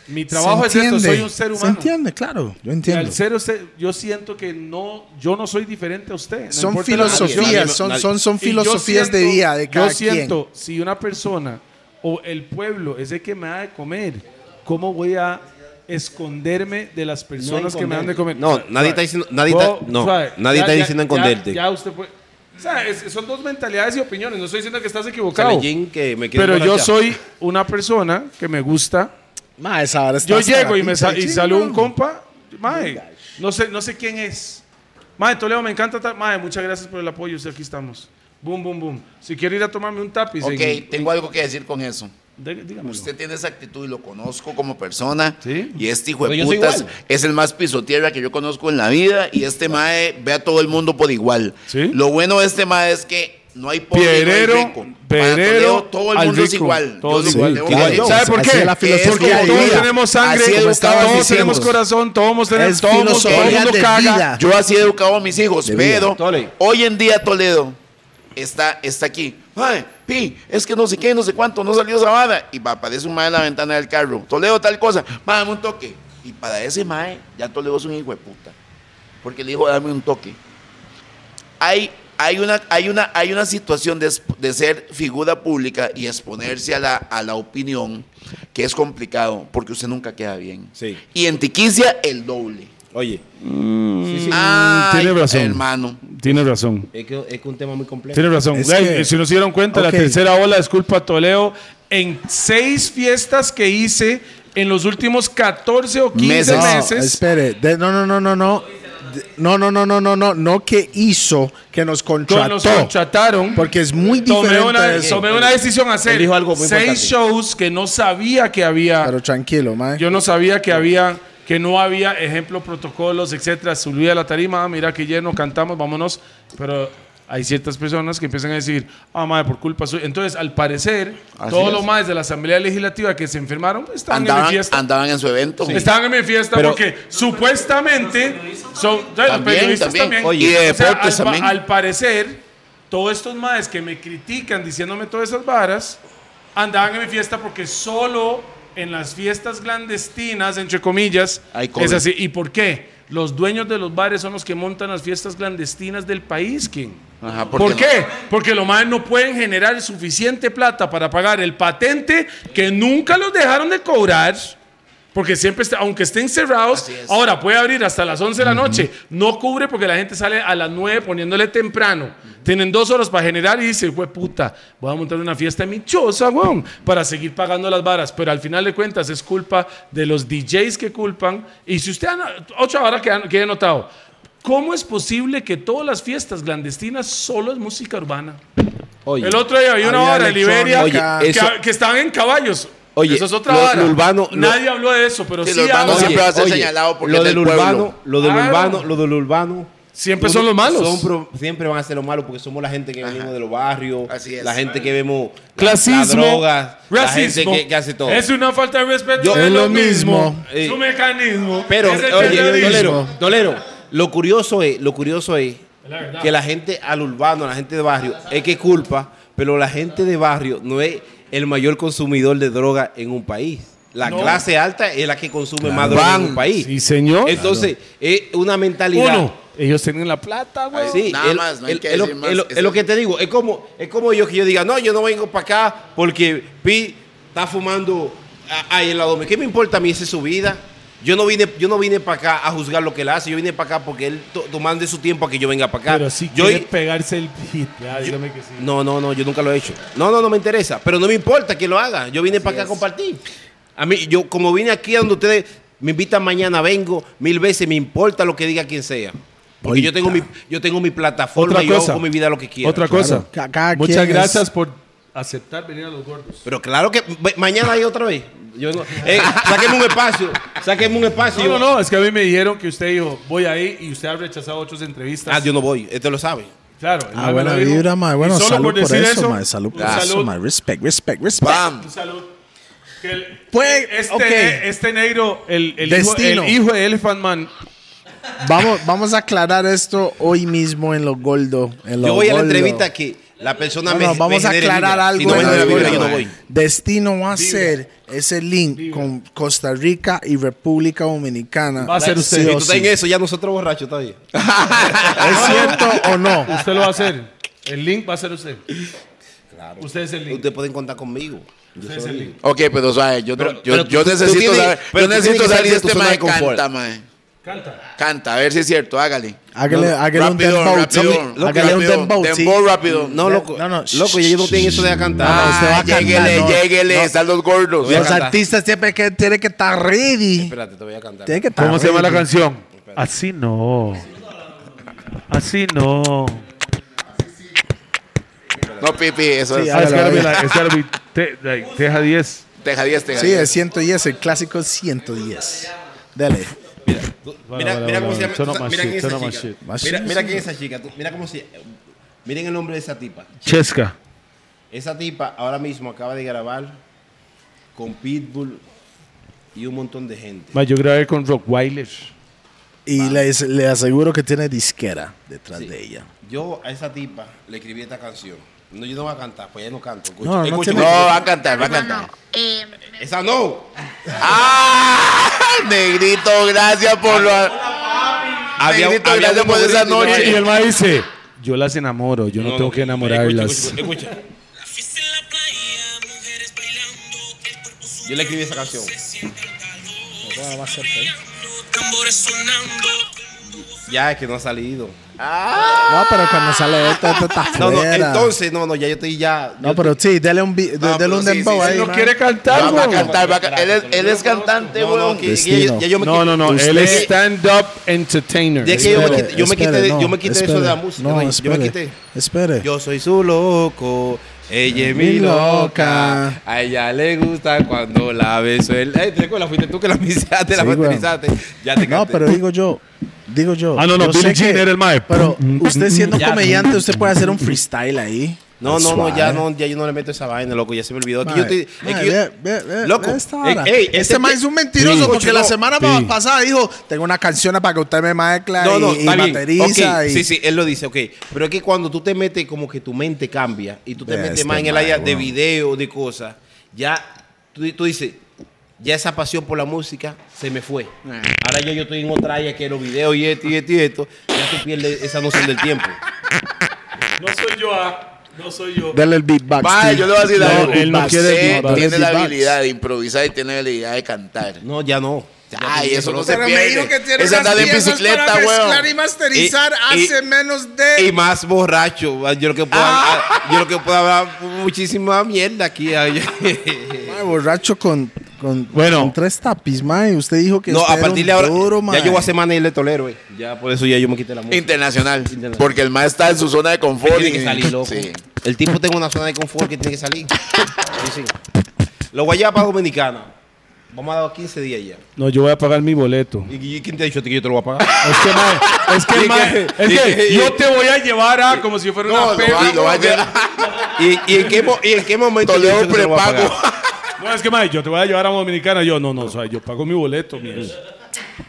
Speaker 2: mi trabajo es esto, soy un ser
Speaker 4: Se
Speaker 2: humano.
Speaker 4: entiende, claro. Yo
Speaker 2: Al
Speaker 4: entiendo.
Speaker 2: ser usted, yo siento que no, yo no soy diferente a usted. no
Speaker 4: Son
Speaker 2: importa la
Speaker 3: nadie,
Speaker 4: filosofías,
Speaker 3: nadie.
Speaker 4: son, son,
Speaker 2: Y
Speaker 4: son
Speaker 2: yo
Speaker 4: filosofías de
Speaker 2: siento-
Speaker 4: vida de cada
Speaker 2: Yo siento, si una persona o el pueblo es el que me da de comer, ¿cómo voy a esconderme de las personas que me dan de comer?
Speaker 3: No,
Speaker 2: Suave,
Speaker 3: nadie está
Speaker 2: suave.
Speaker 3: diciendo- nadie está-
Speaker 2: Puedo-
Speaker 3: no,
Speaker 2: suave,
Speaker 3: nadie está diciendo esconderte.
Speaker 2: Ya, usted puede- o sea, es- son dos mentalidades y opiniones. No estoy diciendo que estás equivocado.
Speaker 3: Salellín, que me quiere
Speaker 2: Pero yo
Speaker 3: emborrachar.
Speaker 2: soy una persona que me gusta
Speaker 4: quien. Ma, esa vara está
Speaker 2: yo
Speaker 4: hasta la
Speaker 2: llego y, me
Speaker 4: pinta
Speaker 2: sa-
Speaker 4: de
Speaker 2: y
Speaker 4: ching,
Speaker 2: salió un
Speaker 4: man.
Speaker 2: compa, mae, no sé, no sé quién es. Mae, Toledo, me encanta, ta- mae, muchas gracias por el apoyo, usted aquí estamos. Boom, boom, boom. Si quiere ir a tomarme un tapiz, en-
Speaker 5: Ok, tengo algo que decir con eso.
Speaker 2: de- dígamelo.
Speaker 5: Usted tiene esa actitud y lo conozco como persona.
Speaker 2: Sí.
Speaker 5: Y este hijo de
Speaker 3: Pero yo soy
Speaker 5: putas
Speaker 3: igual.
Speaker 5: es el más pisotierra que yo conozco en la vida. Y este mae ve a todo el mundo por igual.
Speaker 2: Sí.
Speaker 5: Lo bueno de este mae es que no hay pobre
Speaker 2: Piedrero,
Speaker 5: no hay rico. Para
Speaker 2: piedrero
Speaker 5: Toledo, todo el
Speaker 2: al
Speaker 5: mundo es
Speaker 2: rico.
Speaker 5: igual.
Speaker 2: Todos
Speaker 5: Yo lo-
Speaker 2: igual.
Speaker 5: tengo que
Speaker 4: Igual,
Speaker 5: decir.
Speaker 2: ¿Sabe por
Speaker 4: Así
Speaker 2: qué?
Speaker 4: es la
Speaker 5: Que es
Speaker 2: Porque
Speaker 4: filosofía
Speaker 5: como
Speaker 4: de
Speaker 2: todos
Speaker 4: vida.
Speaker 2: tenemos sangre,
Speaker 5: Así
Speaker 4: como
Speaker 2: todos
Speaker 4: estabas diciendo.
Speaker 2: tenemos corazón, todos tenemos,
Speaker 4: Es
Speaker 2: todos, todo el
Speaker 4: filosofía
Speaker 2: mundo
Speaker 4: de
Speaker 2: caga.
Speaker 4: vida.
Speaker 5: Yo así he educado a mis hijos,
Speaker 4: De vida.
Speaker 5: pero
Speaker 3: Tole.
Speaker 5: hoy en día Toledo está, está aquí. Ay, Pi, es que no sé qué, no sé cuánto, no salió esa vara. Y va, aparece un mae en la ventana del carro. Toledo, tal cosa, mae, dame un toque. Y para ese mae, ya Toledo es un hijo de puta. Porque le dijo, dame un toque. Hay, hay, una, hay, una, hay una situación de, exp- de ser figura pública y exponerse a la, a la opinión que es complicado porque usted nunca queda bien.
Speaker 3: Sí.
Speaker 5: Y en Tiquicia, el doble.
Speaker 3: Oye, Mm.
Speaker 5: Ah,
Speaker 2: tiene razón.
Speaker 5: hermano.
Speaker 2: Tiene razón.
Speaker 3: es que es que un tema muy complejo.
Speaker 2: Tiene razón.
Speaker 4: Es
Speaker 2: Ey,
Speaker 4: que-
Speaker 2: si no se dieron cuenta,
Speaker 4: Ok.
Speaker 2: la tercera ola, disculpa Toledo, en seis fiestas que hice en los últimos 14 o 15
Speaker 5: Meses.
Speaker 2: meses,
Speaker 5: No,
Speaker 4: espere. De- no, no, no, no, no. De- no, no, no, no, no, no. No que hizo, que nos
Speaker 2: con-
Speaker 4: contrató.
Speaker 2: nos contrataron.
Speaker 4: porque es muy diferente.
Speaker 2: Tomé una,
Speaker 4: eso.
Speaker 2: tomé una decisión a hacer
Speaker 3: Él dijo algo muy
Speaker 2: seis
Speaker 3: importante.
Speaker 2: shows que no sabía que había.
Speaker 4: Pero tranquilo,
Speaker 5: ¿eh?
Speaker 4: mae.
Speaker 2: Yo no sabía que había, que no había ejemplo, protocolos, etcétera. Subí a la tarima, ah, mira que lleno, cantamos, vámonos. Pero hay ciertas personas que empiezan a decir, ah, madre, por culpa suya. Entonces, al parecer,
Speaker 5: Así
Speaker 2: todos
Speaker 5: es.
Speaker 2: los más de la Asamblea Legislativa que se enfermaron pues, estaban en mi
Speaker 5: Andaban,
Speaker 2: fiesta.
Speaker 5: andaban en su evento.
Speaker 2: Estaban en mi fiesta
Speaker 3: Pero-
Speaker 2: porque supuestamente son entonces, los
Speaker 5: También,
Speaker 2: periodistas
Speaker 5: también.
Speaker 2: también.
Speaker 5: Oye, y de
Speaker 2: O sea,
Speaker 5: deportes
Speaker 2: al, pa-
Speaker 5: también.
Speaker 2: al parecer, todos estos maes que me critican diciéndome todas esas varas andaban en mi fiesta porque solo en las fiestas clandestinas, entre comillas,
Speaker 5: Hay cover.
Speaker 2: es así. ¿Y por qué? Los dueños de los bares son los que montan las fiestas clandestinas del país, ¿quién?
Speaker 5: Ajá,
Speaker 2: ¿Por,
Speaker 5: porque
Speaker 2: qué? Porque los más no pueden generar suficiente plata para pagar el patente que nunca los dejaron de cobrar. Porque siempre, está- aunque estén cerrados, ahora puede abrir hasta las 11 de la noche. No cubre porque la gente sale a las 9 poniéndole temprano. Tienen dos horas para generar y dice, güey, puta, voy a montar una fiesta en mi choza, weón, para seguir pagando las varas. Pero al final de cuentas es culpa de los DJs que culpan. Y si usted, ana- otra vara que, han- que he notado, ¿cómo es posible que todas las fiestas clandestinas solo es música urbana?
Speaker 3: Oye,
Speaker 2: El otro día había una
Speaker 4: Había
Speaker 2: hora en Liberia
Speaker 4: electrónica.
Speaker 2: que,
Speaker 3: Oye, eso-
Speaker 2: que estaban en caballos.
Speaker 3: Oye,
Speaker 2: eso es otra
Speaker 3: lo-
Speaker 2: vara.
Speaker 3: lo urbano- lo-
Speaker 2: Nadie habló de eso, pero
Speaker 5: Sí,
Speaker 2: sí,
Speaker 5: lo urbano
Speaker 2: hablan.
Speaker 5: siempre va a ser señalado porque
Speaker 3: lo
Speaker 5: es del
Speaker 3: del urbano,
Speaker 5: pueblo.
Speaker 3: lo del
Speaker 2: Claro.
Speaker 3: urbano, lo del urbano.
Speaker 2: Siempre
Speaker 3: Tú-
Speaker 2: son los malos.
Speaker 3: son pro- siempre van a ser los malos porque somos la gente que venimos de los barrios,
Speaker 5: Así es.
Speaker 3: la gente que vemos la-
Speaker 2: Clasismo,
Speaker 3: la droga,
Speaker 2: racismo.
Speaker 3: la gente que, que hace todo.
Speaker 2: Es una falta de respeto.
Speaker 3: Yo-
Speaker 2: es
Speaker 3: es
Speaker 2: lo
Speaker 3: lo
Speaker 2: mismo.
Speaker 4: mismo.
Speaker 2: Es Su
Speaker 3: Eh,
Speaker 2: mecanismo.
Speaker 3: Pero,
Speaker 2: es el
Speaker 3: oye,
Speaker 2: terrorismo.
Speaker 3: Dolero, Dolero, lo curioso es, lo curioso es que la gente al urbano, la gente de barrio, es que culpa, pero la gente de barrio no es el mayor consumidor de droga en un país. La clase alta es la que consume más droga en un país.
Speaker 2: Sí, señor.
Speaker 3: Entonces, es una mentalidad.
Speaker 2: Uno, ellos tienen la plata, güey.
Speaker 3: Sí,
Speaker 5: Nada
Speaker 3: el-
Speaker 5: más, no hay
Speaker 3: el-
Speaker 5: que
Speaker 3: el-
Speaker 5: decir más.
Speaker 3: el-
Speaker 5: Eso-
Speaker 3: Es lo que te digo, es como, es como yo que yo diga, no, yo no vengo para acá porque Pi está fumando a- ahí en la Dome. ¿Qué me importa a mí ese su vida? Yo no vine, yo no vine para acá a juzgar lo que él hace, yo vine para acá porque él to- tomando su tiempo a que yo venga para acá.
Speaker 6: Pero si
Speaker 3: yo,
Speaker 6: quiere pegarse el hit, ya, dígame que sí.
Speaker 3: no, no, no, yo nunca lo he hecho. No, no, no me interesa, pero no me importa que lo haga. Yo vine para acá a compartir. A mí, yo como vine aquí a donde ustedes me invitan mañana, vengo mil veces, me importa lo que diga quien sea. Porque yo tengo mi, yo tengo mi plataforma
Speaker 6: Otra
Speaker 3: y yo
Speaker 6: cosa.
Speaker 3: hago con mi vida lo que quiero.
Speaker 6: Otra cosa.
Speaker 4: Ca- cada quien
Speaker 6: Muchas
Speaker 4: es-
Speaker 6: gracias por aceptar venir a los gordos.
Speaker 3: Pero claro que ve- mañana hay otra vez. Yo no, eh, sáquenme un espacio, sáquenme un espacio.
Speaker 6: No, no, no, es que a mí me dijeron que usted dijo, voy ahí y usted ha rechazado ocho entrevistas.
Speaker 3: Ah, yo no voy, este lo sabe.
Speaker 6: Claro. el
Speaker 4: Ah,
Speaker 6: man me
Speaker 4: buena
Speaker 6: lo dijo.
Speaker 4: vibra, mae. Bueno,
Speaker 6: Y solo
Speaker 4: salud por,
Speaker 6: decir
Speaker 4: eso, mae. Salud
Speaker 6: un
Speaker 4: por eso,
Speaker 6: salud,
Speaker 4: mae. Respect, respect, respect.
Speaker 5: Bam.
Speaker 6: un Pues, salud. Que el-
Speaker 4: Pues,
Speaker 6: este,
Speaker 4: ok.
Speaker 6: ne- este negro, el, el hijo,
Speaker 4: Destino.
Speaker 6: el hijo de Elephant Man,
Speaker 4: Vamos, vamos a aclarar esto hoy mismo en Lo Goldo. en Lo
Speaker 3: Yo voy a la
Speaker 4: Goldo.
Speaker 3: entrevista que la persona
Speaker 4: No,
Speaker 3: me.
Speaker 4: no,
Speaker 3: me
Speaker 4: vamos a
Speaker 3: genere
Speaker 4: aclarar
Speaker 3: vibra.
Speaker 4: algo.
Speaker 3: Si no me
Speaker 4: en
Speaker 3: genera
Speaker 4: el
Speaker 3: vibra, yo
Speaker 4: video.
Speaker 3: no voy.
Speaker 4: Destino va a ser ese link con Costa Rica y República Dominicana.
Speaker 6: Va a ser usted.
Speaker 4: Sí
Speaker 3: Y
Speaker 4: o
Speaker 3: tú estás
Speaker 4: sí.
Speaker 3: en eso, ya nosotros borrachos todavía.
Speaker 4: ¿Es cierto o no?
Speaker 6: usted lo va a hacer. El link va a ser usted. Usted es el link.
Speaker 3: Ustedes pueden contar conmigo. Yo
Speaker 6: Usted es
Speaker 3: soy-
Speaker 6: el link.
Speaker 5: Ok, pero sabe, yo,
Speaker 3: Pero-
Speaker 5: yo,
Speaker 3: pero
Speaker 5: yo
Speaker 3: tú- tú
Speaker 5: necesito
Speaker 3: tienes-
Speaker 5: saber,
Speaker 3: pero
Speaker 5: yo
Speaker 3: tú tienes
Speaker 5: necesito
Speaker 3: que
Speaker 5: salir de
Speaker 3: salir de
Speaker 5: este
Speaker 3: tu zona
Speaker 5: mae
Speaker 3: de confort.
Speaker 5: canta, mae.
Speaker 6: Canta.
Speaker 5: Canta, a ver si es cierto, hágale.
Speaker 4: Hágale, hágale un
Speaker 5: rápido,
Speaker 4: dembow.
Speaker 5: rápido,
Speaker 4: sí.
Speaker 5: rápido,
Speaker 4: Hágale un
Speaker 5: rápido,
Speaker 4: dembow. sí.
Speaker 5: dembow rápido.
Speaker 3: No, loco.
Speaker 4: No, no,
Speaker 3: Loco, yo no tengo eso de cantar.
Speaker 4: Ah, usted va a cantar,
Speaker 5: lléguele,
Speaker 4: no.
Speaker 5: lléguele,
Speaker 4: No.
Speaker 5: están los gordos.
Speaker 3: voy a
Speaker 4: Los
Speaker 3: cantar.
Speaker 4: artistas siempre que, tienen que estar ready.
Speaker 3: Espérate, te voy a cantar.
Speaker 4: Tienen que estar
Speaker 6: ¿Cómo se llama la
Speaker 4: ready.
Speaker 6: canción? Así no. Así no.
Speaker 5: No, pipi, eso
Speaker 4: Sí,
Speaker 5: es.
Speaker 4: Ah,
Speaker 6: es
Speaker 4: es gotta be
Speaker 6: like, Teja 10.
Speaker 5: Teja 10, teja
Speaker 4: Sí,
Speaker 5: 10.
Speaker 4: es 110, el clásico 110. Dale.
Speaker 3: Mira, mira cómo se llama.
Speaker 6: Turn
Speaker 3: tú
Speaker 6: up
Speaker 3: sa-
Speaker 6: my
Speaker 3: Mira
Speaker 6: shit,
Speaker 3: quién es
Speaker 6: turn up
Speaker 3: esa
Speaker 6: my
Speaker 3: chica.
Speaker 6: shit.
Speaker 4: My
Speaker 3: Mira,
Speaker 4: shit.
Speaker 3: mira quién es esa chica. tú- Mira cómo se. Miren el nombre de esa tipa.
Speaker 6: Chesca.
Speaker 3: Esa tipa ahora mismo acaba de grabar con Pitbull y un montón de gente.
Speaker 6: yo grabé con Rockweiler.
Speaker 4: Y le, le aseguro que tiene disquera detrás
Speaker 3: Sí.
Speaker 4: de ella.
Speaker 3: Yo a esa tipa le escribí esta canción. No, yo no voy a cantar, pues ya no canto. Escucha,
Speaker 4: No, no
Speaker 3: escucha.
Speaker 5: No,
Speaker 4: tiene-
Speaker 5: va a cantar, va a cantar.
Speaker 10: Eh,
Speaker 3: Esa no.
Speaker 5: ¡Ah! Negrito, gracias por lo.
Speaker 3: Había-
Speaker 5: Negrito,
Speaker 3: había
Speaker 5: gracias
Speaker 3: uno
Speaker 5: por esa
Speaker 3: bonito y no
Speaker 5: noche.
Speaker 3: hay.
Speaker 6: Y el ma dice, yo las enamoro, yo no, tengo que enamorarlas.
Speaker 3: Escucha, escucha, escucha. Yo le escribí esa ¿eh? canción. Ya, que no ha salido.
Speaker 4: No, pero cuando sale esto, esto está
Speaker 3: No, no,
Speaker 4: fuera.
Speaker 3: entonces, Ah, no, no, ya yo estoy ya.
Speaker 4: No, pero sí, dele un, bi- de-
Speaker 5: No,
Speaker 4: dele
Speaker 5: pero
Speaker 4: un
Speaker 5: sí,
Speaker 4: dembow
Speaker 5: sí, sí,
Speaker 4: ahí,
Speaker 5: no
Speaker 4: man.
Speaker 2: quiere cantar,
Speaker 5: Va a
Speaker 2: weón.
Speaker 5: cantar, va a ca- él es, él es cantante,
Speaker 3: No, no,
Speaker 5: weón.
Speaker 3: que- que-
Speaker 4: Destino.
Speaker 3: ya yo me
Speaker 6: No,
Speaker 3: quité-
Speaker 6: no, no.
Speaker 4: Usted-
Speaker 6: Él es stand-up entertainer.
Speaker 3: Ya que yo me
Speaker 4: Espere,
Speaker 3: quité- yo me quité de-
Speaker 4: espere,
Speaker 3: yo me quité de eso de la
Speaker 4: espere.
Speaker 3: música,
Speaker 4: No,
Speaker 3: man. Yo me
Speaker 4: espere,
Speaker 3: quité.
Speaker 4: Espere.
Speaker 3: Yo soy su loco, ella es mi
Speaker 4: Mi
Speaker 3: loca.
Speaker 4: loca.
Speaker 3: A ella le gusta cuando la beso. El... Eh, ¿Te recuerdas? Fuiste tú que la pisaste, la
Speaker 4: Sí, weón.
Speaker 3: baterizaste. Ya te
Speaker 4: No,
Speaker 3: canté.
Speaker 4: pero digo yo. Digo yo.
Speaker 6: Ah, no, no,
Speaker 4: yo
Speaker 6: Billie
Speaker 4: sé
Speaker 6: Jean
Speaker 4: que-
Speaker 6: era el mae.
Speaker 4: Pero usted siendo
Speaker 3: Ya.
Speaker 4: comediante, usted puede hacer un freestyle ahí.
Speaker 3: No, no, no,
Speaker 4: Suave.
Speaker 3: ya, no, ya yo no le meto esa vaina, loco. Ya se me olvidó. Es que
Speaker 4: Mae,
Speaker 3: yo te, es
Speaker 4: mae,
Speaker 3: que yo-
Speaker 4: ve- ve- ve-
Speaker 3: loco,
Speaker 4: ve esta
Speaker 3: eh,
Speaker 4: vara.
Speaker 3: ey,
Speaker 4: este
Speaker 3: este-
Speaker 4: mae es un mentiroso
Speaker 3: Sí.
Speaker 4: porque la
Speaker 3: Sí.
Speaker 4: semana pasada dijo: Tengo una canción para que usted me mezcla
Speaker 3: no, no,
Speaker 4: y, y
Speaker 3: está bien.
Speaker 4: bateriza.
Speaker 3: Ok,
Speaker 4: y-
Speaker 3: Sí, sí, él lo dice, ok. Pero es que cuando tú te metes, como que tu mente cambia y tú te
Speaker 4: Ve
Speaker 3: metes
Speaker 4: este
Speaker 3: más en el
Speaker 4: man,
Speaker 3: área de
Speaker 4: weón.
Speaker 3: video, de cosas, ya tú, tú dices, ya esa pasión por la música se me fue.
Speaker 4: Eh.
Speaker 3: Ahora ya yo estoy en otra área que los videos y esto y esto y esto. Ya tú pierdes esa noción del tiempo.
Speaker 6: No soy yo, ah. No soy yo.
Speaker 4: Dele el beatbox.
Speaker 5: Va,
Speaker 4: Steve.
Speaker 5: yo le voy a decir
Speaker 4: Dele
Speaker 5: algo.
Speaker 4: el
Speaker 6: él no
Speaker 4: beatbox.
Speaker 6: quiere
Speaker 5: Usted
Speaker 6: beatbox.
Speaker 5: tiene
Speaker 4: Dele
Speaker 5: la
Speaker 4: beatbox.
Speaker 5: habilidad de improvisar y tiene la habilidad de cantar.
Speaker 3: No, ya no. Ya
Speaker 5: Ay,
Speaker 3: perdí
Speaker 5: eso no se
Speaker 4: Pero me dijo que
Speaker 5: pierde.
Speaker 4: tiene
Speaker 5: Es
Speaker 4: unas
Speaker 5: andar en
Speaker 4: piezas
Speaker 5: bicicleta,
Speaker 4: para mezclar y
Speaker 5: weón.
Speaker 4: masterizar
Speaker 3: Y- y-
Speaker 4: hace menos de...
Speaker 3: Y más borracho. Yo lo que puedo,
Speaker 4: Ah.
Speaker 3: yo lo que puedo hablar muchísima mierda aquí. ay.
Speaker 4: Mae, borracho con, con,
Speaker 6: Bueno.
Speaker 4: con tres tapis, mae. Usted dijo que
Speaker 3: No,
Speaker 4: usted
Speaker 3: a
Speaker 4: era
Speaker 3: partir
Speaker 4: un
Speaker 3: de ahora.
Speaker 4: duro, mae.
Speaker 3: ya yo voy a hacer manes de tolero, eh. Ya por eso ya yo me quité la música.
Speaker 5: Internacional.
Speaker 3: Internacional.
Speaker 5: Porque el más está en su zona de confort.
Speaker 3: tiene
Speaker 5: y-
Speaker 3: que salir, loco.
Speaker 5: Sí.
Speaker 3: El tipo tengo una zona de confort que tiene que salir. Sí, sí. Lo voy a llevar para Dominicana. Vamos a dar 15 días ya.
Speaker 6: No, yo voy a pagar mi boleto.
Speaker 3: ¿Y, y quién te ha dicho a ti que yo te lo voy a pagar?
Speaker 6: Es que, mae, es que, mae, es que yo te voy a llevar a como si fuera
Speaker 5: No,
Speaker 6: una
Speaker 5: lo va-
Speaker 6: perra.
Speaker 5: lo va a llevar.
Speaker 3: ¿Y, y en qué, mo- y en qué momento te he
Speaker 5: Toledo
Speaker 3: dicho que te lo voy a
Speaker 5: prepago.
Speaker 3: pagar?
Speaker 6: No, es que, mae, yo te voy a llevar a Dominicana. Yo, no, no, o sea, yo pago mi boleto, mierda.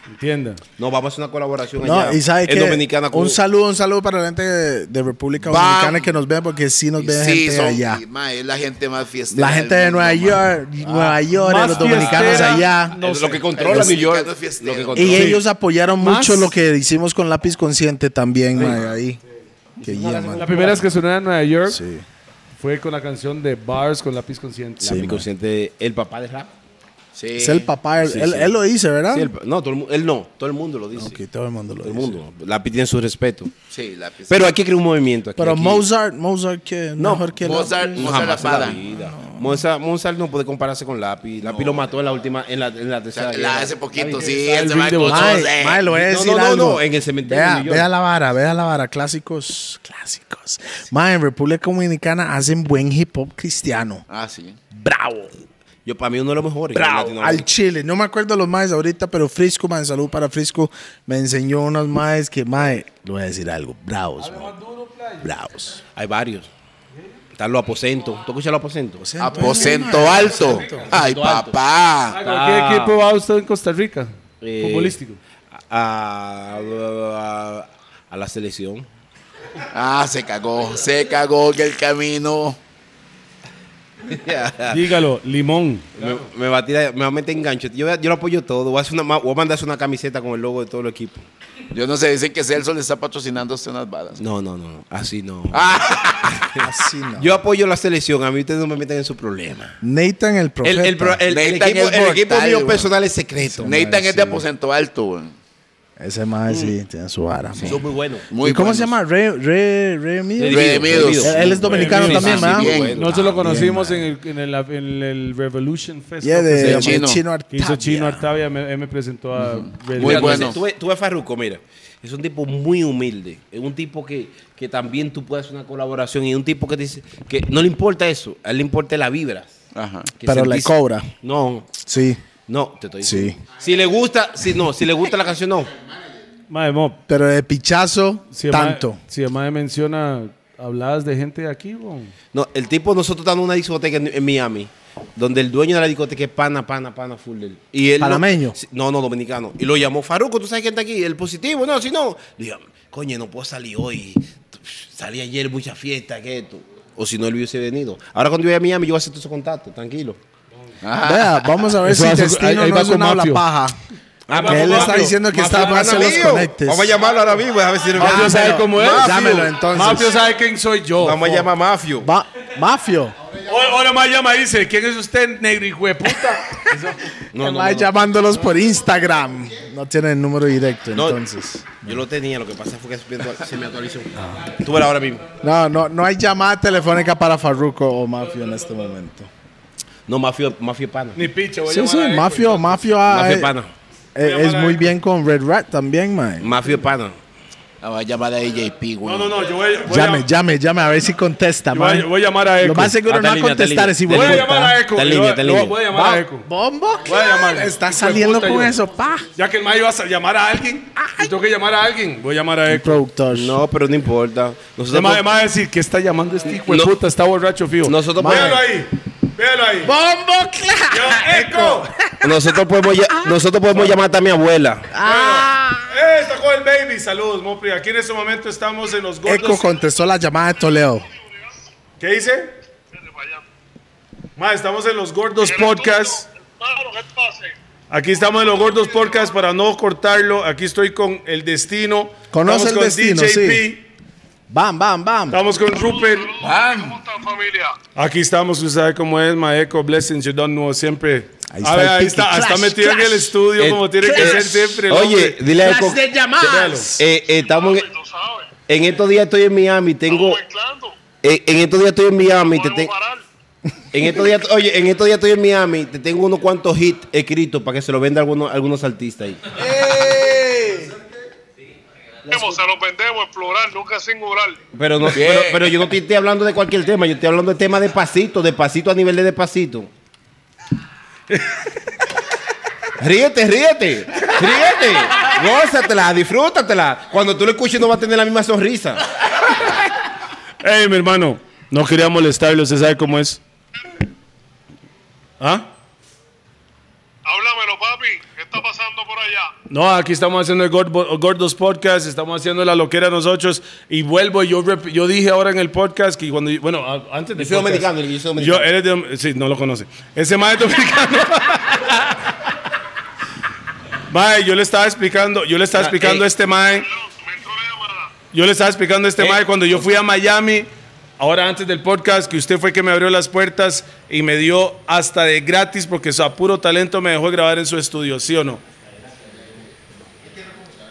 Speaker 6: Entiendan.
Speaker 3: No, vamos a hacer una colaboración
Speaker 4: No,
Speaker 3: allá.
Speaker 4: y sabe
Speaker 3: en
Speaker 4: que
Speaker 3: Dominicana con-
Speaker 4: un saludo, un saludo para la gente de, de República
Speaker 5: Vamos.
Speaker 4: Dominicana que nos ven porque sí nos ven
Speaker 5: Sí,
Speaker 4: gente
Speaker 5: son-
Speaker 4: allá.
Speaker 5: y, ma, es la gente más fiesta.
Speaker 4: La gente de Nueva York, Nueva York,
Speaker 6: Ah, Más
Speaker 4: los dominicanos
Speaker 6: fiestera,
Speaker 4: allá.
Speaker 6: No
Speaker 3: Es lo
Speaker 6: sé.
Speaker 3: que controla
Speaker 5: Los
Speaker 3: New York.
Speaker 5: mexicanos fiesteros.
Speaker 3: Lo que
Speaker 4: Y
Speaker 3: controla.
Speaker 4: ellos apoyaron
Speaker 6: Más-
Speaker 4: mucho lo que hicimos con Lápiz Consciente también, mae, ahí. Que yeah, man.
Speaker 6: La primera vez que soné en Nueva York
Speaker 4: Sí.
Speaker 6: fue con la canción de Bars con lápiz consciente.
Speaker 3: La inconsciente, el papá de rap. Sí.
Speaker 4: Es el papá, él,
Speaker 3: Sí,
Speaker 4: él-
Speaker 3: sí.
Speaker 4: él lo dice, ¿verdad?
Speaker 3: Sí, el pa- no, todo el mu- él no, todo el mundo lo dice.
Speaker 4: Ah. Ok, todo el mundo lo
Speaker 3: Todo el
Speaker 4: dice.
Speaker 3: mundo. La piden su respeto.
Speaker 5: Sí, la fiesta.
Speaker 3: Pero hay que crear un movimiento. aquí,
Speaker 4: Pero
Speaker 3: aquí.
Speaker 4: Mozart, Mozart que
Speaker 3: No,
Speaker 4: mejor que Lápiz.
Speaker 5: Mozart,
Speaker 3: No,
Speaker 5: Mozart la
Speaker 3: jamás en la
Speaker 5: para.
Speaker 3: vida. Mozart, Mozart no puede compararse con Lápiz. Lápiz lo mató en la última, en la, en la tercera.
Speaker 5: La
Speaker 3: guerra.
Speaker 5: hace poquito,
Speaker 3: Lápiz-
Speaker 5: sí. Ese
Speaker 6: Alvin
Speaker 5: va
Speaker 6: de
Speaker 5: con
Speaker 4: Mae,
Speaker 5: José.
Speaker 4: mae, lo voy a
Speaker 3: eh. No,
Speaker 4: decir
Speaker 3: no, no,
Speaker 4: algo.
Speaker 3: no, en el cementerio de
Speaker 4: Vea,
Speaker 3: New York.
Speaker 4: vea la vara, vea la vara. Clásicos, clásicos. Mae, en República Dominicana hacen buen hip hop cristiano.
Speaker 5: Ah, sí.
Speaker 4: Bravo,
Speaker 3: Yo, para mí, uno de los mejores.
Speaker 4: bravo.
Speaker 3: Latinoamérica.
Speaker 4: Al Chile. No me acuerdo los maes ahorita, pero Frisco, mae, salud para Frisco. Me enseñó unos maes que, mae, le voy a decir algo. Bravos, mae. Bravos.
Speaker 3: Hay varios. Están los aposentos. ¿Tú escuchas los aposentos?
Speaker 5: Aposento alto. Ay,
Speaker 6: ¿A
Speaker 5: papá.
Speaker 6: Ah, qué equipo va usted en Costa Rica?
Speaker 3: Eh,
Speaker 6: Futbolístico.
Speaker 3: A, a- a- a la selección.
Speaker 5: Ah, se cagó. Se cagó que el camino.
Speaker 6: Dígalo, Limón.
Speaker 3: Me, me va a tirar, me va a meter en gancho. Yo, yo lo apoyo todo. Voy a, hacer una, ma- voy a mandarse una camiseta con el logo de todo el equipo.
Speaker 5: Yo no sé, dicen que Celso le está patrocinando a usted unas balas.
Speaker 3: No, no, no. Así no.
Speaker 4: Así no.
Speaker 3: Yo apoyo la selección. A mí ustedes no me meten en su problema.
Speaker 4: Nathan el
Speaker 3: El,
Speaker 4: profeta.
Speaker 3: el pro- el- el
Speaker 5: Nathan
Speaker 3: equipo,
Speaker 5: es
Speaker 3: el equipo
Speaker 5: mortal,
Speaker 3: mío
Speaker 5: güey.
Speaker 3: personal es secreto.
Speaker 5: Nathan es de este aposento alto, güey.
Speaker 4: Ese mae sí, tiene su vara. mae.
Speaker 3: Mm. Son muy buenos.
Speaker 5: Muy
Speaker 4: ¿Y cómo
Speaker 5: buenos.
Speaker 4: se llama? Re, re, re, Mido?
Speaker 3: Redimidos.
Speaker 5: Redimidos.
Speaker 4: Él- él es dominicano
Speaker 5: Redimidos,
Speaker 4: también,
Speaker 5: sí,
Speaker 4: ¿verdad?
Speaker 5: bien.
Speaker 3: Bueno.
Speaker 6: Nosotros lo conocimos en el, en, el, en el Revolution Fest.
Speaker 4: Yeah,
Speaker 6: ¿no? Que se
Speaker 4: de,
Speaker 5: Sí,
Speaker 6: llama.
Speaker 5: chino.
Speaker 4: chino.
Speaker 6: que hizo Chino
Speaker 4: Artavia.
Speaker 6: Artavia. Me, él me presentó a Red
Speaker 5: Muy
Speaker 3: Mira,
Speaker 6: Bull.
Speaker 3: tú ves-
Speaker 5: bueno.
Speaker 3: Tú ves, tú ves Farruko, mira. Es un tipo muy humilde. Es un tipo que, que también tú puedes hacer una colaboración. Y un tipo que dice que no le importa eso. A él le importa la vibra.
Speaker 5: Ajá.
Speaker 3: que
Speaker 4: Pero le
Speaker 3: sentís.
Speaker 4: cobra.
Speaker 3: No,
Speaker 4: Sí.
Speaker 3: no, te estoy
Speaker 4: Sí.
Speaker 3: diciendo. Si le gusta, si no, si le gusta la canción, no.
Speaker 6: Mae, mo,
Speaker 4: Pero de pichazo,
Speaker 6: si el mae-
Speaker 4: tanto.
Speaker 6: Si el mae menciona habladas de gente de aquí, bo.
Speaker 3: No, el tipo, nosotros estamos en una discoteca en, en Miami, donde el dueño de la discoteca es pana, pana, pana, full. de él. Y él lo-
Speaker 4: ¿Panameño?
Speaker 3: Sí, no, no, dominicano. Y lo llamó Faruco, tú sabes quién está aquí, el positivo, no, si no. Le Digo, coño, no puedo salir hoy. Salí ayer, mucha fiesta, que esto. O si no, él hubiese venido. Ahora cuando yo vaya a Miami, yo voy a hacer todos esos contactos, tranquilo.
Speaker 5: Ah,
Speaker 4: Vea, vamos a ver
Speaker 6: Eso
Speaker 4: si
Speaker 6: hace-
Speaker 4: Destino
Speaker 6: ahí- ahí
Speaker 4: no
Speaker 6: va
Speaker 4: es
Speaker 6: con
Speaker 4: una habla
Speaker 6: Mafio.
Speaker 4: paja.
Speaker 2: Ah,
Speaker 3: Ah,
Speaker 4: Que él está diciendo que está más en los conectes.
Speaker 3: Vamos a llamarlo ahora mismo, a ver si
Speaker 6: Mafio sabe
Speaker 4: dámelo,
Speaker 6: cómo es.
Speaker 4: dámelo, entonces.
Speaker 6: Mafio sabe quién soy yo.
Speaker 3: Vamos a llamar a Mafio.
Speaker 4: Va- Mafio.
Speaker 6: Ahora más llama y dice, ¿quién es usted, negro hijo de puta?
Speaker 3: No,
Speaker 4: El
Speaker 3: no,
Speaker 4: mae
Speaker 3: no, no.
Speaker 4: llamándolos por Instagram. No tiene el número directo,
Speaker 3: No.
Speaker 4: entonces.
Speaker 3: Yo lo tenía, lo que pasa fue que se me actual- se me actualizó. Tú verás ahora mismo.
Speaker 4: No, no, no hay llamada telefónica para Farruko o Mafio en este momento.
Speaker 3: No, mafio, mafio pana.
Speaker 2: Ni picha, voy a
Speaker 4: Sí, sí,
Speaker 2: llamar a Eco.
Speaker 4: Mafio, Mafio, ah,
Speaker 3: Mafio
Speaker 4: eh,
Speaker 3: pana.
Speaker 4: eh, es muy bien con Red Rat también, man.
Speaker 3: Mafio pana.
Speaker 5: La voy a llamar a DJP, güey.
Speaker 2: No, no, no, yo voy, a- voy a,
Speaker 4: Llame, llame, llame a ver si contesta,
Speaker 2: yo voy a-
Speaker 4: man.
Speaker 2: voy a llamar a Eco.
Speaker 4: Lo más seguro
Speaker 3: Ah,
Speaker 4: no
Speaker 3: está
Speaker 4: va a
Speaker 3: en línea, está en
Speaker 4: contestar
Speaker 3: línea.
Speaker 4: ese hijo
Speaker 2: voy
Speaker 4: de
Speaker 2: a
Speaker 4: puta.
Speaker 2: llamar a Eco.
Speaker 3: Está en
Speaker 2: yo-
Speaker 3: línea, está en
Speaker 2: yo
Speaker 3: línea.
Speaker 2: Voy a llamar a Eco.
Speaker 4: Bombo,
Speaker 2: Voy a llamar. Hijo
Speaker 4: está
Speaker 2: de
Speaker 4: saliendo
Speaker 2: puta,
Speaker 4: con
Speaker 2: yo.
Speaker 4: eso, pa.
Speaker 2: Ya que el mayo vas a llamar a alguien, yo tengo que llamar a alguien. Voy a llamar a Eco.
Speaker 4: Productor.
Speaker 3: No, pero no importa. Nosotros,
Speaker 2: Además, además de decir que está llamando este hijo de
Speaker 3: No.
Speaker 2: puta, está borracho, fijo.
Speaker 3: nosotros,
Speaker 2: Véalo
Speaker 3: podemos,
Speaker 2: ahí, véalo ahí.
Speaker 4: Bombo, claro.
Speaker 2: Yo, Eco,
Speaker 3: nosotros, podemos, lla- nosotros podemos llamar hasta a mi abuela.
Speaker 2: eh, está con el baby. Saludos, Mopri. Aquí en este momento estamos en los gordos.
Speaker 4: Eco contestó la llamada de Toledo.
Speaker 2: ¿Qué dice? Ma, estamos en los gordos podcast. Aquí estamos en los gordos podcast para no cortarlo. Aquí estoy con el destino. Estamos
Speaker 4: Conoce el
Speaker 2: con
Speaker 4: destino,
Speaker 2: DJP.
Speaker 4: sí. Bam, bam, bam.
Speaker 2: Estamos con Rupert.
Speaker 10: ¿Cómo está familia?
Speaker 2: Aquí estamos, usted sabe cómo es, Maeco, Blessings, you don't know, siempre. Ahí
Speaker 4: Ahí está
Speaker 2: está,
Speaker 4: el
Speaker 2: ahí
Speaker 4: pique,
Speaker 2: está,
Speaker 4: clash,
Speaker 2: está metido en
Speaker 4: clash.
Speaker 2: el estudio
Speaker 3: Eh,
Speaker 2: como tiene que
Speaker 3: clash.
Speaker 2: ser siempre. el
Speaker 3: Oye,
Speaker 2: hombre.
Speaker 3: dile a Eco.
Speaker 2: Véalo.
Speaker 3: eh, eh, estamos en,
Speaker 10: Lo sabe.
Speaker 3: en estos días estoy en Miami. Tengo.
Speaker 10: Estamos mezclando.
Speaker 3: eh, en estos días estoy en Miami. Te
Speaker 10: Podemos
Speaker 3: te-
Speaker 10: parar.
Speaker 3: en estos días, oye, en estos días estoy en Miami. Te tengo unos cuantos hits escritos para que se lo venda a algunos, algunos artistas ahí.
Speaker 10: Vemos, se los vendemos en plural, nunca singular.
Speaker 3: Pero, no, pero, pero yo no te estoy hablando de cualquier tema. Yo estoy hablando de tema de pasito, de pasito a nivel de despacito. ríete, ríete, ríete. Gózatela, disfrútatela. Cuando tú lo escuches no va a tener la misma sonrisa.
Speaker 2: Ey, mi hermano, no quería molestarlo, usted sabe cómo es. ¿Ah?
Speaker 10: Háblamelo, papi. ¿Qué está pasando por allá?
Speaker 2: No, aquí estamos haciendo el Gordo- Gordos Podcast, estamos haciendo la loquera nosotros. Y vuelvo, yo, rep- yo dije ahora en el podcast que cuando. Bueno, a- antes de.
Speaker 3: Yo soy dominicano, yo soy
Speaker 2: Yo,
Speaker 3: dominicano.
Speaker 2: eres de. Sí, no lo conoce. Ese mae es dominicano. mae, yo le estaba explicando, yo le estaba
Speaker 3: Ah,
Speaker 2: explicando
Speaker 3: eh.
Speaker 2: a este mae.
Speaker 10: Me entró la llamada.
Speaker 2: Yo le estaba explicando a este mae cuando yo fui a Miami, ahora antes del podcast, que usted fue que me abrió las puertas y me dio hasta de gratis porque su puro talento me dejó grabar en su estudio, ¿sí o no?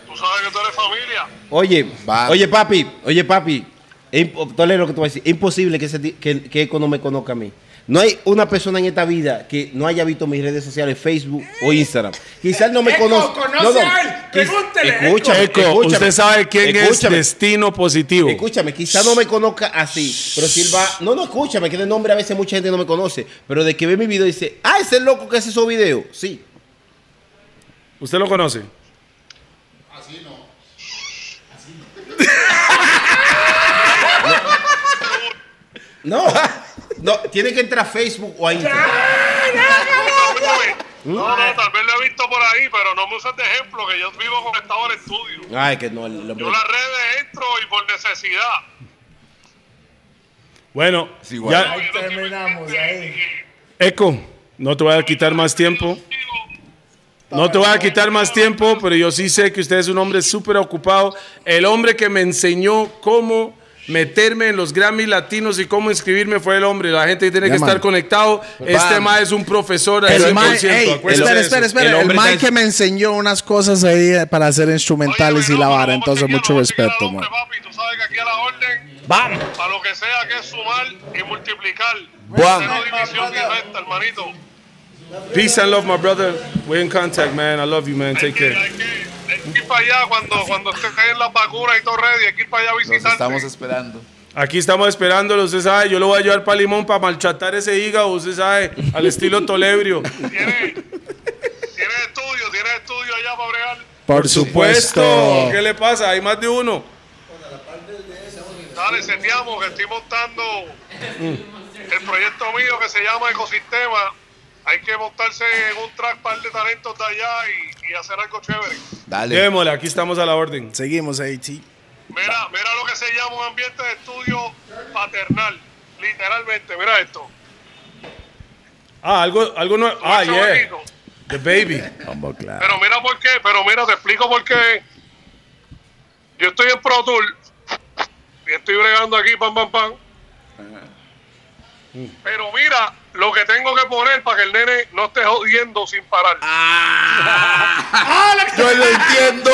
Speaker 10: Tú sabes que tú eres familia.
Speaker 3: Oye,
Speaker 5: Va.
Speaker 3: oye papi, oye papi, es imp- Tolero lo que tú vas a decir, es imposible que, ese, ti- que, que Eco no me conozca a mí. No hay una persona en esta vida que no haya visto mis redes sociales, Facebook o Instagram. Quizás no me conozca. No, no. Quiz- Escúchame,
Speaker 2: Eco,
Speaker 3: escúchame.
Speaker 2: usted sabe quién
Speaker 3: Escúchame.
Speaker 2: es Destino Positivo.
Speaker 3: Escúchame, quizás no me conozca así, pero si él va. No, no, escúchame, que de nombre a veces mucha gente no me conoce, pero de que ve mi video dice, ah, ese loco que hace esos videos. Sí.
Speaker 2: ¿Usted lo conoce?
Speaker 3: No, no, tiene que entrar a Facebook o a Instagram. ¿Mm?
Speaker 10: No, no, tal vez lo he visto por ahí, pero no me uses de ejemplo, que yo vivo conectado al estudio.
Speaker 3: Ay, que no, el hombre-
Speaker 10: Yo las redes entro y por necesidad.
Speaker 2: Bueno,
Speaker 5: Sí, igual.
Speaker 2: ya,
Speaker 4: Terminamos ahí.
Speaker 2: Eco, no te voy a quitar más tiempo. No te voy a quitar más tiempo, pero yo sí sé que usted es un hombre súper ocupado. El hombre que me enseñó cómo meterme en los Grammy Latinos y cómo inscribirme fue el hombre. La gente tiene
Speaker 4: Ya,
Speaker 2: que estar
Speaker 4: man. Pues,
Speaker 2: conectado. este
Speaker 5: Bam.
Speaker 2: ma es un profesor al
Speaker 4: El
Speaker 2: 100%.
Speaker 4: mae, ey,
Speaker 2: acuérdese
Speaker 4: espera,
Speaker 2: de
Speaker 4: espera,
Speaker 2: eso.
Speaker 4: espera.
Speaker 3: El
Speaker 4: El,
Speaker 3: hombre
Speaker 4: mae
Speaker 3: está-
Speaker 4: que me enseñó unas cosas ahí eh, para hacer instrumentales y la vara,
Speaker 10: Oye,
Speaker 4: entonces
Speaker 10: bueno,
Speaker 4: mucho
Speaker 10: vamos a seguir
Speaker 4: respeto,
Speaker 10: al hombre,
Speaker 4: man.
Speaker 10: Papi, tú sabes que aquí a la orden,
Speaker 4: Vamos.
Speaker 10: a lo que sea que es sumar y multiplicar.
Speaker 5: Bam.
Speaker 10: Cero división y resta, hermanito.
Speaker 2: Peace and love, my brother. We're in contact, man. I love you, man. Take
Speaker 10: Hay que,
Speaker 2: care.
Speaker 10: hay que- hay que ir para allá cuando, cuando esté cayendo las vacunas y todo ready, hay que ir para allá a
Speaker 5: Los
Speaker 10: visitarte.
Speaker 5: estamos esperando.
Speaker 2: Aquí estamos esperándolo, usted sabe. Yo lo voy a llevar para Limón para maltratar ese hígado, usted sabe, al estilo Tolebrio.
Speaker 10: Tiene, tiene estudio, tiene estudio allá para bregar.
Speaker 4: Por supuesto.
Speaker 2: ¿Qué le pasa? Hay más de uno.
Speaker 10: Dale, seteamos que estoy montando el proyecto mío que se llama Ecosistema. Hay que montarse en un track par de talentos de allá y, y hacer algo chévere.
Speaker 5: Dale.
Speaker 2: Démosle, aquí estamos a la orden.
Speaker 4: Seguimos ahí, sí.
Speaker 10: Mira, mira lo que se llama un ambiente de estudio paternal. Literalmente, mira esto.
Speaker 2: Ah, algo, algo nuevo. Ah,
Speaker 10: Ocho
Speaker 2: yeah. Ah.
Speaker 10: añitos.
Speaker 2: The baby.
Speaker 4: Vamos, claro.
Speaker 10: Pero mira por qué, pero mira, te explico por qué. Yo estoy en Pro Tour y estoy bregando aquí, pam, pam, pam. Pero mira, lo que tengo que poner para que el nene no esté jodiendo sin parar.
Speaker 1: Yo lo entiendo.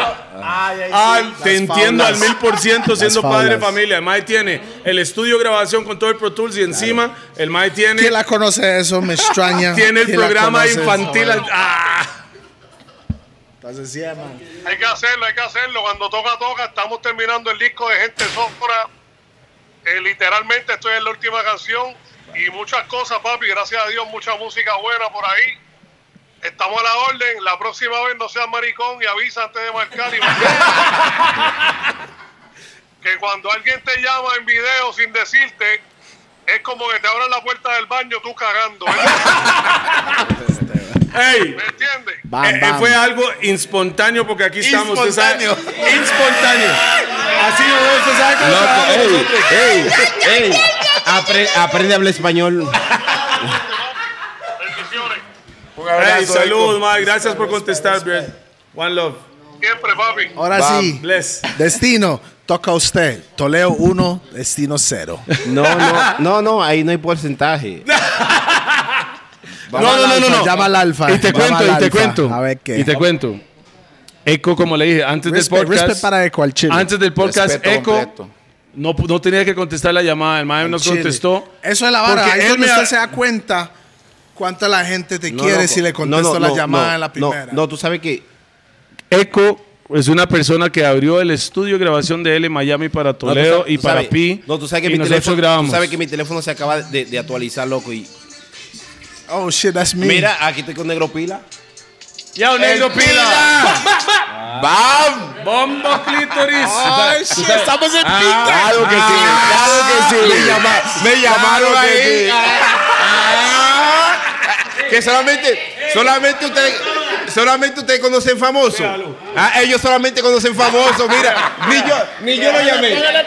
Speaker 2: Ah, te entiendo al mil por ciento siendo
Speaker 4: Las
Speaker 2: padre de
Speaker 4: faulas.
Speaker 2: familia. El Mae tiene el estudio de grabación con todo el Pro Tools y encima el Mae tiene,
Speaker 4: ¿Quién la conoce eso? Me extraña.
Speaker 2: tiene el
Speaker 4: ¿Quién la
Speaker 2: programa
Speaker 4: conoce?
Speaker 2: infantil. al- Ah.
Speaker 4: Entonces, sí, man.
Speaker 10: Hay que hacerlo, hay que hacerlo. Cuando toca, toca. Estamos terminando el disco de Gente Sombra. Eh, literalmente estoy en la última canción. Y muchas cosas, papi. Gracias a Dios, mucha música buena por ahí. Estamos a la orden. La próxima vez no seas maricón y avisa antes de marcar. Y que cuando alguien te llama en video sin decirte, es como que te abran la puerta del baño tú cagando. ¿eh?
Speaker 2: Ey,
Speaker 10: ¿Me entiendes?
Speaker 4: Bam,
Speaker 2: eh, eh,
Speaker 4: bam.
Speaker 2: fue algo espontáneo porque aquí estamos. usted sabe.
Speaker 1: Espontáneo.
Speaker 2: Espontáneo. Así no usted sabe cómo trabajamos
Speaker 3: ey,
Speaker 2: nosotros.
Speaker 3: ey, ey. Apre- aprende a hablar español.
Speaker 10: Bendiciones.
Speaker 1: Un
Speaker 2: Ey,
Speaker 1: abrazo,
Speaker 2: salud,
Speaker 1: Eco.
Speaker 2: Mae. Gracias por contestar, Brad. One love.
Speaker 10: Siempre, papi.
Speaker 4: Ahora sí.
Speaker 2: Bless.
Speaker 4: Destino, toca a usted. Toleo 1, destino 0.
Speaker 6: Este
Speaker 3: No, no, no, no, ahí no hay porcentaje.
Speaker 4: No, no, no, no, no. Llama al alfa.
Speaker 6: Y te
Speaker 4: Llama
Speaker 6: cuento,
Speaker 4: al
Speaker 6: y te
Speaker 4: alfa.
Speaker 6: cuento.
Speaker 4: A ver qué.
Speaker 6: Y te cuento. Eco, como le dije, antes
Speaker 4: Respe-
Speaker 6: del podcast.
Speaker 4: respe para Eco al chile.
Speaker 6: Antes del podcast,
Speaker 5: Respeto
Speaker 6: Eco
Speaker 5: completo.
Speaker 6: no, pu- no tenía que contestar la llamada. El maestro nos
Speaker 4: Chile.
Speaker 6: contestó.
Speaker 4: Eso es la vara.
Speaker 6: Porque
Speaker 4: Ahí es
Speaker 6: él
Speaker 4: donde
Speaker 6: me
Speaker 4: usted
Speaker 6: ha-
Speaker 4: se da cuenta cuánta la gente te
Speaker 3: No,
Speaker 4: quiere
Speaker 3: loco.
Speaker 4: si le contesto
Speaker 3: No, no,
Speaker 4: la
Speaker 3: no,
Speaker 4: llamada
Speaker 3: no,
Speaker 4: en la
Speaker 3: no,
Speaker 4: primera.
Speaker 3: No, tú sabes que
Speaker 6: Eco es una persona que abrió el estudio de grabación de él en Miami para
Speaker 3: no, tú
Speaker 6: Toledo
Speaker 3: sabes-
Speaker 6: y
Speaker 3: tú
Speaker 6: para
Speaker 3: sabes-
Speaker 6: Pi.
Speaker 3: No, tú sabes que
Speaker 6: y
Speaker 3: mi
Speaker 6: nosotros
Speaker 3: teléfono,
Speaker 6: grabamos.
Speaker 3: tú sabes que mi teléfono se acaba de, de actualizar, loco, y
Speaker 4: Oh shit, that's me.
Speaker 3: mira, aquí estoy con Negro Pila.
Speaker 6: ¡Ya, un negro pila!
Speaker 1: ¡Bam!
Speaker 6: ¡Bombo clítoris!
Speaker 4: Ay, shit, estamos en pinta.
Speaker 1: Claro que sí,
Speaker 3: Ah.
Speaker 1: claro que sí. Me, llama- me llamaron que sí. Que solamente, solamente ustedes, solamente ustedes conocen famosos. Ah, ellos solamente conocen famosos. Mira, ni yo, ni yo lo llamé. Eh, mira, ah,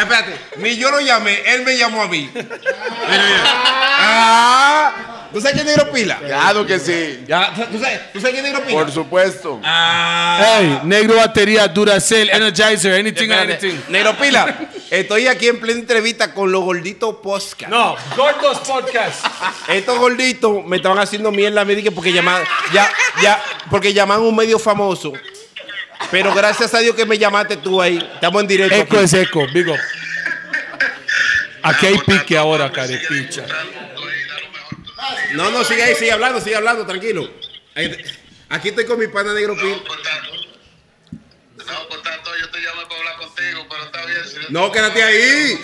Speaker 1: espérate, ni yo lo llamé, él me llamó a mí. Mira, mira. Ah, ¿tú sabes quién es Negro Pila?
Speaker 5: Claro que sí.
Speaker 1: Ya, ¿tú sabes, tú sabes quién es
Speaker 3: Ah.
Speaker 1: Negro Pila?
Speaker 5: Por supuesto.
Speaker 6: Hey, negro batería, Duracell, Energizer, anything,
Speaker 1: Espérate,
Speaker 6: anything.
Speaker 1: Negro Pila, estoy aquí en plena entrevista con los gorditos Posca.
Speaker 6: No, Gordos Podcast.
Speaker 1: Estos gorditos me estaban haciendo mierda a mí dije, porque llamaban, ya, ya, porque llaman a un medio famoso. Pero gracias a Dios que me llamaste tú ahí. Estamos en directo.
Speaker 6: Eco
Speaker 1: aquí.
Speaker 6: es eco, big up. Aquí hay pique ahora, carepicha.
Speaker 1: No, no, sigue ahí, sigue hablando, sigue hablando, tranquilo. Ahí- Aquí estoy con mi pana negro Pil.
Speaker 10: por tanto. No, por tanto, yo te llamo para hablar contigo, pero está bien. Si
Speaker 1: No, quédate ahí.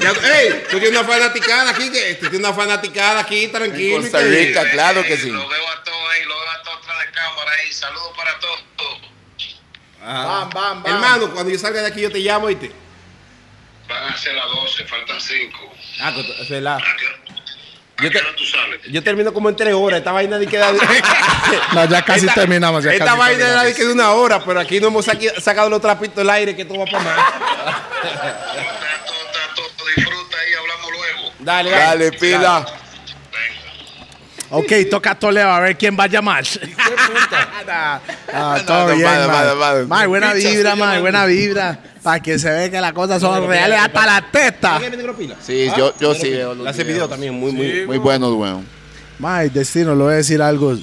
Speaker 1: Ya, ey, tú tienes una fanaticada aquí, que tú tienes una fanaticada aquí, tranquilo.
Speaker 5: En Costa
Speaker 1: que-
Speaker 5: Rica. claro que sí.
Speaker 10: eh, Lo veo a todos ahí, lo veo a todos tras de cámara ahí. Saludos para todos.
Speaker 4: Bam, bam, bam.
Speaker 1: Hermano, cuando yo salga de aquí yo te llamo, ¿viste?
Speaker 10: Van a ser las 12, faltan 5.
Speaker 1: Ah, con- o sea, la-
Speaker 10: ¿A qué, a
Speaker 1: Yo
Speaker 10: qué
Speaker 1: te-
Speaker 10: hora tú sales?
Speaker 1: yo termino como en tres horas. Esta vaina de queda.
Speaker 4: No, ya casi
Speaker 1: Esta-
Speaker 4: terminamos. Ya
Speaker 1: Esta
Speaker 4: casi
Speaker 1: vaina era de
Speaker 4: terminamos.
Speaker 1: que de una hora, pero aquí no hemos saqui- sacado los trapitos del aire que todo va para más.
Speaker 10: Por tanto, tanto, disfruta y hablamos luego.
Speaker 1: Dale,
Speaker 5: Dale, pila.
Speaker 10: Venga.
Speaker 4: Ok, toca a Toledo a ver quién va a llamar. Ah, ah, todo
Speaker 5: No, no,
Speaker 4: bien,
Speaker 5: madre,
Speaker 4: man.
Speaker 5: madre, madre.
Speaker 4: Mae, buena
Speaker 1: Picha,
Speaker 4: vibra,
Speaker 1: estoy
Speaker 4: man,
Speaker 1: llamando.
Speaker 4: buena vibra. Para que se ve que las cosas son reales hasta la teta.
Speaker 3: Negro Pila?
Speaker 5: Sí, yo, yo sí veo los
Speaker 3: La hace video
Speaker 5: videos.
Speaker 3: también, muy, muy.
Speaker 5: Muy buenos, weón.
Speaker 4: Mae, destino, le voy a decir algo.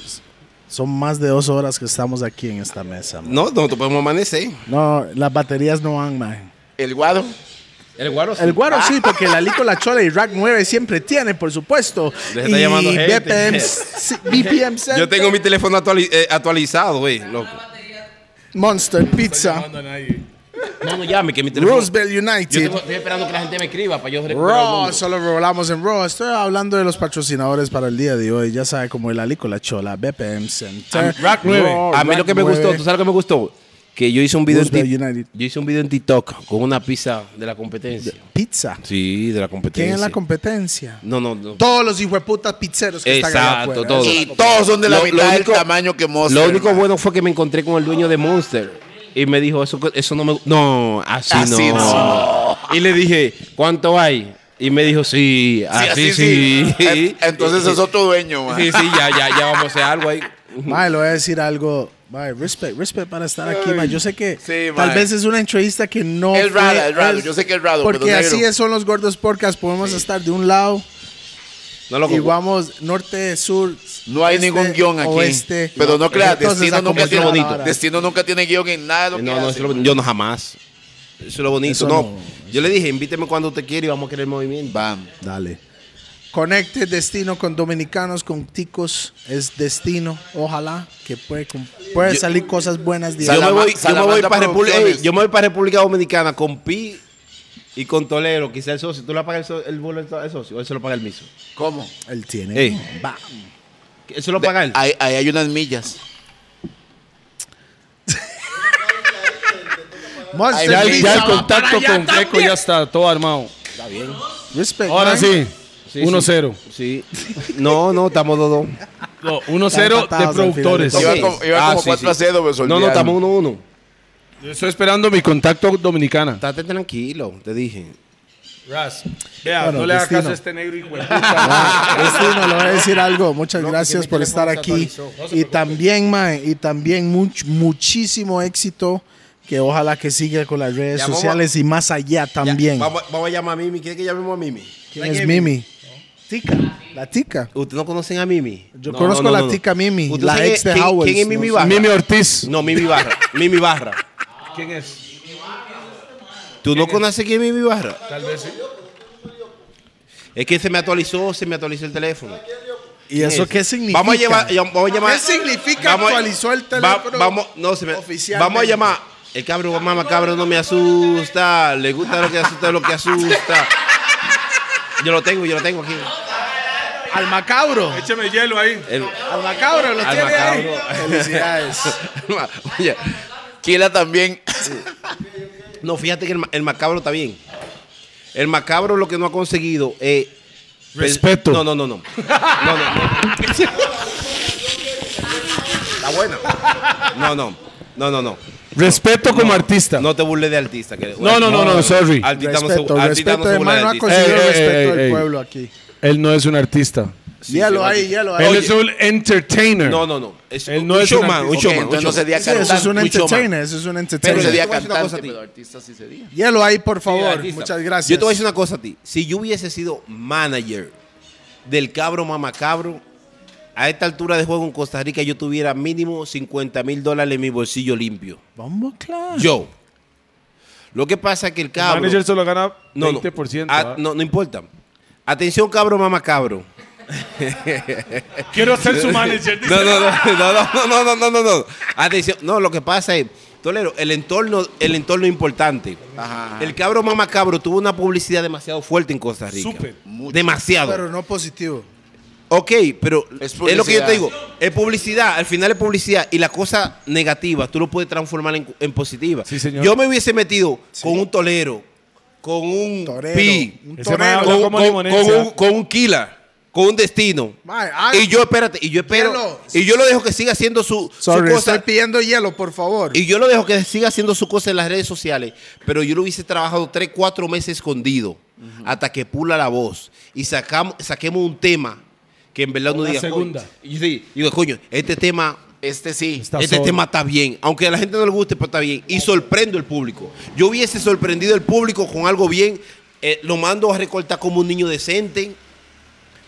Speaker 4: Son más de dos horas que estamos aquí en esta mesa. man.
Speaker 3: No, no, te podemos amanecer.
Speaker 4: No, las baterías no van, mae.
Speaker 5: El guado.
Speaker 3: El guaro sí.
Speaker 4: El guaro sí,
Speaker 3: Ah.
Speaker 4: porque la Lico, la Chola y Rack 9 siempre tiene, por supuesto.
Speaker 3: Les
Speaker 4: y
Speaker 3: está llamando gente.
Speaker 4: BPM, sí, BPM Center,
Speaker 3: Yo tengo mi teléfono actuali- eh, actualizado, güey, loco.
Speaker 4: Monster Pizza,
Speaker 3: No, no llame, que mi teléfono.
Speaker 4: Roosevelt
Speaker 3: Yo
Speaker 4: United,
Speaker 3: tengo- estoy esperando que la gente me escriba para yo recuperar el
Speaker 4: Raw,
Speaker 3: mundo.
Speaker 4: solo rolamos en Raw. Estoy hablando de los patrocinadores para el día de hoy. Ya sabe como el Alico, la Chola, BPM Center.
Speaker 6: Rack 9.
Speaker 4: Raw,
Speaker 3: A mí lo
Speaker 4: Rack
Speaker 3: que me gustó,
Speaker 4: 9.
Speaker 3: ¿tú sabes lo que me gustó? Que yo hice un video en
Speaker 4: Roosevelt
Speaker 3: Tik-
Speaker 4: United.
Speaker 3: Yo hice un video en TikTok con una pizza de la competencia.
Speaker 4: Pizza.
Speaker 3: Sí, de la competencia.
Speaker 4: ¿Quién es la competencia?
Speaker 3: No, no, no.
Speaker 4: Todos los hijueputas pizzeros que están allá
Speaker 3: Exacto,
Speaker 4: afuera.
Speaker 3: todos.
Speaker 5: Y todos son de la
Speaker 3: Lo- lo
Speaker 5: mitad del
Speaker 3: único-
Speaker 5: tamaño que Monster.
Speaker 3: Lo único
Speaker 5: man.
Speaker 3: bueno fue que me encontré con el dueño de Monster y me dijo, eso, eso no me No, así,
Speaker 5: Así
Speaker 3: no. Y le dije, ¿cuánto hay? Y me dijo, Ah, sí, así, sí.
Speaker 5: En- Entonces es otro dueño, man.
Speaker 3: Sí, sí, ya, ya, ya vamos a hacer algo ahí.
Speaker 4: Mae, le voy a decir algo. Mae, respect, respect para estar aquí, mae. Yo sé que
Speaker 5: Sí,
Speaker 4: tal
Speaker 5: mae.
Speaker 4: vez es una entrevista que no.
Speaker 5: Es
Speaker 4: fue-
Speaker 5: rara, es raro. Yo sé que es raro,
Speaker 4: Porque
Speaker 5: pero
Speaker 4: así
Speaker 5: negro.
Speaker 4: es, son los gordos podcast. Podemos estar de un lado
Speaker 3: No lo
Speaker 4: y vamos norte, sur.
Speaker 5: No hay
Speaker 4: este,
Speaker 5: ningún guión aquí.
Speaker 4: oeste.
Speaker 5: Pero no creas,
Speaker 4: Entonces,
Speaker 5: Destino
Speaker 4: ah, como
Speaker 5: nunca,
Speaker 4: es lo
Speaker 5: tiene,
Speaker 4: bonito.
Speaker 5: Destino nunca tiene guión en nada. de lo que
Speaker 3: No, no,
Speaker 5: hace.
Speaker 3: eso es lo- yo no jamás. Eso es lo bonito.
Speaker 4: Eso
Speaker 3: no.
Speaker 4: no.
Speaker 3: Yo le dije, invíteme cuando usted quiera y vamos a querer movimiento.
Speaker 5: Bam.
Speaker 4: Dale. Conecte destino con dominicanos, con ticos. Es destino. Ojalá que puede, cum- puede salir cosas buenas de ahí.
Speaker 3: Yo me, voy, yo, me voy
Speaker 5: Salamandra
Speaker 3: para República,
Speaker 5: Producciones.
Speaker 3: ey, yo me voy para República Dominicana con Pi y con Tolero, quizá el socio. ¿Tú le pagas el, so- el vuelo al socio o él se lo paga el mismo?
Speaker 5: ¿Cómo?
Speaker 4: Él tiene.
Speaker 3: Ey, ¿Eso lo paga él?
Speaker 5: Ahí, ahí hay unas millas.
Speaker 4: Monster
Speaker 5: Ya-
Speaker 4: Beats.
Speaker 5: ya el
Speaker 6: contacto con Greco ya está todo armado.
Speaker 4: Respect,
Speaker 6: Ahora
Speaker 4: man.
Speaker 6: sí,
Speaker 3: Sí,
Speaker 6: 1-0.
Speaker 3: Sí. No, no, estamos 2-2.
Speaker 6: No,
Speaker 4: Están
Speaker 6: 1-0 de
Speaker 4: empatados al
Speaker 6: productores.
Speaker 4: final
Speaker 5: Iba
Speaker 3: Sí.
Speaker 5: como, iba
Speaker 3: Ah,
Speaker 5: como
Speaker 3: sí,
Speaker 5: 4 a
Speaker 3: sí.
Speaker 5: 0, pues,
Speaker 3: No, no,
Speaker 5: olvidaron.
Speaker 3: estamos 1-1.
Speaker 6: Yo estoy esperando mi contacto dominicana.
Speaker 3: Estate tranquilo, te dije.
Speaker 6: Ras. Vea,
Speaker 4: Bueno,
Speaker 6: no le hagas
Speaker 4: destino.
Speaker 6: caso a este negro hijo de puta.
Speaker 4: Destino, le voy a decir algo. Muchas gracias por estar aquí. y también, mae, y también much- muchísimo éxito. Que ojalá que siga con las redes
Speaker 3: Ya, vamos a-
Speaker 4: sociales y más allá también.
Speaker 3: Ya, vamos, vamos a llamar a Mimi. ¿Quiere que llamemos a Mimi?
Speaker 4: ¿Quién es Mimi? Tica. La tica.
Speaker 3: ¿Ustedes no conocen a Mimi?
Speaker 4: Yo
Speaker 3: No,
Speaker 4: conozco
Speaker 3: no, no,
Speaker 4: la
Speaker 3: no.
Speaker 4: tica Mimi,
Speaker 3: ¿Ustedes
Speaker 4: la
Speaker 3: saben
Speaker 4: ex de
Speaker 3: quién-
Speaker 4: Howells.
Speaker 3: ¿Quién es Mimi
Speaker 4: No,
Speaker 3: Barra?
Speaker 6: Mimi Ortiz.
Speaker 3: No, Mimi Barra. Mimi Barra.
Speaker 6: ¿Quién es?
Speaker 3: ¿Tú no conoces quién es Mimi Barra?
Speaker 6: Tal vez sí.
Speaker 3: Es que se me actualizó, se me actualizó el teléfono.
Speaker 4: ¿Y eso qué significa?
Speaker 3: Vamos a llevar, ya- vamos a llamar.
Speaker 4: ¿Qué significa
Speaker 3: a-
Speaker 4: actualizó el teléfono
Speaker 3: vamos, no, se me-
Speaker 4: oficialmente?
Speaker 3: vamos a llamar. El cabrón, mamá, cabrón, no me asusta. Le gusta lo que asusta, lo que asusta. Yo lo tengo, yo lo tengo aquí.
Speaker 4: Al macabro.
Speaker 2: Écheme hielo ahí.
Speaker 3: El,
Speaker 4: Al macabro, lo
Speaker 3: Al
Speaker 4: tiene ahí.
Speaker 3: macabro.
Speaker 4: Felicidades.
Speaker 3: Oye,
Speaker 5: Kila también.
Speaker 3: no, fíjate que el, ma- el macabro está bien. El macabro lo que no ha conseguido es.
Speaker 6: Respeto.
Speaker 3: No, no, no, no. No, no. Está bueno. No, no. No, no, no.
Speaker 6: Respeto como artista.
Speaker 3: No te burles de artista. que-
Speaker 6: No, no, no, no, sorry.
Speaker 3: Artista no se-
Speaker 4: Respeto,
Speaker 3: artista no
Speaker 4: respeto,
Speaker 3: se burla de
Speaker 4: hermano. Ha
Speaker 3: artista.
Speaker 4: conseguido el
Speaker 6: Ey, ey,
Speaker 4: respeto
Speaker 6: ey,
Speaker 4: del
Speaker 6: ey.
Speaker 4: pueblo aquí.
Speaker 6: Él no es un artista.
Speaker 4: Hielo ahí, hielo ahí.
Speaker 6: Él es un entertainer.
Speaker 3: No, no, no. Es
Speaker 6: Él
Speaker 3: un-
Speaker 6: no
Speaker 3: un
Speaker 6: es un
Speaker 3: showman,
Speaker 6: artista.
Speaker 3: un
Speaker 5: Ok,
Speaker 3: showman. un
Speaker 5: entonces no
Speaker 3: showman.
Speaker 5: sería
Speaker 4: Sí, eso es un
Speaker 5: cantante. mucho más.
Speaker 4: entertainer, eso es un
Speaker 3: Pero
Speaker 5: No
Speaker 3: yo te voy a
Speaker 4: entertainer.
Speaker 5: sería
Speaker 3: decir una cosa a
Speaker 5: cantante,
Speaker 3: ti.
Speaker 5: pero artista sí sería.
Speaker 4: Hielo ahí, por
Speaker 3: Sí,
Speaker 4: favor.
Speaker 3: artista.
Speaker 4: Muchas gracias.
Speaker 3: Yo te voy a decir una cosa a ti. Si yo hubiese sido manager del cabro mamacabro, a esta altura de juego en Costa Rica yo tuviera mínimo 50 mil dólares en mi bolsillo limpio.
Speaker 4: Vamos, claro.
Speaker 3: Yo. Lo que pasa es que el cabro...
Speaker 6: Manager solo gana
Speaker 3: No, no.
Speaker 6: 20%.
Speaker 3: Ah,
Speaker 6: ¿va?
Speaker 3: no, no importa. Atención cabro mamacabro.
Speaker 6: Quiero ser su manager. dice.
Speaker 3: No, no, no, no, no, no, no, no, no. Atención, no, lo que pasa es, Tolero, el entorno, el entorno es importante. El cabro mamá cabro tuvo una publicidad demasiado fuerte en Costa Rica.
Speaker 6: Súper.
Speaker 5: Mucho.
Speaker 3: Demasiado.
Speaker 4: Pero no positivo.
Speaker 3: ok, pero
Speaker 5: Es
Speaker 3: es, lo que yo
Speaker 5: publicidad.
Speaker 3: te digo. Es publicidad, al final es publicidad. Y la cosa negativa, tú lo puedes transformar en, en positiva.
Speaker 6: Sí, señor.
Speaker 3: Yo me hubiese metido con un tolero, con un
Speaker 4: Torero.
Speaker 3: pi,
Speaker 4: Un
Speaker 6: Ese mae
Speaker 4: torero.
Speaker 6: habla
Speaker 3: con,
Speaker 6: como
Speaker 3: con-
Speaker 6: limonense,
Speaker 3: con
Speaker 6: ¿ah?
Speaker 3: un, con un killer, con un destino.
Speaker 4: Mae, ay.
Speaker 3: y yo, espérate, y yo espero.
Speaker 4: Hielo.
Speaker 3: Y yo lo dejo que siga haciendo su, su
Speaker 4: Sorry, estoy
Speaker 3: cosa.
Speaker 4: pidiendo hielo, por favor.
Speaker 3: Y yo lo dejo que siga haciendo su cosa en las redes sociales. Pero yo lo hubiese trabajado tres, cuatro meses escondido. Hasta que pula la voz. Y sacamos, saquemos un tema que en verdad uno
Speaker 6: Una
Speaker 3: diga.
Speaker 6: segunda.
Speaker 3: "Coño". Y sí, digo, coño, este tema.
Speaker 5: Este sí.
Speaker 6: Está
Speaker 3: este
Speaker 6: solo.
Speaker 3: tema está bien, aunque a la gente no le guste, pero está bien. Y sorprendo al público. Yo hubiese sorprendido al público con algo bien. eh, lo mando a recortar como un niño decente.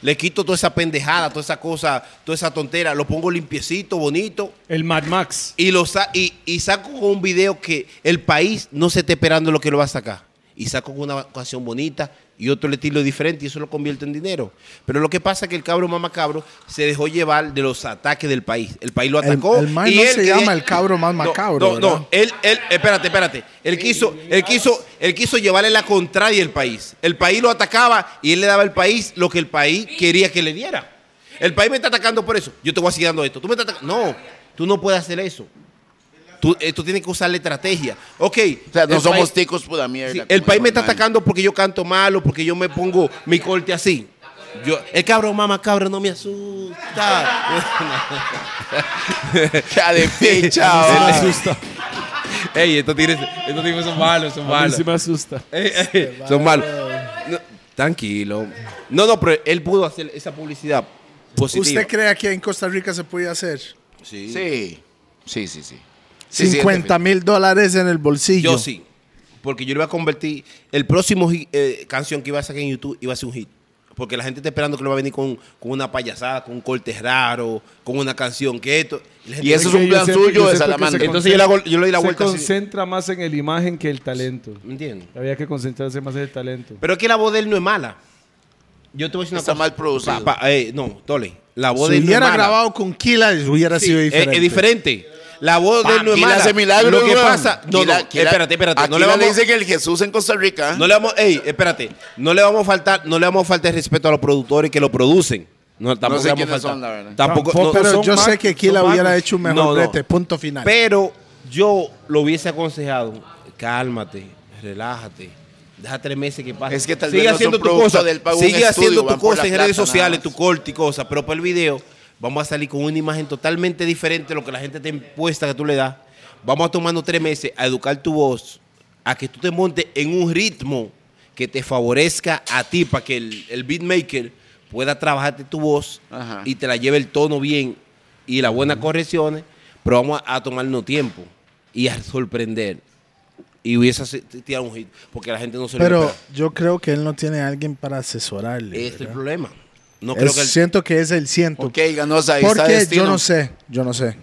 Speaker 3: Le quito toda esa pendejada, toda esa cosa, toda esa tontera. Lo pongo limpiecito, bonito.
Speaker 6: El Mad Max.
Speaker 3: Y, lo sa- y, y saco con un video que el país no se está esperando lo que lo va a sacar. Y saco con una canción bonita y otro estilo diferente y eso lo convierte en dinero. Pero lo que pasa es que el cabro mamá cabro se dejó llevar de los ataques del país. El país lo
Speaker 4: El-
Speaker 3: atacó.
Speaker 4: el man
Speaker 3: y
Speaker 4: no
Speaker 3: él
Speaker 4: se
Speaker 3: quería-
Speaker 4: llama el cabro más
Speaker 3: No,
Speaker 4: macabro,
Speaker 3: No, no,
Speaker 4: ¿verdad?
Speaker 3: Él, él, espérate, espérate. Él quiso, él quiso, él quiso llevarle la contraria al país. El país lo atacaba y él le daba al país lo que el país quería que le diera. El país me está atacando por eso. Yo te voy a seguir dando esto. Tú me estás atacando. No, tú no puedes hacer eso. Tú, eh, tú tienes que usar la estrategia. Ok.
Speaker 5: O sea, no
Speaker 3: el
Speaker 5: somos
Speaker 3: país-
Speaker 5: ticos pura mierda.
Speaker 3: sí,
Speaker 5: como
Speaker 3: el
Speaker 5: dijo
Speaker 3: país me está
Speaker 5: Hernán.
Speaker 3: atacando porque yo canto malo, porque yo me pongo mi corte así. Yo, el cabrón, mamá, cabrón, no me asusta.
Speaker 5: Ya de fecha.
Speaker 6: Me
Speaker 5: va.
Speaker 6: asusta.
Speaker 3: Ey, estos tigres, estos tigres son malos, son
Speaker 6: A mí
Speaker 3: malos.
Speaker 6: sí me asusta.
Speaker 3: Ey, ey, son malos. No, tranquilo. No, no, pero él pudo hacer esa publicidad positiva.
Speaker 4: ¿Usted cree que en Costa Rica se puede hacer?
Speaker 3: Sí.
Speaker 5: Sí. Sí, sí, sí. Sí, sí,
Speaker 4: 50 mil dólares en el bolsillo.
Speaker 3: Yo sí. Porque yo lo iba a convertir. El próximo hi- eh, canción que iba a sacar en YouTube iba a ser un hit. Porque la gente está esperando que lo va a venir con, con una payasada, con un corte raro, con una canción que esto. la gente
Speaker 5: Y eso es
Speaker 3: dice,
Speaker 5: un plan
Speaker 6: Yo sé-
Speaker 5: suyo
Speaker 6: yo sé
Speaker 5: de
Speaker 6: que se
Speaker 5: Salamanca.
Speaker 6: con-
Speaker 3: Entonces yo, le hago- yo le doy la
Speaker 6: Se
Speaker 3: vuelta así.
Speaker 6: concentra más en el imagen que el talento.
Speaker 3: ¿Me entiendes?
Speaker 6: Había que concentrarse más en el talento.
Speaker 3: Pero es que la voz de él no es mala. Yo te voy a decir una
Speaker 5: Está
Speaker 3: cosa.
Speaker 5: mal producido.
Speaker 3: Pa- pa- eh, no, Tole. La voz
Speaker 4: Si
Speaker 3: de él no es
Speaker 4: hubiera
Speaker 3: mala.
Speaker 4: grabado con Kila, hubiera
Speaker 3: Sí,
Speaker 4: sido
Speaker 3: es-
Speaker 4: diferente.
Speaker 3: Es diferente. La voz de él no es
Speaker 5: Aquí le
Speaker 3: mala.
Speaker 5: hace milagro,
Speaker 3: Lo que
Speaker 5: weón.
Speaker 3: pasa. No,
Speaker 5: Aquí
Speaker 3: no,
Speaker 5: la- aquí la-
Speaker 3: espérate, espérate.
Speaker 5: aquí
Speaker 3: No le
Speaker 5: la
Speaker 3: vamos
Speaker 5: dice que el Jesús en Costa Rica.
Speaker 3: No le vamos, ey, espérate, no le vamos a faltar, no le vamos a faltar el respeto a los productores que lo producen. No, tampoco
Speaker 5: sé
Speaker 3: le vamos a
Speaker 5: quiénes
Speaker 3: faltar.
Speaker 5: son, la verdad.
Speaker 3: Tampoco,
Speaker 6: Tampoco,
Speaker 3: no,
Speaker 6: pero-
Speaker 4: Pero
Speaker 6: son
Speaker 4: yo sé
Speaker 6: magos,
Speaker 4: que Kila
Speaker 6: son
Speaker 4: hubiera
Speaker 6: magos.
Speaker 4: hecho un mejor este
Speaker 3: No, no.
Speaker 4: brete, punto final.
Speaker 3: pero yo lo hubiese aconsejado, cálmate, relájate. Deja tres meses que pase.
Speaker 5: Es que tal
Speaker 3: Sigue
Speaker 5: vez no
Speaker 3: haciendo
Speaker 5: son
Speaker 3: tu
Speaker 5: producto
Speaker 3: cosa.
Speaker 5: del pago de un
Speaker 3: sigue
Speaker 5: estudio,
Speaker 3: haciendo
Speaker 5: van
Speaker 3: tu
Speaker 5: por
Speaker 3: cosa
Speaker 5: la
Speaker 3: en
Speaker 5: plata
Speaker 3: redes
Speaker 5: nada
Speaker 3: sociales, tu
Speaker 5: más.
Speaker 3: corte y cosas. Pero para el video, vamos a salir con una imagen totalmente diferente de lo que la gente te impuesta que tú le das. Vamos a tomarnos tres meses a educar tu voz, a que tú te montes en un ritmo que te favorezca a ti, para que el, el beatmaker pueda trabajarte tu voz
Speaker 5: Ajá.
Speaker 3: y te la lleve el tono bien y las buenas correcciones, pero vamos a, a tomarnos tiempo y a sorprender. Y hubiese se- tirado un hit, porque la gente no se lo
Speaker 4: Pero
Speaker 3: espera.
Speaker 4: yo creo que él no tiene a alguien para asesorarle.
Speaker 3: Este es el
Speaker 4: ¿verdad?
Speaker 3: problema. No
Speaker 4: Es-
Speaker 3: creo que el-
Speaker 4: Siento que es el ciento.
Speaker 5: Ok, Ganosa, ahí está
Speaker 4: Porque
Speaker 5: destino.
Speaker 4: yo no sé, yo no sé.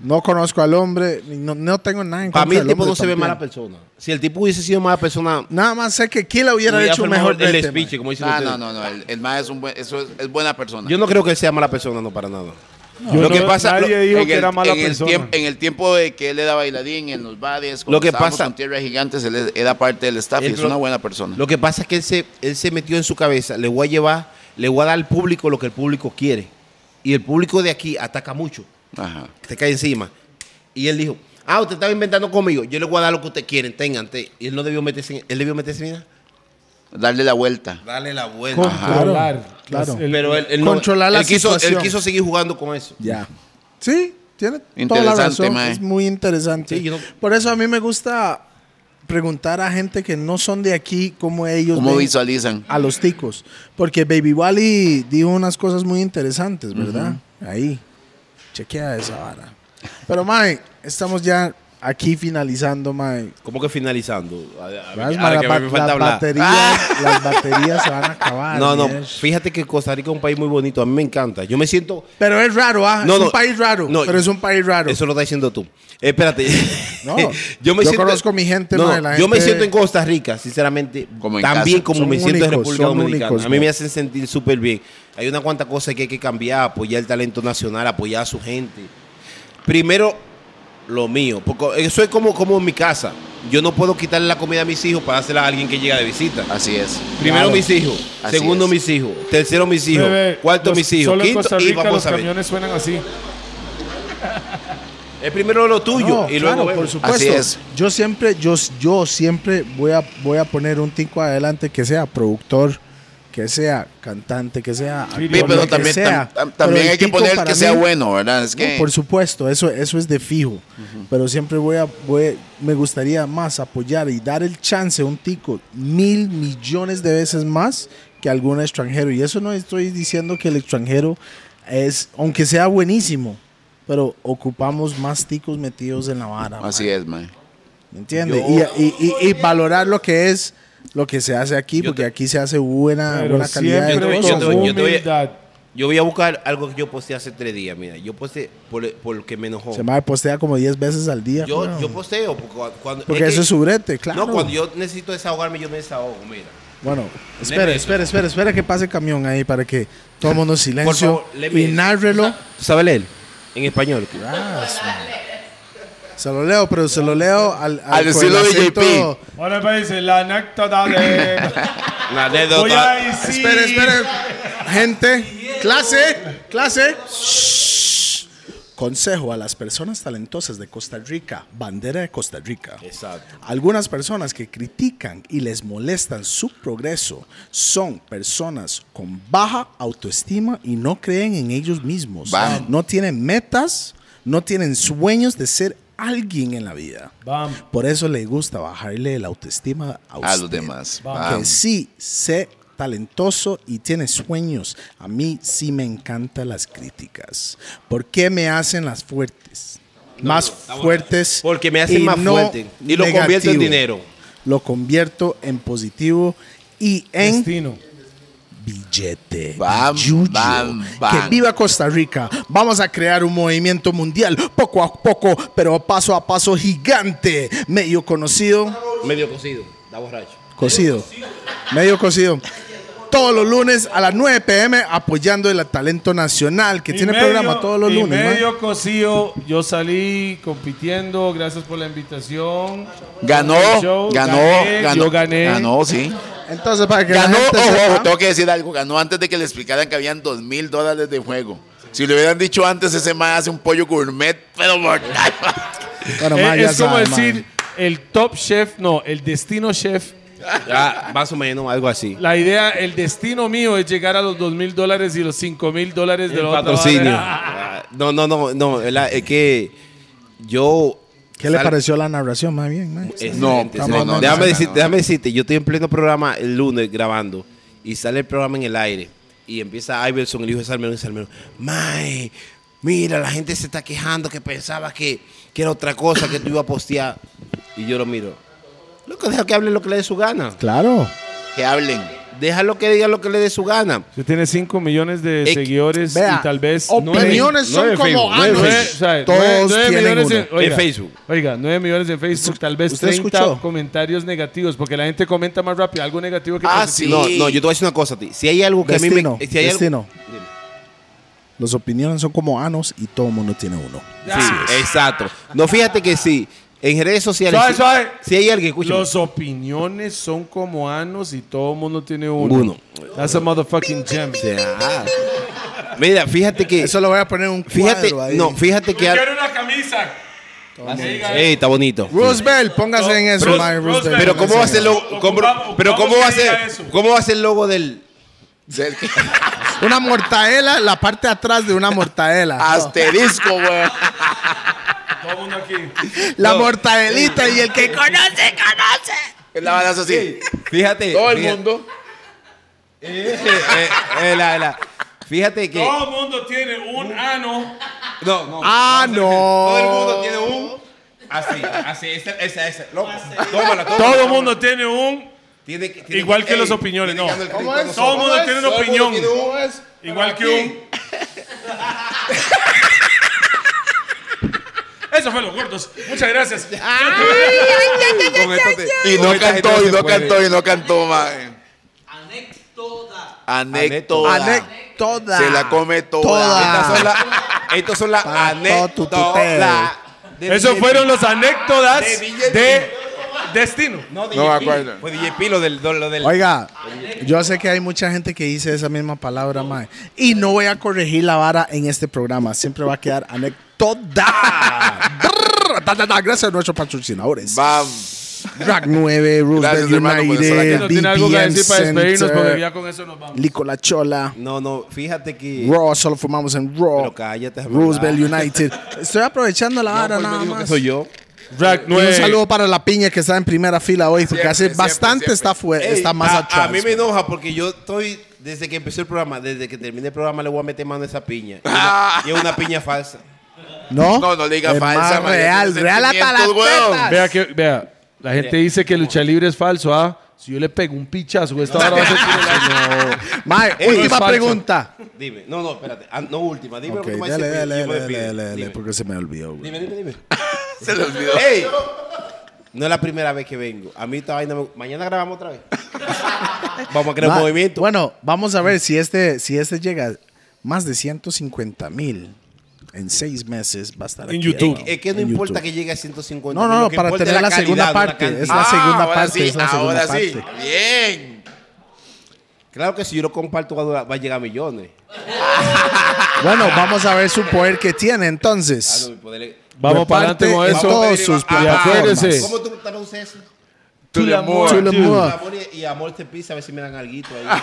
Speaker 4: No conozco al hombre, ni- no, no tengo nada en contra
Speaker 3: Para mí el
Speaker 4: del
Speaker 3: tipo
Speaker 4: hombre
Speaker 3: no se ve
Speaker 4: también.
Speaker 3: mala persona. Si el tipo hubiese sido mala persona,
Speaker 4: Nada más sé que Kila hubiera
Speaker 3: hubiera
Speaker 4: hecho un
Speaker 3: formado
Speaker 4: mejor brete,
Speaker 3: el este
Speaker 4: man.
Speaker 3: speech, como dicen
Speaker 5: No,
Speaker 3: ustedes.
Speaker 5: Ah, no, no, no, El, el mae es, un buen, eso es, es buena persona.
Speaker 3: Yo Ah, no creo que él sea mala persona, no, para nada.
Speaker 6: Yo
Speaker 3: Lo que
Speaker 6: no-
Speaker 3: pasa-
Speaker 6: nadie
Speaker 3: lo-
Speaker 6: dijo
Speaker 5: en
Speaker 6: que
Speaker 5: el-
Speaker 6: era mala
Speaker 5: en el
Speaker 6: persona.
Speaker 5: tiemp- en el tiempo de que él era bailarín en los bares, cuando
Speaker 3: Lo que
Speaker 5: estábamos
Speaker 3: pasa-
Speaker 5: con Tierra Gigantes, él era parte del staff y
Speaker 3: Él
Speaker 5: es
Speaker 3: lo-
Speaker 5: una buena persona.
Speaker 3: Lo que pasa es que él se, él se metió en su cabeza, le voy a llevar, le voy a dar al público lo que el público quiere. Y el público de aquí ataca mucho,
Speaker 5: Ajá.
Speaker 3: te cae encima. Y él dijo, ah, usted estaba inventando conmigo, yo le voy a dar lo que usted quieren, tengan. te-". Y él no debió meterse, en- él debió meterse en nada.
Speaker 5: Darle la vuelta.
Speaker 3: Dale la vuelta.
Speaker 6: Controlar.
Speaker 4: claro.
Speaker 6: Las- el-
Speaker 3: Pero él, él
Speaker 4: Controlar la
Speaker 3: él quiso, él
Speaker 4: situación.
Speaker 3: quiso seguir jugando con eso.
Speaker 4: Ya. Sí, tiene toda la
Speaker 5: Interesante,
Speaker 4: razón.
Speaker 5: mae.
Speaker 4: Es muy interesante.
Speaker 3: Sí, yo no-
Speaker 4: Por eso a mí me gusta preguntar a gente que no son de aquí cómo ellos
Speaker 5: ¿Cómo
Speaker 4: ven
Speaker 5: visualizan?
Speaker 4: a los ticos. Porque Baby Wally dijo unas cosas muy interesantes, ¿verdad? Ahí. Chequea esa vara. Pero, Mae, estamos ya aquí finalizando, Mae.
Speaker 3: Como que finalizando. A- a-
Speaker 4: Las,
Speaker 3: ahora que
Speaker 4: ba-
Speaker 3: me falta
Speaker 4: las
Speaker 3: hablar.
Speaker 4: baterías, las baterías se van a acabar.
Speaker 3: No, no,
Speaker 4: mierda.
Speaker 3: fíjate que Costa Rica es un país muy bonito, a mí me encanta. Yo me siento...
Speaker 4: Pero es raro, ¿ah?
Speaker 3: No,
Speaker 4: es un
Speaker 3: no,
Speaker 4: país raro.
Speaker 3: no,
Speaker 4: pero es un país raro.
Speaker 3: Eso lo estás diciendo tú. Espérate.
Speaker 4: No, yo conozco mi gente, madre, la
Speaker 3: Yo me
Speaker 4: gente-
Speaker 3: siento en Costa Rica, sinceramente.
Speaker 5: Como en
Speaker 3: también
Speaker 5: casa.
Speaker 3: como
Speaker 4: Son
Speaker 3: me siento en
Speaker 4: únicos,
Speaker 3: República
Speaker 4: son
Speaker 3: Dominicana.
Speaker 4: únicos,
Speaker 3: a mí
Speaker 4: man.
Speaker 3: me hacen sentir súper bien. Hay una cuanta cosa que hay que cambiar, apoyar el talento nacional, apoyar a su gente. Primero, lo mío. Porque eso es como, como en mi casa. Yo no puedo quitarle la comida a mis hijos para dársela a alguien que llega de visita.
Speaker 5: Así es.
Speaker 3: Primero mis hijos,
Speaker 5: Así
Speaker 3: segundo
Speaker 5: es.
Speaker 3: mis hijos, tercero mis hijos,
Speaker 6: Bebé,
Speaker 3: cuarto
Speaker 6: los-
Speaker 3: mis hijos,
Speaker 6: solo en
Speaker 3: quinto
Speaker 6: Costa
Speaker 3: y
Speaker 6: Rica
Speaker 3: vamos
Speaker 6: los
Speaker 3: a ver.
Speaker 6: camiones suenan así.
Speaker 4: Ah,
Speaker 3: Es primero lo tuyo
Speaker 4: No,
Speaker 3: y luego
Speaker 4: claro,
Speaker 3: vemos.
Speaker 4: por supuesto.
Speaker 5: Así es.
Speaker 4: Yo siempre, yo, yo siempre voy a, voy a poner un tico adelante que sea productor, que sea cantante, que sea.
Speaker 6: Sí,
Speaker 5: Sí,
Speaker 4: actor,
Speaker 5: pero
Speaker 4: que
Speaker 5: también,
Speaker 4: sea.
Speaker 5: tam- tam-
Speaker 4: Pero
Speaker 5: también
Speaker 4: el
Speaker 5: hay que
Speaker 4: tico
Speaker 5: poner
Speaker 4: para
Speaker 5: que sea
Speaker 4: mí-
Speaker 5: bueno, ¿verdad? Es
Speaker 4: No,
Speaker 5: que
Speaker 4: por supuesto, eso, eso es de fijo. Pero siempre voy a, voy- me gustaría más apoyar y dar el chance a un tico mil millones de veces más que a algún extranjero. Y eso no estoy diciendo que el extranjero es, aunque sea buenísimo, pero ocupamos más ticos metidos en la vara.
Speaker 5: así es, mae.
Speaker 4: ¿Me entiendes? Y, y- y- y valorar lo que es lo que se hace aquí,
Speaker 3: Yo
Speaker 4: porque
Speaker 3: te-
Speaker 4: aquí se hace buena,
Speaker 6: Pero
Speaker 4: buena calidad de
Speaker 6: siempre
Speaker 3: yo
Speaker 4: cosas.
Speaker 3: te voy-
Speaker 6: con
Speaker 3: yo te voy-
Speaker 6: humildad.
Speaker 3: Yo voy a buscar algo que yo posteé hace tres días, mira. Yo posteé por, por que me enojó.
Speaker 4: Se me postea como 10 veces al día.
Speaker 3: Yo,
Speaker 4: weón.
Speaker 3: yo posteo porque cua- cuando...
Speaker 4: porque
Speaker 3: que-
Speaker 4: eso es su brete, claro.
Speaker 3: No, cuando yo necesito desahogarme, yo me desahogo, mira.
Speaker 4: Bueno,
Speaker 3: eso.
Speaker 4: espere, espere, espere, espere que pase el camión ahí para que todo el mundo
Speaker 3: Por
Speaker 4: silencio
Speaker 3: favor, léeme
Speaker 4: y
Speaker 3: eso.
Speaker 4: nárrelo.
Speaker 3: ¿Tú sabes leer? En español.
Speaker 4: Ras, man. Se lo leo, pero se lo leo al,
Speaker 5: Al
Speaker 4: con el
Speaker 5: estilo de
Speaker 4: acento-
Speaker 5: JP.
Speaker 6: Ahora me dice la anécdota de.
Speaker 3: La
Speaker 6: Voy a
Speaker 3: anécdota...
Speaker 6: decir.
Speaker 4: Espere, espere. Gente, clase, clase. Consejo a las personas talentosas de Costa Rica, bandera de Costa Rica.
Speaker 3: Exacto.
Speaker 4: Algunas personas que critican y les molestan su progreso son personas con baja autoestima y no creen en ellos mismos.
Speaker 5: Bam.
Speaker 4: No tienen metas, no tienen sueños de ser alguien en la vida.
Speaker 6: Bam.
Speaker 4: Por eso le gusta bajarle la autoestima a,
Speaker 5: A los
Speaker 4: usted.
Speaker 5: demás.
Speaker 4: Que
Speaker 5: Bam.
Speaker 4: sí, sé talentoso y tiene sueños. A mí sí me encantan las críticas. ¿Por qué me hacen las fuertes? más fuertes.
Speaker 3: Porque me hacen más fuerte y lo convierto en dinero.
Speaker 4: Lo convierto en positivo y en
Speaker 2: Destino.
Speaker 4: billete.
Speaker 5: Bam,
Speaker 4: Yuyo.
Speaker 5: bam, bam.
Speaker 4: Que viva Costa Rica. Vamos a crear un movimiento mundial poco a poco, pero paso a paso gigante. Medio conocido.
Speaker 3: Medio cocido, da borracho.
Speaker 4: Cocido. Medio cocido. Todos los lunes a las 9 pm apoyando el talento nacional que
Speaker 2: Y
Speaker 4: tiene
Speaker 2: medio-
Speaker 4: programa todos los
Speaker 2: y
Speaker 4: lunes. man.
Speaker 2: medio cocido, yo salí compitiendo, gracias por la invitación.
Speaker 5: Ganó,
Speaker 2: Show,
Speaker 5: ganó,
Speaker 2: gané,
Speaker 5: ganó.
Speaker 2: yo gané.
Speaker 5: Ganó, sí.
Speaker 4: Entonces, para que la
Speaker 5: Ganó,
Speaker 4: gente
Speaker 5: ojo,
Speaker 4: sepa-
Speaker 5: ojo, tengo que decir algo. Ganó antes de que le explicaran que habían dos mil dólares de juego. Si le hubieran dicho antes, ese más hace un pollo gourmet, pero mortal.
Speaker 4: Bueno,
Speaker 2: Eh,
Speaker 4: man, ya
Speaker 2: es como
Speaker 4: saben, man.
Speaker 2: decir el top chef, no, el destino chef.
Speaker 3: Ya, más o menos, algo así.
Speaker 2: La idea, el destino mío es llegar a los dos mil dólares y los cinco mil dólares de
Speaker 3: El
Speaker 2: los
Speaker 3: patrocinio.
Speaker 2: ¿eh?
Speaker 3: Ah, No, no, no, no, ¿verdad? es que yo...
Speaker 4: ¿Qué le
Speaker 3: sal- Eh,
Speaker 4: pareció la narración? Más bien, man.
Speaker 3: Excelente,
Speaker 5: No,
Speaker 3: excelente.
Speaker 5: no, no,
Speaker 3: déjame,
Speaker 5: no,
Speaker 3: decirte,
Speaker 5: no.
Speaker 3: déjame decirte, yo estoy en pleno programa el lunes grabando y sale el programa en el aire y empieza Iverson, el hijo de Salmerón, y Salmerón, Mae, mira, la gente se está quejando que pensaba que, que era otra cosa que tú ibas a postear. Y yo lo miro. Loco, deja que hable lo que le dé su gana.
Speaker 4: Claro.
Speaker 5: que hablen.
Speaker 3: Déjalo que diga lo que le dé su gana.
Speaker 2: Usted tiene 5 millones de
Speaker 3: Eh,
Speaker 2: seguidores
Speaker 4: vea,
Speaker 2: y tal vez
Speaker 4: Opiniones
Speaker 3: nueve
Speaker 4: son como
Speaker 3: Facebook, nueve
Speaker 2: nueve-
Speaker 4: anos.
Speaker 2: nueve- o sea,
Speaker 4: Todos
Speaker 2: nueve- nueve
Speaker 4: tienen
Speaker 2: millones
Speaker 4: uno.
Speaker 2: en, oiga,
Speaker 3: En Facebook.
Speaker 2: Oiga, 9 millones en Facebook, tal vez
Speaker 4: ¿Usted
Speaker 2: 30
Speaker 4: escuchó?
Speaker 2: comentarios negativos, porque la gente comenta más rápido algo negativo que
Speaker 5: Ah,
Speaker 2: positivo.
Speaker 5: Sí.
Speaker 3: No, no, yo te voy a decir una cosa a ti. Si hay algo que a
Speaker 4: Destino,
Speaker 3: mí me. Si hay algo-
Speaker 4: destino. Las opiniones son como anos y todo el mundo tiene uno.
Speaker 3: Sí, exacto. No, fíjate que sí. En redes sociales.
Speaker 2: Suave,
Speaker 3: sí-
Speaker 2: suave.
Speaker 3: Si hay alguien, escúchame.
Speaker 2: Los opiniones son como anos y todo el mundo tiene uno.
Speaker 3: Uno.
Speaker 2: That's a motherfucking gem.
Speaker 3: O sea, ah. Mira, fíjate que.
Speaker 4: Eso lo voy a poner en un
Speaker 3: Fíjate,
Speaker 4: cuadro ahí.
Speaker 3: no, fíjate que. al-
Speaker 2: una camisa.
Speaker 3: Ey, está bonito.
Speaker 4: Roosevelt, póngase en eso,
Speaker 3: Pero-
Speaker 4: man, Roosevelt.
Speaker 3: Pero cómo va a ser el logo,
Speaker 2: Ocupamos-
Speaker 3: cómo- pero cómo
Speaker 2: ocupamos
Speaker 3: va a
Speaker 2: que diga
Speaker 3: ser,
Speaker 2: eso.
Speaker 3: cómo va a ser el logo del.
Speaker 5: Ser que-
Speaker 4: Una mortadela, la parte de atrás de una mortadela.
Speaker 5: Asterisco, güey.
Speaker 2: Todo el mundo aquí.
Speaker 4: la mortadelita y el que conoce.
Speaker 5: Es la balanza así.
Speaker 3: Fíjate.
Speaker 5: Todo el
Speaker 3: fíjate-
Speaker 5: mundo.
Speaker 3: Eh, eh, eh, la- la- Fíjate que.
Speaker 2: el mundo tiene un ano.
Speaker 3: No, no.
Speaker 4: Ah,
Speaker 3: Todo el
Speaker 4: no.
Speaker 3: mundo tiene un. Así, así, esa, esa, esa. Loco, tómala, tómala.
Speaker 2: Todo el mundo tiene un.
Speaker 3: Tiene que- tiene
Speaker 2: Igual que
Speaker 3: ey,
Speaker 2: los opiniones,
Speaker 3: tiene que
Speaker 2: no.
Speaker 3: darle el
Speaker 4: ¿Cómo
Speaker 3: crédito
Speaker 4: es?
Speaker 3: a
Speaker 2: Todo el
Speaker 3: nosotros.
Speaker 2: mundo tiene una
Speaker 3: Todo el mundo
Speaker 2: opinión.
Speaker 3: tiene un-
Speaker 2: Igual que un. Eso fue los gordos. Muchas gracias.
Speaker 4: Ah.
Speaker 3: Con esto te-
Speaker 5: Y
Speaker 3: con
Speaker 5: no
Speaker 3: esta gente
Speaker 5: cantó, y
Speaker 3: se
Speaker 5: no
Speaker 3: puede.
Speaker 5: cantó, y no cantó, man.
Speaker 11: Anécdota.
Speaker 5: Anécdota.
Speaker 4: Toda.
Speaker 5: Se la come toda.
Speaker 4: Toda.
Speaker 3: Estas son las estas son las
Speaker 4: Para todo tu tuteo.
Speaker 3: anécdotas. de
Speaker 2: Esos
Speaker 3: DJ
Speaker 2: fueron los anécdotas
Speaker 3: De DJ.
Speaker 2: de Destino. No,
Speaker 5: No me acuerdo.
Speaker 3: Fue DJ Pilo del, del, lo del-
Speaker 4: Oiga, yo sé que hay mucha gente que dice esa misma palabra, mae. Y no voy a corregir la vara en este programa. Siempre va a quedar anécdota. Brr, ta, ta, ta. Gracias a nuestros patrocinadores.
Speaker 5: Bam.
Speaker 4: Rack 9, Roosevelt
Speaker 5: Gracias, hermano, por estar
Speaker 4: United,
Speaker 5: aquí.
Speaker 2: tiene algo que
Speaker 4: BPM
Speaker 2: decir para despedirnos porque ya
Speaker 4: Center,
Speaker 2: con eso nos vamos.
Speaker 4: Licola Chola,
Speaker 3: No, no, fíjate que
Speaker 4: Raw, solo fumamos en Raw,
Speaker 3: Pero cállate, es
Speaker 4: Roosevelt
Speaker 3: verdad.
Speaker 4: United. Estoy aprovechando la vara
Speaker 3: Paul me
Speaker 4: nada
Speaker 3: dijo que
Speaker 4: más.
Speaker 3: soy yo.
Speaker 2: Rack
Speaker 4: Y un
Speaker 2: 9.
Speaker 4: saludo para la piña que está en primera fila hoy, porque
Speaker 5: Siempre,
Speaker 4: hace
Speaker 5: siempre,
Speaker 4: bastante
Speaker 5: siempre.
Speaker 4: está, fue, está
Speaker 3: Ey,
Speaker 4: más
Speaker 3: a,
Speaker 4: atrás.
Speaker 3: a mí me enoja porque yo estoy desde que empezó el programa, desde que terminé el programa le voy a meter mano a esa piña. Y, una- y es una piña falsa.
Speaker 4: No,
Speaker 5: No, no le diga
Speaker 4: Es
Speaker 5: falsa,
Speaker 4: más
Speaker 5: María,
Speaker 4: real,
Speaker 5: tiene
Speaker 4: real hasta las
Speaker 5: sentimientos, weón.
Speaker 4: tetas.
Speaker 2: Vea que, vea, la gente dice que lucha libre es falso, ¿ah? Si yo le pego un pichazo, esta hora va a ser tiro.
Speaker 4: Mae,
Speaker 3: Eso es
Speaker 4: última
Speaker 3: falso.
Speaker 4: pregunta.
Speaker 3: Dime. No, no, espérate. Ah, no última. Dime
Speaker 4: Ok,
Speaker 3: lo que tú me
Speaker 4: dale,
Speaker 3: dices,
Speaker 4: dale,
Speaker 3: yo me
Speaker 4: dale,
Speaker 3: despido.
Speaker 4: dale, dale,
Speaker 3: Dime.
Speaker 4: porque se me olvidó, güey.
Speaker 3: Dime, dime, dime.
Speaker 5: Se le olvidó.
Speaker 3: ¡Ey! No es la primera vez que vengo. A mí esta vaina me- Mañana grabamos otra vez. Vamos a crear
Speaker 4: Ma-
Speaker 3: un movimiento.
Speaker 4: Bueno, vamos a ver si este, si este llega a más de 150 mil en seis meses va a estar
Speaker 2: En
Speaker 4: aquí,
Speaker 2: YouTube.
Speaker 4: hermano,
Speaker 3: Es Eh, que no
Speaker 4: en
Speaker 3: importa
Speaker 4: YouTube.
Speaker 3: que llegue a 150.
Speaker 4: No, no,
Speaker 3: lo
Speaker 4: no,
Speaker 3: que
Speaker 4: para
Speaker 3: importa es
Speaker 4: tener la, segunda
Speaker 3: calidad, no
Speaker 4: parte.
Speaker 3: cantidad.
Speaker 4: es la
Speaker 5: Ah,
Speaker 4: segunda
Speaker 5: ahora
Speaker 4: parte,
Speaker 5: sí,
Speaker 4: es la segunda
Speaker 5: Ah, ahora
Speaker 4: parte.
Speaker 5: sí. Bien.
Speaker 3: Ah, Claro que si yo lo comparto va a durar- va a llegar a millones.
Speaker 4: Bueno, vamos a ver su poder que tiene
Speaker 3: Ah,
Speaker 4: entonces.
Speaker 3: no, mi poder es-
Speaker 2: Vamos
Speaker 4: De
Speaker 2: para
Speaker 4: parte
Speaker 2: adelante con
Speaker 4: de
Speaker 2: eso.
Speaker 4: todos sus
Speaker 2: Y acuérdese.
Speaker 4: plataformas.
Speaker 3: ¿Cómo tú traduces eso?
Speaker 2: To the more.
Speaker 4: To the
Speaker 2: Dude.
Speaker 4: more.
Speaker 3: Amor y, y amor te pisa a ver si me dan alguito ahí.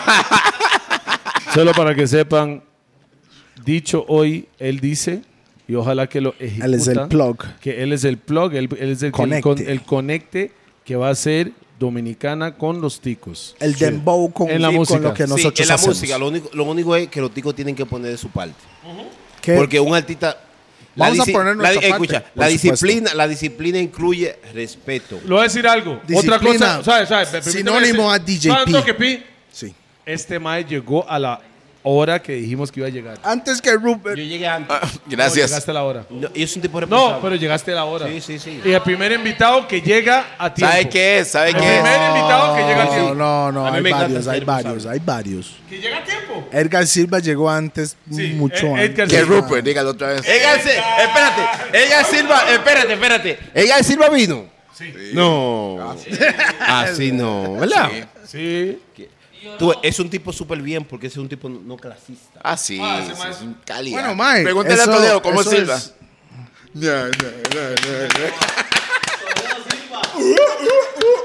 Speaker 2: Solo para que sepan, dicho hoy, él dice, y ojalá que lo ejecuta.
Speaker 4: Él es el plug.
Speaker 2: Que él es el plug, él, él es el, que- el con-
Speaker 4: Conecte.
Speaker 2: el conecte que va a ser dominicana con los ticos.
Speaker 4: El dembow con,
Speaker 2: En la
Speaker 4: con
Speaker 2: música.
Speaker 4: lo que
Speaker 2: Sí,
Speaker 4: nosotros
Speaker 3: sí, en la
Speaker 4: hacemos.
Speaker 3: música, lo único, lo único es que los ticos tienen que poner de su parte.
Speaker 4: ¿Qué?
Speaker 3: Porque un artista,
Speaker 4: Vamos a
Speaker 3: disi-
Speaker 4: poner
Speaker 3: la,
Speaker 4: nuestra parte,
Speaker 3: escucha,
Speaker 4: por
Speaker 3: la
Speaker 4: supuesto.
Speaker 3: disciplina, la disciplina incluye respeto.
Speaker 2: Le voy a decir algo.
Speaker 4: Disciplina.
Speaker 2: Otra cosa. ¿sabes, sabes? Permíteme
Speaker 4: Sinónimo
Speaker 2: decir-
Speaker 4: a DJP.
Speaker 2: ¿Sabe un toque, Pi?
Speaker 4: Sí.
Speaker 2: Este mae llegó a la hora que dijimos que iba a llegar.
Speaker 4: Antes que Rupert.
Speaker 3: Yo llegué antes.
Speaker 2: No,
Speaker 5: Gracias.
Speaker 2: llegaste a la hora.
Speaker 3: No, yo soy un tipo
Speaker 2: No,
Speaker 3: responsable.
Speaker 2: pero llegaste a la hora.
Speaker 3: Sí, sí, sí.
Speaker 2: Y el primer invitado que llega a tiempo.
Speaker 5: ¿Sabe qué es? ¿Sabe
Speaker 2: El
Speaker 5: qué es?
Speaker 2: primer invitado que llega a
Speaker 4: No,
Speaker 2: tiempo.
Speaker 4: no, no,
Speaker 3: A mí
Speaker 4: hay
Speaker 3: me encanta
Speaker 4: varios,
Speaker 3: ser
Speaker 4: hay
Speaker 3: responsable.
Speaker 4: varios, hay varios.
Speaker 2: Que llega a tiempo.
Speaker 4: Edgar Silva llegó antes,
Speaker 2: Sí,
Speaker 4: mucho
Speaker 2: Ed-
Speaker 4: antes.
Speaker 2: Edgar
Speaker 5: ¿Qué es
Speaker 2: Silva.
Speaker 5: Rupert? Dígalo otra vez.
Speaker 3: Edgar Sil- espérate, Edgar Silva, espérate, espérate. Edgar Silva vino. No. Así no, ¿verdad?
Speaker 2: Sí.
Speaker 3: Tú, es un tipo súper bien porque es un tipo no clasista.
Speaker 5: Ah, sí. sí,
Speaker 2: mae
Speaker 5: es un calidad.
Speaker 4: Bueno, Mike.
Speaker 5: Pregúntale
Speaker 4: eso-
Speaker 5: a Toledo cómo es
Speaker 4: eso
Speaker 5: Silva. Uh,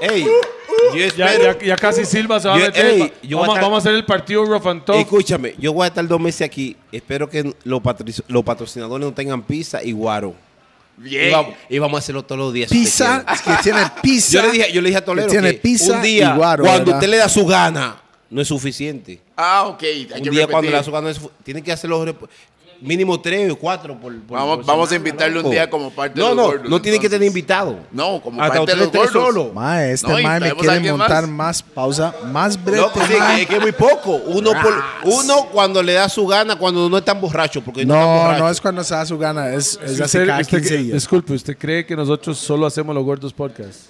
Speaker 3: Ey, yo
Speaker 2: Ya,
Speaker 3: espero.
Speaker 2: ya- ya casi Silva se va a
Speaker 3: Yo-
Speaker 2: meter.
Speaker 3: ey,
Speaker 2: vamos,
Speaker 3: yo voy a estar-
Speaker 2: vamos a hacer el partido rough and tough.
Speaker 3: Escúchame, yo voy a estar dos meses aquí. Espero que los, patric- los patrocinadores no tengan pizza y guaro. Y,
Speaker 5: Bien.
Speaker 3: vamos, y vamos a hacerlo todos los días. si usted
Speaker 4: Pizza,
Speaker 3: quiere.
Speaker 4: que tiene pizza.
Speaker 3: Yo le dije, yo le dije a Toledo
Speaker 4: que tiene
Speaker 3: que
Speaker 4: pizza
Speaker 3: un día
Speaker 4: y guaro,
Speaker 3: cuando
Speaker 4: ¿verdad?
Speaker 3: usted le da su gana no es suficiente.
Speaker 5: Ah, ok. Hay que
Speaker 3: un día cuando
Speaker 5: repetir.
Speaker 3: le da su gana no es suficiente. Tiene que hacer los rep- mínimo tres o cuatro por, por-
Speaker 5: Vamos-
Speaker 3: por
Speaker 5: vamos a
Speaker 3: semana,
Speaker 5: invitarle un
Speaker 3: loco.
Speaker 5: día como parte de
Speaker 3: No,
Speaker 5: los
Speaker 3: no,
Speaker 5: gordos,
Speaker 3: no tiene que tener
Speaker 5: entonces.
Speaker 3: invitado.
Speaker 5: No, como
Speaker 3: Hasta
Speaker 5: parte de
Speaker 3: ustedes
Speaker 5: los
Speaker 3: tres
Speaker 5: gordos.
Speaker 3: Ah, solo.
Speaker 4: Mae, este
Speaker 5: No, y
Speaker 4: mae me
Speaker 5: traemos a
Speaker 4: quiere
Speaker 5: alguien
Speaker 4: montar
Speaker 5: más.
Speaker 4: más pausa, más brete,
Speaker 3: No, pues, sí,
Speaker 4: mae.
Speaker 3: es que es muy poco. Uno, por- uno cuando le da su gana, cuando no es tan borracho. Porque no, están
Speaker 4: No,
Speaker 3: borrachos.
Speaker 4: no es cuando se da su gana, es, es
Speaker 2: Usted-
Speaker 4: hace cada
Speaker 2: usted
Speaker 4: 15
Speaker 2: cree-
Speaker 4: días.
Speaker 2: disculpe, ¿usted cree que nosotros solo hacemos los gordos podcasts?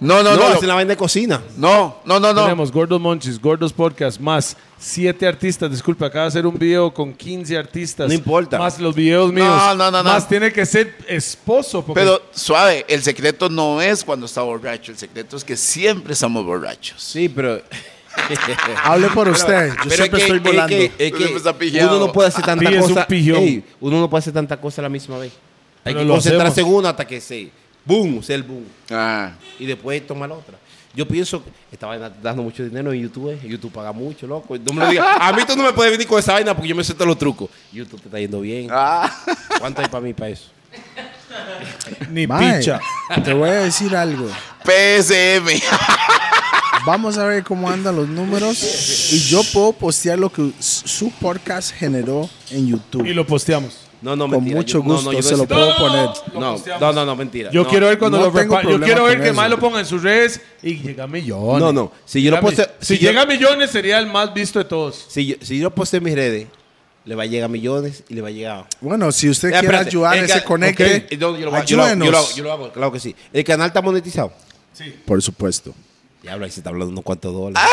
Speaker 5: No, no,
Speaker 3: No,
Speaker 5: no.
Speaker 3: hacen la vaina de cocina.
Speaker 5: No, no, no, no.
Speaker 2: Tenemos Gordos Monchis, Gordos Podcast, más siete artistas. Disculpe, acaba de hacer un video con 15 artistas.
Speaker 3: No importa.
Speaker 2: Más los videos míos.
Speaker 5: no, no, no.
Speaker 2: Más tiene que ser esposo. porque-
Speaker 5: Pero suave, el secreto no es cuando está borracho, el secreto es que siempre estamos borrachos.
Speaker 3: Sí, pero.
Speaker 4: Hable por usted, yo
Speaker 3: Pero
Speaker 4: siempre
Speaker 3: es que-
Speaker 4: estoy
Speaker 3: es que-
Speaker 4: volando.
Speaker 3: es que
Speaker 5: Usted siempre está pillado.
Speaker 3: uno no puede hacer tanta
Speaker 2: Sí, es un
Speaker 3: cosa.
Speaker 2: pillón.
Speaker 3: Ey, uno no puede hacer tanta cosa a la misma vez. Hay
Speaker 2: Pero
Speaker 3: que
Speaker 2: lo
Speaker 3: concentrarse en
Speaker 2: hacemos.
Speaker 3: una hasta que se. Boom, sea el boom.
Speaker 5: Ah.
Speaker 3: Y después tomar la otra. Yo pienso que esta vaina está dando mucho dinero en YouTube. eh. YouTube paga mucho, loco. No me lo digas. A mí tú no me puedes venir con esa vaina porque yo me sé todos los trucos. YouTube te está yendo bien.
Speaker 5: Ah.
Speaker 3: ¿Cuánto hay para mí para eso?
Speaker 2: Ni
Speaker 4: Mae,
Speaker 2: picha.
Speaker 4: te voy a decir algo.
Speaker 5: PSM.
Speaker 4: Vamos a ver cómo andan los números y yo puedo postear lo que su podcast generó en
Speaker 2: Y
Speaker 4: YouTube.
Speaker 2: lo posteamos.
Speaker 3: No, no,
Speaker 4: Con
Speaker 3: mentira.
Speaker 4: mucho
Speaker 3: Yo- no,
Speaker 4: gusto
Speaker 3: no, yo
Speaker 4: se
Speaker 3: no
Speaker 4: lo
Speaker 3: sé-
Speaker 4: puedo poner.
Speaker 3: No, no, no, no, mentira.
Speaker 2: Yo
Speaker 3: No.
Speaker 2: quiero ver cuando
Speaker 4: no
Speaker 2: lo
Speaker 4: tengo
Speaker 2: repa- Yo
Speaker 4: problema
Speaker 2: quiero ver
Speaker 4: con
Speaker 2: que
Speaker 4: eso.
Speaker 2: más lo ponga en sus redes y llega a millones.
Speaker 3: No, no. Si yo
Speaker 2: Llega
Speaker 3: lo puedo
Speaker 2: mi-
Speaker 3: hacer-
Speaker 2: si
Speaker 3: si yo-
Speaker 2: llega a millones sería el más visto de todos.
Speaker 3: Si yo, si yo posteo en mis redes, le va a llegar millones y le va a llegar.
Speaker 4: Bueno, si usted
Speaker 3: Eh,
Speaker 4: quiere
Speaker 3: espérate,
Speaker 4: ayudar,
Speaker 3: el
Speaker 4: ese
Speaker 3: ca-
Speaker 4: conecte,
Speaker 3: ok, yo, yo lo, voy a- yo lo hago, yo lo hago,
Speaker 4: ayúdenos.
Speaker 3: yo lo hago, claro que sí. El canal está monetizado.
Speaker 4: Por supuesto.
Speaker 3: Diablo, ahí se está hablando unos cuantos dólares.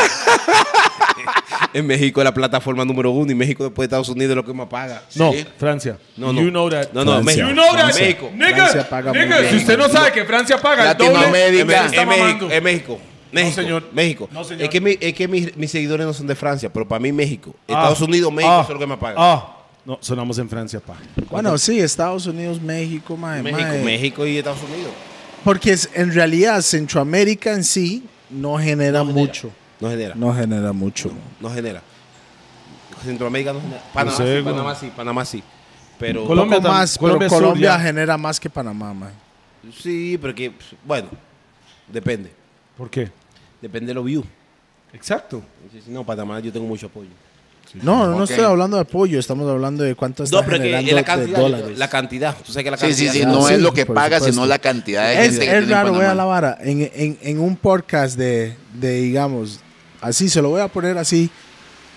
Speaker 3: en México es la plataforma número uno y México después de Estados Unidos es lo que más paga.
Speaker 2: No, Francia.
Speaker 3: No, no.
Speaker 2: You know that.
Speaker 3: No, no,
Speaker 4: Francia.
Speaker 3: México.
Speaker 2: You know that.
Speaker 4: Francia.
Speaker 3: México.
Speaker 2: Nigga,
Speaker 4: Francia paga muy
Speaker 2: nigga,
Speaker 4: bien.
Speaker 2: si usted no sabe que Francia paga el doble,
Speaker 5: Latinoamérica.
Speaker 2: usted está
Speaker 3: Es México,
Speaker 2: mamando.
Speaker 3: es México. México,
Speaker 2: señor.
Speaker 3: México.
Speaker 2: No, señor.
Speaker 3: Es que, mi- es que mis, mis seguidores no son de Francia, pero para mí México. Estados
Speaker 2: Ah,
Speaker 3: Unidos, México,
Speaker 2: ah,
Speaker 3: eso es lo que me paga.
Speaker 2: Ah, no, sonamos en Francia, pa.
Speaker 4: Bueno, sí, Estados Unidos, México, mae,
Speaker 3: México,
Speaker 4: mae.
Speaker 3: México y Estados Unidos.
Speaker 4: Porque es- en realidad Centroamérica en sí no genera mucho.
Speaker 3: No genera.
Speaker 4: No genera mucho.
Speaker 3: no genera. Centroamérica no genera. Panamá,
Speaker 2: sé,
Speaker 3: sí,
Speaker 2: güey.
Speaker 3: Panamá sí, Panamá sí. Pero
Speaker 2: Colombia-
Speaker 4: Poco
Speaker 2: tam-
Speaker 4: más,
Speaker 2: Colombia
Speaker 4: pero
Speaker 2: Sur
Speaker 4: Colombia
Speaker 2: ya.
Speaker 4: genera más que Panamá, mae.
Speaker 3: sí, pero que pues, bueno, depende.
Speaker 2: ¿Por qué?
Speaker 3: Depende de los views.
Speaker 2: Exacto.
Speaker 3: Sí, sí, No, Panamá yo tengo mucho apoyo.
Speaker 4: No, no
Speaker 5: Ok.
Speaker 4: estoy hablando de apoyo, estamos hablando de cuánto está
Speaker 3: No, pero que
Speaker 4: generando
Speaker 3: es la
Speaker 4: de
Speaker 3: cantidad.
Speaker 4: dólares.
Speaker 3: La cantidad. Tú sabes que la
Speaker 5: Sí,
Speaker 3: cantidad.
Speaker 5: sí, sí,
Speaker 4: Ah,
Speaker 5: no
Speaker 4: sí,
Speaker 5: es lo que
Speaker 4: por
Speaker 5: paga,
Speaker 4: supuesto.
Speaker 5: sino la cantidad de
Speaker 4: es,
Speaker 5: gente que
Speaker 4: es
Speaker 5: tiene en
Speaker 4: raro, voy a
Speaker 5: Panamá.
Speaker 4: la vara. En, en- en un podcast de, de, digamos, así, se lo voy a poner así,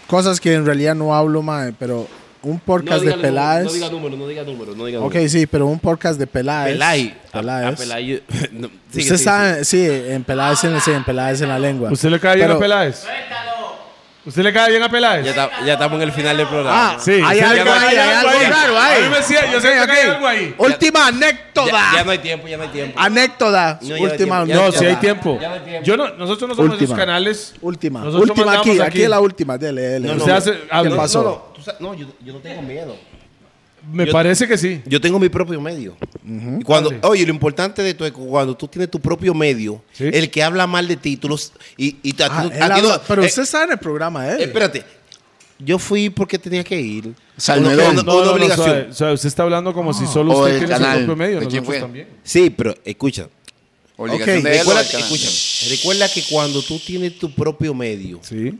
Speaker 4: cosas que en realidad no hablo, mae, pero un podcast de Peláez.
Speaker 3: No diga número, no diga número, no diga
Speaker 4: ok,
Speaker 3: número.
Speaker 4: sí, pero un podcast de Peláez.
Speaker 3: Peláez. A-
Speaker 4: Peláez.
Speaker 3: a Peláez. no, sigue,
Speaker 4: Usted
Speaker 3: sigue,
Speaker 4: sabe, sí, en Peláez en, sí, en Peláez en la lengua.
Speaker 2: ¿Usted le cae bien
Speaker 4: Pero-
Speaker 2: a Peláez? ¿Usted le cae bien a Peláez?
Speaker 3: sigue. Ya, está- ya estamos en el final del programa.
Speaker 4: Ah, hay
Speaker 2: usted le
Speaker 4: algo
Speaker 2: cae-
Speaker 4: ahí, hay algo raro ahí.
Speaker 2: A mí me decía, yo sé que
Speaker 4: Ok,
Speaker 2: hay
Speaker 4: ok.
Speaker 2: algo ahí.
Speaker 4: Última
Speaker 3: ya,
Speaker 4: anécdota.
Speaker 3: ya no hay tiempo, ya no hay
Speaker 4: Ah,
Speaker 3: tiempo.
Speaker 4: Anécdota.
Speaker 3: No, ya- ya-
Speaker 4: última.
Speaker 3: ya-
Speaker 2: No,
Speaker 4: anécdota.
Speaker 2: si hay tiempo. Yo no, nosotros no somos
Speaker 4: Última.
Speaker 2: esos canales.
Speaker 4: Última.
Speaker 2: Nosotros
Speaker 4: última
Speaker 2: mandamos
Speaker 4: aquí, aquí. es la última. Dele, dele.
Speaker 2: No, no. Usted hace-
Speaker 4: ¿Qué
Speaker 2: hable.
Speaker 4: pasó?
Speaker 3: No, no, tú sa- no, yo, yo no tengo miedo.
Speaker 2: Me
Speaker 3: Yo-
Speaker 2: parece que sí.
Speaker 3: Yo tengo mi propio medio. Y cuando, Oye, lo importante de esto es que cuando tú tienes tu propio medio,
Speaker 2: Sí.
Speaker 3: el que habla mal de títulos y, y te- a ti
Speaker 4: Ah,
Speaker 3: no-
Speaker 4: él
Speaker 3: a ti no-
Speaker 4: habla- pero
Speaker 3: eh,
Speaker 4: usted está en el programa, ¿eh?
Speaker 3: Espérate, yo fui porque tenía que ir.
Speaker 5: Salmedón.
Speaker 3: Una, una-
Speaker 2: No,
Speaker 3: una
Speaker 2: no, no,
Speaker 3: obligación.
Speaker 2: suave, suave. usted está hablando como si solo
Speaker 5: O
Speaker 2: usted
Speaker 5: el
Speaker 2: tiene su
Speaker 5: canal.
Speaker 2: propio medio.
Speaker 5: ¿De quién
Speaker 2: Nosotros
Speaker 5: fue?
Speaker 2: también.
Speaker 3: Sí, pero escucha.
Speaker 5: Obligación
Speaker 4: Ok,
Speaker 5: de él o
Speaker 3: Recuerda,
Speaker 5: del canal.
Speaker 3: escúchame, recuerda que cuando tú tienes tu propio medio,
Speaker 2: Sí,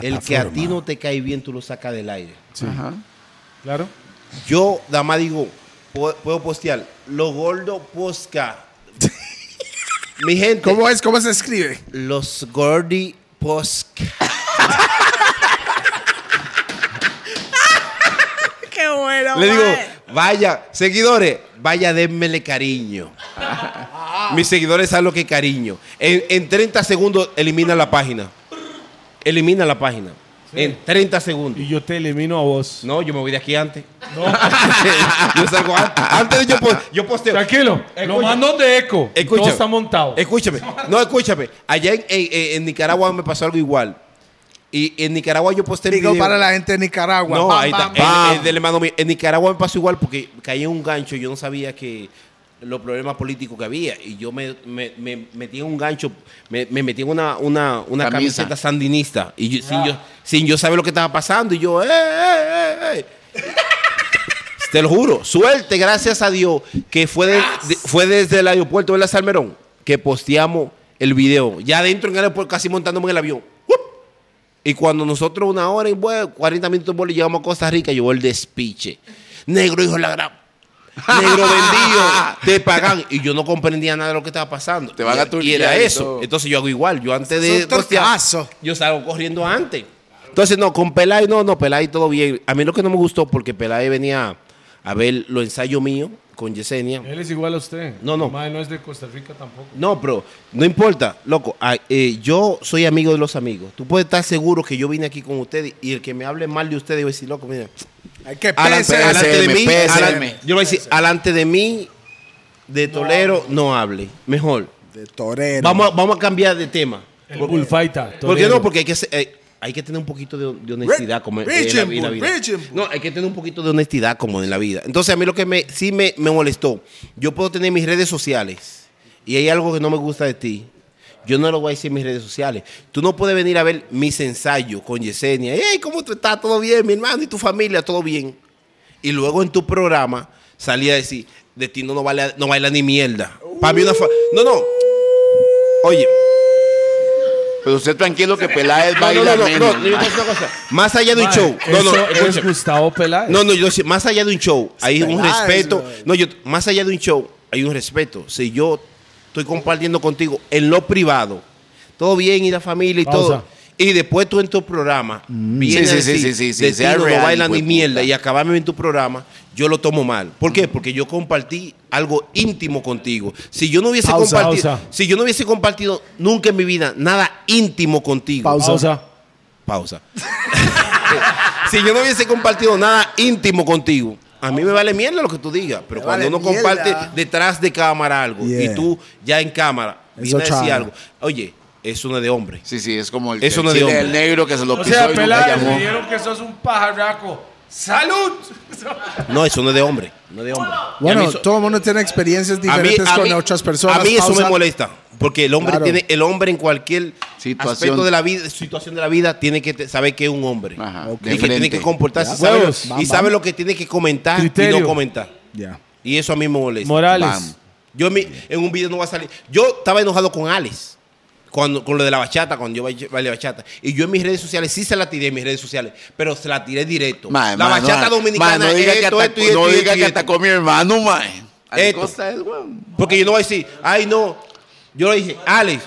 Speaker 3: el que a ti no te cae bien, tú lo sacas del aire.
Speaker 2: claro.
Speaker 3: Yo, dama, digo, po- puedo postear Lo Gordo Posca. Mi gente,
Speaker 4: ¿Cómo
Speaker 6: Pues,
Speaker 4: es? ¿Cómo se escribe?
Speaker 3: Los Gordi Posca.
Speaker 12: Qué bueno.
Speaker 3: Le digo,
Speaker 12: mae.
Speaker 3: vaya, seguidores, vaya, denmele cariño. Mis seguidores saben lo que es cariño. En, en 30 segundos elimina la página. Elimina la página. En 30 segundos.
Speaker 6: Y yo te elimino a vos.
Speaker 3: No, yo me voy de aquí antes. yo salgo antes. Antes de yo, po- yo posteo.
Speaker 6: Tranquilo, lo
Speaker 3: Escucha.
Speaker 6: mando de eco.
Speaker 3: Escucha.
Speaker 6: Todo está montado.
Speaker 3: Escúchame, no, escúchame. Allá en, en- en- en Nicaragua me pasó algo igual. Y en Nicaragua yo posté el
Speaker 4: Digo
Speaker 3: video.
Speaker 4: para la gente de Nicaragua.
Speaker 3: No,
Speaker 4: Pam,
Speaker 3: ahí está.
Speaker 4: pam,
Speaker 3: El-
Speaker 4: pam.
Speaker 3: el del hermano mío. En Nicaragua me pasó igual porque caí en un gancho. Yo no sabía que los problemas políticos que había. Y yo me, me- me metí en un gancho, me, me metí en una, una, una
Speaker 5: Camisa.
Speaker 3: camiseta sandinista. Y yo- sin, yo, sin yo saber lo que estaba pasando. Y yo, ¡eh, eh, eh, eh! Te lo juro. Suerte, gracias a Dios, que fue, de- de- fue desde el aeropuerto de la Salmerón que posteamos el video. Ya adentro en el aeropuerto, casi montándome en el avión. ¡Wup! Y cuando nosotros una hora y bueno, 40 minutos en vuelo y llegamos a Costa Rica, llegó el despiche. Negro, hijo de la gran. Negro vendido, te pagan. Y yo no comprendía nada de lo que estaba pasando.
Speaker 5: Te van
Speaker 3: Y-
Speaker 5: a
Speaker 3: Y
Speaker 5: turquear
Speaker 3: era
Speaker 5: y
Speaker 3: eso.
Speaker 5: todo.
Speaker 3: Entonces yo hago igual. Yo antes de.
Speaker 4: Es un
Speaker 3: postear,
Speaker 4: tortazo.
Speaker 3: yo salgo corriendo antes. Entonces, no, con Pelay, no, no, Pelay todo bien. A mí lo que no me gustó, porque Pelay venía a ver los ensayos míos con Yesenia.
Speaker 6: Él es igual a usted.
Speaker 3: No, no.
Speaker 6: Mae, no es de Costa Rica tampoco.
Speaker 3: No, pero no importa, loco. ah, eh, yo soy amigo de los amigos. Tú puedes estar seguro que yo vine aquí con ustedes y el que me hable mal de ustedes, yo voy a decir, loco, mira,
Speaker 4: Hay que
Speaker 3: alan-
Speaker 4: pese.
Speaker 3: alante de mí,
Speaker 5: PSM.
Speaker 3: alan- yo voy a decir, alante de mí, de Tolero, no hable. Mejor.
Speaker 4: De torero.
Speaker 3: Vamos, a- vamos a cambiar de tema.
Speaker 6: El bullfighter.
Speaker 3: ¿Por qué Pues no? Porque hay que ser- eh, hay que tener un poquito de, de honestidad como en, en la, en la vida. No, hay que tener un poquito de honestidad como en la vida. Entonces, a mí lo que me, sí me, me molestó, yo puedo tener mis redes sociales y hay algo que no me gusta de ti. Yo no lo voy a decir en mis redes sociales. Tú no puedes venir a ver mis ensayos con Yesenia. Hey, ¿cómo tú estás? ¿Todo bien, mi hermano? ¿Y tu familia? ¿Todo bien? Y luego en tu programa salía a decir, de ti no, no, baila, no baila ni mierda. Para mí una... fa- no, no. Oye,
Speaker 5: Pero usted tranquilo que Peláez
Speaker 3: no, no, no,
Speaker 5: baila
Speaker 3: no, no,
Speaker 5: menos.
Speaker 3: yo te voy a decir una cosa. Más allá de un
Speaker 6: Mae,
Speaker 3: show. No, no,
Speaker 6: eso es
Speaker 3: escúchame.
Speaker 6: Gustavo Peláez.
Speaker 3: No, no, yo decía, más allá de un show, hay un
Speaker 4: Peláez,
Speaker 3: respeto.
Speaker 4: bro.
Speaker 3: No, yo, más allá de un show, hay un respeto. Si yo estoy compartiendo contigo en lo privado, todo bien y la familia y
Speaker 6: Pausa. Mm.
Speaker 3: todo. Y después tú en tu programa, vienes
Speaker 5: Sí,
Speaker 3: a
Speaker 5: sí,
Speaker 3: decir,
Speaker 5: sí, sí, sí,
Speaker 3: de
Speaker 5: sea
Speaker 3: ti no,
Speaker 5: real,
Speaker 3: no baila
Speaker 5: hijo
Speaker 3: ni
Speaker 5: de
Speaker 3: mierda
Speaker 5: puta.
Speaker 3: y acabarme en tu programa, yo lo tomo mal. ¿Por
Speaker 6: Mm.
Speaker 3: qué? Porque yo compartí algo íntimo contigo. Si yo no hubiese
Speaker 6: Pausa,
Speaker 3: compartido,
Speaker 6: pausa.
Speaker 3: si yo no hubiese compartido nunca en mi vida nada íntimo contigo,
Speaker 4: Pausa.
Speaker 6: Pausa.
Speaker 3: pausa. si yo no hubiese compartido nada íntimo contigo, a mí me vale mierda lo que tú digas, pero
Speaker 4: Me
Speaker 3: cuando
Speaker 4: vale
Speaker 3: uno comparte
Speaker 4: mierda.
Speaker 3: detrás de cámara algo
Speaker 4: Yeah.
Speaker 3: y tú ya en cámara
Speaker 4: Eso
Speaker 3: vienes a decir
Speaker 4: chava.
Speaker 3: algo, oye, eso no es de hombre.
Speaker 5: Sí, sí, es como el,
Speaker 3: Eso
Speaker 5: el
Speaker 3: no es de
Speaker 5: chile
Speaker 3: hombre.
Speaker 5: del negro que se lo
Speaker 6: O
Speaker 5: pisó
Speaker 6: sea,
Speaker 5: y nunca
Speaker 6: Peláez, me
Speaker 5: llamó.
Speaker 6: dijeron que sos un pajarraco. ¡Salud!
Speaker 3: No, eso no es de hombre, no es de hombre. Y a
Speaker 4: Bueno,
Speaker 3: mí eso-
Speaker 4: todo el mundo tiene experiencias
Speaker 3: a mí-
Speaker 4: diferentes
Speaker 3: a
Speaker 4: con
Speaker 3: mí-
Speaker 4: otras personas.
Speaker 3: A mí eso me
Speaker 4: Pausa.
Speaker 3: molesta, porque el hombre
Speaker 4: Claro.
Speaker 3: tiene el hombre en cualquier
Speaker 5: Situación.
Speaker 3: aspecto de la vida, situación de la vida tiene que te- saber que es un hombre
Speaker 5: Ajá,
Speaker 3: y
Speaker 5: de
Speaker 3: que tiene
Speaker 5: frente.
Speaker 3: que comportarse
Speaker 4: Ya.
Speaker 3: sabe lo-
Speaker 6: Huevos.
Speaker 3: y
Speaker 4: Bam,
Speaker 3: sabe
Speaker 4: bam.
Speaker 3: lo que tiene que comentar y
Speaker 6: Criterio.
Speaker 3: no comentar.
Speaker 4: Ya.
Speaker 3: Y eso a mí me molesta.
Speaker 6: Morales.
Speaker 5: Bam.
Speaker 3: Yo en, mi- en un video no va a salir. Yo estaba enojado con Alex. Cuando, con lo de la bachata, cuando yo baile- bailé bachata. Y yo en mis redes sociales, sí se la tiré en mis redes sociales, pero se la tiré directo.
Speaker 5: Mae,
Speaker 3: la
Speaker 5: mae,
Speaker 3: bachata
Speaker 5: mae,
Speaker 3: dominicana
Speaker 5: mae, no diga
Speaker 3: es
Speaker 5: que
Speaker 3: esto,
Speaker 5: atacó-
Speaker 3: esto y esto.
Speaker 5: No
Speaker 3: y
Speaker 5: diga
Speaker 3: esto y
Speaker 5: que
Speaker 3: esto.
Speaker 5: atacó mi hermano, mae. A
Speaker 3: Esto.
Speaker 5: costa del weón.
Speaker 3: Porque yo no voy a decir, ay no. Yo le dije, Alex.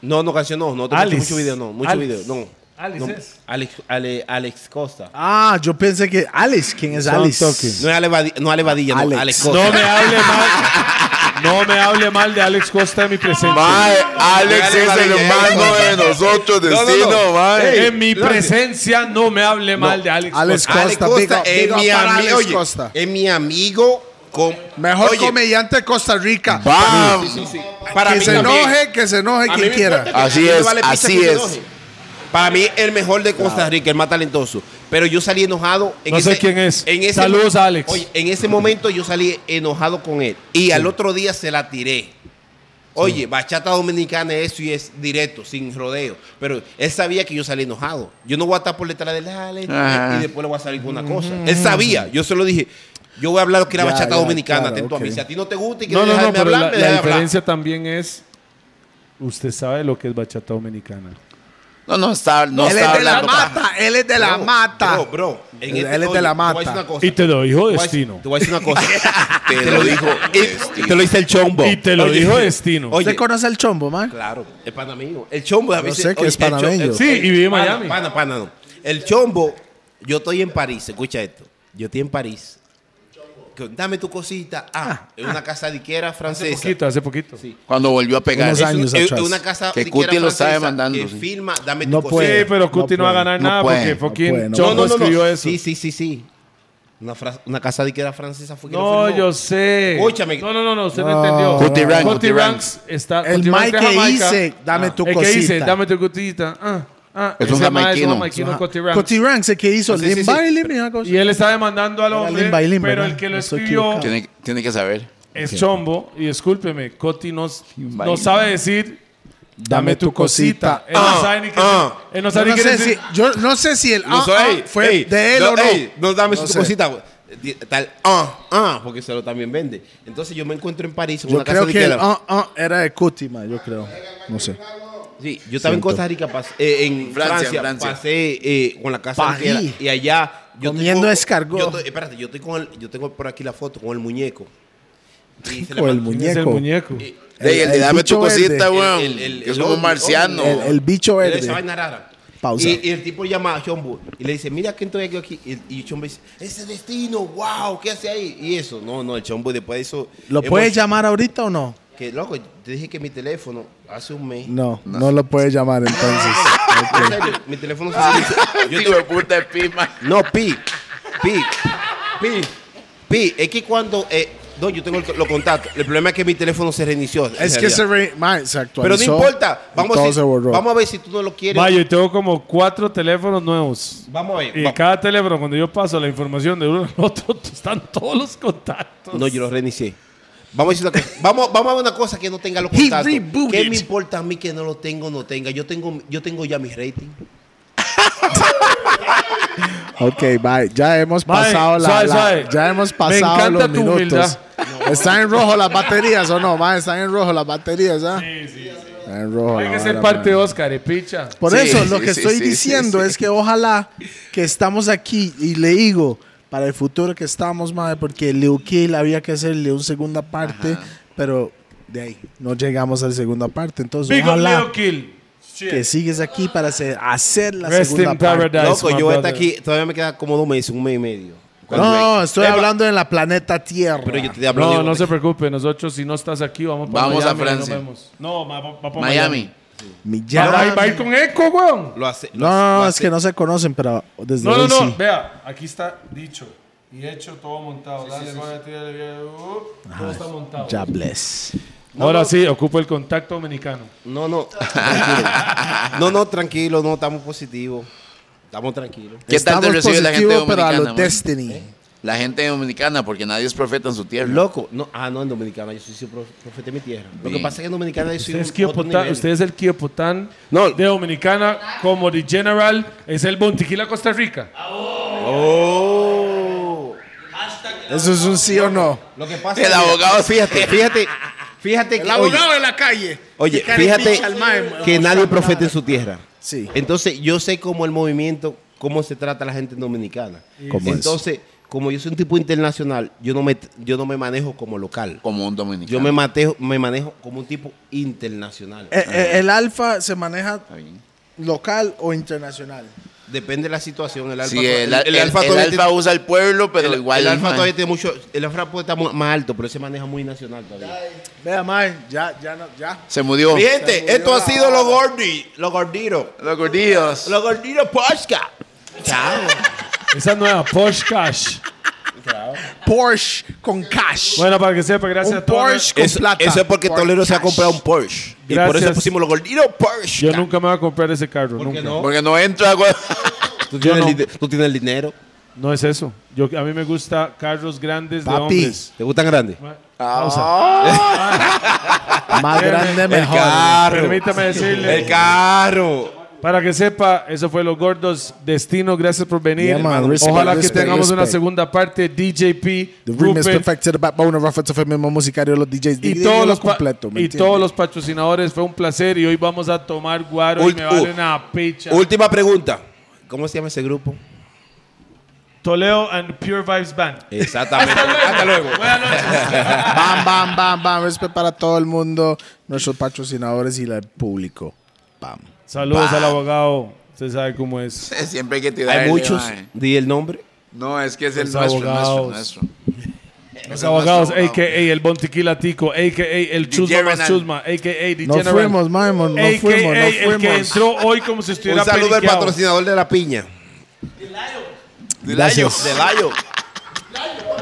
Speaker 3: No, no, canción no. No, te
Speaker 6: Alex.
Speaker 3: mucho video, no. Mucho
Speaker 6: Alex.
Speaker 3: video, no.
Speaker 6: Alex
Speaker 3: No,
Speaker 6: es.
Speaker 3: Alex, Ale- Alex Costa.
Speaker 4: Ah, yo pensé que Alex, ¿quién es
Speaker 6: Son
Speaker 4: Alex?
Speaker 6: toques.
Speaker 3: No es Ale Badilla, no, Ale Badilla, no,
Speaker 4: Alex.
Speaker 3: Alex Costa.
Speaker 6: No me hable mal. No me hable mal de Alex Costa en mi presente.
Speaker 5: Mae, Alex
Speaker 3: Dale,
Speaker 5: es el
Speaker 3: Valeria,
Speaker 5: hermano
Speaker 3: dale.
Speaker 5: de nosotros,
Speaker 3: no,
Speaker 5: destino,
Speaker 3: no.
Speaker 5: mae.
Speaker 6: en mi presencia no me hable mal de Alex,
Speaker 4: Alex
Speaker 6: Costa.
Speaker 3: Alex
Speaker 4: Costa,
Speaker 3: Costa,
Speaker 4: big up,
Speaker 3: es,
Speaker 4: big up
Speaker 3: mi
Speaker 4: para
Speaker 3: ami-
Speaker 4: Alex
Speaker 3: oye,
Speaker 4: Costa.
Speaker 3: es mi amigo. con-
Speaker 4: Mejor
Speaker 3: oye,
Speaker 4: comediante de Costa Rica.
Speaker 5: Bam.
Speaker 3: Para
Speaker 4: que
Speaker 3: mí
Speaker 4: se
Speaker 3: también.
Speaker 4: enoje, que se enoje
Speaker 3: A mí
Speaker 4: quien
Speaker 3: me
Speaker 4: quiera.
Speaker 3: importa que
Speaker 5: Así
Speaker 3: a mí me
Speaker 5: es,
Speaker 3: pizza
Speaker 5: así
Speaker 3: que se
Speaker 5: es.
Speaker 3: enoje. Para mí, el mejor de Costa Rica, el más talentoso. Pero yo salí enojado. En
Speaker 6: No sé quién es. Saludos, Alex.
Speaker 3: Oye, en ese momento yo salí enojado con él. Y al otro día se la tiré. Oye, bachata dominicana es eso y es directo, sin rodeo. Pero él sabía que yo salí enojado. Yo no voy a estar por detrás del Alex
Speaker 5: Ajá.
Speaker 3: y después le voy a salir con una cosa. Él sabía, yo se lo dije. Yo voy a hablar lo que era
Speaker 4: Ya,
Speaker 3: bachata
Speaker 4: ya,
Speaker 3: dominicana,
Speaker 4: claro,
Speaker 3: atento
Speaker 4: ok.
Speaker 3: a mí. Si a ti no te gusta y
Speaker 6: No, no,
Speaker 3: quieres
Speaker 6: no,
Speaker 3: dejarme
Speaker 6: pero
Speaker 3: hablar,
Speaker 6: la,
Speaker 3: me
Speaker 6: la
Speaker 3: dejas hablar.
Speaker 6: diferencia también es. Usted sabe lo que es bachata dominicana.
Speaker 5: No, no está, no
Speaker 4: él
Speaker 5: está
Speaker 4: es de la
Speaker 5: hablando. paja.
Speaker 4: mata, él es de la mata.
Speaker 3: Bro, bro. en este-
Speaker 4: Él es de
Speaker 3: oye, te
Speaker 4: la
Speaker 3: voy a decir
Speaker 4: mata.
Speaker 3: una cosa.
Speaker 2: Y te lo dijo
Speaker 3: Te voy a-
Speaker 2: destino.
Speaker 3: Te voy a decir una cosa.
Speaker 5: Te lo dijo.
Speaker 3: Y te lo dice el chombo.
Speaker 2: Y te lo
Speaker 3: Oye,
Speaker 2: dijo destino.
Speaker 3: Oye,
Speaker 4: ¿Usted conoce el chombo, man?
Speaker 3: claro, es panameño. El chombo a
Speaker 4: Yo
Speaker 3: veces.
Speaker 4: sé que
Speaker 3: oye,
Speaker 4: es
Speaker 3: el chom-
Speaker 4: panameño.
Speaker 3: el-
Speaker 2: Sí, y vive en
Speaker 3: pana,
Speaker 2: Miami.
Speaker 3: Pana, pana, no. El chombo, yo estoy en París, escucha esto. Yo estoy en París. Que- Dame tu cosita. Ah, es una casa diquera francesa.
Speaker 2: Poquito, hace poquito.
Speaker 3: Sí.
Speaker 5: Cuando volvió a pegar.
Speaker 4: Unos
Speaker 3: Es,
Speaker 5: Eso-
Speaker 3: un-
Speaker 4: años
Speaker 3: es-
Speaker 4: atrás.
Speaker 3: es una casa
Speaker 5: Que
Speaker 3: diquera
Speaker 5: Cuti lo estaba
Speaker 3: francesa
Speaker 5: mandando,
Speaker 3: que
Speaker 5: sí.
Speaker 3: firma, dame
Speaker 4: No
Speaker 3: tu
Speaker 4: puede.
Speaker 3: cosita.
Speaker 2: Sí, pero
Speaker 4: No
Speaker 2: Cuti no, va a
Speaker 4: puede,
Speaker 2: ganar
Speaker 5: no
Speaker 2: nada
Speaker 5: puede,
Speaker 2: porque
Speaker 5: no
Speaker 2: fucking
Speaker 4: puede, no
Speaker 2: Chombo
Speaker 4: puede. No, no,
Speaker 2: escribió eso.
Speaker 3: Sí, sí, sí, sí. Una, fra- una casa diquera francesa fue que lo
Speaker 2: No,
Speaker 3: firmó.
Speaker 2: yo sé.
Speaker 3: Escúchame.
Speaker 2: No, no, no, no, usted no,
Speaker 4: No.
Speaker 2: entendió.
Speaker 5: Cuti Ranks,
Speaker 2: Cuti
Speaker 5: Cuti
Speaker 2: Ranks está.
Speaker 4: El
Speaker 2: Cuti Ranks
Speaker 4: Mike
Speaker 2: de
Speaker 4: que
Speaker 2: Jamaica. Ah.
Speaker 4: dice, dame tu
Speaker 2: El que dice,
Speaker 4: cosita.
Speaker 2: dame tu cotita. Ah, ah.
Speaker 5: Es un
Speaker 2: Ese mae
Speaker 5: jamaiquino.
Speaker 2: jamaiquino Cuti Ranks.
Speaker 4: Coti Ranks, el que hizo
Speaker 3: Sí, sí,
Speaker 4: Lim
Speaker 3: sí.
Speaker 4: by Lim y una cosa.
Speaker 2: Y él está demandando al
Speaker 4: Era
Speaker 2: hombre,
Speaker 4: Limba y Limba,
Speaker 2: pero
Speaker 4: ¿verdad?
Speaker 2: el que lo
Speaker 4: Me estoy
Speaker 2: escribió
Speaker 4: equivocado.
Speaker 5: Tiene, tiene que saber.
Speaker 2: es Chombo. Y discúlpeme, Coti no,
Speaker 5: Limba y
Speaker 2: no
Speaker 5: Limba.
Speaker 2: sabe decir, dame tu cosita. Él no sabe ni qué
Speaker 3: ah.
Speaker 2: decir- él no
Speaker 4: Yo
Speaker 2: sabe
Speaker 4: no,
Speaker 2: ni qué
Speaker 4: sé si,
Speaker 2: decir.
Speaker 4: yo no sé si el ah,
Speaker 3: No,
Speaker 4: ah,
Speaker 3: ey,
Speaker 4: fue
Speaker 3: ey,
Speaker 4: de él o no.
Speaker 3: ey, no dame
Speaker 4: No
Speaker 3: su
Speaker 4: sé.
Speaker 3: cosita. güey. Di- Tal, ah, ah, porque se lo también vende. Entonces yo me encuentro en París, en Pues
Speaker 4: Yo
Speaker 3: una casa
Speaker 4: creo que el
Speaker 3: diquera.
Speaker 4: ah, ah, era de Cuti, man, yo creo. No sé.
Speaker 3: Sí, yo estaba en
Speaker 4: Siento.
Speaker 3: Costa Rica, pas- eh, en
Speaker 5: Francia,
Speaker 3: Francia,
Speaker 5: Francia.
Speaker 3: pasé eh, con la casa
Speaker 4: París.
Speaker 3: entera, y allá yo
Speaker 4: Comiendo
Speaker 3: tengo-
Speaker 4: escargot.
Speaker 3: Yo estoy- espérate, yo estoy con el- yo tengo por aquí la foto con el muñeco. Y se
Speaker 4: Con el
Speaker 3: levanta-
Speaker 2: Es el
Speaker 4: muñeco.
Speaker 2: muñeco.
Speaker 3: Eh,
Speaker 5: Ey, el, de
Speaker 4: el
Speaker 5: dame tu
Speaker 4: bicho verde.
Speaker 5: cosita,
Speaker 3: El-
Speaker 5: weón.
Speaker 3: el- el-
Speaker 5: que es
Speaker 3: el
Speaker 5: como un
Speaker 3: hombre,
Speaker 5: marciano.
Speaker 4: El, el bicho
Speaker 3: Era esa
Speaker 4: verde.
Speaker 3: vaina rara.
Speaker 4: Pausa.
Speaker 3: Y, y el tipo llama a Chombo y le dice, mira quién estoy aquí. Y, y Chombo dice, ese destino, wow, ¿qué hace ahí? Y eso, no, no, el Chombo después de eso...
Speaker 4: ¿Lo
Speaker 3: hemos-
Speaker 4: puedes llamar ahorita o no?
Speaker 3: Que loco, te dije que mi teléfono hace un mes...
Speaker 4: No, no, lo puedes llamar entonces.
Speaker 3: En serio, mi teléfono se yo
Speaker 5: Hijo de puta de pima.
Speaker 3: No, Pi. Pi. Pi. Pi. Es que cuando. eh, no, yo tengo el- los contactos. El problema es que mi teléfono se reinició.
Speaker 4: es que se, re, man, se actualizó.
Speaker 3: Pero no importa.
Speaker 4: y
Speaker 3: Vamos
Speaker 4: todo
Speaker 3: a, si-
Speaker 4: se borró.
Speaker 3: vamos a ver si tú no lo quieres.
Speaker 2: Vaya, yo tengo como cuatro teléfonos nuevos.
Speaker 3: Vamos a ver.
Speaker 2: Y
Speaker 3: Va-
Speaker 2: cada teléfono, cuando yo paso la información de uno al otro, están todos los contactos.
Speaker 3: No, yo lo reinicié. Vamos a, decir una cosa. Vamos, vamos a ver una cosa que no tenga los contactos. ¿Qué me importa a mí que no lo tenga o no tenga? Yo tengo, yo tengo ya mis ratings.
Speaker 4: Ok, bye. Ya hemos
Speaker 2: Bye.
Speaker 4: pasado la,
Speaker 2: Suave,
Speaker 4: la-
Speaker 2: suave.
Speaker 4: ya hemos
Speaker 2: Me
Speaker 4: pasado
Speaker 2: encanta
Speaker 4: los
Speaker 2: tu
Speaker 4: minutos.
Speaker 2: humildad.
Speaker 4: ¿Están en rojo las baterías o no? mae? están en rojo las baterías, ¿ah? Sí, sí, Están en rojo.
Speaker 2: Hay
Speaker 4: la
Speaker 2: que ser
Speaker 4: vara,
Speaker 2: parte
Speaker 4: mae.
Speaker 2: de Oscar, eh, picha.
Speaker 4: Por
Speaker 5: Sí,
Speaker 4: eso lo
Speaker 5: sí,
Speaker 4: que
Speaker 5: sí,
Speaker 4: estoy
Speaker 5: sí,
Speaker 4: diciendo
Speaker 5: sí, sí.
Speaker 4: es que ojalá que estamos aquí y le digo para el futuro que estamos, madre, porque Liu Kill había que hacerle una segunda parte, pero de ahí no llegamos a la segunda parte. Entonces,
Speaker 2: Big up
Speaker 4: ojalá
Speaker 2: Leo Kill.
Speaker 4: que sigues aquí para hacer, hacer la
Speaker 2: Rest
Speaker 4: segunda
Speaker 2: in
Speaker 4: parte.
Speaker 2: paradise.
Speaker 3: Loco,
Speaker 2: my
Speaker 3: yo voy a estar
Speaker 2: brother.
Speaker 3: aquí. Todavía me queda como dos meses, un mes y medio.
Speaker 4: No, no, estoy hablando en la planeta Tierra.
Speaker 3: Pero yo te estoy hablando.
Speaker 2: No,
Speaker 3: yo-
Speaker 2: no se preocupe. Nosotros, si no estás aquí, vamos para
Speaker 5: Vamos a
Speaker 2: Miami, nos
Speaker 5: Francia.
Speaker 2: vemos. No, ma- va, va para
Speaker 5: Miami.
Speaker 4: Mi
Speaker 2: Va,
Speaker 4: llama-
Speaker 2: va- va a ir con Eco, weón.
Speaker 3: Lo hace, lo hace- lo
Speaker 4: No, no, no, es
Speaker 3: hace-
Speaker 4: que no se conocen, pero desde
Speaker 2: No, no,
Speaker 4: hoy
Speaker 2: no.
Speaker 4: sí.
Speaker 2: Vea, aquí está dicho y hecho todo montado. Dale, buena, tírale, bien, uh, todo está montado.
Speaker 4: Ya bless.
Speaker 2: Ahora sí, ocupo el contacto dominicano.
Speaker 3: No, no. tranquilo. No, no, tranquilo, no, estamos positivos. Estamos tranquilos.
Speaker 5: ¿Qué tal te
Speaker 4: Estamos
Speaker 5: recibe la gente
Speaker 4: positivo, pero a
Speaker 5: dominicana?
Speaker 4: los
Speaker 5: man? ¿Eh?
Speaker 4: Destiny.
Speaker 5: La gente dominicana, porque nadie es profeta en su tierra.
Speaker 3: Loco, no, ah, no, en Dominicana, yo soy, su prof- profeta de mi tierra. Lo que
Speaker 5: Bien.
Speaker 3: pasa es que en Dominicana yo soy
Speaker 2: Usted es,
Speaker 3: un otro
Speaker 2: Kiopotán-
Speaker 3: nivel.
Speaker 2: usted es el Kiopotán
Speaker 3: No.
Speaker 2: de Dominicana, como de General, es el Bontiquila Costa Rica.
Speaker 3: ¡Oh!
Speaker 4: Eso es un sí o no.
Speaker 3: Lo que pasa
Speaker 5: El
Speaker 3: es-
Speaker 5: abogado,
Speaker 3: fíjate, fíjate, fíjate que. oye,
Speaker 4: de la calle.
Speaker 3: oye,
Speaker 4: Que Karen
Speaker 3: fíjate
Speaker 4: Mitchell, mae,
Speaker 3: que nadie profeta en su tierra.
Speaker 4: em- Sí.
Speaker 3: Entonces, yo sé cómo el movimiento, cómo se trata la gente en Dominicana.
Speaker 4: ¿Cómo es?
Speaker 3: Entonces, como yo soy un tipo internacional, yo no me, yo no me manejo como local.
Speaker 5: como un dominicano.
Speaker 3: Yo me, matejo, me manejo como un tipo internacional.
Speaker 4: Eh, eh, el alfa se maneja
Speaker 5: Ah, Está bien.
Speaker 4: local o internacional.
Speaker 3: Depende de la situación. El alfa,
Speaker 5: Sí, el, el- el
Speaker 3: alfa
Speaker 5: alfa,
Speaker 3: todavía tiene-
Speaker 5: usa el pueblo, pero
Speaker 3: el-
Speaker 5: igual.
Speaker 3: el alfa
Speaker 5: man.
Speaker 3: todavía tiene mucho. El alfa puede estar mu- más alto, pero se maneja muy nacional todavía.
Speaker 4: Vea, mae, ya, ya, no, ya.
Speaker 5: Se murió.
Speaker 3: Mi gente, esto ha sido lo gordi, lo gordito.
Speaker 5: Los gordillos.
Speaker 3: Lo gordito posca. Chao.
Speaker 2: Esa nueva Porsche Cash.
Speaker 4: Porsche con cash.
Speaker 2: Bueno, para que sepa, gracias
Speaker 4: un
Speaker 2: a todos.
Speaker 4: Porsche con
Speaker 3: Eso,
Speaker 4: plata.
Speaker 3: eso es porque
Speaker 4: Porsche
Speaker 3: Toledo se ha
Speaker 4: cash.
Speaker 3: comprado un Porsche. Y por eso
Speaker 2: Gracias.
Speaker 3: pusimos lo gordito Porsche.
Speaker 2: Yo nunca me voy a comprar ese carro, nunca. No?
Speaker 5: Porque no entra, güey.
Speaker 3: ¿Tú tienes,
Speaker 2: yo
Speaker 3: el
Speaker 2: no.
Speaker 3: di- tú tienes el dinero.
Speaker 2: es eso. Yo, a mí me gusta carros grandes de
Speaker 4: Papi. Ah.
Speaker 2: hombres.
Speaker 3: ¿Te gustan grandes?
Speaker 2: Pausa.
Speaker 4: Más grande, mejor.
Speaker 3: carro.
Speaker 2: Permítame decirle.
Speaker 3: carro.
Speaker 2: Para que sepa, eso fue Los Gordos Destino. Gracias por venir.
Speaker 4: Yeah, man. Respect,
Speaker 2: Ojalá que
Speaker 4: respect,
Speaker 2: tengamos una
Speaker 4: respect.
Speaker 2: segunda parte. DJP,
Speaker 4: The remix
Speaker 2: Rupert,
Speaker 4: perfect to the backbone of Rafa Tofe, mismo musicario, los DJs.
Speaker 2: y
Speaker 4: dividido
Speaker 2: todos los, pa-
Speaker 4: completo, ¿me
Speaker 2: y
Speaker 4: entiendes?
Speaker 2: todos los patrocinadores. Fue un placer y hoy vamos a tomar guaro y
Speaker 3: Ult-
Speaker 2: me vale
Speaker 3: uh,
Speaker 2: una picha.
Speaker 3: Última pregunta. ¿Cómo se llama ese grupo?
Speaker 2: Toleo and Pure Vibes Band.
Speaker 3: Exactamente. Hasta luego.
Speaker 2: Buenas noches.
Speaker 4: Bam, bam, bam, bam. Respeto para todo el mundo, nuestros patrocinadores y el público. Bam.
Speaker 2: Saludos al abogado. Usted sabe cómo es.
Speaker 5: Siempre hay que tirar.
Speaker 3: Hay muchos. Di el nombre.
Speaker 5: No, es que es el
Speaker 2: Los
Speaker 5: nuestro, el nuestro,
Speaker 2: abogados.
Speaker 5: el nuestro.
Speaker 2: Los abogados,
Speaker 5: abogado.
Speaker 2: a.k.a. el Bontiquila Tico, a.k.a. el Chusma más
Speaker 5: General.
Speaker 2: Chusma, a.k.a. The
Speaker 4: Nos
Speaker 2: General,
Speaker 4: fuimos, Maimon, nos
Speaker 2: a.k.a.
Speaker 4: fuimos, nos
Speaker 2: el que
Speaker 4: fuimos.
Speaker 2: entró hoy como si
Speaker 3: Un
Speaker 2: estuviera
Speaker 3: saludo al
Speaker 2: periqueado.
Speaker 3: patrocinador de la piña.
Speaker 5: Delayo,
Speaker 4: Gracias.
Speaker 5: Delayo.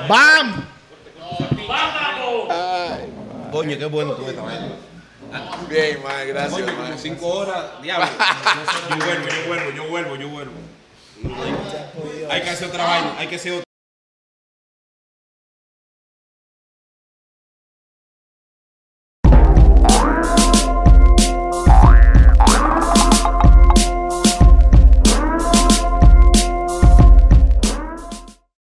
Speaker 4: ¡Bam!
Speaker 3: Coño, qué bueno tú esta vaina.
Speaker 5: Bien, man, gracias, man.
Speaker 3: Cinco horas, diablo. yo vuelvo, yo vuelvo, yo vuelvo, yo vuelvo. Hay que hacer otra vaina, hay que hacer otra.